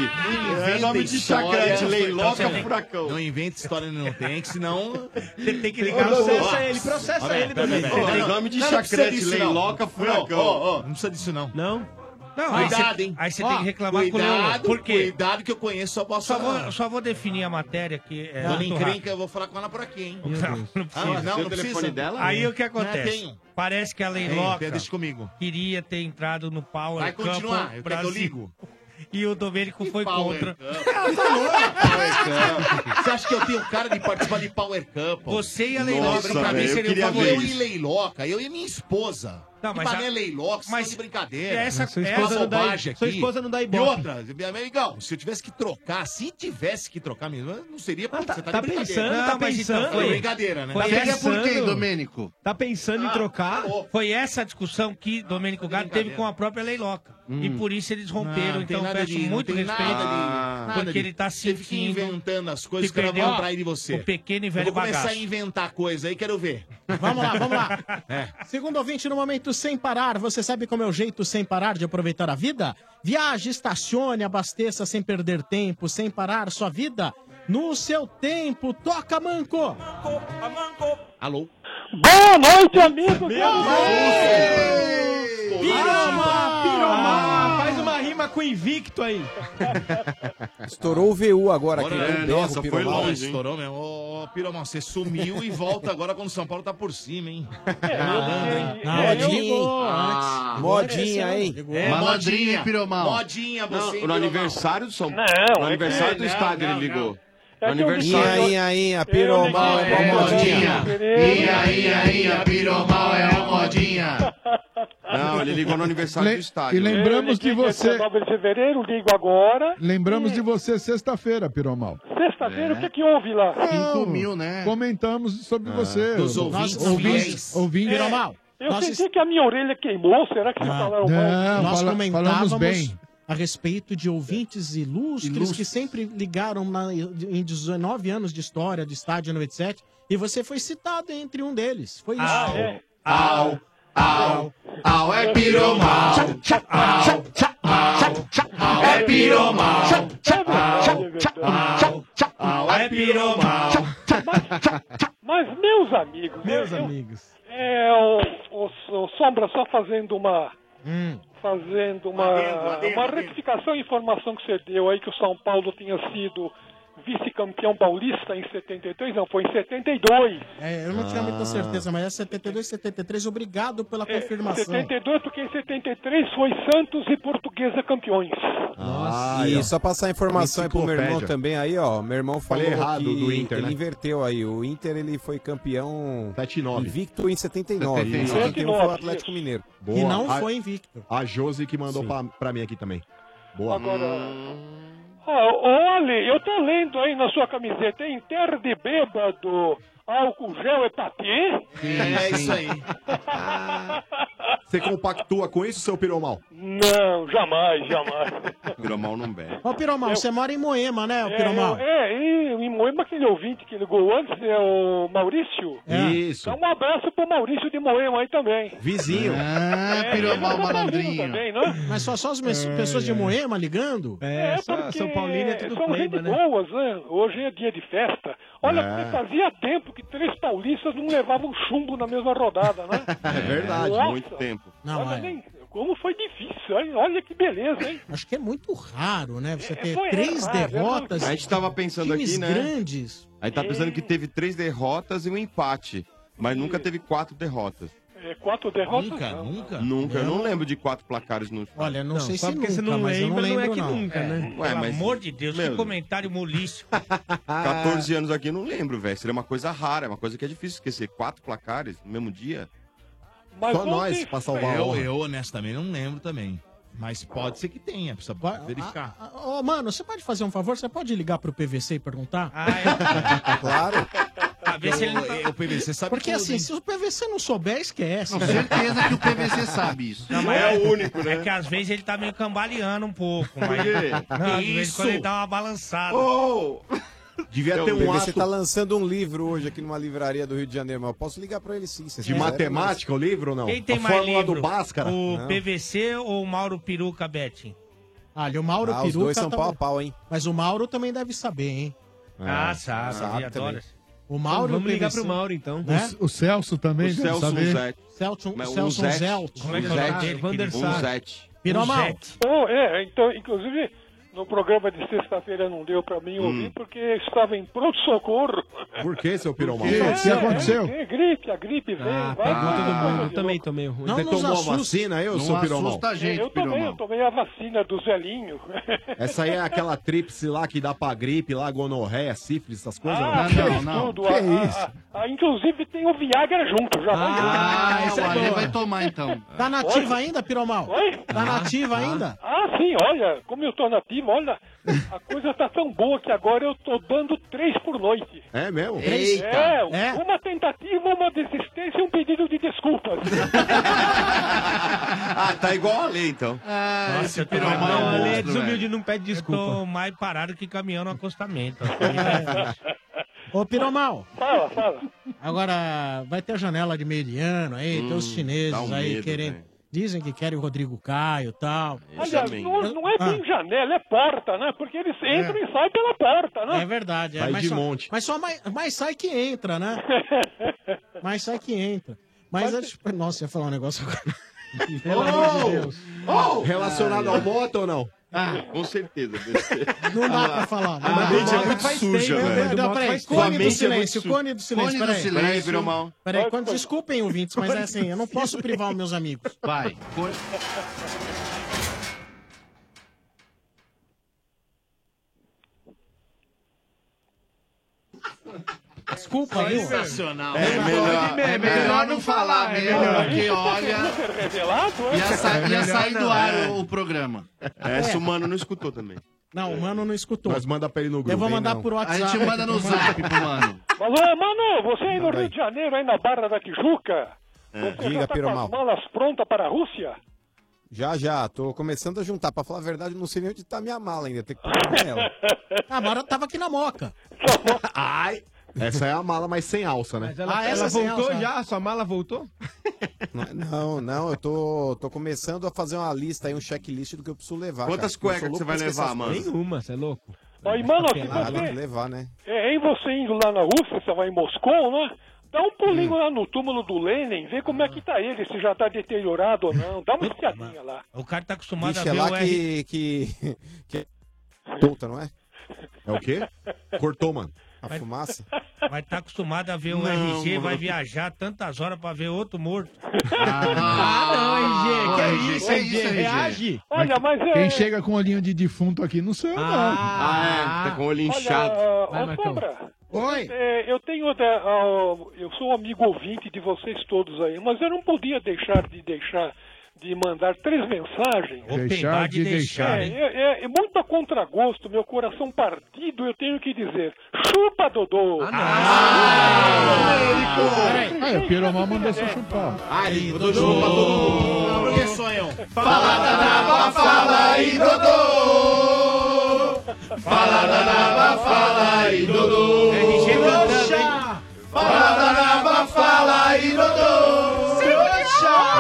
[SPEAKER 7] É nome de chacrete, leiloca,
[SPEAKER 14] furacão. Não inventa história não tem, que senão...
[SPEAKER 7] Você tem que
[SPEAKER 14] ligar
[SPEAKER 10] Processa ele, processa ele, Domênico.
[SPEAKER 14] Nome de
[SPEAKER 10] Não, não precisa
[SPEAKER 14] chacrete,
[SPEAKER 10] disso,
[SPEAKER 14] leiloca,
[SPEAKER 10] não.
[SPEAKER 14] furacão.
[SPEAKER 10] Ó, ó, ó.
[SPEAKER 14] Não precisa disso, não.
[SPEAKER 7] Não? Não, aí
[SPEAKER 14] cuidado,
[SPEAKER 7] cê-
[SPEAKER 14] hein?
[SPEAKER 7] aí cê
[SPEAKER 14] Ó,
[SPEAKER 7] tem que reclamar com o
[SPEAKER 14] cuidado,
[SPEAKER 7] Leão. Por quê?
[SPEAKER 14] Cuidado que eu conheço só posso...
[SPEAKER 7] Só vou, só vou definir a matéria que é.
[SPEAKER 14] Dona
[SPEAKER 7] muito
[SPEAKER 14] Encrenca,
[SPEAKER 7] rápido.
[SPEAKER 14] eu vou falar com ela por aqui, hein?
[SPEAKER 7] Não, não
[SPEAKER 14] Ah,
[SPEAKER 7] precisa.
[SPEAKER 14] não, não precisa.
[SPEAKER 7] Aí o que acontece?
[SPEAKER 14] Ah, tenho.
[SPEAKER 7] Parece que a
[SPEAKER 14] Tem,
[SPEAKER 7] Leiloca
[SPEAKER 14] tem, deixa comigo.
[SPEAKER 7] queria ter entrado no Power
[SPEAKER 14] Vai
[SPEAKER 7] Campo
[SPEAKER 14] continuar, eu quero que eu
[SPEAKER 7] Brasil.
[SPEAKER 14] ligo.
[SPEAKER 7] E o Domênico foi
[SPEAKER 14] Power
[SPEAKER 7] contra.
[SPEAKER 14] Ah, Você acha que eu tenho cara de participar de Power Cup?
[SPEAKER 7] Você e a Leiloca, pra mim,
[SPEAKER 14] velho,
[SPEAKER 7] seria um
[SPEAKER 14] eu
[SPEAKER 7] o
[SPEAKER 14] queria
[SPEAKER 7] favorito.
[SPEAKER 14] ver isso. Eu e Leiloca, eu e minha esposa.
[SPEAKER 7] Não,
[SPEAKER 14] Não,
[SPEAKER 7] mas
[SPEAKER 14] mas Ibané
[SPEAKER 7] a-
[SPEAKER 14] Leiloca, vocês
[SPEAKER 7] mas
[SPEAKER 14] estão de brincadeira.
[SPEAKER 7] essa- Sua esposa essa- não dá-
[SPEAKER 14] bobagem
[SPEAKER 7] sua
[SPEAKER 14] aqui.
[SPEAKER 7] esposa não dá
[SPEAKER 14] E
[SPEAKER 7] ibope.
[SPEAKER 14] outra, meu amigão, se eu tivesse que trocar, se tivesse que trocar mesmo, não seria porque você tá,
[SPEAKER 8] tá
[SPEAKER 14] de brincadeira.
[SPEAKER 8] pensando,
[SPEAKER 14] Não,
[SPEAKER 8] tá
[SPEAKER 14] mas então,
[SPEAKER 8] pensando.
[SPEAKER 14] Foi brincadeira, né? Ah,
[SPEAKER 7] Foi
[SPEAKER 14] Brincadeira
[SPEAKER 7] pensando.
[SPEAKER 8] Tá pensando em trocar?
[SPEAKER 7] Foi essa discussão que
[SPEAKER 14] Ah,
[SPEAKER 7] Domênico Gato teve com a própria Leiloca.
[SPEAKER 8] Hum.
[SPEAKER 7] E por isso eles
[SPEAKER 14] Não,
[SPEAKER 7] romperam.
[SPEAKER 14] não tem
[SPEAKER 7] então
[SPEAKER 14] nada
[SPEAKER 7] peço
[SPEAKER 14] de- não
[SPEAKER 7] muito
[SPEAKER 14] tem
[SPEAKER 7] respeito.
[SPEAKER 14] nada de- nada
[SPEAKER 7] porque
[SPEAKER 14] de-
[SPEAKER 7] ele tá
[SPEAKER 14] Você
[SPEAKER 7] sentindo.
[SPEAKER 14] fica inventando as coisas que o cara vai
[SPEAKER 7] perdeu
[SPEAKER 14] atrair de você.
[SPEAKER 7] O pequeno e velho
[SPEAKER 14] Eu vou começar
[SPEAKER 7] bagaço.
[SPEAKER 14] a inventar coisa aí, quero ver.
[SPEAKER 1] Vamos lá, vamos lá. Segundo ouvinte, no momento sem parar, você sabe como é o jeito sem parar de aproveitar a vida? Viaje, estacione, abasteça sem perder tempo, sem parar sua vida no seu tempo. Toca, Manco!
[SPEAKER 14] Alô?
[SPEAKER 10] Boa noite, amigos!
[SPEAKER 8] Piroma! Piroma! Faz uma rima com invicto aí.
[SPEAKER 5] Estourou o VU agora
[SPEAKER 14] Olha,
[SPEAKER 5] aqui.
[SPEAKER 14] é,
[SPEAKER 5] deu um berro,
[SPEAKER 14] nossa, foi
[SPEAKER 5] Piromão.
[SPEAKER 14] longe, hein? Estourou mesmo. Ô, ô, Piromão, você sumiu e volta agora quando o São Paulo tá por cima, hein?
[SPEAKER 20] É,
[SPEAKER 14] Malandro, hein? Ah.
[SPEAKER 5] Ah, modinha, hein? Modinha, hein?
[SPEAKER 14] É, modinha, hein, Piromão? Modinha,
[SPEAKER 2] Não,
[SPEAKER 14] você,
[SPEAKER 2] no
[SPEAKER 14] hein, Piromão?
[SPEAKER 2] aniversário do São
[SPEAKER 14] Não,
[SPEAKER 2] Paulo.
[SPEAKER 14] é
[SPEAKER 2] No
[SPEAKER 14] que-
[SPEAKER 2] aniversário do
[SPEAKER 14] não,
[SPEAKER 2] estádio
[SPEAKER 14] não,
[SPEAKER 2] ele ligou.
[SPEAKER 14] não. É
[SPEAKER 2] No aniversário.
[SPEAKER 5] Inha, inha, Piromal é uma modinha.
[SPEAKER 14] Ia, ia, ia, Piromal é a modinha.
[SPEAKER 2] Não, ele ligou no aniversário do estádio.
[SPEAKER 4] e lembramos que você.
[SPEAKER 20] fevereiro, ligo agora.
[SPEAKER 4] Lembramos de você sexta-feira, Piromal.
[SPEAKER 20] Sexta-feira, o que, que houve lá?
[SPEAKER 4] Não, É. Comentamos sobre você.
[SPEAKER 20] Dos ouvintes fiéis.
[SPEAKER 4] ouvintes. Ah,
[SPEAKER 1] Piromal,
[SPEAKER 20] É, Eu
[SPEAKER 1] nós
[SPEAKER 20] senti que a minha orelha queimou, será que vocês falaram mal?
[SPEAKER 1] Nós
[SPEAKER 4] fala-
[SPEAKER 1] comentávamos
[SPEAKER 4] falamos bem.
[SPEAKER 1] a respeito de ouvintes ilustres,
[SPEAKER 4] Ilustres.
[SPEAKER 1] que sempre ligaram na- em 19 anos de história do Estádio 97 e você foi citado entre um deles. Foi isso.
[SPEAKER 10] Au, é.
[SPEAKER 14] au, au, au, é piromal. Au, au, au, é piromal.
[SPEAKER 20] é
[SPEAKER 14] Au,
[SPEAKER 7] Ah,
[SPEAKER 14] au, é piromal.
[SPEAKER 20] Mas, meus amigos,
[SPEAKER 10] Meus
[SPEAKER 20] eu- eu-
[SPEAKER 10] amigos.
[SPEAKER 20] é, o, o- o Sombra só fazendo uma.
[SPEAKER 2] Hum.
[SPEAKER 20] Fazendo uma,
[SPEAKER 10] Adendo, adendo,
[SPEAKER 20] uma
[SPEAKER 10] adendo.
[SPEAKER 20] retificação à informação que você deu aí que o São Paulo tinha sido vice-campeão paulista em 73, não, foi em 72.
[SPEAKER 1] É, eu não tinha muita
[SPEAKER 20] Ah.
[SPEAKER 1] certeza, mas é 72, 73. Obrigado
[SPEAKER 20] É.
[SPEAKER 1] pela confirmação.
[SPEAKER 20] 72, porque em 73 foi Santos e Portuguesa campeões.
[SPEAKER 5] Nossa. E só passar a informação aí pro meu irmão também aí, ó. Meu irmão falou
[SPEAKER 13] Falei errado
[SPEAKER 5] que
[SPEAKER 13] do Inter,
[SPEAKER 5] ele
[SPEAKER 13] né?
[SPEAKER 5] inverteu aí. O Inter ele foi campeão
[SPEAKER 13] 79.
[SPEAKER 5] invicto em 79. Em
[SPEAKER 13] 79,
[SPEAKER 5] 71
[SPEAKER 21] é
[SPEAKER 5] foi o um Atlético Mineiro.
[SPEAKER 13] Boa. A-
[SPEAKER 1] invicto.
[SPEAKER 13] A Josi que mandou pra, pra mim aqui também. Boa.
[SPEAKER 20] Ah, olha, eu tô lendo aí na sua camiseta, em terra de bêbado, álcool gel é papi?
[SPEAKER 14] É isso aí.
[SPEAKER 13] Você compactua com isso, seu piromal?
[SPEAKER 20] Não, jamais, jamais.
[SPEAKER 2] Piromal não bebe.
[SPEAKER 1] Ô, Piromal, você mora em Moema, né, ô, Piromal?
[SPEAKER 20] É, é, e em Moema, aquele ouvinte que ligou antes é o Maurício.
[SPEAKER 13] É. Isso.
[SPEAKER 20] Então, um abraço pro Maurício de Moema aí também.
[SPEAKER 13] Vizinho.
[SPEAKER 20] Ah,
[SPEAKER 1] Piromal malandrinho.
[SPEAKER 20] Também, não?
[SPEAKER 1] Mas só, só as mes- pessoas de Moema ligando?
[SPEAKER 20] É, porque são gente boas, né? Hoje é dia de festa. Olha,
[SPEAKER 1] É.
[SPEAKER 20] porque fazia tempo que três paulistas não levavam chumbo na mesma rodada, né?
[SPEAKER 2] É verdade,
[SPEAKER 20] Nossa.
[SPEAKER 2] muito tempo.
[SPEAKER 1] é.
[SPEAKER 20] olha, nem- como foi difícil, hein? Olha que beleza, hein?
[SPEAKER 1] Acho que é muito raro, né? Você ter
[SPEAKER 20] foi
[SPEAKER 1] três
[SPEAKER 20] errado, é
[SPEAKER 1] derrotas.
[SPEAKER 2] A gente tava pensando
[SPEAKER 1] times
[SPEAKER 2] aqui, né?
[SPEAKER 1] grandes.
[SPEAKER 2] Aí tá pensando que teve três derrotas e um empate. Mas nunca teve quatro derrotas.
[SPEAKER 20] É, quatro derrotas.
[SPEAKER 2] Nunca,
[SPEAKER 20] não.
[SPEAKER 2] nunca. Nunca, eu não lembro de quatro placares no.
[SPEAKER 1] Olha,
[SPEAKER 7] Não, só porque você não lembra, não, é que nunca, né?
[SPEAKER 2] Ué,
[SPEAKER 7] Pelo
[SPEAKER 2] mas
[SPEAKER 7] amor de Deus,
[SPEAKER 2] Meu
[SPEAKER 7] que
[SPEAKER 2] Deus.
[SPEAKER 7] comentário molístico.
[SPEAKER 2] 14 anos aqui eu não lembro, velho. Seria uma coisa rara, é uma coisa que é difícil esquecer. Quatro placares no mesmo dia.
[SPEAKER 20] Mas
[SPEAKER 2] Só nós pra salvar a
[SPEAKER 14] eu,
[SPEAKER 2] honra.
[SPEAKER 14] eu, honestamente, não lembro também. Mas pode ser que tenha, precisa verificar.
[SPEAKER 1] Ô, mano, você pode fazer um favor? Você pode ligar pro PVC e perguntar?
[SPEAKER 14] é. claro.
[SPEAKER 1] Ah,
[SPEAKER 14] vê se ele não tá- O PVC sabe
[SPEAKER 1] Porque
[SPEAKER 14] tudo,
[SPEAKER 1] assim,
[SPEAKER 14] hein?
[SPEAKER 1] se o PVC não souber, esquece. né?
[SPEAKER 7] Com
[SPEAKER 1] certeza que o
[SPEAKER 7] PVC sabe
[SPEAKER 1] isso.
[SPEAKER 7] Não, mas é o único, né? É que às vezes ele tá meio cambaleando um pouco,
[SPEAKER 14] Por
[SPEAKER 7] mas.
[SPEAKER 14] quê?
[SPEAKER 7] Não, de vez em
[SPEAKER 14] Isso!
[SPEAKER 7] quando ele dá uma balançada.
[SPEAKER 14] Devia
[SPEAKER 5] Então,
[SPEAKER 14] ter
[SPEAKER 5] o
[SPEAKER 14] um
[SPEAKER 5] PVC
[SPEAKER 14] ato-
[SPEAKER 5] tá lançando um livro hoje aqui numa livraria do Rio de Janeiro, mas eu posso ligar pra ele sim. se
[SPEAKER 7] De
[SPEAKER 5] quiser,
[SPEAKER 7] matemática
[SPEAKER 5] mas-
[SPEAKER 13] o livro ou não?
[SPEAKER 7] Quem tem mais livro? O
[SPEAKER 5] Não.
[SPEAKER 7] PVC ou o Mauro Peruca Betting?
[SPEAKER 1] Ah, e o Mauro
[SPEAKER 7] Ah, os
[SPEAKER 1] Peruca.
[SPEAKER 7] dois são
[SPEAKER 1] tá-
[SPEAKER 7] pau a pau, hein?
[SPEAKER 1] Mas o Mauro também deve saber, hein?
[SPEAKER 7] Ah, sabe, sabe adora.
[SPEAKER 1] O Mauro
[SPEAKER 11] Vamos
[SPEAKER 1] e o
[SPEAKER 11] ligar
[SPEAKER 1] PVC.
[SPEAKER 11] pro Mauro, então.
[SPEAKER 1] Né?
[SPEAKER 4] O, o Celso
[SPEAKER 1] O
[SPEAKER 4] também deve
[SPEAKER 1] Celso
[SPEAKER 4] saber.
[SPEAKER 1] Zete. Celso-
[SPEAKER 4] Mas o
[SPEAKER 13] um
[SPEAKER 1] Celso
[SPEAKER 4] Zete-
[SPEAKER 1] Zelt.
[SPEAKER 4] Como é que é o nome dele,
[SPEAKER 1] Vander
[SPEAKER 4] querido?
[SPEAKER 1] Sar.
[SPEAKER 4] Zete.
[SPEAKER 1] Piromal.
[SPEAKER 20] Não, Um é, então, inclusive, no programa de sexta-feira não deu pra mim
[SPEAKER 13] Hum.
[SPEAKER 20] ouvir porque eu estava em pronto-socorro.
[SPEAKER 13] Por que, seu Piromal?
[SPEAKER 20] É,
[SPEAKER 13] O que aconteceu?
[SPEAKER 20] É, é gripe, a gripe vem, tá. vai.
[SPEAKER 13] Ah, pegou todo mundo.
[SPEAKER 20] Eu também
[SPEAKER 11] tomei ruim.
[SPEAKER 13] Você tomou a vacina, eu, seu Piromal?
[SPEAKER 20] É, eu também, eu tomei a vacina do Zelinho.
[SPEAKER 13] Essa aí é aquela tríplice lá que dá pra gripe, lá, gonorreia, sífilis, essas coisas?
[SPEAKER 20] Ah, não, não. Tudo, a- a- a- a- inclusive tem o Viagra junto, já vai
[SPEAKER 3] Ah,
[SPEAKER 20] junto.
[SPEAKER 3] essa é O Ale boa. vai tomar, então.
[SPEAKER 1] Tá nativa
[SPEAKER 20] Oi?
[SPEAKER 1] ainda, Piromal?
[SPEAKER 20] Oi?
[SPEAKER 1] Tá nativa ainda?
[SPEAKER 20] Ah, sim, olha, como eu tô nativo, olha, a coisa tá tão boa que agora eu tô dando três por noite.
[SPEAKER 13] É mesmo?
[SPEAKER 20] É, uma tentativa, uma desistência e um pedido de desculpas.
[SPEAKER 2] Ah, tá igual a lei, então.
[SPEAKER 7] Ah,
[SPEAKER 20] esse piromão é um
[SPEAKER 2] né?
[SPEAKER 20] monstro,
[SPEAKER 7] velho.
[SPEAKER 11] não pede
[SPEAKER 7] Eu tô mais parado que caminhão no acostamento. tá-
[SPEAKER 1] Ô, Piromal.
[SPEAKER 20] Fala, fala.
[SPEAKER 1] Agora, vai ter a janela de meio de ano aí, tem os
[SPEAKER 20] Hum,
[SPEAKER 1] chineses
[SPEAKER 20] dá um
[SPEAKER 1] aí
[SPEAKER 20] medo,
[SPEAKER 1] querendo. Dizem que querem o Rodrigo Caio e tal. Ah.
[SPEAKER 20] Aliás, não, não é bem janela, é porta, né? Porque eles entram e saem pela porta, né?
[SPEAKER 1] É verdade, é.
[SPEAKER 20] Sai
[SPEAKER 1] mas
[SPEAKER 20] de
[SPEAKER 1] só,
[SPEAKER 20] monte.
[SPEAKER 1] Mas só mais, mais sai que entra, né? mais sai que entra. Mas, antes. Nossa, ia falar um negócio agora. Pelo amor de Deus.
[SPEAKER 13] Oh! Relacionado ao moto ou não?
[SPEAKER 2] Ah, com certeza.
[SPEAKER 1] Não dá pra falar. não
[SPEAKER 2] A
[SPEAKER 1] dá.
[SPEAKER 2] mente é muito
[SPEAKER 1] Faz
[SPEAKER 2] suja,
[SPEAKER 1] tempo,
[SPEAKER 2] velho.
[SPEAKER 1] né?
[SPEAKER 2] Do
[SPEAKER 1] Não,
[SPEAKER 2] modo
[SPEAKER 1] peraí,
[SPEAKER 2] faz
[SPEAKER 1] cone
[SPEAKER 2] tempo.
[SPEAKER 1] do
[SPEAKER 2] A mente é muito
[SPEAKER 1] silêncio,
[SPEAKER 2] suja.
[SPEAKER 1] cone do silêncio.
[SPEAKER 2] Cone do
[SPEAKER 1] Peraí,
[SPEAKER 2] silêncio. Peraí, virou mal.
[SPEAKER 1] Peraí,
[SPEAKER 2] Pode,
[SPEAKER 1] quando,
[SPEAKER 2] pode.
[SPEAKER 1] desculpem, ouvintes, mas é assim, eu não posso privar os meus amigos.
[SPEAKER 3] Vai.
[SPEAKER 1] Desculpa, viu?
[SPEAKER 3] Sensacional.
[SPEAKER 1] É,
[SPEAKER 3] Não
[SPEAKER 1] melhor-
[SPEAKER 3] pode mesmo,
[SPEAKER 1] é
[SPEAKER 3] é
[SPEAKER 1] melhor
[SPEAKER 3] melhor
[SPEAKER 1] não
[SPEAKER 3] não falar
[SPEAKER 1] falar, é
[SPEAKER 3] mesmo,
[SPEAKER 1] melhor.
[SPEAKER 3] porque olha. Ia, sa ia sair do ar o, o programa.
[SPEAKER 20] É.
[SPEAKER 2] Essa o mano não escutou também.
[SPEAKER 1] Não, o mano não escutou.
[SPEAKER 2] Mas
[SPEAKER 13] manda pra ele no
[SPEAKER 2] grupo.
[SPEAKER 1] Eu vou mandar
[SPEAKER 2] não.
[SPEAKER 1] por WhatsApp.
[SPEAKER 20] A gente manda no
[SPEAKER 1] Eu mando-
[SPEAKER 20] zap pro mano. Mas, ô, mano, você aí no Rio de Janeiro, aí na Barra da Tijuca,
[SPEAKER 5] É.
[SPEAKER 20] você
[SPEAKER 5] Diga,
[SPEAKER 20] já tá com
[SPEAKER 5] Piromal.
[SPEAKER 20] as malas prontas para a Rússia?
[SPEAKER 5] Já, já. Tô começando a juntar. Pra falar a verdade, eu não sei nem onde tá minha mala ainda. Tem que procurar ela.
[SPEAKER 1] Agora eu tava aqui na moca.
[SPEAKER 13] Ai! Essa é a mala, mas sem alça, né?
[SPEAKER 11] Ela,
[SPEAKER 5] Ah, essa
[SPEAKER 11] ela
[SPEAKER 5] sem
[SPEAKER 11] voltou
[SPEAKER 5] alça.
[SPEAKER 11] já? A sua mala voltou?
[SPEAKER 5] Não, não. Eu tô, tô começando a fazer uma lista aí, um checklist do que eu preciso levar.
[SPEAKER 2] Quantas
[SPEAKER 5] cara. Eu
[SPEAKER 2] cuecas
[SPEAKER 5] sou louco
[SPEAKER 2] que você vai
[SPEAKER 5] pra esquecer
[SPEAKER 2] levar,
[SPEAKER 5] as
[SPEAKER 2] mano?
[SPEAKER 5] coisas.
[SPEAKER 11] Nenhuma, você é louco.
[SPEAKER 20] Aí,
[SPEAKER 13] tá
[SPEAKER 20] mano, se
[SPEAKER 5] Ah, tem que
[SPEAKER 20] você,
[SPEAKER 5] levar, né?
[SPEAKER 20] é, em você indo lá na Rússia, você vai em Moscou, né? Dá um pulinho lá no túmulo do Lenin, vê como é que tá ele, se já tá deteriorado ou não. Dá uma espiadinha lá.
[SPEAKER 7] O cara tá acostumado
[SPEAKER 5] Vixe,
[SPEAKER 7] a
[SPEAKER 5] é
[SPEAKER 7] ver
[SPEAKER 5] lá
[SPEAKER 7] o
[SPEAKER 5] que...
[SPEAKER 7] R.
[SPEAKER 5] que... que... Puta, não é?
[SPEAKER 13] É o quê? Cortou, mano.
[SPEAKER 5] A fumaça?
[SPEAKER 7] Vai tá acostumado a ver o
[SPEAKER 5] Não,
[SPEAKER 7] RG,
[SPEAKER 5] mano.
[SPEAKER 7] vai viajar tantas horas pra ver outro morto.
[SPEAKER 11] Ah,
[SPEAKER 4] é
[SPEAKER 11] não, RG, que
[SPEAKER 7] Ô,
[SPEAKER 11] isso, RG, reage.
[SPEAKER 20] Olha, mas é...
[SPEAKER 4] Quem chega com um olhinho de defunto aqui não sou eu, não.
[SPEAKER 2] Ah, é, tá com o olho inchado.
[SPEAKER 20] Olha, ah, ô, Sombra,
[SPEAKER 4] Oi.
[SPEAKER 20] é, eu tenho da- ó, eu sou um amigo ouvinte de vocês todos aí, mas eu não podia deixar de deixar de mandar três mensagens.
[SPEAKER 4] Deixar Open bar de de deixar, deixar, hein?
[SPEAKER 20] é, é, é muito a contragosto, meu coração partido, eu tenho que dizer, chupa Dodô. Ah,
[SPEAKER 2] Ah,
[SPEAKER 4] Aí, o Piromal mandou você chupar.
[SPEAKER 2] Aí,
[SPEAKER 4] Dodô, chupa todo
[SPEAKER 14] Por que é, sonhão?
[SPEAKER 10] Fala da Naba, fala aí, Dodô! Fala da Naba, fala aí, Dodô!
[SPEAKER 4] É
[SPEAKER 14] RG cantando,
[SPEAKER 10] Fala da Naba, fala aí, Dodô!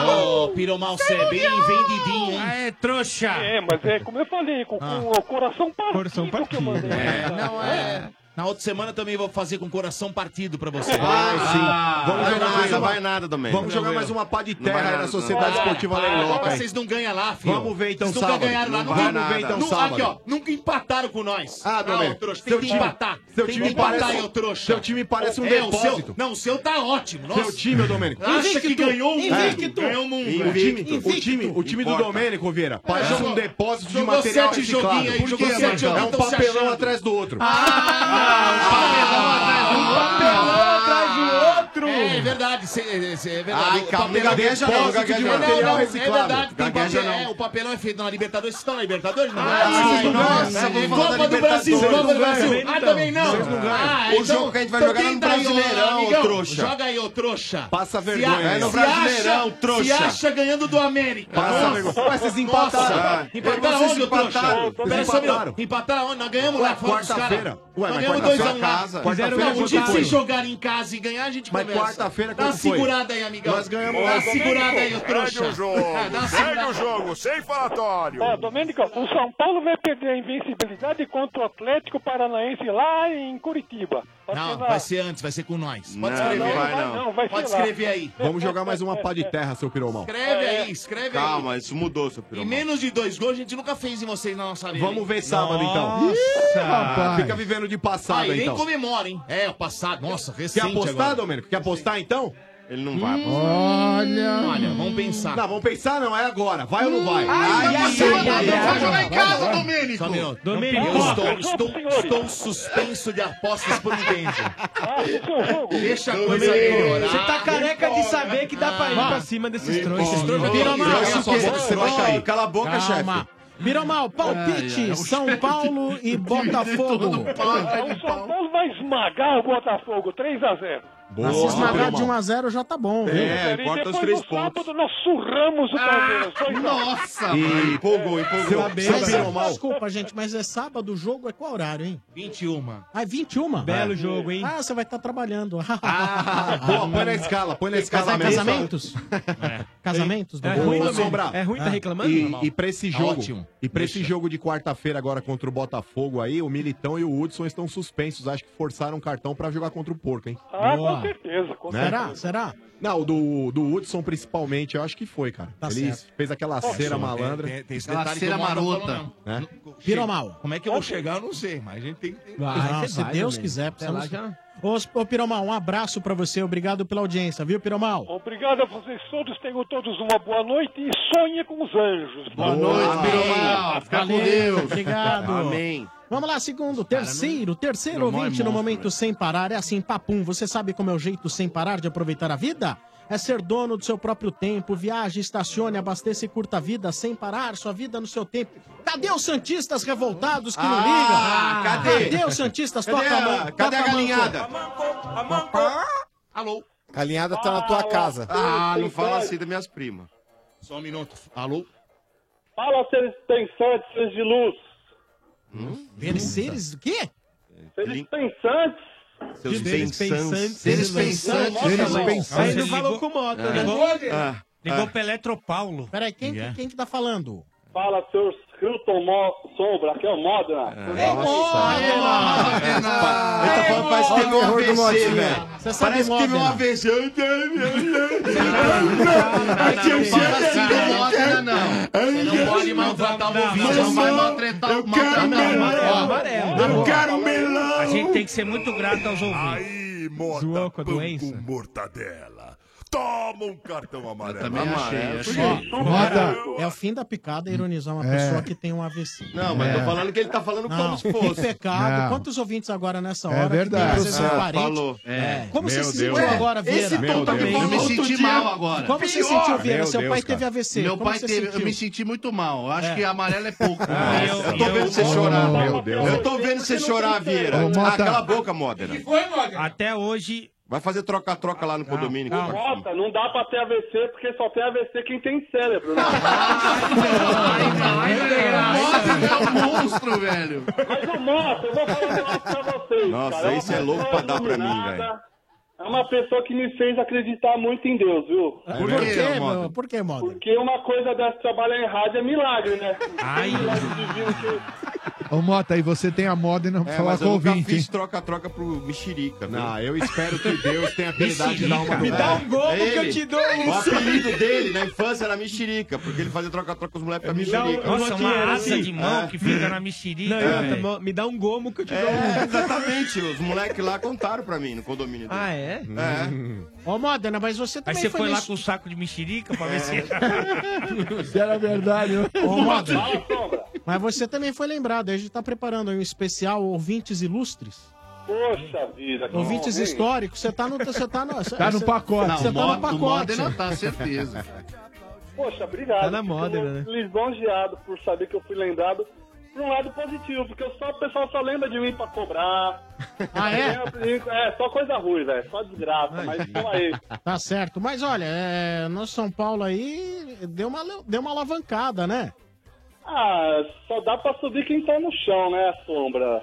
[SPEAKER 14] Ô, Piromal, você é bem vendidinho, hein?
[SPEAKER 7] É, trouxa!
[SPEAKER 20] É, mas é como eu falei, com, com o coração partido, que eu mandei.
[SPEAKER 14] Ah. É, não é. Na outra semana também vou fazer com o coração partido pra você.
[SPEAKER 13] Ah, Vai, sim. Vamos
[SPEAKER 14] Vai
[SPEAKER 13] jogar
[SPEAKER 14] nada,
[SPEAKER 13] mais uma...
[SPEAKER 14] vai nada, Domênico.
[SPEAKER 13] Vamos jogar
[SPEAKER 14] Não,
[SPEAKER 13] mais
[SPEAKER 14] eu-
[SPEAKER 13] uma pá de
[SPEAKER 14] Não vai
[SPEAKER 13] terra aí
[SPEAKER 14] nada,
[SPEAKER 13] na
[SPEAKER 14] não.
[SPEAKER 13] Sociedade
[SPEAKER 14] Vai,
[SPEAKER 13] Esportiva
[SPEAKER 14] vai,
[SPEAKER 13] Leiloca.
[SPEAKER 14] Vocês não ganham lá, filho.
[SPEAKER 13] Vamos ver, então,
[SPEAKER 14] Vocês nunca
[SPEAKER 13] sábado.
[SPEAKER 14] ganharam lá.
[SPEAKER 13] Não
[SPEAKER 14] nunca- então
[SPEAKER 13] vai nada. Não,
[SPEAKER 14] Aqui, ó.
[SPEAKER 13] sábado.
[SPEAKER 14] Nunca empataram com nós.
[SPEAKER 13] Ah, meu bem.
[SPEAKER 14] ô, trouxa,
[SPEAKER 13] Seu
[SPEAKER 14] tem que
[SPEAKER 13] time-
[SPEAKER 14] empatar.
[SPEAKER 13] seu
[SPEAKER 14] Tem que
[SPEAKER 13] time
[SPEAKER 14] empatar,
[SPEAKER 13] parece-
[SPEAKER 14] eu, trouxa.
[SPEAKER 13] seu time parece um
[SPEAKER 14] É, o
[SPEAKER 13] depósito.
[SPEAKER 14] seu- Não, o seu tá ótimo. Nossa.
[SPEAKER 13] Seu time, ô, Domênico.
[SPEAKER 14] Acha que
[SPEAKER 13] Invicto,
[SPEAKER 14] ganhou o mundo.
[SPEAKER 13] um invicto.
[SPEAKER 14] Ganhou o
[SPEAKER 13] O
[SPEAKER 14] mundo.
[SPEAKER 13] time, o time, o time do
[SPEAKER 14] Importa.
[SPEAKER 13] Domênico, Vieira, parece
[SPEAKER 14] jogou-
[SPEAKER 13] um depósito de
[SPEAKER 14] jogou
[SPEAKER 13] material
[SPEAKER 14] sete
[SPEAKER 13] reciclado.
[SPEAKER 14] joguinhos aí,
[SPEAKER 13] Por quê,
[SPEAKER 14] jogou sete
[SPEAKER 13] mano?
[SPEAKER 14] joguinhos,
[SPEAKER 13] É um
[SPEAKER 14] tão se
[SPEAKER 13] papelão
[SPEAKER 14] achando.
[SPEAKER 13] atrás do outro.
[SPEAKER 14] Ah, um papelão atrás do outro.
[SPEAKER 13] papelão atrás do outro.
[SPEAKER 14] É, é verdade. verdade, se- eh, se- é verdade.
[SPEAKER 10] Ai, calma, gagueja não,
[SPEAKER 14] depósito
[SPEAKER 10] gagueja
[SPEAKER 14] de
[SPEAKER 10] não.
[SPEAKER 14] material
[SPEAKER 10] Não, não, é
[SPEAKER 14] É
[SPEAKER 10] verdade,
[SPEAKER 14] verdade,
[SPEAKER 10] tem
[SPEAKER 14] tem
[SPEAKER 10] gagueja
[SPEAKER 14] papel,
[SPEAKER 10] não.
[SPEAKER 14] é, o papelão é feito na Libertadores. Vocês estão na Libertadores? Não.
[SPEAKER 10] vocês não ganham,
[SPEAKER 14] nossa,
[SPEAKER 10] né?
[SPEAKER 14] vamos falar
[SPEAKER 10] Copa
[SPEAKER 14] da
[SPEAKER 10] do Brasil, Copa
[SPEAKER 14] Libertadores.
[SPEAKER 10] do Brasil.
[SPEAKER 14] Vocês não
[SPEAKER 10] Ah,
[SPEAKER 14] ganham.
[SPEAKER 10] também não?
[SPEAKER 14] Vocês não ganham.
[SPEAKER 10] Ah,
[SPEAKER 14] O
[SPEAKER 10] então-
[SPEAKER 14] jogo que a gente vai
[SPEAKER 10] então
[SPEAKER 14] jogar é no
[SPEAKER 10] tenta aí, ô,
[SPEAKER 14] Brasileirão, ô
[SPEAKER 10] amigão.
[SPEAKER 14] trouxa.
[SPEAKER 10] Joga
[SPEAKER 14] Joga aí, ô trouxa.
[SPEAKER 10] Passa
[SPEAKER 14] Se
[SPEAKER 10] vergonha,
[SPEAKER 14] a-
[SPEAKER 10] é no
[SPEAKER 14] se
[SPEAKER 10] Brasileirão,
[SPEAKER 14] acha-
[SPEAKER 10] trouxa.
[SPEAKER 14] Se acha ganhando do América.
[SPEAKER 10] Passa
[SPEAKER 14] Nossa.
[SPEAKER 10] vergonha. Mas vocês
[SPEAKER 14] Nossa.
[SPEAKER 10] empataram.
[SPEAKER 14] Empataram
[SPEAKER 10] Vocês
[SPEAKER 14] onde, ô trouxa?
[SPEAKER 10] empataram.
[SPEAKER 14] Pera só, meu.
[SPEAKER 10] Empataram.
[SPEAKER 14] Empataram onde? Nós ganhamos
[SPEAKER 10] Ué,
[SPEAKER 14] lá fora dos caras.
[SPEAKER 10] quarta-feira. Ué,
[SPEAKER 14] Nós
[SPEAKER 10] mas
[SPEAKER 14] ganhamos
[SPEAKER 10] quarta-feira é
[SPEAKER 14] 2x1 lá.
[SPEAKER 10] casa.
[SPEAKER 14] Quarta-feira
[SPEAKER 10] Não,
[SPEAKER 14] não,
[SPEAKER 10] quanto
[SPEAKER 14] o dia que
[SPEAKER 10] foi?
[SPEAKER 14] se jogar em casa e ganhar, a gente
[SPEAKER 10] Mas
[SPEAKER 14] conversa.
[SPEAKER 10] quarta-feira
[SPEAKER 14] Dá uma
[SPEAKER 10] quanto foi?
[SPEAKER 14] segurada aí, amigão.
[SPEAKER 10] Nós ganhamos
[SPEAKER 14] Dá
[SPEAKER 10] lá.
[SPEAKER 14] uma segurada aí, ô
[SPEAKER 10] Segue
[SPEAKER 14] trouxa.
[SPEAKER 10] o jogo,
[SPEAKER 14] Ah, dá uma
[SPEAKER 10] segue
[SPEAKER 14] segurada.
[SPEAKER 10] o
[SPEAKER 22] jogo, sem falatório.
[SPEAKER 20] Ó, Domênico, o São Paulo vai perder a invencibilidade contra o Atlético Paranaense lá em Curitiba. Pode
[SPEAKER 14] Não,
[SPEAKER 20] ser lá.
[SPEAKER 14] vai ser antes, vai ser com nós. Pode
[SPEAKER 20] Não,
[SPEAKER 14] escrever.
[SPEAKER 20] não vai
[SPEAKER 14] aí.
[SPEAKER 20] não. Não, vai ser
[SPEAKER 14] Pode
[SPEAKER 20] lá.
[SPEAKER 14] escrever aí.
[SPEAKER 13] Vamos jogar mais uma pá de terra, seu piromão.
[SPEAKER 14] Escreve aí, escreve aí.
[SPEAKER 2] Calma, isso mudou, seu
[SPEAKER 14] E
[SPEAKER 2] piromão.
[SPEAKER 14] menos de dois gols a gente nunca fez em vocês na nossa vida.
[SPEAKER 13] Vamos
[SPEAKER 14] hein?
[SPEAKER 13] ver sábado, então.
[SPEAKER 14] Nossa.
[SPEAKER 13] Ih,
[SPEAKER 14] rapaz.
[SPEAKER 13] Fica vivendo de
[SPEAKER 14] Aí
[SPEAKER 13] passado,
[SPEAKER 14] nem
[SPEAKER 13] então.
[SPEAKER 14] comemora, hein? É, o passado. Nossa,
[SPEAKER 13] Quer
[SPEAKER 14] recente
[SPEAKER 13] apostar,
[SPEAKER 14] agora.
[SPEAKER 13] Domênico? Quer apostar, então?
[SPEAKER 2] Ele não
[SPEAKER 14] vai apostar.
[SPEAKER 13] Olha...
[SPEAKER 14] Olha, vamos pensar.
[SPEAKER 13] Não, vamos pensar não, é agora. Vai ou não vai?
[SPEAKER 14] Ai,
[SPEAKER 13] Ai,
[SPEAKER 14] vai
[SPEAKER 13] ai,
[SPEAKER 14] você,
[SPEAKER 13] ai,
[SPEAKER 14] Domênico,
[SPEAKER 13] ai,
[SPEAKER 14] vai
[SPEAKER 13] ai,
[SPEAKER 14] jogar
[SPEAKER 13] ai,
[SPEAKER 14] em casa,
[SPEAKER 13] vai, vai.
[SPEAKER 14] Domênico.
[SPEAKER 13] Só um minuto.
[SPEAKER 14] Domênico.
[SPEAKER 13] Não,
[SPEAKER 14] Eu
[SPEAKER 13] não,
[SPEAKER 14] estou,
[SPEAKER 13] não,
[SPEAKER 14] estou, estou suspenso de apostas por um
[SPEAKER 1] Ah, é um
[SPEAKER 14] tempo. Deixa a coisa
[SPEAKER 13] um.
[SPEAKER 11] Domênico.
[SPEAKER 14] melhorar.
[SPEAKER 11] Você tá careca de saber que dá pra ir
[SPEAKER 14] Ah.
[SPEAKER 11] pra cima desses
[SPEAKER 14] Me
[SPEAKER 11] trouxas.
[SPEAKER 14] empolga. Vira uma- Olha só, você vai cair. Cala a boca,
[SPEAKER 1] Calma. Biromal, palpite,
[SPEAKER 10] Ai, ai,
[SPEAKER 1] São Paulo e Botafogo.
[SPEAKER 20] O É, um São Paulo vai esmagar o Botafogo, 3x0.
[SPEAKER 1] Mas Se esmagar de 1x0 já tá bom, viu?
[SPEAKER 20] Sábado nós surramos o Palmeiras. dois a um.
[SPEAKER 1] Ah, Nossa,
[SPEAKER 2] Ih, empolgou, empolgou.
[SPEAKER 1] Mas, desculpa, gente, mas é sábado o jogo, é qual horário, hein?
[SPEAKER 14] 21.
[SPEAKER 1] Ah, é 21?
[SPEAKER 11] Belo
[SPEAKER 1] É.
[SPEAKER 11] jogo, hein?
[SPEAKER 1] Ah, você vai estar trabalhando.
[SPEAKER 13] Boa, põe na escala, põe na escala
[SPEAKER 1] Casar-
[SPEAKER 13] mesmo.
[SPEAKER 1] Casamentos? Casamentos?
[SPEAKER 13] Ô, ô, Sombra, ah, E, e pra esse
[SPEAKER 1] Tá
[SPEAKER 13] jogo,
[SPEAKER 1] ótimo.
[SPEAKER 13] e pra esse jogo de quarta-feira agora contra o Botafogo aí, o Militão e o Hudson estão suspensos. Acho que forçaram o cartão pra jogar contra o Porco, hein?
[SPEAKER 20] Ah, com certeza. Com
[SPEAKER 13] Né?
[SPEAKER 20] certeza.
[SPEAKER 1] Será?
[SPEAKER 13] Não, o do, do Hudson principalmente, eu acho que foi, cara. Ele fez aquela cera malandra.
[SPEAKER 14] Tem, tem esse detalhe que o Mauro falou, não.
[SPEAKER 13] Né?
[SPEAKER 1] Virou mal.
[SPEAKER 14] Como é que eu vou chegar, eu não sei, mas a gente tem que... tem-
[SPEAKER 1] Vai, não, se Deus quiser, precisamos... Ô, S- ô, Piromal, um abraço pra você, obrigado pela audiência, viu, Piromal?
[SPEAKER 20] Obrigado a vocês todos. Tenham todos uma boa noite e sonhe com os anjos.
[SPEAKER 1] Boa noite,
[SPEAKER 20] Piromal.
[SPEAKER 1] Fica com Deus. Obrigado. Vamos lá, segundo, terceiro, terceiro
[SPEAKER 10] Piromal é
[SPEAKER 1] ouvinte no
[SPEAKER 10] monstro,
[SPEAKER 1] momento sem parar. É assim, papum, você sabe como é o jeito sem parar de aproveitar a vida? É ser dono do seu próprio tempo, viaje, estacione, abasteça e curta a vida sem parar, sua vida no seu tempo. Cadê os Santistas revoltados que não
[SPEAKER 10] Ah,
[SPEAKER 1] ligam?
[SPEAKER 10] cadê?
[SPEAKER 1] os Santistas?
[SPEAKER 10] Cadê
[SPEAKER 1] Toca a mão,
[SPEAKER 10] a-
[SPEAKER 13] Tá
[SPEAKER 1] toca
[SPEAKER 10] cadê a
[SPEAKER 1] a mão,
[SPEAKER 10] galinhada?
[SPEAKER 1] pô.
[SPEAKER 14] Alô?
[SPEAKER 5] A linhada tá na tua casa.
[SPEAKER 2] Ah, não fala assim das minhas primas.
[SPEAKER 14] Só um minuto. Alô?
[SPEAKER 20] Fala, seres pensantes, seres de luz.
[SPEAKER 1] Seres do quê?
[SPEAKER 20] Seres pensantes.
[SPEAKER 2] Seus
[SPEAKER 7] Seres
[SPEAKER 2] pensantes.
[SPEAKER 7] pensantes. Seres pensantes. Seles pensantes.
[SPEAKER 1] Aí não
[SPEAKER 7] Ele
[SPEAKER 1] falou
[SPEAKER 7] ligou-
[SPEAKER 1] com o Mota,
[SPEAKER 7] Ah.
[SPEAKER 1] né?
[SPEAKER 7] Ah. Ligou ah. pro Eletropaulo. é.
[SPEAKER 1] Peraí, quem, que- quem que tá falando?
[SPEAKER 20] Fala, seus Hilton Mo... Sombra, aqui é o
[SPEAKER 1] Ah,
[SPEAKER 20] Modena. É,
[SPEAKER 10] Ele tá falando que parece que teve um
[SPEAKER 20] horror do
[SPEAKER 10] AVC,
[SPEAKER 20] motinho.
[SPEAKER 10] velho.
[SPEAKER 20] Você sabe
[SPEAKER 10] Parece que teve um
[SPEAKER 20] Modena.
[SPEAKER 10] AVC.
[SPEAKER 14] Não pode maltratar o ouvinte, não vai
[SPEAKER 9] tá
[SPEAKER 14] maltratar o
[SPEAKER 7] Não, não,
[SPEAKER 14] maltratar.
[SPEAKER 7] amarelo,
[SPEAKER 14] Ó,
[SPEAKER 7] amarelo.
[SPEAKER 14] eu
[SPEAKER 7] Boa.
[SPEAKER 14] quero melão.
[SPEAKER 7] A gente tem que ser muito grato aos ouvintes.
[SPEAKER 22] Aí, morta, com mortadela. Toma um cartão amarelo.
[SPEAKER 7] também
[SPEAKER 2] é
[SPEAKER 22] Amarelo. um
[SPEAKER 1] achei, achei.
[SPEAKER 22] Ó,
[SPEAKER 1] Moda. É o fim da picada ironizar uma
[SPEAKER 22] É.
[SPEAKER 1] pessoa que tem um AVC.
[SPEAKER 2] Não, mas tô falando que ele tá falando como se
[SPEAKER 1] Que
[SPEAKER 2] fosse.
[SPEAKER 1] pecado.
[SPEAKER 2] Não.
[SPEAKER 1] Quantos ouvintes agora nessa
[SPEAKER 2] É
[SPEAKER 1] hora?
[SPEAKER 2] verdade.
[SPEAKER 1] Que tem, às vezes, um
[SPEAKER 2] Ah,
[SPEAKER 1] parente?
[SPEAKER 2] falou.
[SPEAKER 1] É.
[SPEAKER 2] É.
[SPEAKER 1] Como você
[SPEAKER 2] Meu
[SPEAKER 1] se
[SPEAKER 2] Deus.
[SPEAKER 1] sentiu agora, Vera?
[SPEAKER 2] Esse tom tá
[SPEAKER 1] Meu
[SPEAKER 3] Eu me
[SPEAKER 1] Deus.
[SPEAKER 3] senti mal agora.
[SPEAKER 1] Como você
[SPEAKER 3] Pior.
[SPEAKER 1] sentiu, Vera?
[SPEAKER 3] Meu
[SPEAKER 1] Seu
[SPEAKER 3] Deus,
[SPEAKER 1] pai
[SPEAKER 3] cara.
[SPEAKER 1] teve AVC.
[SPEAKER 3] Meu
[SPEAKER 1] Como
[SPEAKER 3] pai
[SPEAKER 1] você
[SPEAKER 3] teve. Eu
[SPEAKER 1] sentiu?
[SPEAKER 3] me senti muito mal. Eu acho
[SPEAKER 1] É.
[SPEAKER 3] que amarelo é pouco.
[SPEAKER 2] Eu tô vendo você chorar. Eu tô vendo você chorar, Vieira.
[SPEAKER 3] Ô, Mota.
[SPEAKER 2] Ah, cala a boca, Modena.
[SPEAKER 7] Até hoje.
[SPEAKER 2] Vai fazer troca-troca lá no condomínio.
[SPEAKER 20] Mota, não dá pra ter AVC porque só tem AVC quem tem cérebro. Né?
[SPEAKER 10] Mota é um monstro,
[SPEAKER 20] velho. Mas o Mota, eu vou falar um negócio pra vocês.
[SPEAKER 2] Nossa,
[SPEAKER 20] cara. uma
[SPEAKER 2] isso é louco
[SPEAKER 20] pessoa
[SPEAKER 2] pra dar pra mim,
[SPEAKER 20] iluminada,
[SPEAKER 2] velho.
[SPEAKER 20] É uma pessoa que me fez acreditar muito em Deus, viu?
[SPEAKER 2] É
[SPEAKER 1] Por quê, meu? Por que, Moda?
[SPEAKER 20] Porque uma coisa dessa trabalhar em rádio é milagre, né? Ai. Milagre divino que
[SPEAKER 4] Ô, Mota, aí você tem a moda e não
[SPEAKER 2] É,
[SPEAKER 4] falar
[SPEAKER 2] mas
[SPEAKER 4] com
[SPEAKER 2] eu
[SPEAKER 4] o
[SPEAKER 2] nunca
[SPEAKER 4] ouvinte, hein?
[SPEAKER 2] fiz troca-troca pro mexerica.
[SPEAKER 13] Não, eu espero que Deus tenha piedade de dar uma
[SPEAKER 2] Me dá um
[SPEAKER 13] gol
[SPEAKER 2] gol que eu te dou O apelido dele na infância era mexerica, porque ele fazia troca-troca com os moleques pra
[SPEAKER 7] Me dá um-
[SPEAKER 2] mexerica.
[SPEAKER 7] Nossa, uma asa de mão
[SPEAKER 2] É.
[SPEAKER 7] que fica na mexerica.
[SPEAKER 2] Não, e outra,
[SPEAKER 7] velho.
[SPEAKER 2] mo-
[SPEAKER 11] Me dá um gomo que eu te
[SPEAKER 2] É, exatamente. Os moleques lá contaram pra mim no condomínio dele.
[SPEAKER 11] Ah, é?
[SPEAKER 2] É.
[SPEAKER 1] Ô, Modena, mas você
[SPEAKER 7] Aí
[SPEAKER 1] também
[SPEAKER 7] você foi lá
[SPEAKER 1] mex-
[SPEAKER 7] com o saco de mexerica pra ver se.
[SPEAKER 4] Se era verdade.
[SPEAKER 1] né? Ô, Moda, Mas você também foi lembrado. aí A gente tá preparando aí um especial Ouvintes Ilustres.
[SPEAKER 20] Poxa vida. que
[SPEAKER 1] Ouvintes
[SPEAKER 20] bom, hein?
[SPEAKER 1] históricos, você tá no. Você tá no,
[SPEAKER 20] Tá no pacote.
[SPEAKER 1] Você
[SPEAKER 20] Não,
[SPEAKER 1] tá no
[SPEAKER 20] modo-
[SPEAKER 1] pacote.
[SPEAKER 2] é
[SPEAKER 20] modo não tá, certeza. Poxa, obrigado.
[SPEAKER 1] Tá na moda,
[SPEAKER 20] Fico
[SPEAKER 1] né?
[SPEAKER 20] Lisonjeado por saber que eu fui lembrado. Por um lado positivo, porque eu só, o pessoal só lembra de mim pra cobrar. Ah, é? É, só coisa ruim, velho. Só desgraça. Mas estamos aí.
[SPEAKER 1] Tá certo. Mas olha, é, no São Paulo aí deu uma, deu uma alavancada, né?
[SPEAKER 20] Ah, só dá pra subir quem tá no chão, né, a sombra?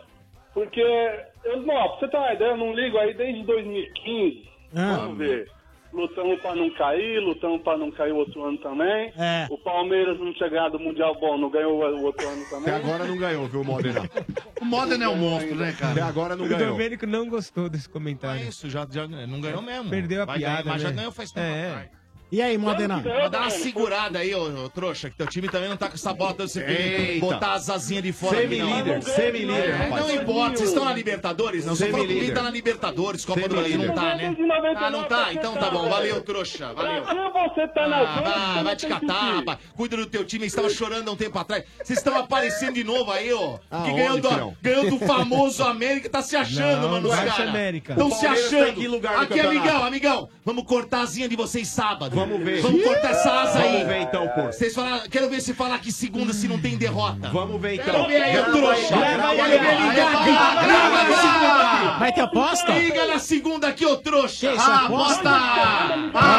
[SPEAKER 20] Porque, eu, não, pra você ter uma ideia, eu não ligo aí desde 2015.
[SPEAKER 1] Ah.
[SPEAKER 20] Vamos ver. Lutamos pra não cair, lutamos pra não cair o outro ano também.
[SPEAKER 1] É.
[SPEAKER 20] O Palmeiras não chegar do Mundial Bom, não ganhou o outro ano também.
[SPEAKER 13] Até agora não ganhou, viu, Modena?
[SPEAKER 20] O Modena é um monstro, né,
[SPEAKER 13] Até agora não
[SPEAKER 11] o
[SPEAKER 13] ganhou.
[SPEAKER 11] Domênico não gostou desse comentário. É isso, já, não
[SPEAKER 14] ganhou mesmo.
[SPEAKER 11] Perdeu a
[SPEAKER 14] Vai
[SPEAKER 11] piada.
[SPEAKER 14] ganhar, mas
[SPEAKER 11] né?
[SPEAKER 14] já ganhou faz tempo
[SPEAKER 11] É, é.
[SPEAKER 14] atrás.
[SPEAKER 1] E aí, Modena?
[SPEAKER 14] Mas Dá uma segurada aí, ô, ô, trouxa, que teu time também não tá com essa bota. Você quer
[SPEAKER 13] Eita.
[SPEAKER 14] botar as asinhas de fora
[SPEAKER 13] Semi-líder,
[SPEAKER 14] aqui, não.
[SPEAKER 13] semi-líder,
[SPEAKER 14] É,
[SPEAKER 13] rapaz.
[SPEAKER 14] Não importa, vocês estão na Libertadores? Não, você falou que
[SPEAKER 13] Semi-líder.
[SPEAKER 14] tá na Libertadores, Copa do Brasil, não
[SPEAKER 13] Semi-líder.
[SPEAKER 14] tá, né? Ah, não tá? Então tá bom, valeu, trouxa, valeu.
[SPEAKER 20] você tá na
[SPEAKER 14] Ah,
[SPEAKER 20] zona, você
[SPEAKER 14] vai
[SPEAKER 20] não
[SPEAKER 14] te
[SPEAKER 20] tem
[SPEAKER 14] catar,
[SPEAKER 20] sentido.
[SPEAKER 14] rapaz. Cuida do teu time, estava chorando há um tempo atrás. Vocês estão aparecendo de novo aí, ó. que
[SPEAKER 13] Aonde,
[SPEAKER 14] ganhou
[SPEAKER 13] Pirão?
[SPEAKER 14] do, ganhou do famoso América, tá se achando,
[SPEAKER 13] Não,
[SPEAKER 14] mano, os
[SPEAKER 13] não é esse
[SPEAKER 14] caras.
[SPEAKER 13] América.
[SPEAKER 14] Estão
[SPEAKER 13] O
[SPEAKER 14] se
[SPEAKER 13] Palmeiras tá em
[SPEAKER 14] achando.
[SPEAKER 13] que lugar no
[SPEAKER 14] Aqui,
[SPEAKER 13] campeonato?
[SPEAKER 14] amigão, amigão, vamos cortar a asinha de vocês sábado.
[SPEAKER 13] Vamos ver.
[SPEAKER 14] Vamos cortar essa asa aí.
[SPEAKER 13] Vamos ver então, pô.
[SPEAKER 14] Vocês falaram, quero ver se falar que segunda se não tem derrota. Vamos ver
[SPEAKER 13] então.
[SPEAKER 14] Quero ver aí, ô
[SPEAKER 13] Grava aí,
[SPEAKER 14] trouxa.
[SPEAKER 13] grava aí,
[SPEAKER 14] Quero ver ele
[SPEAKER 13] grava,
[SPEAKER 14] ligar.
[SPEAKER 13] grava,
[SPEAKER 14] Grava na
[SPEAKER 13] grava.
[SPEAKER 14] segunda aqui.
[SPEAKER 1] Vai ter aposta?
[SPEAKER 14] Liga na segunda aqui, ô trouxa.
[SPEAKER 1] isso, aposta?
[SPEAKER 14] Aposta!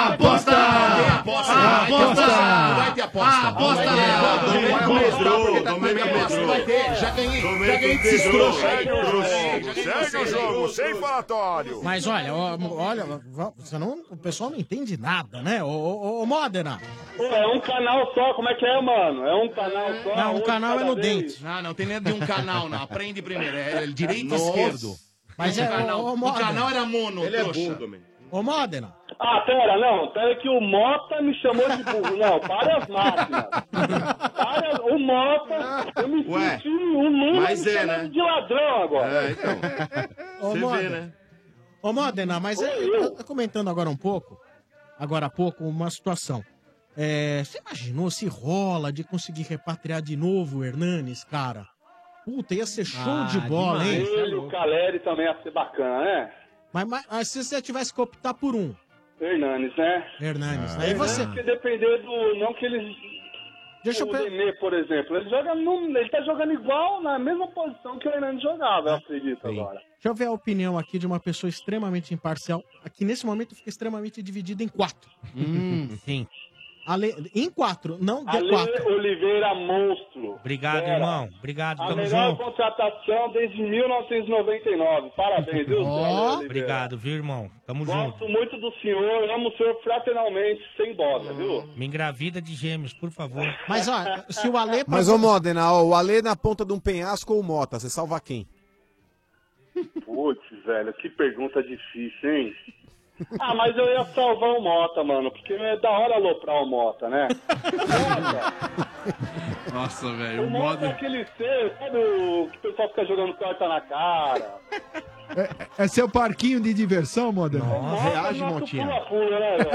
[SPEAKER 14] Aposta! Tem aposta! Aposta! Não vai ter aposta! Aposta! Não tá vai ter, já ganhei. Já ganhei desses trouxas.
[SPEAKER 22] Segue o jogo, segue o
[SPEAKER 1] vocês.
[SPEAKER 22] jogo, sem falatório.
[SPEAKER 1] Mas olha, ó, olha, ó, você não, o pessoal não entende nada, né? Ô, ô, ô, Modena.
[SPEAKER 20] Pô, é um canal só, como é que é, mano? É um canal só.
[SPEAKER 1] Não, um canal é no dente.
[SPEAKER 14] Ah, não tem nem de um canal, não. Aprende primeiro. É direito e
[SPEAKER 1] Nossa.
[SPEAKER 14] esquerdo.
[SPEAKER 1] Mas
[SPEAKER 14] Um
[SPEAKER 1] é,
[SPEAKER 14] canal.
[SPEAKER 1] ô, ô,
[SPEAKER 14] O
[SPEAKER 1] Modena.
[SPEAKER 14] canal era mono,
[SPEAKER 1] Ele é
[SPEAKER 14] trouxa.
[SPEAKER 1] Ô, Modena.
[SPEAKER 20] Ah, pera, não, pera que o Mota me chamou de burro. Não, para as máquinas. Para, o Mota, eu me
[SPEAKER 10] Ué,
[SPEAKER 20] senti um mundo
[SPEAKER 10] mas
[SPEAKER 20] me
[SPEAKER 10] é,
[SPEAKER 20] chamando
[SPEAKER 10] né?
[SPEAKER 20] de ladrão agora.
[SPEAKER 10] É, então.
[SPEAKER 1] Ô,
[SPEAKER 10] Você vê,
[SPEAKER 1] Modena.
[SPEAKER 10] né?
[SPEAKER 1] Ô, Modena, mas é, eu tô comentando agora um pouco, agora há pouco, uma situação. É, você imaginou se rola de conseguir repatriar de novo o Hernanes, cara? Puta, ia ser show
[SPEAKER 20] Ah,
[SPEAKER 1] de bola,
[SPEAKER 20] demais,
[SPEAKER 1] hein?
[SPEAKER 20] Ele e o Caleri também ia ser bacana, né?
[SPEAKER 1] Mas, mas- mas se você tivesse que optar por um,
[SPEAKER 20] Hernanes, né?
[SPEAKER 10] Ah,
[SPEAKER 1] Hernanes, aí você...
[SPEAKER 20] Porque depender do. Não que eles.
[SPEAKER 1] Deixa
[SPEAKER 20] o Nenê, por exemplo, ele joga no- ele tá jogando igual na mesma posição que o Hernandes jogava, eu acredito agora.
[SPEAKER 1] Deixa eu ver a opinião aqui de uma pessoa extremamente imparcial. Aqui nesse momento fica extremamente dividida em quatro.
[SPEAKER 7] Hum, sim.
[SPEAKER 1] Ale- Em quatro, não de
[SPEAKER 20] Ale
[SPEAKER 1] quatro.
[SPEAKER 20] Oliveira Monstro.
[SPEAKER 7] Obrigado,
[SPEAKER 20] Fera.
[SPEAKER 7] irmão. Obrigado,
[SPEAKER 20] A
[SPEAKER 7] tamo
[SPEAKER 20] melhor
[SPEAKER 7] junto.
[SPEAKER 20] contratação desde 1999. Parabéns, viu, senhor Ale Oliveira?
[SPEAKER 7] Obrigado, viu, irmão? Tamo junto.
[SPEAKER 20] Gosto muito do senhor, amo o senhor fraternalmente, sem bosta, viu?
[SPEAKER 7] Me engravida de gêmeos, por favor.
[SPEAKER 1] Mas, ó, se o
[SPEAKER 20] É
[SPEAKER 1] Ale...
[SPEAKER 5] Mas, ô Modena, ó, o Alê na ponta de um penhasco ou o Mota, você salva quem?
[SPEAKER 20] Putz, velho, que pergunta difícil, hein? Ah, mas eu ia salvar o Mota, mano, porque é da hora aloprar o Mota, né?
[SPEAKER 3] Nossa, velho,
[SPEAKER 20] O
[SPEAKER 3] o
[SPEAKER 20] Mota é
[SPEAKER 3] um modo.
[SPEAKER 20] aquele ser, sabe, o que o pessoal fica jogando carta na cara.
[SPEAKER 4] É seu parquinho de diversão, Modena?
[SPEAKER 3] Reage, Motinha.
[SPEAKER 20] Pula, né, velho?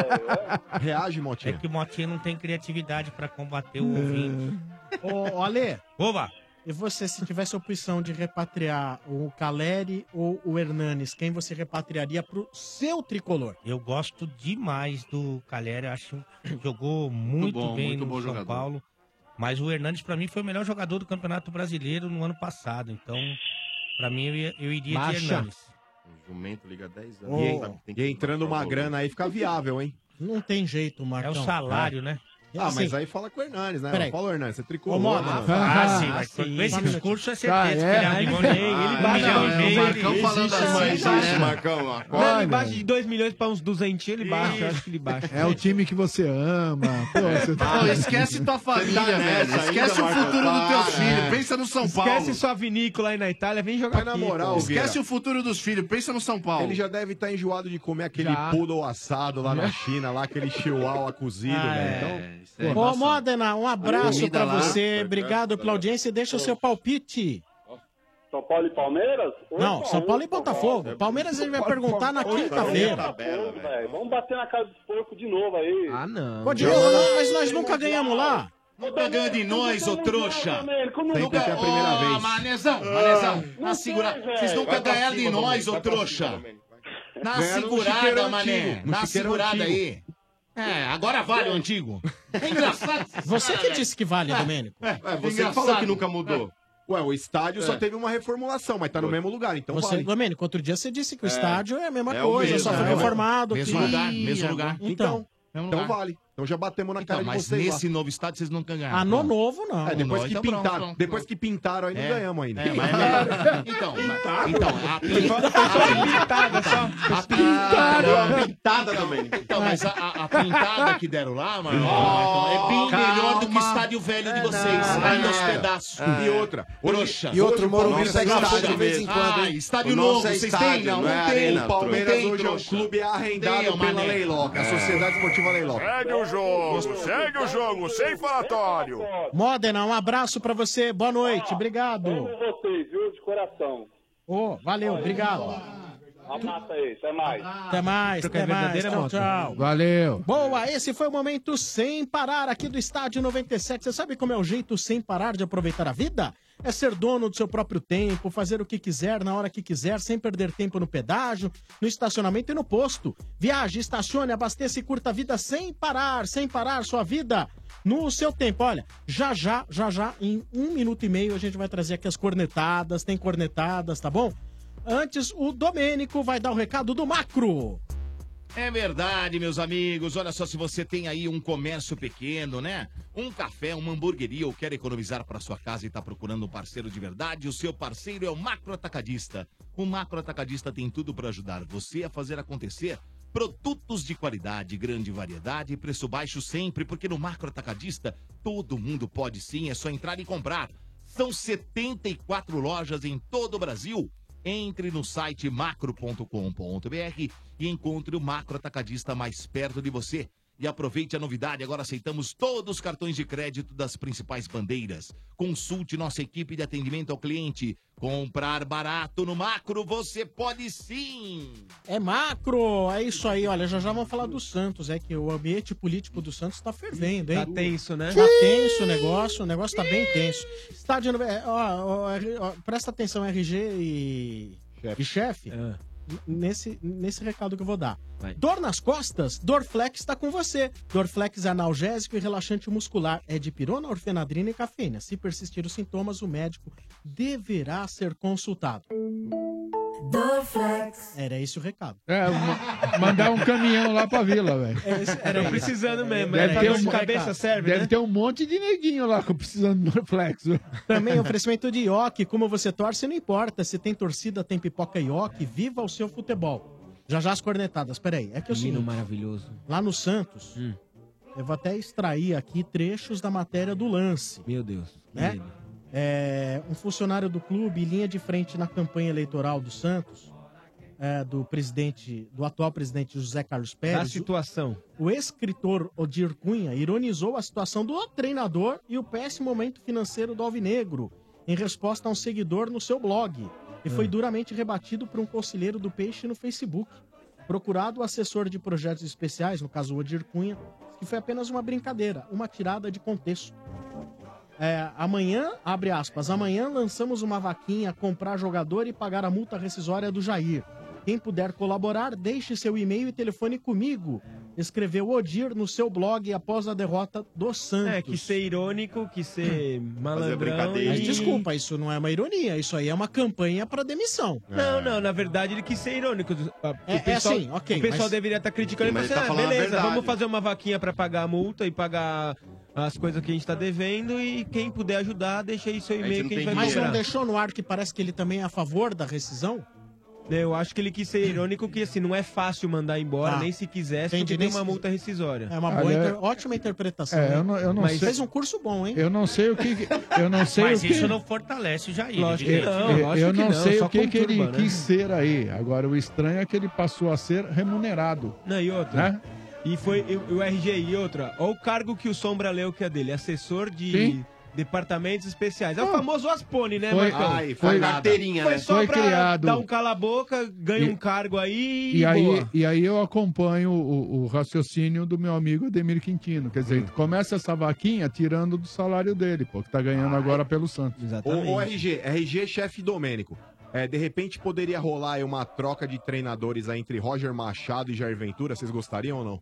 [SPEAKER 3] Reage,
[SPEAKER 7] É
[SPEAKER 3] Motinha.
[SPEAKER 7] que o Motinha não tem criatividade pra combater o ouvinte.
[SPEAKER 1] Ô, ô, Ale,
[SPEAKER 7] Oba!
[SPEAKER 1] e você, se tivesse a opção de repatriar o Caleri ou o Hernanes, quem você repatriaria pro seu tricolor?
[SPEAKER 7] Eu gosto demais do Calleri, acho que jogou muito
[SPEAKER 3] bom,
[SPEAKER 7] bem
[SPEAKER 3] muito
[SPEAKER 7] no
[SPEAKER 3] bom
[SPEAKER 7] São
[SPEAKER 3] jogador.
[SPEAKER 7] Paulo. Mas o Hernandes, pra mim, foi o melhor jogador do Campeonato Brasileiro no ano passado. Então, pra mim, eu, ia- eu iria de
[SPEAKER 2] Baixa.
[SPEAKER 7] Hernandes.
[SPEAKER 2] O jumento liga 10 anos.
[SPEAKER 13] E,
[SPEAKER 2] sabe que tem que
[SPEAKER 13] e entrando
[SPEAKER 2] baixar o
[SPEAKER 13] uma
[SPEAKER 2] volume.
[SPEAKER 13] grana aí fica viável, hein?
[SPEAKER 1] Não tem jeito, Marcão.
[SPEAKER 7] É salário, né?
[SPEAKER 13] Ah,
[SPEAKER 1] Assim,
[SPEAKER 13] mas aí fala com o Hernanes, né?
[SPEAKER 1] Peraí.
[SPEAKER 13] Fala, o Hernanes, você
[SPEAKER 1] Ô,
[SPEAKER 13] tricolou.
[SPEAKER 1] Mota,
[SPEAKER 13] mano.
[SPEAKER 1] ah, sim,
[SPEAKER 7] Ah,
[SPEAKER 1] mas
[SPEAKER 7] sim.
[SPEAKER 1] com
[SPEAKER 7] Esse
[SPEAKER 11] Tá,
[SPEAKER 1] isso-
[SPEAKER 7] discurso é
[SPEAKER 13] Ah,
[SPEAKER 7] certeza.
[SPEAKER 13] é?
[SPEAKER 7] que ele é um
[SPEAKER 13] Ah,
[SPEAKER 7] milhão e meio, ele
[SPEAKER 13] não,
[SPEAKER 7] bate
[SPEAKER 13] não,
[SPEAKER 7] um
[SPEAKER 13] é, o
[SPEAKER 7] meio,
[SPEAKER 13] Marcão
[SPEAKER 7] ele-
[SPEAKER 13] falando
[SPEAKER 7] Existe
[SPEAKER 13] assim,
[SPEAKER 7] isso,
[SPEAKER 13] existe,
[SPEAKER 7] né?
[SPEAKER 13] Marcão,
[SPEAKER 7] Não,
[SPEAKER 13] acorda.
[SPEAKER 7] ele bate de 2 milhões pra uns 200, ele baixa. Acho que ele baixa.
[SPEAKER 4] É o time que você ama. Pô, você tá
[SPEAKER 7] Pô, esquece tua família,
[SPEAKER 4] Você tá
[SPEAKER 7] velho.
[SPEAKER 4] nessa
[SPEAKER 7] Esquece
[SPEAKER 4] ainda,
[SPEAKER 7] o
[SPEAKER 4] Marcão?
[SPEAKER 7] futuro dos
[SPEAKER 4] Para.
[SPEAKER 7] teus filhos.
[SPEAKER 4] É.
[SPEAKER 7] Pensa no São
[SPEAKER 4] Esquece
[SPEAKER 7] Paulo.
[SPEAKER 4] sua
[SPEAKER 7] vinícola aí na Itália, vem jogar
[SPEAKER 13] Vai na moral,
[SPEAKER 3] Esquece
[SPEAKER 13] Vieira.
[SPEAKER 3] o futuro dos filhos, pensa no São Paulo.
[SPEAKER 13] Ele já deve estar enjoado de comer aquele
[SPEAKER 3] Já.
[SPEAKER 13] poodle assado lá na China, lá aquele chihuahua cozido,
[SPEAKER 1] Ah,
[SPEAKER 13] velho.
[SPEAKER 1] é.
[SPEAKER 13] Então,
[SPEAKER 1] Ô, Modena, um abraço
[SPEAKER 13] Comida
[SPEAKER 1] pra
[SPEAKER 13] lá. tá
[SPEAKER 1] você. Obrigado pela audiência. Deixa o seu palpite.
[SPEAKER 20] São Paulo e Palmeiras? Oito a
[SPEAKER 1] Não,
[SPEAKER 20] um,
[SPEAKER 1] São Paulo e Botafogo. Palmeiras ele vai perguntar na quinta-feira.
[SPEAKER 20] Botafogo, velho. Vamos bater na casa dos porcos de novo aí.
[SPEAKER 1] Ah, não. Pô, Diego, não, mas nós nunca ganhamos lá.
[SPEAKER 14] Não tá ganhando em nós, ô trouxa.
[SPEAKER 10] Sempre até a primeira vez.
[SPEAKER 14] Manezão,
[SPEAKER 10] Ah,
[SPEAKER 14] Manezão,
[SPEAKER 10] não
[SPEAKER 14] a
[SPEAKER 10] sei,
[SPEAKER 14] segura.
[SPEAKER 10] velho.
[SPEAKER 14] Vocês nunca
[SPEAKER 10] Vai pra
[SPEAKER 14] ganharam de
[SPEAKER 10] cima,
[SPEAKER 14] nós,
[SPEAKER 10] Domênico,
[SPEAKER 14] ô
[SPEAKER 10] vai pra cima,
[SPEAKER 14] trouxa.
[SPEAKER 10] Domênico.
[SPEAKER 14] Na
[SPEAKER 10] Ganharam no chiqueiro
[SPEAKER 14] segurada, mané.
[SPEAKER 10] antigo, no
[SPEAKER 14] Na
[SPEAKER 10] chiqueiro
[SPEAKER 14] segurada
[SPEAKER 10] antigo.
[SPEAKER 14] aí. É, agora vale o antigo. É engraçado.
[SPEAKER 2] Ah.
[SPEAKER 1] Você
[SPEAKER 14] É.
[SPEAKER 1] que disse que vale, Domênico.
[SPEAKER 13] Ué, você falou que nunca mudou. Ué, o estádio só
[SPEAKER 1] É.
[SPEAKER 13] teve uma reformulação, mas tá no mesmo lugar, então
[SPEAKER 1] você,
[SPEAKER 13] vale.
[SPEAKER 1] Domênico, outro dia você disse que
[SPEAKER 13] É.
[SPEAKER 1] o estádio é a mesma
[SPEAKER 13] É o
[SPEAKER 1] coisa,
[SPEAKER 13] mesmo,
[SPEAKER 1] só foi
[SPEAKER 13] é o mesmo.
[SPEAKER 1] reformado.
[SPEAKER 14] Mesmo
[SPEAKER 1] que-
[SPEAKER 14] lugar, mesmo
[SPEAKER 1] Ih,
[SPEAKER 14] lugar.
[SPEAKER 1] Então,
[SPEAKER 14] mesmo
[SPEAKER 13] então
[SPEAKER 14] lugar.
[SPEAKER 13] vale. Então já batemos na
[SPEAKER 14] Então,
[SPEAKER 13] cara
[SPEAKER 14] mas
[SPEAKER 13] de vocês
[SPEAKER 14] nesse
[SPEAKER 13] lá.
[SPEAKER 14] novo estádio vocês não ganharam.
[SPEAKER 13] Ah,
[SPEAKER 1] no novo não.
[SPEAKER 13] É, depois que
[SPEAKER 14] pintaram.
[SPEAKER 13] pintaram, depois que pintaram aí não
[SPEAKER 14] então É.
[SPEAKER 13] ganhamos ainda.
[SPEAKER 14] É, mas é melhor. Então, então, a
[SPEAKER 10] Tá
[SPEAKER 14] pintada só. A pintada.
[SPEAKER 13] pintada também.
[SPEAKER 14] Então, mas a, a- a pintada que deram lá, mano, então é bem
[SPEAKER 13] calma.
[SPEAKER 14] melhor do que o estádio velho
[SPEAKER 10] É,
[SPEAKER 14] de vocês. Aí nos pedaços.
[SPEAKER 13] E outra.
[SPEAKER 14] Trouxa.
[SPEAKER 13] Ah, é. E outro,
[SPEAKER 14] Hoje o
[SPEAKER 13] Morumbi
[SPEAKER 14] Palmeiras
[SPEAKER 13] tá
[SPEAKER 14] é uma
[SPEAKER 13] estádio
[SPEAKER 14] puta
[SPEAKER 13] de vez em
[SPEAKER 14] mesmo.
[SPEAKER 13] quando,
[SPEAKER 14] Ah,
[SPEAKER 13] hein?
[SPEAKER 14] estádio
[SPEAKER 13] O nosso
[SPEAKER 14] novo,
[SPEAKER 13] é
[SPEAKER 14] vocês têm?
[SPEAKER 13] estádio,
[SPEAKER 14] Não,
[SPEAKER 13] não é
[SPEAKER 14] não tem.
[SPEAKER 13] arena, Palmeiras
[SPEAKER 14] Não
[SPEAKER 13] hoje é
[SPEAKER 14] tem,
[SPEAKER 13] um
[SPEAKER 14] trouxa.
[SPEAKER 13] clube arrendado
[SPEAKER 14] Tem, ô,
[SPEAKER 13] pela
[SPEAKER 14] mané.
[SPEAKER 13] Leiloca, a
[SPEAKER 14] É.
[SPEAKER 13] Sociedade Esportiva Leiloca.
[SPEAKER 22] Segue o jogo, segue o jogo, sem falatório.
[SPEAKER 1] Modena, um abraço pra você. Boa noite. Obrigado.
[SPEAKER 23] Amo vocês, viu? De coração.
[SPEAKER 1] Ô, valeu, obrigado.
[SPEAKER 23] Amassa Um aí, até mais.
[SPEAKER 1] Até mais,
[SPEAKER 23] Troca
[SPEAKER 1] até
[SPEAKER 23] é
[SPEAKER 1] mais.
[SPEAKER 23] verdadeira,
[SPEAKER 1] Tchau,
[SPEAKER 23] moto.
[SPEAKER 1] tchau.
[SPEAKER 4] Valeu.
[SPEAKER 1] Boa, esse foi o momento sem parar aqui do Estádio 97. Você sabe como é o jeito sem parar de aproveitar a vida? É ser dono do seu próprio tempo, fazer o que quiser na hora que quiser, sem perder tempo no pedágio, no estacionamento e no posto. Viaje, estacione, abasteça e curta a vida sem parar, sem parar sua vida no seu tempo. Olha, já já, já já, em um minuto e meio a gente vai trazer aqui as cornetadas, tem cornetadas, tá bom? Antes, o Domênico vai dar o recado do macro.
[SPEAKER 14] É verdade, meus amigos. Olha só, se você tem aí um comércio pequeno, né? Um café, uma hamburgueria ou quer economizar para sua casa e está procurando um parceiro de verdade, o seu parceiro é o Macro Atacadista. O Macro Atacadista tem tudo para ajudar você a fazer acontecer. Produtos de qualidade, grande variedade e preço baixo sempre, porque no Macro Atacadista todo mundo pode sim, é só entrar e comprar. São 74 lojas em todo o Brasil. Entre no site macro.com.br e encontre o macro atacadista mais perto de você. E aproveite a novidade, agora aceitamos todos os cartões de crédito das principais bandeiras. Consulte nossa equipe de atendimento ao cliente. Comprar barato no macro, você pode sim!
[SPEAKER 1] É macro, é isso aí, olha, já já vamos falar do Santos, é que o ambiente político do Santos tá fervendo,
[SPEAKER 11] Tá
[SPEAKER 1] hein?
[SPEAKER 11] tenso, né?
[SPEAKER 1] Tá tenso o negócio, o negócio tá bem tenso. Estádio, no- é, ó, ó, R- ó, presta atenção, RG e e chefe,
[SPEAKER 11] Ah.
[SPEAKER 1] n- nesse, nesse recado que eu vou dar. Dor nas costas? Dorflex tá com você. Dorflex é analgésico e relaxante muscular. É de pirona, orfenadrina e cafeína. Se persistir os sintomas, o médico deverá ser consultado. Dorflex. Era esse o recado.
[SPEAKER 10] É,
[SPEAKER 4] ma- mandar um caminhão lá pra vila, velho.
[SPEAKER 1] Era isso.
[SPEAKER 11] precisando mesmo,
[SPEAKER 1] Deve
[SPEAKER 11] né?
[SPEAKER 1] ter
[SPEAKER 11] Pra
[SPEAKER 1] um-
[SPEAKER 11] dor de cabeça serve,
[SPEAKER 4] Deve
[SPEAKER 11] né?
[SPEAKER 4] ter um monte de neguinho lá precisando do reflexo.
[SPEAKER 1] Também oferecimento de ioki. Como você torce, não importa. Se tem torcida, tem pipoca ioki. Viva o seu futebol. Já já as cornetadas. Peraí, é que eu
[SPEAKER 11] Menino
[SPEAKER 1] sinto.
[SPEAKER 11] maravilhoso. Hum.
[SPEAKER 1] Lá no Santos, eu vou até extrair aqui trechos da matéria do lance.
[SPEAKER 11] Meu Deus.
[SPEAKER 1] Né? É, um funcionário do clube, linha de frente na campanha eleitoral do Santos, é, do presidente, do atual presidente José Carlos Pérez.
[SPEAKER 11] Da situação.
[SPEAKER 1] O escritor Odir Cunha ironizou a situação do treinador e o péssimo momento financeiro do Alvinegro, em resposta a um seguidor no seu blog, e
[SPEAKER 11] Hum.
[SPEAKER 1] foi duramente rebatido por um conselheiro do Peixe no Facebook. Procurado o assessor de projetos especiais, no caso Odir Cunha, que foi apenas uma brincadeira, uma tirada de contexto. É, amanhã, abre aspas, amanhã lançamos uma vaquinha comprar jogador e pagar a multa rescisória do Jair. Quem puder colaborar, deixe seu e-mail e telefone comigo. Escreveu Odir no seu blog após a derrota do Santos.
[SPEAKER 11] É, que ser irônico, que ser malandrão.
[SPEAKER 1] Mas
[SPEAKER 11] e-
[SPEAKER 1] desculpa, isso não é uma ironia, isso aí é uma campanha pra demissão.
[SPEAKER 11] Não, não, na verdade ele quis ser irônico. Ah, O
[SPEAKER 1] é assim, ok,
[SPEAKER 11] O pessoal
[SPEAKER 1] mas-
[SPEAKER 11] deveria estar criticando
[SPEAKER 1] Sim,
[SPEAKER 11] ele,
[SPEAKER 1] mas
[SPEAKER 11] mas
[SPEAKER 1] ele tá
[SPEAKER 11] ah,
[SPEAKER 1] falando a
[SPEAKER 11] beleza,
[SPEAKER 1] verdade.
[SPEAKER 11] vamos fazer uma vaquinha pra pagar a multa e pagar as coisas que a gente tá devendo e quem puder ajudar, deixa aí seu e-mail que a gente vai
[SPEAKER 1] Mas não
[SPEAKER 11] cobrar.
[SPEAKER 1] deixou no ar que parece que ele também é a favor da rescisão?
[SPEAKER 11] É, Eu acho que ele quis ser irônico que assim, não é fácil mandar embora,
[SPEAKER 1] Tá.
[SPEAKER 11] nem se quisesse,
[SPEAKER 1] Entendi,
[SPEAKER 11] porque
[SPEAKER 1] nem
[SPEAKER 11] tem uma
[SPEAKER 1] se-
[SPEAKER 11] multa rescisória.
[SPEAKER 1] É uma boa, inter- ótima interpretação.
[SPEAKER 4] É, eu
[SPEAKER 1] hein?
[SPEAKER 4] não- eu não
[SPEAKER 1] Mas
[SPEAKER 4] sei.
[SPEAKER 1] fez um curso bom, hein?
[SPEAKER 4] Eu não sei o que. que- Eu não sei
[SPEAKER 7] Mas
[SPEAKER 4] o que.
[SPEAKER 7] isso não fortalece o Jair.
[SPEAKER 4] Lógico
[SPEAKER 7] evidente.
[SPEAKER 4] eu, eu não, sei o que, que ele
[SPEAKER 7] né?
[SPEAKER 4] quis ser aí. Agora, o estranho é que ele passou a ser remunerado.
[SPEAKER 11] Não, e outra.
[SPEAKER 4] Né?
[SPEAKER 11] E foi e- e o RG e outra. Olha o cargo que o Sombra leu que é dele. Assessor de
[SPEAKER 4] Sim.
[SPEAKER 11] Departamentos especiais. É o famoso Aspone, né,
[SPEAKER 4] Foi-
[SPEAKER 11] Marcão?
[SPEAKER 4] Ai, foi-
[SPEAKER 11] Nada.
[SPEAKER 4] carteirinha,
[SPEAKER 11] Foi
[SPEAKER 4] né?
[SPEAKER 11] só
[SPEAKER 4] Foi
[SPEAKER 11] pra
[SPEAKER 4] criado.
[SPEAKER 11] dar um cala-boca, ganha
[SPEAKER 4] E-
[SPEAKER 11] um cargo aí
[SPEAKER 4] E aí,
[SPEAKER 11] boa.
[SPEAKER 4] e aí eu acompanho o, o raciocínio do meu amigo Ademir Quintino. Quer
[SPEAKER 1] Hum.
[SPEAKER 4] dizer, começa essa vaquinha tirando do salário dele, pô, que tá ganhando
[SPEAKER 1] Ah,
[SPEAKER 4] agora pelo Santos.
[SPEAKER 13] O, RG, RG chefe Domênico. É, de repente poderia rolar aí uma troca de treinadores aí entre Roger Machado e Jair Ventura, vocês gostariam ou não?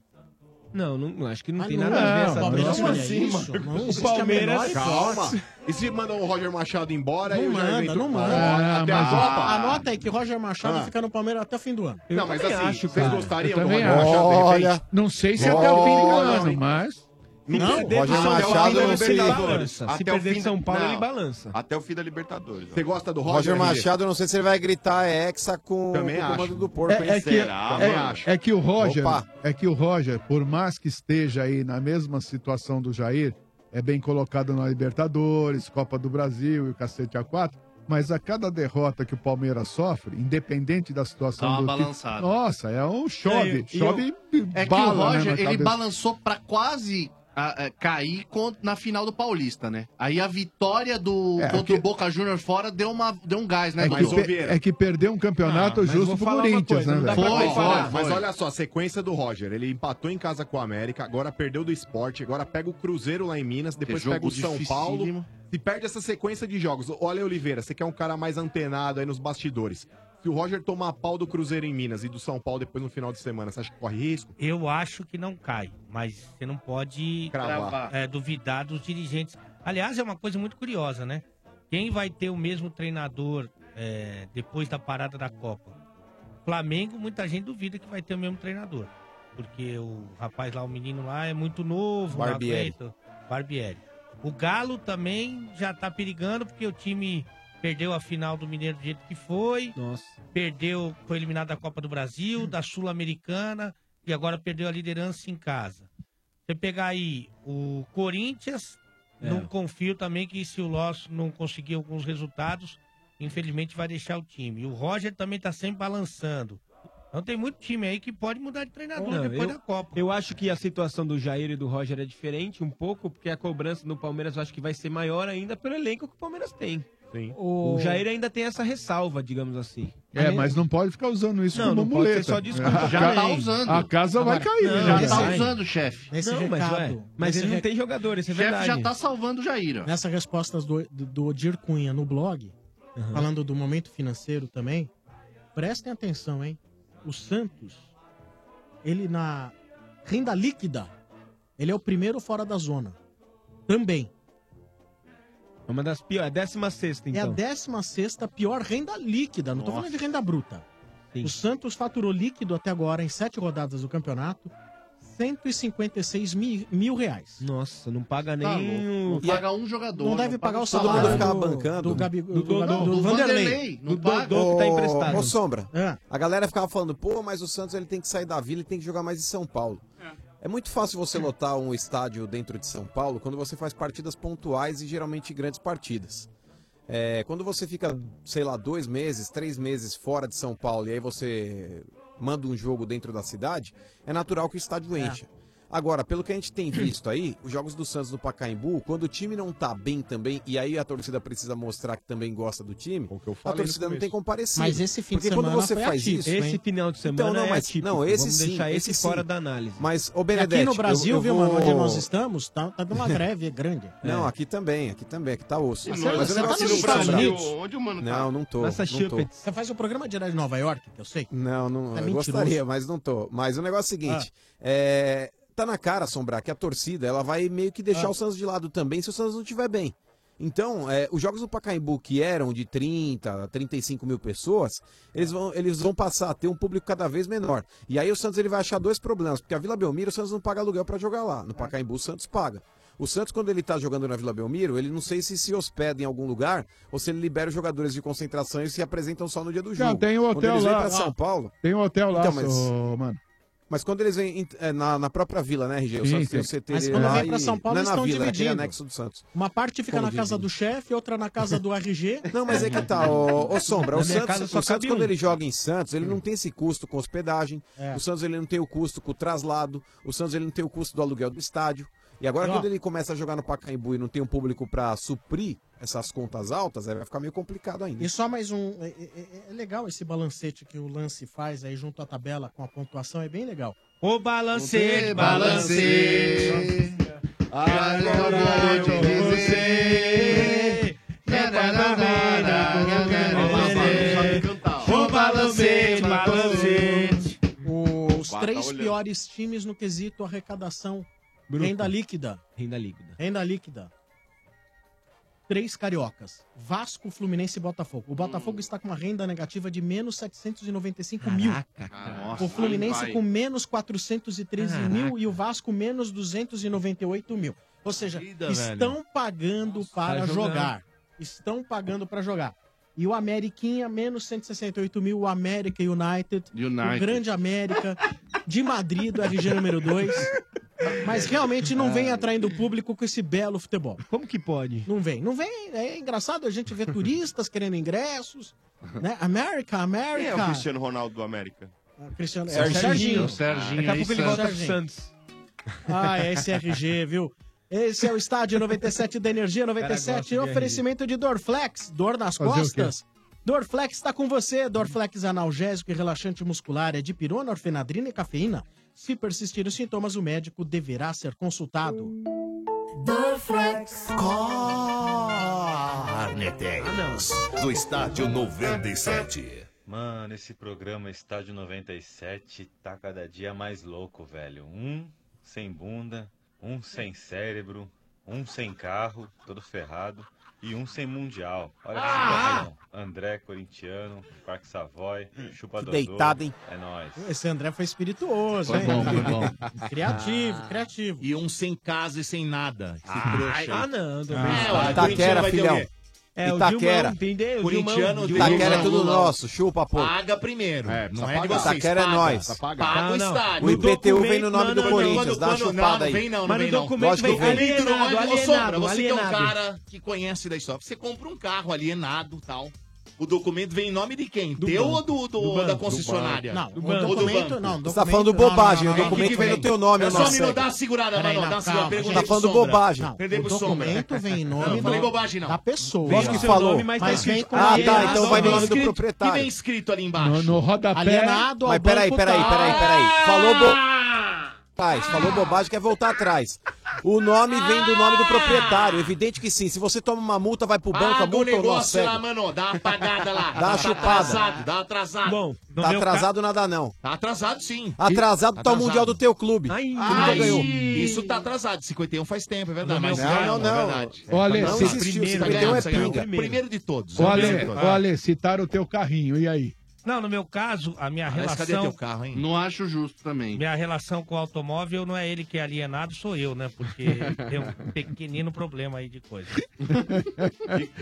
[SPEAKER 11] Não, não, acho que não
[SPEAKER 13] Ah,
[SPEAKER 11] tem
[SPEAKER 13] não, assim,
[SPEAKER 11] nada a ver
[SPEAKER 13] não,
[SPEAKER 11] essa
[SPEAKER 13] Palmeiras
[SPEAKER 11] troca. né?
[SPEAKER 13] olha isso,
[SPEAKER 11] Marcos.
[SPEAKER 13] não
[SPEAKER 11] O
[SPEAKER 13] existe a
[SPEAKER 11] Palmeiras.
[SPEAKER 13] Calma. E se mandam o Roger Machado embora
[SPEAKER 1] Não
[SPEAKER 13] e o Jair
[SPEAKER 1] manda,
[SPEAKER 13] Ventura-
[SPEAKER 1] não manda.
[SPEAKER 13] Ah, até a Copa?
[SPEAKER 1] Anota aí é que Roger Machado
[SPEAKER 13] Ah.
[SPEAKER 1] fica no Palmeiras até o fim do ano.
[SPEAKER 13] Não, mas assim, vocês gostariam
[SPEAKER 4] Eu também
[SPEAKER 13] Roger
[SPEAKER 4] acho.
[SPEAKER 13] Machado, de repente?
[SPEAKER 4] Olha, não sei se até o fim do
[SPEAKER 13] Olha,
[SPEAKER 4] ano, mas...
[SPEAKER 13] Não, Roger
[SPEAKER 4] Roger Machado
[SPEAKER 13] Machado
[SPEAKER 4] não
[SPEAKER 13] é
[SPEAKER 4] se
[SPEAKER 13] Libertadores.
[SPEAKER 4] balança. Se perder de São Paulo, ele
[SPEAKER 11] balança.
[SPEAKER 2] Até o fim da Libertadores. ó.
[SPEAKER 13] Você gosta do Roger?
[SPEAKER 5] Roger
[SPEAKER 13] RG?
[SPEAKER 5] Machado, eu não sei se ele vai gritar Hexa com,
[SPEAKER 13] Também
[SPEAKER 5] com o comando
[SPEAKER 13] acho.
[SPEAKER 5] do porco. hein?
[SPEAKER 4] É, é que,
[SPEAKER 5] Ah,
[SPEAKER 4] é- é que o Roger,
[SPEAKER 5] Opa.
[SPEAKER 4] é que o Roger, por mais que esteja aí na mesma situação do Jair, é bem colocado na Libertadores, Copa do Brasil e o cacete A4, mas a cada derrota que o Palmeiras sofre, independente da situação
[SPEAKER 3] Dá uma
[SPEAKER 4] do time-
[SPEAKER 3] balançada.
[SPEAKER 4] nossa, é um
[SPEAKER 3] É,
[SPEAKER 4] chove,
[SPEAKER 3] e- e
[SPEAKER 4] chove
[SPEAKER 3] eu- É que o
[SPEAKER 4] bala, né,
[SPEAKER 3] Roger,
[SPEAKER 4] na
[SPEAKER 3] ele
[SPEAKER 4] cabeça.
[SPEAKER 3] balançou pra quase ah, ah, cair con- na final do Paulista, né? Aí a vitória do
[SPEAKER 4] É,
[SPEAKER 3] contra
[SPEAKER 4] que-
[SPEAKER 3] o Boca Júnior fora deu, uma, deu um gás, né?
[SPEAKER 4] É
[SPEAKER 3] Dudu?
[SPEAKER 4] que, pe- é que perdeu um campeonato
[SPEAKER 3] Ah, mas
[SPEAKER 4] justo
[SPEAKER 3] vou
[SPEAKER 4] pro
[SPEAKER 3] falar uma
[SPEAKER 4] Corinthians,
[SPEAKER 3] coisa,
[SPEAKER 4] né,
[SPEAKER 3] não dá
[SPEAKER 4] velho?
[SPEAKER 3] pra
[SPEAKER 13] Foi,
[SPEAKER 3] comparar,
[SPEAKER 13] foi, mas
[SPEAKER 3] foi.
[SPEAKER 13] olha só, a sequência do Roger. Ele empatou em casa com o América, agora perdeu do esporte, agora pega o Cruzeiro lá em Minas, depois
[SPEAKER 3] jogo
[SPEAKER 13] pega o São
[SPEAKER 3] dificílimo.
[SPEAKER 13] Paulo. Se perde essa sequência de jogos. Olha, Oliveira, você quer um cara mais antenado aí nos bastidores. Se o Roger tomar pau do Cruzeiro em Minas e do São Paulo depois no final de semana, você acha que corre risco?
[SPEAKER 7] Eu acho que não cai, mas você não pode
[SPEAKER 13] Cravar.
[SPEAKER 7] é, duvidar dos dirigentes. Aliás, é uma coisa muito curiosa, né? Quem vai ter o mesmo treinador é, depois da parada da Copa? Flamengo, muita gente duvida que vai ter o mesmo treinador. Porque o rapaz lá, o menino lá, é muito novo, não
[SPEAKER 5] Barbieri.
[SPEAKER 7] aguenta. Barbieri. O Galo também já tá perigando, porque o time perdeu a final do Mineiro do jeito que foi.
[SPEAKER 11] Nossa.
[SPEAKER 7] Perdeu, foi eliminado da Copa do Brasil, da Sul-Americana, e agora perdeu a liderança em casa. Você pegar aí o Corinthians, não confio também que se o Loss não conseguir alguns resultados, infelizmente vai deixar o time. E o Roger também tá sempre balançando. Então tem muito time aí que pode mudar de treinador
[SPEAKER 11] Não,
[SPEAKER 7] depois
[SPEAKER 11] eu,
[SPEAKER 7] da Copa.
[SPEAKER 11] eu acho que a situação do Jair e do Roger é diferente um pouco, porque a cobrança no Palmeiras eu acho que vai ser maior ainda pelo elenco que o Palmeiras tem. O... Jair ainda tem essa ressalva, digamos assim.
[SPEAKER 4] É, mas não pode ficar usando isso
[SPEAKER 11] Não,
[SPEAKER 4] como
[SPEAKER 11] não pode
[SPEAKER 4] muleta.
[SPEAKER 11] ser só desculpa.
[SPEAKER 4] A
[SPEAKER 11] Já
[SPEAKER 4] ca-
[SPEAKER 11] tá usando.
[SPEAKER 4] A casa vai
[SPEAKER 11] Agora,
[SPEAKER 4] cair.
[SPEAKER 11] não,
[SPEAKER 4] já
[SPEAKER 11] já
[SPEAKER 4] tá
[SPEAKER 11] tá
[SPEAKER 3] usando, chefe.
[SPEAKER 1] Nesse
[SPEAKER 11] Não, mas
[SPEAKER 1] recado,
[SPEAKER 11] ué, mas
[SPEAKER 1] nesse
[SPEAKER 11] ele não
[SPEAKER 1] re-
[SPEAKER 11] tem jogadores, é
[SPEAKER 1] Chefe
[SPEAKER 11] verdade.
[SPEAKER 1] já tá
[SPEAKER 3] salvando o Jair.
[SPEAKER 1] Nessa resposta do, do, do Odir Cunha no blog, falando do momento financeiro também, prestem atenção, hein? O Santos, ele na renda líquida, ele é o primeiro fora da zona. Também.
[SPEAKER 11] É uma das piores, é a décima sexta,
[SPEAKER 1] É a
[SPEAKER 11] então.
[SPEAKER 1] 16 pior renda líquida, não tô
[SPEAKER 11] Nossa.
[SPEAKER 1] falando de renda bruta. O Santos faturou líquido até agora, em sete rodadas do campeonato, 156 mil, mil reais.
[SPEAKER 11] Nossa, não paga nem
[SPEAKER 1] Tá
[SPEAKER 11] o-
[SPEAKER 1] louco.
[SPEAKER 11] E
[SPEAKER 1] Paga
[SPEAKER 11] é-
[SPEAKER 1] um jogador, Não deve não paga pagar o o salário
[SPEAKER 5] Todo mundo ficava
[SPEAKER 1] do-
[SPEAKER 5] bancando.
[SPEAKER 1] do Gabi-
[SPEAKER 5] do,
[SPEAKER 1] do Gabi- do Vanderlei. Do Dodô que tá emprestado.
[SPEAKER 5] Ô, Sombra,
[SPEAKER 1] É.
[SPEAKER 5] a galera ficava falando, pô, mas o Santos ele tem que sair da vila e tem que jogar mais em São Paulo. É muito fácil você lotar um estádio dentro de São Paulo quando você faz partidas pontuais e geralmente grandes partidas. É, quando você fica, sei lá, dois meses, três meses fora de São Paulo e aí você manda um jogo dentro da cidade, é natural que o estádio encha. Agora, pelo que a gente tem visto aí, os jogos do Santos no Pacaembu, quando o time não tá bem também, e aí a torcida precisa mostrar que também gosta do time, a
[SPEAKER 1] falei no
[SPEAKER 5] torcida não tem
[SPEAKER 1] começo.
[SPEAKER 5] comparecido.
[SPEAKER 1] Mas esse fim de
[SPEAKER 5] Porque quando
[SPEAKER 1] semana
[SPEAKER 5] você
[SPEAKER 1] foi
[SPEAKER 5] faz
[SPEAKER 1] atípico.
[SPEAKER 5] isso...
[SPEAKER 1] Esse
[SPEAKER 5] hein? Então,
[SPEAKER 1] final de semana
[SPEAKER 5] não,
[SPEAKER 1] é
[SPEAKER 5] mas,
[SPEAKER 1] atípico.
[SPEAKER 5] Não, esse
[SPEAKER 1] Vamos
[SPEAKER 5] sim.
[SPEAKER 1] deixar esse
[SPEAKER 5] sim.
[SPEAKER 1] fora da análise.
[SPEAKER 5] Mas, ô
[SPEAKER 1] E
[SPEAKER 5] Benedetti...
[SPEAKER 1] aqui no Brasil,
[SPEAKER 5] eu, eu
[SPEAKER 1] viu,
[SPEAKER 5] vou...
[SPEAKER 1] mano, onde nós estamos, tá, tá dando uma greve grande.
[SPEAKER 5] Não, aqui também, aqui também, aqui tá osso.
[SPEAKER 1] Você não- você tá nos
[SPEAKER 5] é
[SPEAKER 1] Estados
[SPEAKER 5] Sombra.
[SPEAKER 1] Unidos? Onde o mano tá?
[SPEAKER 5] Não, não tô. não tô.
[SPEAKER 1] Você faz o programa direto de Nova York, que eu sei.
[SPEAKER 5] Não, não,
[SPEAKER 1] Tá
[SPEAKER 5] eu
[SPEAKER 1] mentiroso. Ah.
[SPEAKER 5] gostaria, mas não tô. Mas o negócio é o seguinte, é, tá na cara, Sombrar, que a torcida ela vai meio que
[SPEAKER 1] Ah.
[SPEAKER 5] deixar o Santos de lado também se o Santos não estiver bem. Então, é, os jogos do Pacaembu, que eram de 30, 35 mil pessoas, eles vão, eles vão passar a ter um público cada vez menor. E aí o Santos ele vai achar dois problemas, porque a Vila Belmiro, o Santos não paga aluguel pra jogar
[SPEAKER 1] É.
[SPEAKER 5] lá. No Pacaembu, o Santos paga. O Santos, quando ele tá jogando na Vila Belmiro, ele não sei se se hospeda em algum lugar ou se ele libera os jogadores de concentração e se apresentam só no dia do jogo.
[SPEAKER 4] Já tem o
[SPEAKER 5] Quando
[SPEAKER 4] hotel
[SPEAKER 5] eles vêm
[SPEAKER 4] lá.
[SPEAKER 5] pra São Paulo,
[SPEAKER 4] Tem um hotel lá,
[SPEAKER 5] Então, mas-
[SPEAKER 4] ô, mano.
[SPEAKER 5] mas quando eles vêm em- é, na, na própria vila, né, RG? O
[SPEAKER 4] Sim,
[SPEAKER 5] Santos
[SPEAKER 4] sim.
[SPEAKER 5] tem o CT
[SPEAKER 4] Mas
[SPEAKER 1] quando
[SPEAKER 5] lá
[SPEAKER 1] vem pra
[SPEAKER 5] e-
[SPEAKER 1] São Paulo,
[SPEAKER 5] não é
[SPEAKER 1] eles
[SPEAKER 5] na
[SPEAKER 1] estão
[SPEAKER 5] vila, é aquele
[SPEAKER 1] divididos.
[SPEAKER 5] anexo do Santos.
[SPEAKER 1] Uma parte fica
[SPEAKER 5] Como
[SPEAKER 1] na casa
[SPEAKER 5] dividido?
[SPEAKER 1] do chefe, outra na casa do RG.
[SPEAKER 5] Não, mas é que tá, ô, ô Sombra,
[SPEAKER 1] Na
[SPEAKER 5] o
[SPEAKER 1] minha
[SPEAKER 5] Santos,
[SPEAKER 1] casa
[SPEAKER 5] o
[SPEAKER 1] só
[SPEAKER 5] Santos,
[SPEAKER 1] cabe
[SPEAKER 5] quando
[SPEAKER 1] um. Hum.
[SPEAKER 5] ele joga em Santos, ele não tem esse custo com hospedagem,
[SPEAKER 1] É.
[SPEAKER 5] o Santos ele não tem o custo com o traslado, o Santos ele não tem o custo do aluguel do estádio. E agora,
[SPEAKER 1] Ó.
[SPEAKER 5] quando ele começa a jogar no Pacaembu e não tem um público pra suprir essas contas altas, aí vai ficar meio complicado ainda.
[SPEAKER 1] E só mais um. É, é- é legal esse balancete que o lance faz aí junto à tabela com a pontuação, é bem legal.
[SPEAKER 7] O balancete, balancete.
[SPEAKER 10] Agora eu vou te dizer. Na, na, na, na, na, na, na, na. O balancete, balancete.
[SPEAKER 1] Os
[SPEAKER 20] tá
[SPEAKER 4] tá
[SPEAKER 1] três piores times no quesito arrecadação.
[SPEAKER 11] Bruta.
[SPEAKER 1] Renda líquida.
[SPEAKER 11] Renda líquida.
[SPEAKER 1] Renda líquida. Três cariocas. Vasco, Fluminense e Botafogo. O Botafogo está com uma renda negativa de menos 795 mil. o Fluminense com menos 413 mil e o Vasco menos 298 mil. Ou seja, estão
[SPEAKER 10] velho.
[SPEAKER 1] pagando para
[SPEAKER 10] tá jogando.
[SPEAKER 1] jogar. Estão pagando para jogar. E o Ameriquinha, menos 168 mil. O América United.
[SPEAKER 3] United.
[SPEAKER 1] O Grande América. De Madrid, do RG número 2. Mas realmente não vem atraindo o público com esse belo futebol.
[SPEAKER 11] Como que pode?
[SPEAKER 1] Não vem. Não vem. É engraçado a gente ver turistas querendo ingressos. Né? América, América.
[SPEAKER 2] Quem é o Cristiano Ronaldo do América?
[SPEAKER 1] Cristiano- é o Serginho. Serginho. Serginho, Daqui a aí,
[SPEAKER 2] é
[SPEAKER 1] pouco ele volta pro Serginho. Santos. Ah, é esse RG, viu? Esse é o estádio 97 da Energia
[SPEAKER 10] Cara, gosta de
[SPEAKER 1] 97,
[SPEAKER 10] RG.
[SPEAKER 1] oferecimento de Dorflex, dor nas
[SPEAKER 10] Fazer o
[SPEAKER 1] costas. Dorflex está com você. Dorflex analgésico e relaxante muscular é de pirona, orfenadrina e cafeína. Se persistirem os sintomas, o médico deverá ser consultado.
[SPEAKER 10] Dorflex.
[SPEAKER 14] Corneteiros, do estádio 97.
[SPEAKER 24] Ah, Mano, esse programa Estádio 97 tá cada dia mais louco, velho. Um sem bunda, um sem cérebro, um sem carro, todo ferrado, e um sem mundial. Olha que
[SPEAKER 7] Ah!
[SPEAKER 24] situação. André, corintiano, Parque Savoy, Chupa
[SPEAKER 1] Que
[SPEAKER 24] Dodô.
[SPEAKER 1] deitado, hein?
[SPEAKER 24] É nóis.
[SPEAKER 1] Esse André foi espirituoso,
[SPEAKER 24] Foi
[SPEAKER 1] hein?
[SPEAKER 24] bom, foi bom.
[SPEAKER 1] Criativo, criativo.
[SPEAKER 14] E um sem casa e sem nada. Esse trouxa.
[SPEAKER 11] ah, não,
[SPEAKER 14] Tá
[SPEAKER 11] tô bem.
[SPEAKER 14] é, o
[SPEAKER 11] Itaquera,
[SPEAKER 14] corintiano vai ter
[SPEAKER 11] filhão.
[SPEAKER 14] o quê?
[SPEAKER 11] É, o Dilmão, entendeu? O
[SPEAKER 14] Corintiano,
[SPEAKER 11] Dilmão, Dilmão.
[SPEAKER 5] Itaquera é tudo
[SPEAKER 14] Dilmão.
[SPEAKER 5] nosso, chupa, pô.
[SPEAKER 14] Paga primeiro. não
[SPEAKER 5] precisa
[SPEAKER 14] é de
[SPEAKER 5] pagar.
[SPEAKER 14] vocês.
[SPEAKER 5] Itaquera é
[SPEAKER 14] paga.
[SPEAKER 5] nós.
[SPEAKER 14] Paga,
[SPEAKER 5] Não,
[SPEAKER 14] o
[SPEAKER 5] não.
[SPEAKER 14] estádio.
[SPEAKER 5] O IPTU vem no nome do
[SPEAKER 14] não,
[SPEAKER 5] Corinthians,
[SPEAKER 14] quando-
[SPEAKER 5] dá uma
[SPEAKER 14] quando-
[SPEAKER 5] chupada
[SPEAKER 14] não,
[SPEAKER 5] aí.
[SPEAKER 14] Vem não, não
[SPEAKER 5] Mas no
[SPEAKER 14] vem não.
[SPEAKER 5] documento
[SPEAKER 14] Lógico
[SPEAKER 5] vem
[SPEAKER 14] que vem.
[SPEAKER 5] alienado,
[SPEAKER 14] Ô,
[SPEAKER 5] alienado,
[SPEAKER 14] Sombra, é um você que é um
[SPEAKER 5] alienado.
[SPEAKER 14] cara que conhece da história. Você compra um carro alienado tal. O documento vem em nome de quem? Teu
[SPEAKER 5] banco.
[SPEAKER 14] ou do, do-
[SPEAKER 5] Do banco.
[SPEAKER 14] da
[SPEAKER 5] Do
[SPEAKER 14] concessionária?
[SPEAKER 5] banco. Não,
[SPEAKER 14] Ou
[SPEAKER 5] o
[SPEAKER 14] do
[SPEAKER 5] documento-
[SPEAKER 14] banco?
[SPEAKER 5] não, Você tá documento- falando bobagem, não, não, o não. documento
[SPEAKER 14] Que que
[SPEAKER 5] vem no teu nome,
[SPEAKER 14] É
[SPEAKER 5] ô
[SPEAKER 14] só
[SPEAKER 5] Marcelo.
[SPEAKER 14] me dá uma segurada,
[SPEAKER 5] Peraí, não,
[SPEAKER 14] mano. Dá
[SPEAKER 5] calma,
[SPEAKER 14] uma segurada. Perguntei
[SPEAKER 5] tá
[SPEAKER 14] pro
[SPEAKER 5] falando
[SPEAKER 14] Sombra.
[SPEAKER 5] bobagem.
[SPEAKER 14] Não, Perguntei
[SPEAKER 5] o
[SPEAKER 14] pro Sombra.
[SPEAKER 5] documento
[SPEAKER 1] vem em
[SPEAKER 14] né? Não,
[SPEAKER 1] nome
[SPEAKER 14] não falei
[SPEAKER 1] do-
[SPEAKER 14] bobagem, não.
[SPEAKER 1] da pessoa.
[SPEAKER 14] Vem
[SPEAKER 1] Lógico
[SPEAKER 14] com
[SPEAKER 1] que
[SPEAKER 14] seu
[SPEAKER 1] falou,
[SPEAKER 14] nome, mas
[SPEAKER 1] mas
[SPEAKER 14] tá
[SPEAKER 1] vem
[SPEAKER 14] escrito-
[SPEAKER 1] com
[SPEAKER 5] Ah,
[SPEAKER 1] alienado.
[SPEAKER 5] então
[SPEAKER 14] nome
[SPEAKER 1] Escrito- que
[SPEAKER 14] Que vem
[SPEAKER 1] vem
[SPEAKER 14] escrito ali embaixo?
[SPEAKER 5] No- no rodapé.
[SPEAKER 1] Alienado ao
[SPEAKER 5] Mas peraí,
[SPEAKER 1] banco
[SPEAKER 5] peraí,
[SPEAKER 1] tal.
[SPEAKER 14] Ah,
[SPEAKER 5] peraí, peraí. Falou bo... Atrás, falou bobagem, quer voltar atrás. O nome vem do nome do proprietário. Evidente que sim. Se você toma uma multa, vai pro banco, a
[SPEAKER 14] Ah! Paga
[SPEAKER 5] multa
[SPEAKER 14] o
[SPEAKER 5] ou não
[SPEAKER 14] ah, negócio
[SPEAKER 5] cega.
[SPEAKER 14] lá, mano. Dá uma apagada lá.
[SPEAKER 5] Dá uma
[SPEAKER 14] Tá
[SPEAKER 5] chupada.
[SPEAKER 14] atrasado, dá uma atrasada. Bom,
[SPEAKER 5] Tá atrasado nada não.
[SPEAKER 14] Tá atrasado sim.
[SPEAKER 5] Atrasado tá o mundial do teu clube. Tu
[SPEAKER 14] Ai,
[SPEAKER 5] nunca ganhou.
[SPEAKER 14] Isso tá atrasado. 51 faz tempo, é verdade.
[SPEAKER 5] Não,
[SPEAKER 14] Mas
[SPEAKER 5] não, não, não.
[SPEAKER 4] Ô, Ale,
[SPEAKER 14] Não
[SPEAKER 4] se-
[SPEAKER 14] existiu,
[SPEAKER 4] primeiro,
[SPEAKER 14] tá ganhando,
[SPEAKER 4] é
[SPEAKER 14] tá ganhando.
[SPEAKER 4] pinga.
[SPEAKER 14] Primeiro de todos.
[SPEAKER 4] Ô,
[SPEAKER 14] é o
[SPEAKER 4] Ale,
[SPEAKER 14] primeiro de
[SPEAKER 4] ô,
[SPEAKER 14] todos.
[SPEAKER 4] Ale, citaram o teu carrinho, e aí?
[SPEAKER 7] Não, no meu caso, a minha
[SPEAKER 4] Alex,
[SPEAKER 7] relação...
[SPEAKER 4] cadê teu carro, hein?
[SPEAKER 3] Não acho justo também.
[SPEAKER 7] Minha relação com o automóvel não é ele que é alienado, sou eu, né? Porque tem um pequenino problema aí de coisa.
[SPEAKER 11] Que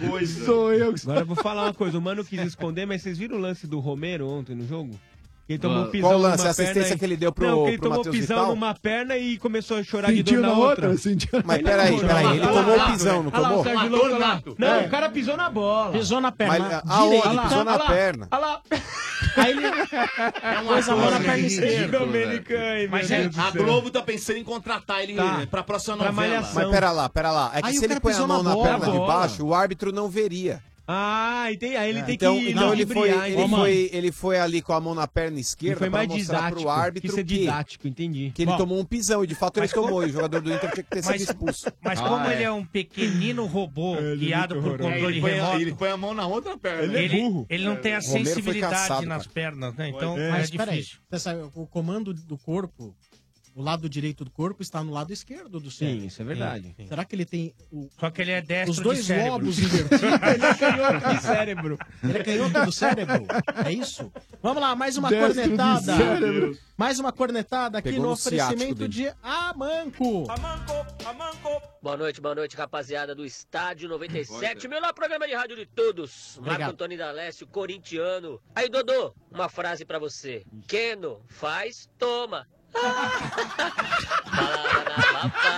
[SPEAKER 7] Oh, coisa. Sou eu que-
[SPEAKER 11] Agora eu vou falar uma coisa. O Mano quis esconder, mas vocês viram o lance do Romero ontem no jogo? Ele tomou
[SPEAKER 5] Qual
[SPEAKER 11] pisão
[SPEAKER 5] o lance?
[SPEAKER 11] numa
[SPEAKER 5] A assistência
[SPEAKER 11] perna e-
[SPEAKER 5] que ele deu pro-
[SPEAKER 11] Não, que ele
[SPEAKER 5] pro
[SPEAKER 11] tomou
[SPEAKER 5] Matheus
[SPEAKER 11] pisão
[SPEAKER 5] Vital?
[SPEAKER 11] numa perna e começou a chorar de dor
[SPEAKER 4] Sentiu
[SPEAKER 11] na
[SPEAKER 4] na
[SPEAKER 11] outra.
[SPEAKER 4] outra, sentiu-
[SPEAKER 5] Mas peraí, peraí, ele tomou
[SPEAKER 11] o
[SPEAKER 5] pisão, não tomou?
[SPEAKER 11] Olha lá, o Sérgio Louco, olha lá. Não, o cara pisou na bola.
[SPEAKER 1] Pisou na perna.
[SPEAKER 5] Mas, ah,
[SPEAKER 1] direita.
[SPEAKER 5] aonde?
[SPEAKER 1] Olha lá,
[SPEAKER 5] Pisou na
[SPEAKER 1] olha lá,
[SPEAKER 5] perna.
[SPEAKER 1] Olha lá. Aí ele pôs a mão na perna esquerda.
[SPEAKER 14] Mas é, a Globo tá pensando em contratar ele Tá. pra próxima novela.
[SPEAKER 5] Mas pera lá, pera lá. É que
[SPEAKER 14] Aí o
[SPEAKER 5] se ele
[SPEAKER 14] cara
[SPEAKER 5] põe a
[SPEAKER 14] pisou
[SPEAKER 5] mão
[SPEAKER 14] na
[SPEAKER 5] na,
[SPEAKER 14] bola.
[SPEAKER 5] perna de
[SPEAKER 14] Bola.
[SPEAKER 5] baixo, o árbitro não veria.
[SPEAKER 11] Ah, entendi. Aí ele tem
[SPEAKER 5] então,
[SPEAKER 11] que
[SPEAKER 5] então ele, foi,
[SPEAKER 11] ludibriar,
[SPEAKER 5] ele,
[SPEAKER 11] entendeu?
[SPEAKER 5] foi, ele foi ali com a mão na perna esquerda
[SPEAKER 11] Ele foi
[SPEAKER 5] pra
[SPEAKER 11] mais
[SPEAKER 5] mostrar
[SPEAKER 11] didático,
[SPEAKER 5] pro árbitro
[SPEAKER 11] quis ser
[SPEAKER 5] que-
[SPEAKER 11] didático, entendi.
[SPEAKER 5] Que ele
[SPEAKER 11] Bom.
[SPEAKER 5] tomou um pisão, e de fato ele
[SPEAKER 7] Mas
[SPEAKER 5] tomou,
[SPEAKER 7] como-
[SPEAKER 5] e o jogador do Inter tinha que ter sido
[SPEAKER 7] Mas-
[SPEAKER 5] expulso.
[SPEAKER 7] Mas como ele é um pequenino robô guiado por
[SPEAKER 5] horroroso.
[SPEAKER 7] controle
[SPEAKER 5] Ele põe a-
[SPEAKER 7] remoto...
[SPEAKER 5] ele
[SPEAKER 14] põe a mão na outra perna.
[SPEAKER 7] Ele,
[SPEAKER 1] Ele é burro.
[SPEAKER 7] ele não tem a
[SPEAKER 1] O Romero foi
[SPEAKER 7] sensibilidade
[SPEAKER 1] caçado,
[SPEAKER 7] nas
[SPEAKER 1] cara.
[SPEAKER 7] pernas, né? Então é,
[SPEAKER 1] mas peraí,
[SPEAKER 7] difícil.
[SPEAKER 1] você sabe, o comando do corpo, o lado direito do corpo está no lado esquerdo do cérebro.
[SPEAKER 11] isso é verdade.
[SPEAKER 1] Sim, sim. Será que ele tem o-
[SPEAKER 7] Só que ele é destro
[SPEAKER 1] os dois
[SPEAKER 7] de cérebro.
[SPEAKER 1] lobos invertidos? ele é canhoto de
[SPEAKER 11] cérebro.
[SPEAKER 1] Ele é canhoto do cérebro? É isso? Vamos lá, mais uma
[SPEAKER 10] Destro de
[SPEAKER 1] cornetada.
[SPEAKER 10] cérebro.
[SPEAKER 1] Mais uma cornetada aqui
[SPEAKER 10] Pegou
[SPEAKER 1] no
[SPEAKER 10] no ciático
[SPEAKER 1] oferecimento de Amanco.
[SPEAKER 25] Boa noite, boa noite, rapaziada do Estádio 97, o melhor programa de rádio de todos.
[SPEAKER 1] Obrigado.
[SPEAKER 25] Marco Antônio D'Alessio, corintiano. Aí, Dodô, uma frase pra você. Keno, faz, toma.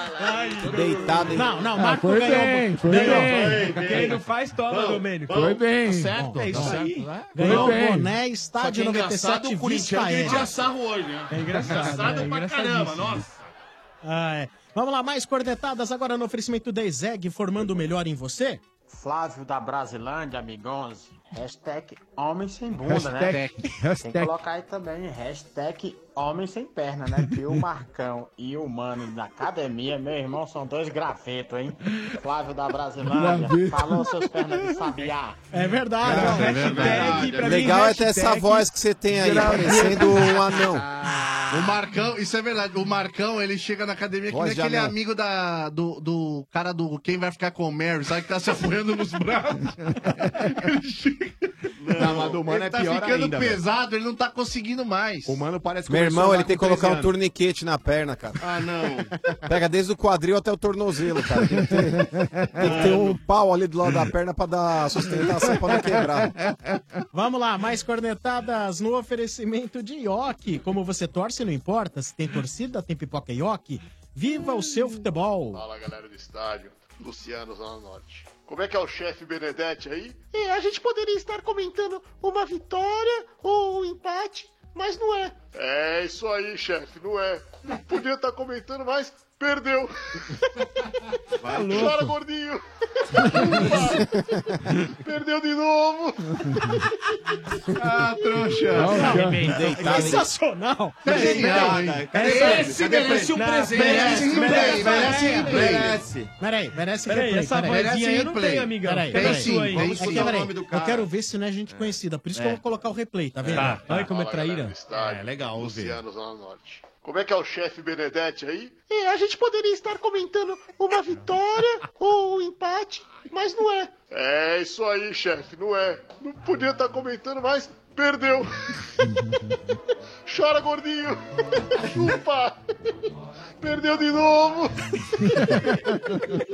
[SPEAKER 5] Deitado, hein?
[SPEAKER 1] Não, não,
[SPEAKER 5] Ah,
[SPEAKER 1] Marco
[SPEAKER 5] foi
[SPEAKER 1] ganhou.
[SPEAKER 5] bem, foi
[SPEAKER 1] ganhou.
[SPEAKER 5] bem. Foi
[SPEAKER 11] Quem não faz, toma, Domênico.
[SPEAKER 5] foi
[SPEAKER 11] Tá
[SPEAKER 5] bem. Bom,
[SPEAKER 11] certo,
[SPEAKER 5] tá
[SPEAKER 11] é isso
[SPEAKER 5] certo,
[SPEAKER 11] aí.
[SPEAKER 5] né?
[SPEAKER 11] Foi
[SPEAKER 1] Ganhou o
[SPEAKER 11] bem.
[SPEAKER 1] boné,
[SPEAKER 14] Só que é
[SPEAKER 1] estádio
[SPEAKER 14] engraçado
[SPEAKER 1] 97
[SPEAKER 14] o Corinthians que ele
[SPEAKER 1] Viscaíno.
[SPEAKER 14] tira sarro hoje, né?
[SPEAKER 11] É engraçado,
[SPEAKER 14] Engraçado
[SPEAKER 11] é
[SPEAKER 14] pra
[SPEAKER 11] engraçadíssimo.
[SPEAKER 14] caramba, nossa.
[SPEAKER 1] Ah, é. Vamos lá, mais cornetadas agora no oferecimento da Ezeg, formando o melhor em você.
[SPEAKER 16] Flávio da Brasilândia, amigões. Hashtag homem sem bunda, né?
[SPEAKER 1] Hashtag.
[SPEAKER 16] Tem que colocar aí também hashtag homem sem perna, né? Que o Marcão e o Mano da academia, meu irmão, são dois grafetos, hein? Flávio da Brasilândia,
[SPEAKER 1] Grafeto.
[SPEAKER 16] falou seus pernas de sabiá.
[SPEAKER 1] É verdade.
[SPEAKER 16] Não,
[SPEAKER 1] ó.
[SPEAKER 16] é verdade.
[SPEAKER 1] Hashtag, pra mim,
[SPEAKER 5] Legal é ter
[SPEAKER 1] hashtag-
[SPEAKER 5] essa voz que você tem aí,
[SPEAKER 1] Geraldo.
[SPEAKER 5] parecendo um anão.
[SPEAKER 3] O Marcão, isso é verdade. O Marcão, ele chega na academia É que
[SPEAKER 5] Voz
[SPEAKER 3] nem
[SPEAKER 5] de
[SPEAKER 3] aquele
[SPEAKER 5] anão.
[SPEAKER 3] amigo da, do, do cara do Quem Vai Ficar com o Mary, sabe? Que tá se apoiando nos braços.
[SPEAKER 13] Não, mas do Mano
[SPEAKER 3] ele
[SPEAKER 13] é
[SPEAKER 3] tá
[SPEAKER 13] pior
[SPEAKER 3] ficando
[SPEAKER 13] ainda, velho.
[SPEAKER 3] pesado, ele não tá conseguindo mais.
[SPEAKER 13] O Mano parece
[SPEAKER 5] Meu
[SPEAKER 13] começou a
[SPEAKER 5] irmão,
[SPEAKER 13] andar
[SPEAKER 5] ele tem que
[SPEAKER 13] com 13
[SPEAKER 5] colocar um
[SPEAKER 13] anos.
[SPEAKER 5] turniquete na perna, cara.
[SPEAKER 3] Ah, não.
[SPEAKER 5] Pega desde o quadril até o tornozelo, cara. Tem que ter, tem que ter um pau ali do lado da perna pra dar sustentação né? Tá pra não quebrar.
[SPEAKER 1] Vamos lá, mais cornetadas no oferecimento de Ioki. Como você torce, não importa. Se tem torcida, tem pipoca Ioki. Viva o seu futebol.
[SPEAKER 19] Fala galera do estádio, Luciano Zona Norte. Como é que é o chefe Benedetti aí? É, a gente poderia estar comentando uma vitória ou um empate, mas não é. É isso aí, chefe, não é. Podia estar comentando, mas perdeu.
[SPEAKER 10] Vai,
[SPEAKER 19] Chora,
[SPEAKER 10] louco.
[SPEAKER 19] gordinho. Opa, perdeu de novo.
[SPEAKER 10] Ah, trouxa.
[SPEAKER 1] Sensacional.
[SPEAKER 10] Peraí, peraí. Cadê
[SPEAKER 1] Esse
[SPEAKER 10] Fred?
[SPEAKER 1] merece um
[SPEAKER 10] Não,
[SPEAKER 1] presente.
[SPEAKER 10] merece,
[SPEAKER 1] Merece,
[SPEAKER 10] merece,
[SPEAKER 1] merece,
[SPEAKER 10] merece,
[SPEAKER 1] replay.
[SPEAKER 10] merece.
[SPEAKER 1] Peraí, um merece
[SPEAKER 10] Peraí,
[SPEAKER 1] replay.
[SPEAKER 10] essa
[SPEAKER 1] peraí.
[SPEAKER 10] vozinha
[SPEAKER 1] Merece
[SPEAKER 10] aí eu não
[SPEAKER 1] replay.
[SPEAKER 10] tenho, amigão.
[SPEAKER 1] Peraí,
[SPEAKER 10] Tem
[SPEAKER 1] peraí.
[SPEAKER 10] sim,
[SPEAKER 1] É
[SPEAKER 10] tem
[SPEAKER 1] que,
[SPEAKER 10] sim.
[SPEAKER 1] peraí,
[SPEAKER 10] o nome do
[SPEAKER 1] Eu
[SPEAKER 10] cara.
[SPEAKER 1] quero ver se não é gente conhecida. Por isso que
[SPEAKER 19] É.
[SPEAKER 1] eu vou colocar o replay, tá vendo?
[SPEAKER 19] Tá. Olha como é
[SPEAKER 1] Fala,
[SPEAKER 19] traíra.
[SPEAKER 1] galera.
[SPEAKER 19] estádio.
[SPEAKER 1] É, legal, vou ver.
[SPEAKER 19] Luciano, Zona Norte. Como é que é o chefe Benedetti aí? É, a gente poderia estar comentando uma vitória ou um empate, mas não é. É isso aí, chefe, não é. Não podia estar comentando, mas perdeu. Chora, gordinho. Chupa. Perdeu de novo.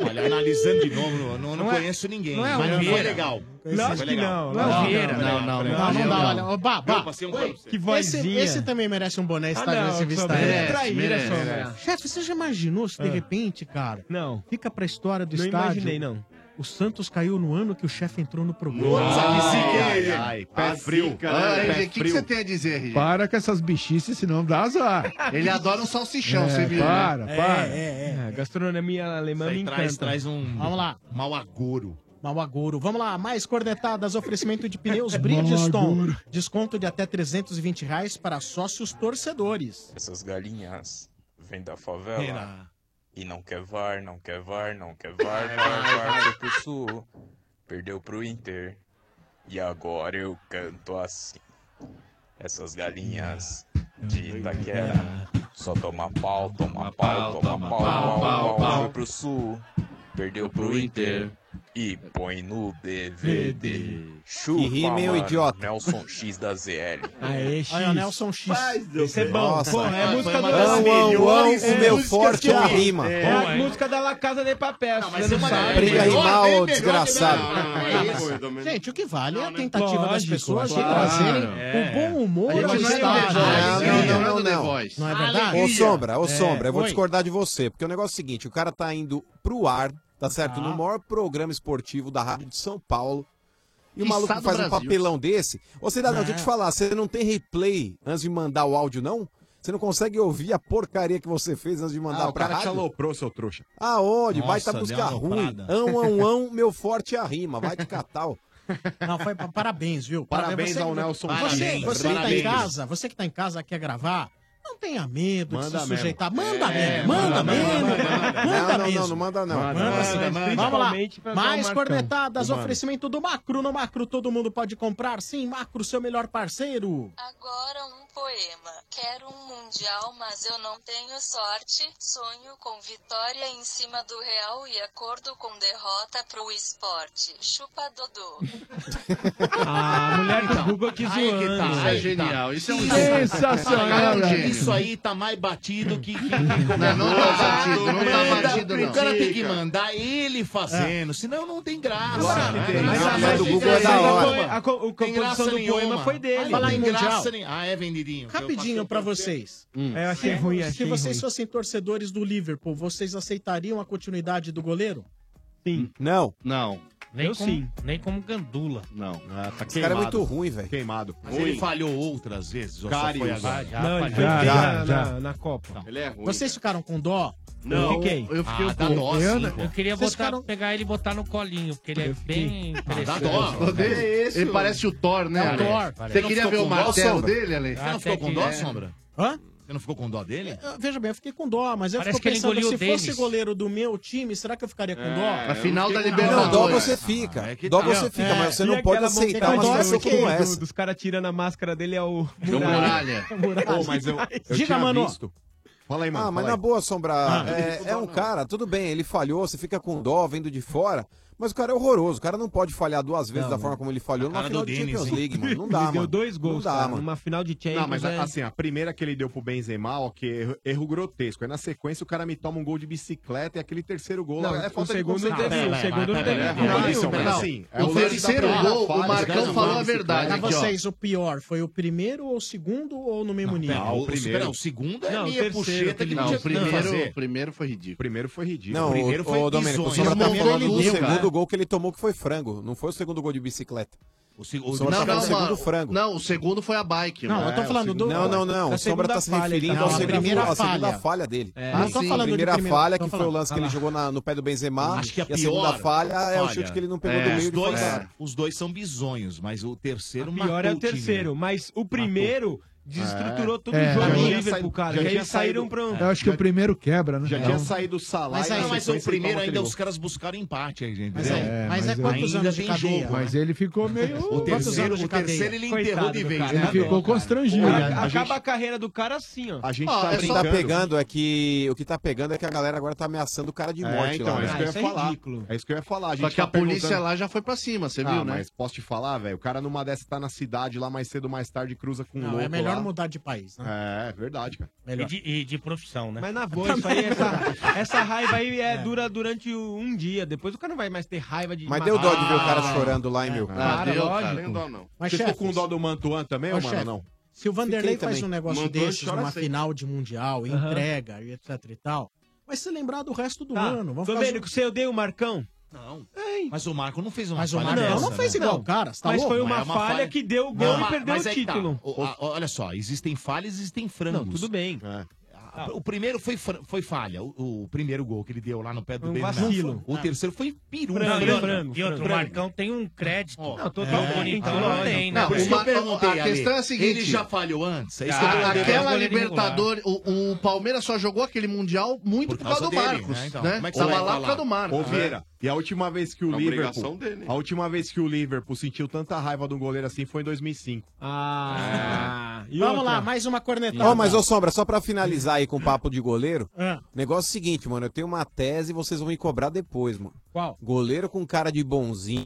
[SPEAKER 14] Olha, analisando de novo, não, não, não
[SPEAKER 19] Não é-
[SPEAKER 14] conheço ninguém.
[SPEAKER 19] não é
[SPEAKER 14] mas
[SPEAKER 19] o
[SPEAKER 14] não foi
[SPEAKER 19] Vieira.
[SPEAKER 14] legal.
[SPEAKER 19] Não, acho
[SPEAKER 14] foi
[SPEAKER 1] que
[SPEAKER 14] legal.
[SPEAKER 1] não, não é o Vieira.
[SPEAKER 14] Não,
[SPEAKER 1] Não,
[SPEAKER 14] não,
[SPEAKER 1] não, não dá, olha. Ô, Bá, Bá.
[SPEAKER 14] Eu passei um pano pra você.
[SPEAKER 1] Esse- Esse, também merece um boné Instagram,
[SPEAKER 11] não,
[SPEAKER 1] esse
[SPEAKER 11] só
[SPEAKER 1] Vistara.
[SPEAKER 11] merece, Traíra, merece, só, merece.
[SPEAKER 1] cara. Chefe, você já imaginou se de
[SPEAKER 11] Ah.
[SPEAKER 1] repente, cara?
[SPEAKER 11] Não.
[SPEAKER 1] Fica pra história do
[SPEAKER 11] Não
[SPEAKER 1] estádio.
[SPEAKER 11] imaginei, não.
[SPEAKER 1] O Santos caiu no ano que o chefe entrou no programa.
[SPEAKER 4] Nossa, que ziqueira.
[SPEAKER 3] Pé frio.
[SPEAKER 1] né?
[SPEAKER 3] Ah,
[SPEAKER 4] Pé
[SPEAKER 3] RG, o que, que
[SPEAKER 4] frio.
[SPEAKER 3] você tem a dizer, RG?
[SPEAKER 4] Para com essas bichices, senão dá azar.
[SPEAKER 3] Ele adora um salsichão,
[SPEAKER 4] É,
[SPEAKER 3] você viu? né?
[SPEAKER 4] para, para.
[SPEAKER 11] É, gastronomia alemã
[SPEAKER 1] Isso aí
[SPEAKER 11] me
[SPEAKER 1] traz-
[SPEAKER 11] encanta.
[SPEAKER 1] traz um- Vamos lá.
[SPEAKER 14] Mal agouro.
[SPEAKER 1] Mau agouro. Vamos lá, mais cornetadas, oferecimento de pneus Bridgestone. Desconto de até 320 reais para sócios torcedores.
[SPEAKER 21] Essas galinhas vêm da favela
[SPEAKER 1] Era.
[SPEAKER 21] e não quer VAR, não quer VAR, não quer VAR, VAR, VAR, foi pro Sul, perdeu pro Inter e agora eu canto assim. Essas galinhas de Itaquera só toma pau, toma pau, toma pau, pau, pau, foi pro Sul, perdeu pro Inter e põe no DVD. Chupa,
[SPEAKER 5] Que rima, hein, ô
[SPEAKER 21] mano,
[SPEAKER 5] idiota.
[SPEAKER 21] Nelson X da ZL.
[SPEAKER 1] Aê, X. Aí, ó, Nelson X.
[SPEAKER 21] Esse é bom. Pô, é a música do-
[SPEAKER 5] Uau, uau, uau,
[SPEAKER 21] Melhores
[SPEAKER 5] o meu
[SPEAKER 21] músicas
[SPEAKER 5] forte
[SPEAKER 21] que
[SPEAKER 5] é a
[SPEAKER 21] eu-
[SPEAKER 5] rima.
[SPEAKER 21] É,
[SPEAKER 11] É a música da La Casa de Papel. Não,
[SPEAKER 5] mas você
[SPEAKER 1] Tá,
[SPEAKER 5] manda- Briga
[SPEAKER 1] é
[SPEAKER 5] rimal, desgraçado.
[SPEAKER 1] Gente, o que vale
[SPEAKER 5] né?
[SPEAKER 1] é a tentativa das
[SPEAKER 5] Lógico,
[SPEAKER 1] pessoas de
[SPEAKER 5] claro.
[SPEAKER 1] trazerem
[SPEAKER 5] É.
[SPEAKER 1] o bom humor
[SPEAKER 5] A gente
[SPEAKER 1] ao
[SPEAKER 5] não é
[SPEAKER 1] estádio.
[SPEAKER 5] The Voice, Não, não, não, não, não.
[SPEAKER 1] Não é verdade?
[SPEAKER 5] Ô Sombra, ô
[SPEAKER 1] É.
[SPEAKER 5] Sombra, eu vou
[SPEAKER 1] Oi.
[SPEAKER 5] discordar de você, porque o negócio é o seguinte, o cara tá indo pro ar, tá certo?
[SPEAKER 1] Tá.
[SPEAKER 5] No maior programa esportivo da rádio de São Paulo. E o
[SPEAKER 1] Quiçá
[SPEAKER 5] maluco
[SPEAKER 1] do
[SPEAKER 5] faz um
[SPEAKER 1] Brasil.
[SPEAKER 5] papelão desse. Ô cidadão,
[SPEAKER 1] É.
[SPEAKER 5] deixa eu te falar, você não tem replay antes de mandar o áudio, não? Você não consegue ouvir a porcaria que você fez antes de mandar
[SPEAKER 13] Ah, o
[SPEAKER 5] pra
[SPEAKER 13] cara te
[SPEAKER 5] rádio?
[SPEAKER 13] aloprou, seu trouxa.
[SPEAKER 5] Aonde?
[SPEAKER 13] Nossa,
[SPEAKER 5] Baita
[SPEAKER 13] deu
[SPEAKER 5] busca
[SPEAKER 13] uma
[SPEAKER 5] ruim.
[SPEAKER 13] aloprada.
[SPEAKER 5] Ão, ão, ão, meu forte é a rima. Vai te catar. ó.
[SPEAKER 1] Não, foi pa- parabéns, viu?
[SPEAKER 5] Parabéns
[SPEAKER 1] tá você,
[SPEAKER 5] ao Nelson
[SPEAKER 1] Você,
[SPEAKER 5] Dias.
[SPEAKER 1] você que tá em
[SPEAKER 5] Parabéns.
[SPEAKER 1] casa, você que tá em casa, quer gravar, não tenha medo
[SPEAKER 5] Manda
[SPEAKER 1] de se
[SPEAKER 5] mesmo.
[SPEAKER 1] sujeitar. Manda
[SPEAKER 5] É,
[SPEAKER 1] mesmo, manda,
[SPEAKER 5] manda
[SPEAKER 1] mesmo. Manda
[SPEAKER 5] Não, não,
[SPEAKER 1] mesmo.
[SPEAKER 5] não, não manda não.
[SPEAKER 1] Manda,
[SPEAKER 5] Manda,
[SPEAKER 1] sim.
[SPEAKER 5] manda, manda.
[SPEAKER 1] Vamos lá.
[SPEAKER 5] Principalmente pra dar
[SPEAKER 1] Mais
[SPEAKER 5] o Marcão.
[SPEAKER 1] cornetadas,
[SPEAKER 5] Manda.
[SPEAKER 1] oferecimento do Macro. No Macro todo mundo pode comprar. Sim, Macro, seu melhor parceiro.
[SPEAKER 26] Agora um poema. Quero um mundial, mas eu não tenho sorte. Sonho com vitória em cima do Real e acordo com derrota pro esporte. Chupa Dodô.
[SPEAKER 3] Tá
[SPEAKER 11] Ah, a mulher do Google aqui
[SPEAKER 14] Aí que
[SPEAKER 11] zoando.
[SPEAKER 14] tá,
[SPEAKER 11] velho.
[SPEAKER 14] isso é genial. Isso é um
[SPEAKER 3] um
[SPEAKER 11] Cara,
[SPEAKER 14] Cara,
[SPEAKER 11] gênio.
[SPEAKER 14] Isso aí tá mais batido que. que, que
[SPEAKER 3] não tá batido, não tá
[SPEAKER 14] Manda,
[SPEAKER 3] batido, não.
[SPEAKER 14] O cara tem que mandar ele fazendo, senão não tem graça.
[SPEAKER 3] Agora,
[SPEAKER 14] né?
[SPEAKER 3] tem.
[SPEAKER 14] Graça
[SPEAKER 3] Mas
[SPEAKER 14] nenhuma.
[SPEAKER 3] do Google é da hora.
[SPEAKER 11] A co- a
[SPEAKER 14] Tem graça
[SPEAKER 11] composição do
[SPEAKER 14] nenhuma.
[SPEAKER 11] poema foi dele.
[SPEAKER 14] Ah,
[SPEAKER 11] Falar
[SPEAKER 14] tem
[SPEAKER 11] em
[SPEAKER 14] graça
[SPEAKER 11] mundial.
[SPEAKER 14] nem- Ah, é, Vendidinho.
[SPEAKER 1] Rapidinho pra vocês.
[SPEAKER 11] É, eu achei
[SPEAKER 1] Se-
[SPEAKER 11] ruim,
[SPEAKER 1] Se
[SPEAKER 11] achei
[SPEAKER 1] vocês
[SPEAKER 11] ruim.
[SPEAKER 1] fossem torcedores do Liverpool, vocês aceitariam a continuidade do goleiro?
[SPEAKER 11] Sim.
[SPEAKER 5] Não.
[SPEAKER 3] Não.
[SPEAKER 7] Nem
[SPEAKER 1] Eu
[SPEAKER 7] como,
[SPEAKER 1] sim.
[SPEAKER 7] Nem como gandula.
[SPEAKER 3] Não.
[SPEAKER 14] tá
[SPEAKER 5] Esse cara é muito ruim, velho.
[SPEAKER 13] Queimado.
[SPEAKER 14] Mas ele falhou outras vezes, ou só
[SPEAKER 13] Cários.
[SPEAKER 14] foi agora?
[SPEAKER 13] Já, Não,
[SPEAKER 1] já, já,
[SPEAKER 11] na- na Copa.
[SPEAKER 1] Vocês ficaram com dó tá.
[SPEAKER 7] eu fiquei.
[SPEAKER 3] Eu fiquei
[SPEAKER 7] Ah,
[SPEAKER 3] um
[SPEAKER 7] dá
[SPEAKER 3] pouco.
[SPEAKER 7] dó,
[SPEAKER 1] assim,
[SPEAKER 3] Eu-
[SPEAKER 7] sim, pô. Eu queria
[SPEAKER 3] Vocês
[SPEAKER 7] botar, pegar ele e botar no colinho, porque ele é bem
[SPEAKER 3] Ah, dá
[SPEAKER 7] interessante.
[SPEAKER 3] dó. Dó dele. Ele parece o Thor,
[SPEAKER 14] É
[SPEAKER 3] né? Ale? Você queria ver o martelo dele, Ale?
[SPEAKER 14] Você não ficou com
[SPEAKER 11] é.
[SPEAKER 14] dó, Sombra?
[SPEAKER 1] Hã?
[SPEAKER 14] Você não ficou com dó dele?
[SPEAKER 1] Eu- Veja bem, eu fiquei com dó, mas eu
[SPEAKER 14] Parece
[SPEAKER 1] fico
[SPEAKER 14] que ele
[SPEAKER 1] pensando,
[SPEAKER 14] engoliu
[SPEAKER 1] se
[SPEAKER 14] o Denis.
[SPEAKER 1] fosse goleiro do meu time, será que eu ficaria com
[SPEAKER 14] É,
[SPEAKER 1] dó?
[SPEAKER 14] Na final da
[SPEAKER 5] Não, dó
[SPEAKER 14] Libertadores.
[SPEAKER 5] você fica.
[SPEAKER 14] Ah, é que
[SPEAKER 5] dó
[SPEAKER 14] tá.
[SPEAKER 5] você fica, mas
[SPEAKER 11] É.
[SPEAKER 5] você não pode aceitar uma situação como essa.
[SPEAKER 11] Dos caras tirando a máscara dele é o
[SPEAKER 5] Muralha.
[SPEAKER 11] Pô, mas eu- eu Diga, tinha mano. visto.
[SPEAKER 13] Fala aí,
[SPEAKER 11] mano,
[SPEAKER 5] Ah, mas
[SPEAKER 11] fala aí.
[SPEAKER 5] na boa, Sombra,
[SPEAKER 11] Ah.
[SPEAKER 5] é, é um cara, tudo bem, ele falhou, você fica com dó vendo de fora, mas o cara é horroroso. O cara não pode falhar duas vezes
[SPEAKER 11] Não,
[SPEAKER 5] da
[SPEAKER 11] mano.
[SPEAKER 5] forma como ele falhou
[SPEAKER 11] A
[SPEAKER 5] na
[SPEAKER 11] cara
[SPEAKER 5] final
[SPEAKER 11] do
[SPEAKER 5] de
[SPEAKER 11] Denis,
[SPEAKER 5] Champions
[SPEAKER 11] hein?
[SPEAKER 5] League, mano. Não dá,
[SPEAKER 11] Ele
[SPEAKER 5] mano.
[SPEAKER 11] deu dois gols,
[SPEAKER 5] não dá,
[SPEAKER 11] cara,
[SPEAKER 5] mano.
[SPEAKER 11] numa final de Champions.
[SPEAKER 13] Não, mas
[SPEAKER 11] é-
[SPEAKER 13] a- assim, a primeira que ele deu pro Benzema, ó, que erro, erro grotesco. Aí na sequência o cara me toma um gol de bicicleta e aquele terceiro gol
[SPEAKER 11] Não,
[SPEAKER 13] lá é
[SPEAKER 11] o
[SPEAKER 13] falta
[SPEAKER 11] segundo
[SPEAKER 13] de concentração.
[SPEAKER 11] teve, o
[SPEAKER 13] Ah,
[SPEAKER 11] segundo
[SPEAKER 13] pera,
[SPEAKER 11] teve.
[SPEAKER 13] pera,
[SPEAKER 11] Não,
[SPEAKER 13] pera,
[SPEAKER 11] isso,
[SPEAKER 13] pera,
[SPEAKER 11] não.
[SPEAKER 13] assim, é
[SPEAKER 1] O
[SPEAKER 13] lance da
[SPEAKER 1] terceiro
[SPEAKER 13] primeira
[SPEAKER 1] gol, o
[SPEAKER 13] fase,
[SPEAKER 1] Marcão
[SPEAKER 13] né, do
[SPEAKER 1] falou a
[SPEAKER 13] bicicleta.
[SPEAKER 1] verdade Pra vocês, o pior foi o primeiro ou o segundo ou no mesmo nível?
[SPEAKER 14] pera, o- pera, o segundo é Não, o minha terceiro, puxeta que não
[SPEAKER 3] Não,
[SPEAKER 14] tinha
[SPEAKER 3] o primeiro,
[SPEAKER 14] fazer.
[SPEAKER 3] o primeiro foi ridículo. O
[SPEAKER 13] primeiro foi ridículo.
[SPEAKER 5] Não,
[SPEAKER 13] o primeiro foi
[SPEAKER 5] ô, Domênico, o
[SPEAKER 13] bizonho.
[SPEAKER 5] Sombra tá
[SPEAKER 13] Desmontou
[SPEAKER 3] é
[SPEAKER 5] falando
[SPEAKER 13] tudo,
[SPEAKER 5] do
[SPEAKER 13] cara.
[SPEAKER 5] segundo gol que ele tomou que foi frango. Não foi o segundo gol de bicicleta.
[SPEAKER 14] O, seg
[SPEAKER 5] Sombra tá falando do segundo
[SPEAKER 3] mano,
[SPEAKER 5] frango.
[SPEAKER 3] Não, o segundo foi a bike.
[SPEAKER 5] Não,
[SPEAKER 3] mano.
[SPEAKER 13] é
[SPEAKER 5] eu tô falando do- Não, não, não, da o Sombra tá se segunda falha, referindo tá? ao
[SPEAKER 3] Não, a
[SPEAKER 5] segundo-
[SPEAKER 3] primeira
[SPEAKER 5] à segunda
[SPEAKER 3] falha.
[SPEAKER 5] falha dele.
[SPEAKER 3] É.
[SPEAKER 5] Ah,
[SPEAKER 3] Ah, sim.
[SPEAKER 5] a primeira falha que foi o lance que ele
[SPEAKER 14] Ah lá.
[SPEAKER 5] jogou na- no pé do Benzema.
[SPEAKER 14] Acho que a
[SPEAKER 5] e
[SPEAKER 14] pior
[SPEAKER 5] a segunda falha é o chute que ele não pegou
[SPEAKER 14] é,
[SPEAKER 5] do meio
[SPEAKER 14] os
[SPEAKER 5] e foi
[SPEAKER 14] dois,
[SPEAKER 5] fora.
[SPEAKER 14] os dois são bizonhos, mas o né? terceiro
[SPEAKER 11] O pior é o terceiro, mas o primeiro desestruturou todo
[SPEAKER 4] É,
[SPEAKER 11] o jogo
[SPEAKER 4] já
[SPEAKER 11] do
[SPEAKER 4] tinha
[SPEAKER 11] Liverpool,
[SPEAKER 4] saído-
[SPEAKER 11] cara.
[SPEAKER 4] já
[SPEAKER 11] E aí
[SPEAKER 4] tinha
[SPEAKER 11] eles saíram pra
[SPEAKER 14] é,
[SPEAKER 11] um...
[SPEAKER 4] Eu acho que o primeiro quebra, né?
[SPEAKER 13] Já
[SPEAKER 4] Não.
[SPEAKER 13] tinha saído o Salah.
[SPEAKER 14] Mas,
[SPEAKER 13] e na
[SPEAKER 14] aí, mas o
[SPEAKER 13] sequência ele
[SPEAKER 14] primeiro
[SPEAKER 13] toma
[SPEAKER 14] ainda
[SPEAKER 13] aquele
[SPEAKER 14] os caras buscaram empate aí, gente.
[SPEAKER 4] Mas é-
[SPEAKER 14] Entendeu?
[SPEAKER 4] mas é quantos anos de
[SPEAKER 14] tem
[SPEAKER 4] cadeia?
[SPEAKER 14] jogo,
[SPEAKER 4] Mas
[SPEAKER 14] né?
[SPEAKER 4] ele ficou meio.
[SPEAKER 14] O terceiro, o terceiro ele enterrou de vez.
[SPEAKER 4] Ele
[SPEAKER 14] né?
[SPEAKER 4] ficou constrangido.
[SPEAKER 11] Cara,
[SPEAKER 4] né?
[SPEAKER 11] acaba a carreira do cara assim, ó.
[SPEAKER 13] A gente
[SPEAKER 5] o que tá pegando é que. O que tá pegando é que a galera agora tá ameaçando o cara de
[SPEAKER 13] É,
[SPEAKER 5] morte
[SPEAKER 13] então,
[SPEAKER 5] lá.
[SPEAKER 13] é isso
[SPEAKER 5] né?
[SPEAKER 13] que eu ia falar. É isso que eu ia falar.
[SPEAKER 5] Só que a polícia lá
[SPEAKER 3] já foi pra cima, você
[SPEAKER 5] viu, né?
[SPEAKER 13] Ah, Mas posso te falar, velho? O cara numa dessa tá na cidade lá mais cedo, mais tarde, cruza com um
[SPEAKER 1] Não,
[SPEAKER 13] louco
[SPEAKER 1] é melhor
[SPEAKER 13] lá.
[SPEAKER 1] mudar de país, né?
[SPEAKER 13] É, é verdade, cara.
[SPEAKER 7] E de, e de profissão, né?
[SPEAKER 11] Mas na boa, isso aí, essa, essa raiva aí é, dura durante o- um dia. Depois o cara não vai mais ter raiva de.
[SPEAKER 5] Mas deu dó de ver o cara chorando lá, hein, meu?
[SPEAKER 11] Ah, deu, cara.
[SPEAKER 13] Não dá, não.
[SPEAKER 1] Mas,
[SPEAKER 13] Você ficou
[SPEAKER 1] chefes,
[SPEAKER 13] com dó do Mantuan também,
[SPEAKER 1] Ô,
[SPEAKER 13] ou mano?
[SPEAKER 1] chefe,
[SPEAKER 13] Não.
[SPEAKER 1] Se o Vanderlei
[SPEAKER 13] Fiquei
[SPEAKER 1] faz
[SPEAKER 13] também.
[SPEAKER 1] um negócio
[SPEAKER 13] Mandou,
[SPEAKER 1] desses
[SPEAKER 13] chora
[SPEAKER 1] numa
[SPEAKER 13] sempre.
[SPEAKER 1] final de mundial,
[SPEAKER 11] Aham.
[SPEAKER 1] entrega e etc e tal, vai se lembrar do resto do
[SPEAKER 11] Tá.
[SPEAKER 1] ano. Vamos
[SPEAKER 11] Domênico, você odeia o Marcão?
[SPEAKER 14] Não. Mas o Marco não fez uma
[SPEAKER 1] Mas o
[SPEAKER 14] falha
[SPEAKER 1] Marco
[SPEAKER 14] dessa,
[SPEAKER 1] não fez
[SPEAKER 14] né?
[SPEAKER 1] igual o cara, você tá
[SPEAKER 14] mas
[SPEAKER 1] louco?
[SPEAKER 14] foi
[SPEAKER 1] Mas
[SPEAKER 14] uma,
[SPEAKER 1] é uma
[SPEAKER 14] falha,
[SPEAKER 1] falha-
[SPEAKER 14] que deu o gol
[SPEAKER 1] Não,
[SPEAKER 14] e
[SPEAKER 1] mas-
[SPEAKER 14] perdeu
[SPEAKER 1] mas
[SPEAKER 14] o
[SPEAKER 1] aí que tá.
[SPEAKER 14] título.
[SPEAKER 1] O- a-
[SPEAKER 14] olha só, existem falhas, existem frangos.
[SPEAKER 11] tudo bem.
[SPEAKER 14] Ah, O primeiro foi, fra- foi falha, o, o primeiro gol que ele deu lá no pé do
[SPEAKER 7] Um
[SPEAKER 14] Benzema.
[SPEAKER 7] vacilo.
[SPEAKER 14] O terceiro foi peru. né?
[SPEAKER 7] Não, e
[SPEAKER 14] frango,
[SPEAKER 7] outro, e outro, o
[SPEAKER 14] frango.
[SPEAKER 7] Marcão tem um crédito.
[SPEAKER 14] Não,
[SPEAKER 7] total bonito, não tem, né?
[SPEAKER 14] Não, por isso que eu perguntei,
[SPEAKER 3] a questão
[SPEAKER 14] Ale,
[SPEAKER 3] é a seguinte,
[SPEAKER 14] Ele já falhou antes? É isso que eu
[SPEAKER 3] A-
[SPEAKER 14] perguntei.
[SPEAKER 3] Aquela Libertadores, o, o Palmeiras só jogou aquele Mundial muito por, causa, do
[SPEAKER 13] dele,
[SPEAKER 3] Marcos.
[SPEAKER 13] né?
[SPEAKER 3] né?
[SPEAKER 13] Então,
[SPEAKER 3] Tava
[SPEAKER 13] como é que você vai
[SPEAKER 3] lá por
[SPEAKER 13] falar?
[SPEAKER 3] causa do Marcos. né?
[SPEAKER 13] Ô, Vieira, e a última vez que o
[SPEAKER 3] É
[SPEAKER 13] Liverpool.
[SPEAKER 3] obrigação dele.
[SPEAKER 13] A última vez que o Liverpool sentiu tanta raiva de um goleiro assim foi em 2005.
[SPEAKER 11] Ah.
[SPEAKER 13] É.
[SPEAKER 1] Vamos lá, mais uma cornetada.
[SPEAKER 5] Ó, mas ô Sombra, só pra finalizar aí com o papo de goleiro,
[SPEAKER 1] Ah.
[SPEAKER 5] negócio é o seguinte, mano, eu tenho uma tese e vocês vão me cobrar depois, mano.
[SPEAKER 1] Qual?
[SPEAKER 5] Goleiro com cara de bonzinho,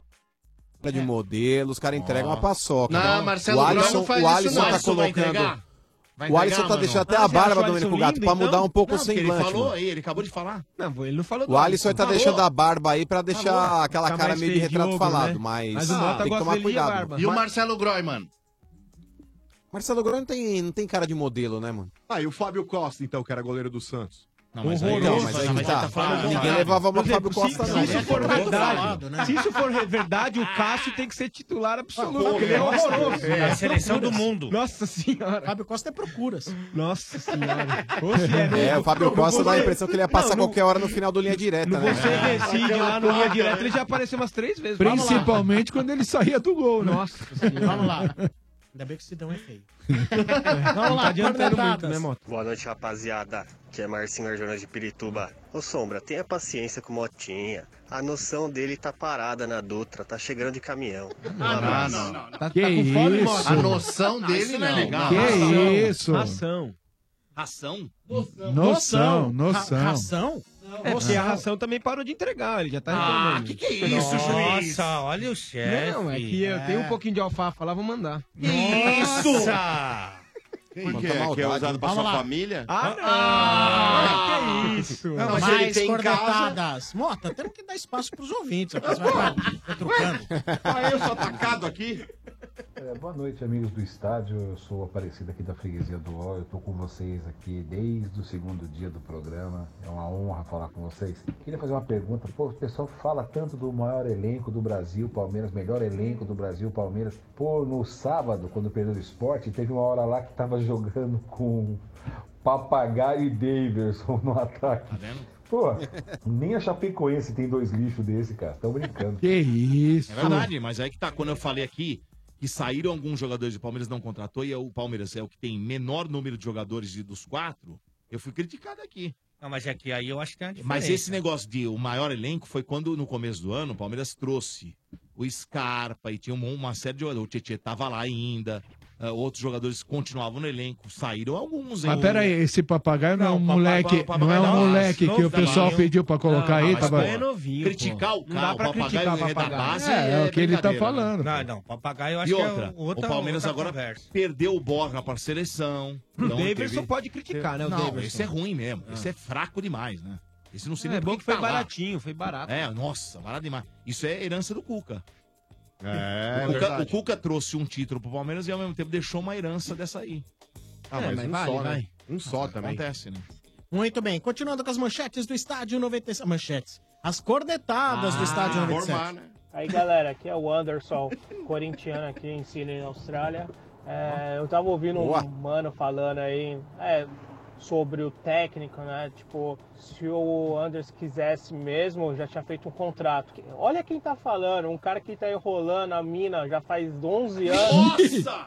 [SPEAKER 5] cara
[SPEAKER 14] É.
[SPEAKER 5] de modelo, os caras entregam uma paçoca.
[SPEAKER 3] Não,
[SPEAKER 5] Então,
[SPEAKER 3] Marcelo
[SPEAKER 5] o
[SPEAKER 3] Brown não
[SPEAKER 5] Alisson,
[SPEAKER 3] faz
[SPEAKER 5] o
[SPEAKER 3] isso,
[SPEAKER 5] Alisson
[SPEAKER 3] não.
[SPEAKER 5] tá
[SPEAKER 3] Alisson vai
[SPEAKER 5] colocando...
[SPEAKER 3] entregar? Vai
[SPEAKER 5] o Alisson
[SPEAKER 3] entregar,
[SPEAKER 5] tá
[SPEAKER 3] mano?
[SPEAKER 5] deixando até
[SPEAKER 3] Ah,
[SPEAKER 5] a
[SPEAKER 3] você
[SPEAKER 5] barba,
[SPEAKER 3] achou o
[SPEAKER 5] Domênico
[SPEAKER 3] Alisson
[SPEAKER 5] Gato, pra
[SPEAKER 3] lindo,
[SPEAKER 5] mudar
[SPEAKER 3] então?
[SPEAKER 5] um pouco o
[SPEAKER 14] Não, porque
[SPEAKER 5] semblante.
[SPEAKER 14] ele falou
[SPEAKER 5] mano.
[SPEAKER 14] aí, ele acabou de falar.
[SPEAKER 11] Não, ele não falou
[SPEAKER 5] O Alisson tá deixando a barba aí pra deixar
[SPEAKER 14] Falou.
[SPEAKER 5] aquela
[SPEAKER 14] Tá
[SPEAKER 5] cara
[SPEAKER 14] mais
[SPEAKER 5] meio de
[SPEAKER 14] feio de
[SPEAKER 5] retrato
[SPEAKER 14] ogro,
[SPEAKER 5] falado,
[SPEAKER 14] né?
[SPEAKER 5] mas,
[SPEAKER 14] Mas o
[SPEAKER 5] ah,
[SPEAKER 14] Mota
[SPEAKER 5] tem que
[SPEAKER 14] gosta
[SPEAKER 5] tomar
[SPEAKER 14] de
[SPEAKER 5] cuidado.
[SPEAKER 14] barba.
[SPEAKER 3] E o Marcelo Groy, mano?
[SPEAKER 5] Marcelo Groi não tem, não tem cara de modelo, né, mano?
[SPEAKER 13] Ah, e o Fábio Costa, então, que era goleiro do Santos.
[SPEAKER 14] Não,
[SPEAKER 5] mas aí- Horroroso. Não, mas aí tá falando do Fábio. Por exemplo, se-
[SPEAKER 11] Se
[SPEAKER 5] Não,
[SPEAKER 11] isso né?
[SPEAKER 5] é
[SPEAKER 11] for
[SPEAKER 5] verdade.
[SPEAKER 11] verdade,
[SPEAKER 13] né?
[SPEAKER 11] se isso for verdade, o Cássio tem que ser titular absoluto.
[SPEAKER 1] Ah, pô,
[SPEAKER 11] porque ele é
[SPEAKER 1] nossa,
[SPEAKER 11] horroroso.
[SPEAKER 1] é,
[SPEAKER 11] Nas
[SPEAKER 1] a seleção
[SPEAKER 11] procuras.
[SPEAKER 1] do mundo.
[SPEAKER 11] Nossa senhora.
[SPEAKER 1] Fábio Costa é procuras.
[SPEAKER 11] Nossa senhora.
[SPEAKER 5] É, o Fábio Costa dá a impressão que ele ia passar
[SPEAKER 11] Não, não-
[SPEAKER 5] qualquer hora no final do Linha Direta, né?
[SPEAKER 11] Você decide lá no linha direta, ele já apareceu umas três vezes. Vamos lá.
[SPEAKER 4] Principalmente quando ele saía do gol, né?
[SPEAKER 11] Nossa
[SPEAKER 1] Vamos lá. Ainda bem que o Sidão é feio.
[SPEAKER 6] Não
[SPEAKER 1] Vamos lá,
[SPEAKER 23] né,
[SPEAKER 1] cornetadas.
[SPEAKER 6] Boa noite, rapaziada. Que é Marcinho Arjona de Pirituba. Ô Sombra, tenha paciência com o Motinha. A noção dele tá parada na Dutra, tá chegando de caminhão. Um abraço.
[SPEAKER 4] Tá, que isso?
[SPEAKER 6] Mota? A noção dele
[SPEAKER 14] isso é
[SPEAKER 6] não.
[SPEAKER 14] legal.
[SPEAKER 4] Que
[SPEAKER 14] Ração.
[SPEAKER 4] isso?
[SPEAKER 11] Ração.
[SPEAKER 14] Ração?
[SPEAKER 4] Noção, noção.
[SPEAKER 11] É, porque a ração também parou de entregar, ele já tá reclamando.
[SPEAKER 7] que é isso, Nossa, juiz? olha o chefe.
[SPEAKER 11] Não, é que eu
[SPEAKER 7] É.
[SPEAKER 11] tenho um pouquinho de alfafa lá, vou mandar.
[SPEAKER 7] Isso!
[SPEAKER 2] Por quê? É que é usado pra
[SPEAKER 11] Vamos lá.
[SPEAKER 2] sua família?
[SPEAKER 11] Ah, não.
[SPEAKER 1] Ah,
[SPEAKER 11] que isso?
[SPEAKER 1] Não, mas é mais cornetadas. Mota, temos que dar espaço pros ouvintes. Aqui, você vai, vai, vai trocando.
[SPEAKER 2] Ah, eu sou atacado aqui?
[SPEAKER 9] É, boa noite, amigos do estádio. Eu sou o Aparecido aqui da Freguesia do Ó. Eu estou com vocês aqui desde o segundo dia do programa. É uma honra falar com vocês. Queria fazer uma pergunta. Pô, o pessoal fala tanto do maior elenco do Brasil, Palmeiras, melhor elenco do Brasil, Palmeiras. Pô, no sábado, quando perdeu o esporte, teve uma hora lá que tava jogando com Papagaio e Davidson no
[SPEAKER 4] Tá
[SPEAKER 9] ataque. Pô, nem a Chapecoense tem dois lixos desse, cara. Tão brincando.
[SPEAKER 4] Que isso?
[SPEAKER 14] É verdade, mas aí que tá. Quando eu falei aqui que saíram alguns jogadores do Palmeiras não contratou e é o Palmeiras é o que tem menor número de jogadores de- dos quatro, eu fui criticado aqui.
[SPEAKER 7] Não, mas é que aí eu acho que tem uma diferença.
[SPEAKER 14] Mas esse negócio de o maior elenco foi quando, no começo do ano, o Palmeiras trouxe o Scarpa e tinha uma, uma série de jogadores. O Tietchan tava lá ainda, ah, outros jogadores continuavam no elenco, saíram alguns, hein?
[SPEAKER 4] Mas peraí, esse papagaio não, é um moleque,
[SPEAKER 14] papagaio
[SPEAKER 4] não é
[SPEAKER 14] não, Ah,
[SPEAKER 4] um moleque
[SPEAKER 14] novo
[SPEAKER 4] que o pessoal
[SPEAKER 14] também.
[SPEAKER 4] pediu pra colocar aí,
[SPEAKER 7] mas
[SPEAKER 4] tava...
[SPEAKER 7] é
[SPEAKER 14] tá
[SPEAKER 7] novinho, pô.
[SPEAKER 14] Criticar o
[SPEAKER 7] Não
[SPEAKER 14] cara,
[SPEAKER 7] dá pra
[SPEAKER 14] o papagaio
[SPEAKER 7] criticar
[SPEAKER 14] é da
[SPEAKER 7] papagaio.
[SPEAKER 14] base,
[SPEAKER 4] É, é o que ele tá
[SPEAKER 14] brincadeira,
[SPEAKER 4] falando.
[SPEAKER 7] Não, não, papagaio eu acho
[SPEAKER 14] E outra,
[SPEAKER 7] que é outra,
[SPEAKER 14] o Palmeiras
[SPEAKER 7] outra
[SPEAKER 14] agora
[SPEAKER 7] conversa.
[SPEAKER 14] perdeu o Borja para a seleção. Então,
[SPEAKER 7] O Davidson pode criticar, né, o
[SPEAKER 14] não,
[SPEAKER 7] Davidson. Ah.
[SPEAKER 14] esse é ruim mesmo. Esse é fraco demais, né? Esse não se
[SPEAKER 11] É,
[SPEAKER 14] lembra
[SPEAKER 11] bom
[SPEAKER 14] quem
[SPEAKER 11] que foi
[SPEAKER 14] tá lá.
[SPEAKER 11] baratinho, foi barato.
[SPEAKER 14] É, nossa, barato demais. Isso é herança do Cuca.
[SPEAKER 13] É,
[SPEAKER 14] o, Cuca
[SPEAKER 13] verdade.
[SPEAKER 14] o Cuca trouxe um título pro Palmeiras e ao mesmo tempo deixou uma herança dessa aí.
[SPEAKER 13] Ah,
[SPEAKER 7] É,
[SPEAKER 13] mas um só, né? Um só também.
[SPEAKER 14] Acontece, né?
[SPEAKER 1] Muito bem, continuando com as manchetes do estádio 97. Manchetes. As cornetadas é
[SPEAKER 7] Ah,
[SPEAKER 1] do estádio 97.
[SPEAKER 7] né?
[SPEAKER 8] Aí galera, aqui é o Anderson, corintiano aqui em Sydney, Austrália. É, eu tava ouvindo
[SPEAKER 1] Boa.
[SPEAKER 8] um mano falando aí é, sobre o técnico, né? Tipo, se o Anders quisesse mesmo, já tinha feito um contrato. Olha quem tá falando, um cara que tá enrolando a mina já faz 11 anos. Nossa!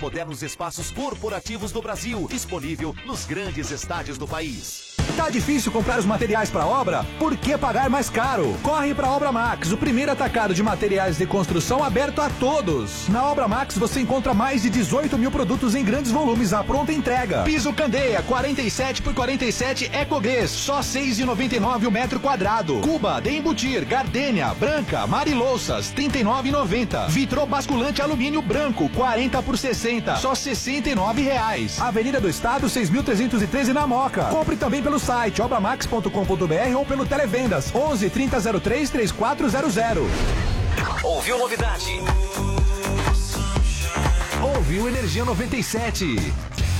[SPEAKER 14] modernos espaços corporativos do Brasil, disponível nos grandes estádios do país.
[SPEAKER 9] Tá difícil comprar os materiais para obra? Por que pagar mais caro? Corre para Obra Max, o primeiro atacado de materiais de construção aberto a todos. Na Obra Max você encontra mais de 18 mil produtos em grandes volumes à pronta entrega. Piso Candeia 47 por 47 Ecogrês, só 6,99 o metro quadrado. Cuba, Dembutir, Gardênia, Branca, Marilouças, 39,90. Vitro basculante alumínio branco, 40 por 60, só 69 reais. Avenida do Estado, 6.313 na Moca. Compre também pelo site obramax.com.br ou pelo Televendas 11 3003 3400.
[SPEAKER 24] Ouviu novidade?
[SPEAKER 9] Ouviu Energia 97.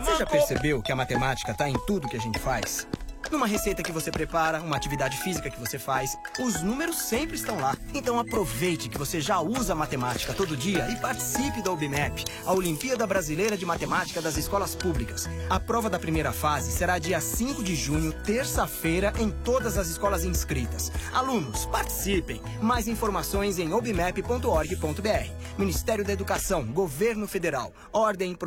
[SPEAKER 9] Você já percebeu que a matemática está em tudo que a gente faz? Numa receita que você prepara, uma atividade física que você faz, os números sempre estão lá. Então aproveite que você já usa a matemática todo dia e participe da OBMEP, a Olimpíada Brasileira de Matemática das Escolas Públicas. A prova da primeira fase será dia 5 de junho, terça-feira, em todas as escolas inscritas. Alunos, participem! Mais informações em obmep.org.br. Ministério da Educação, Governo Federal, Ordem e Programa.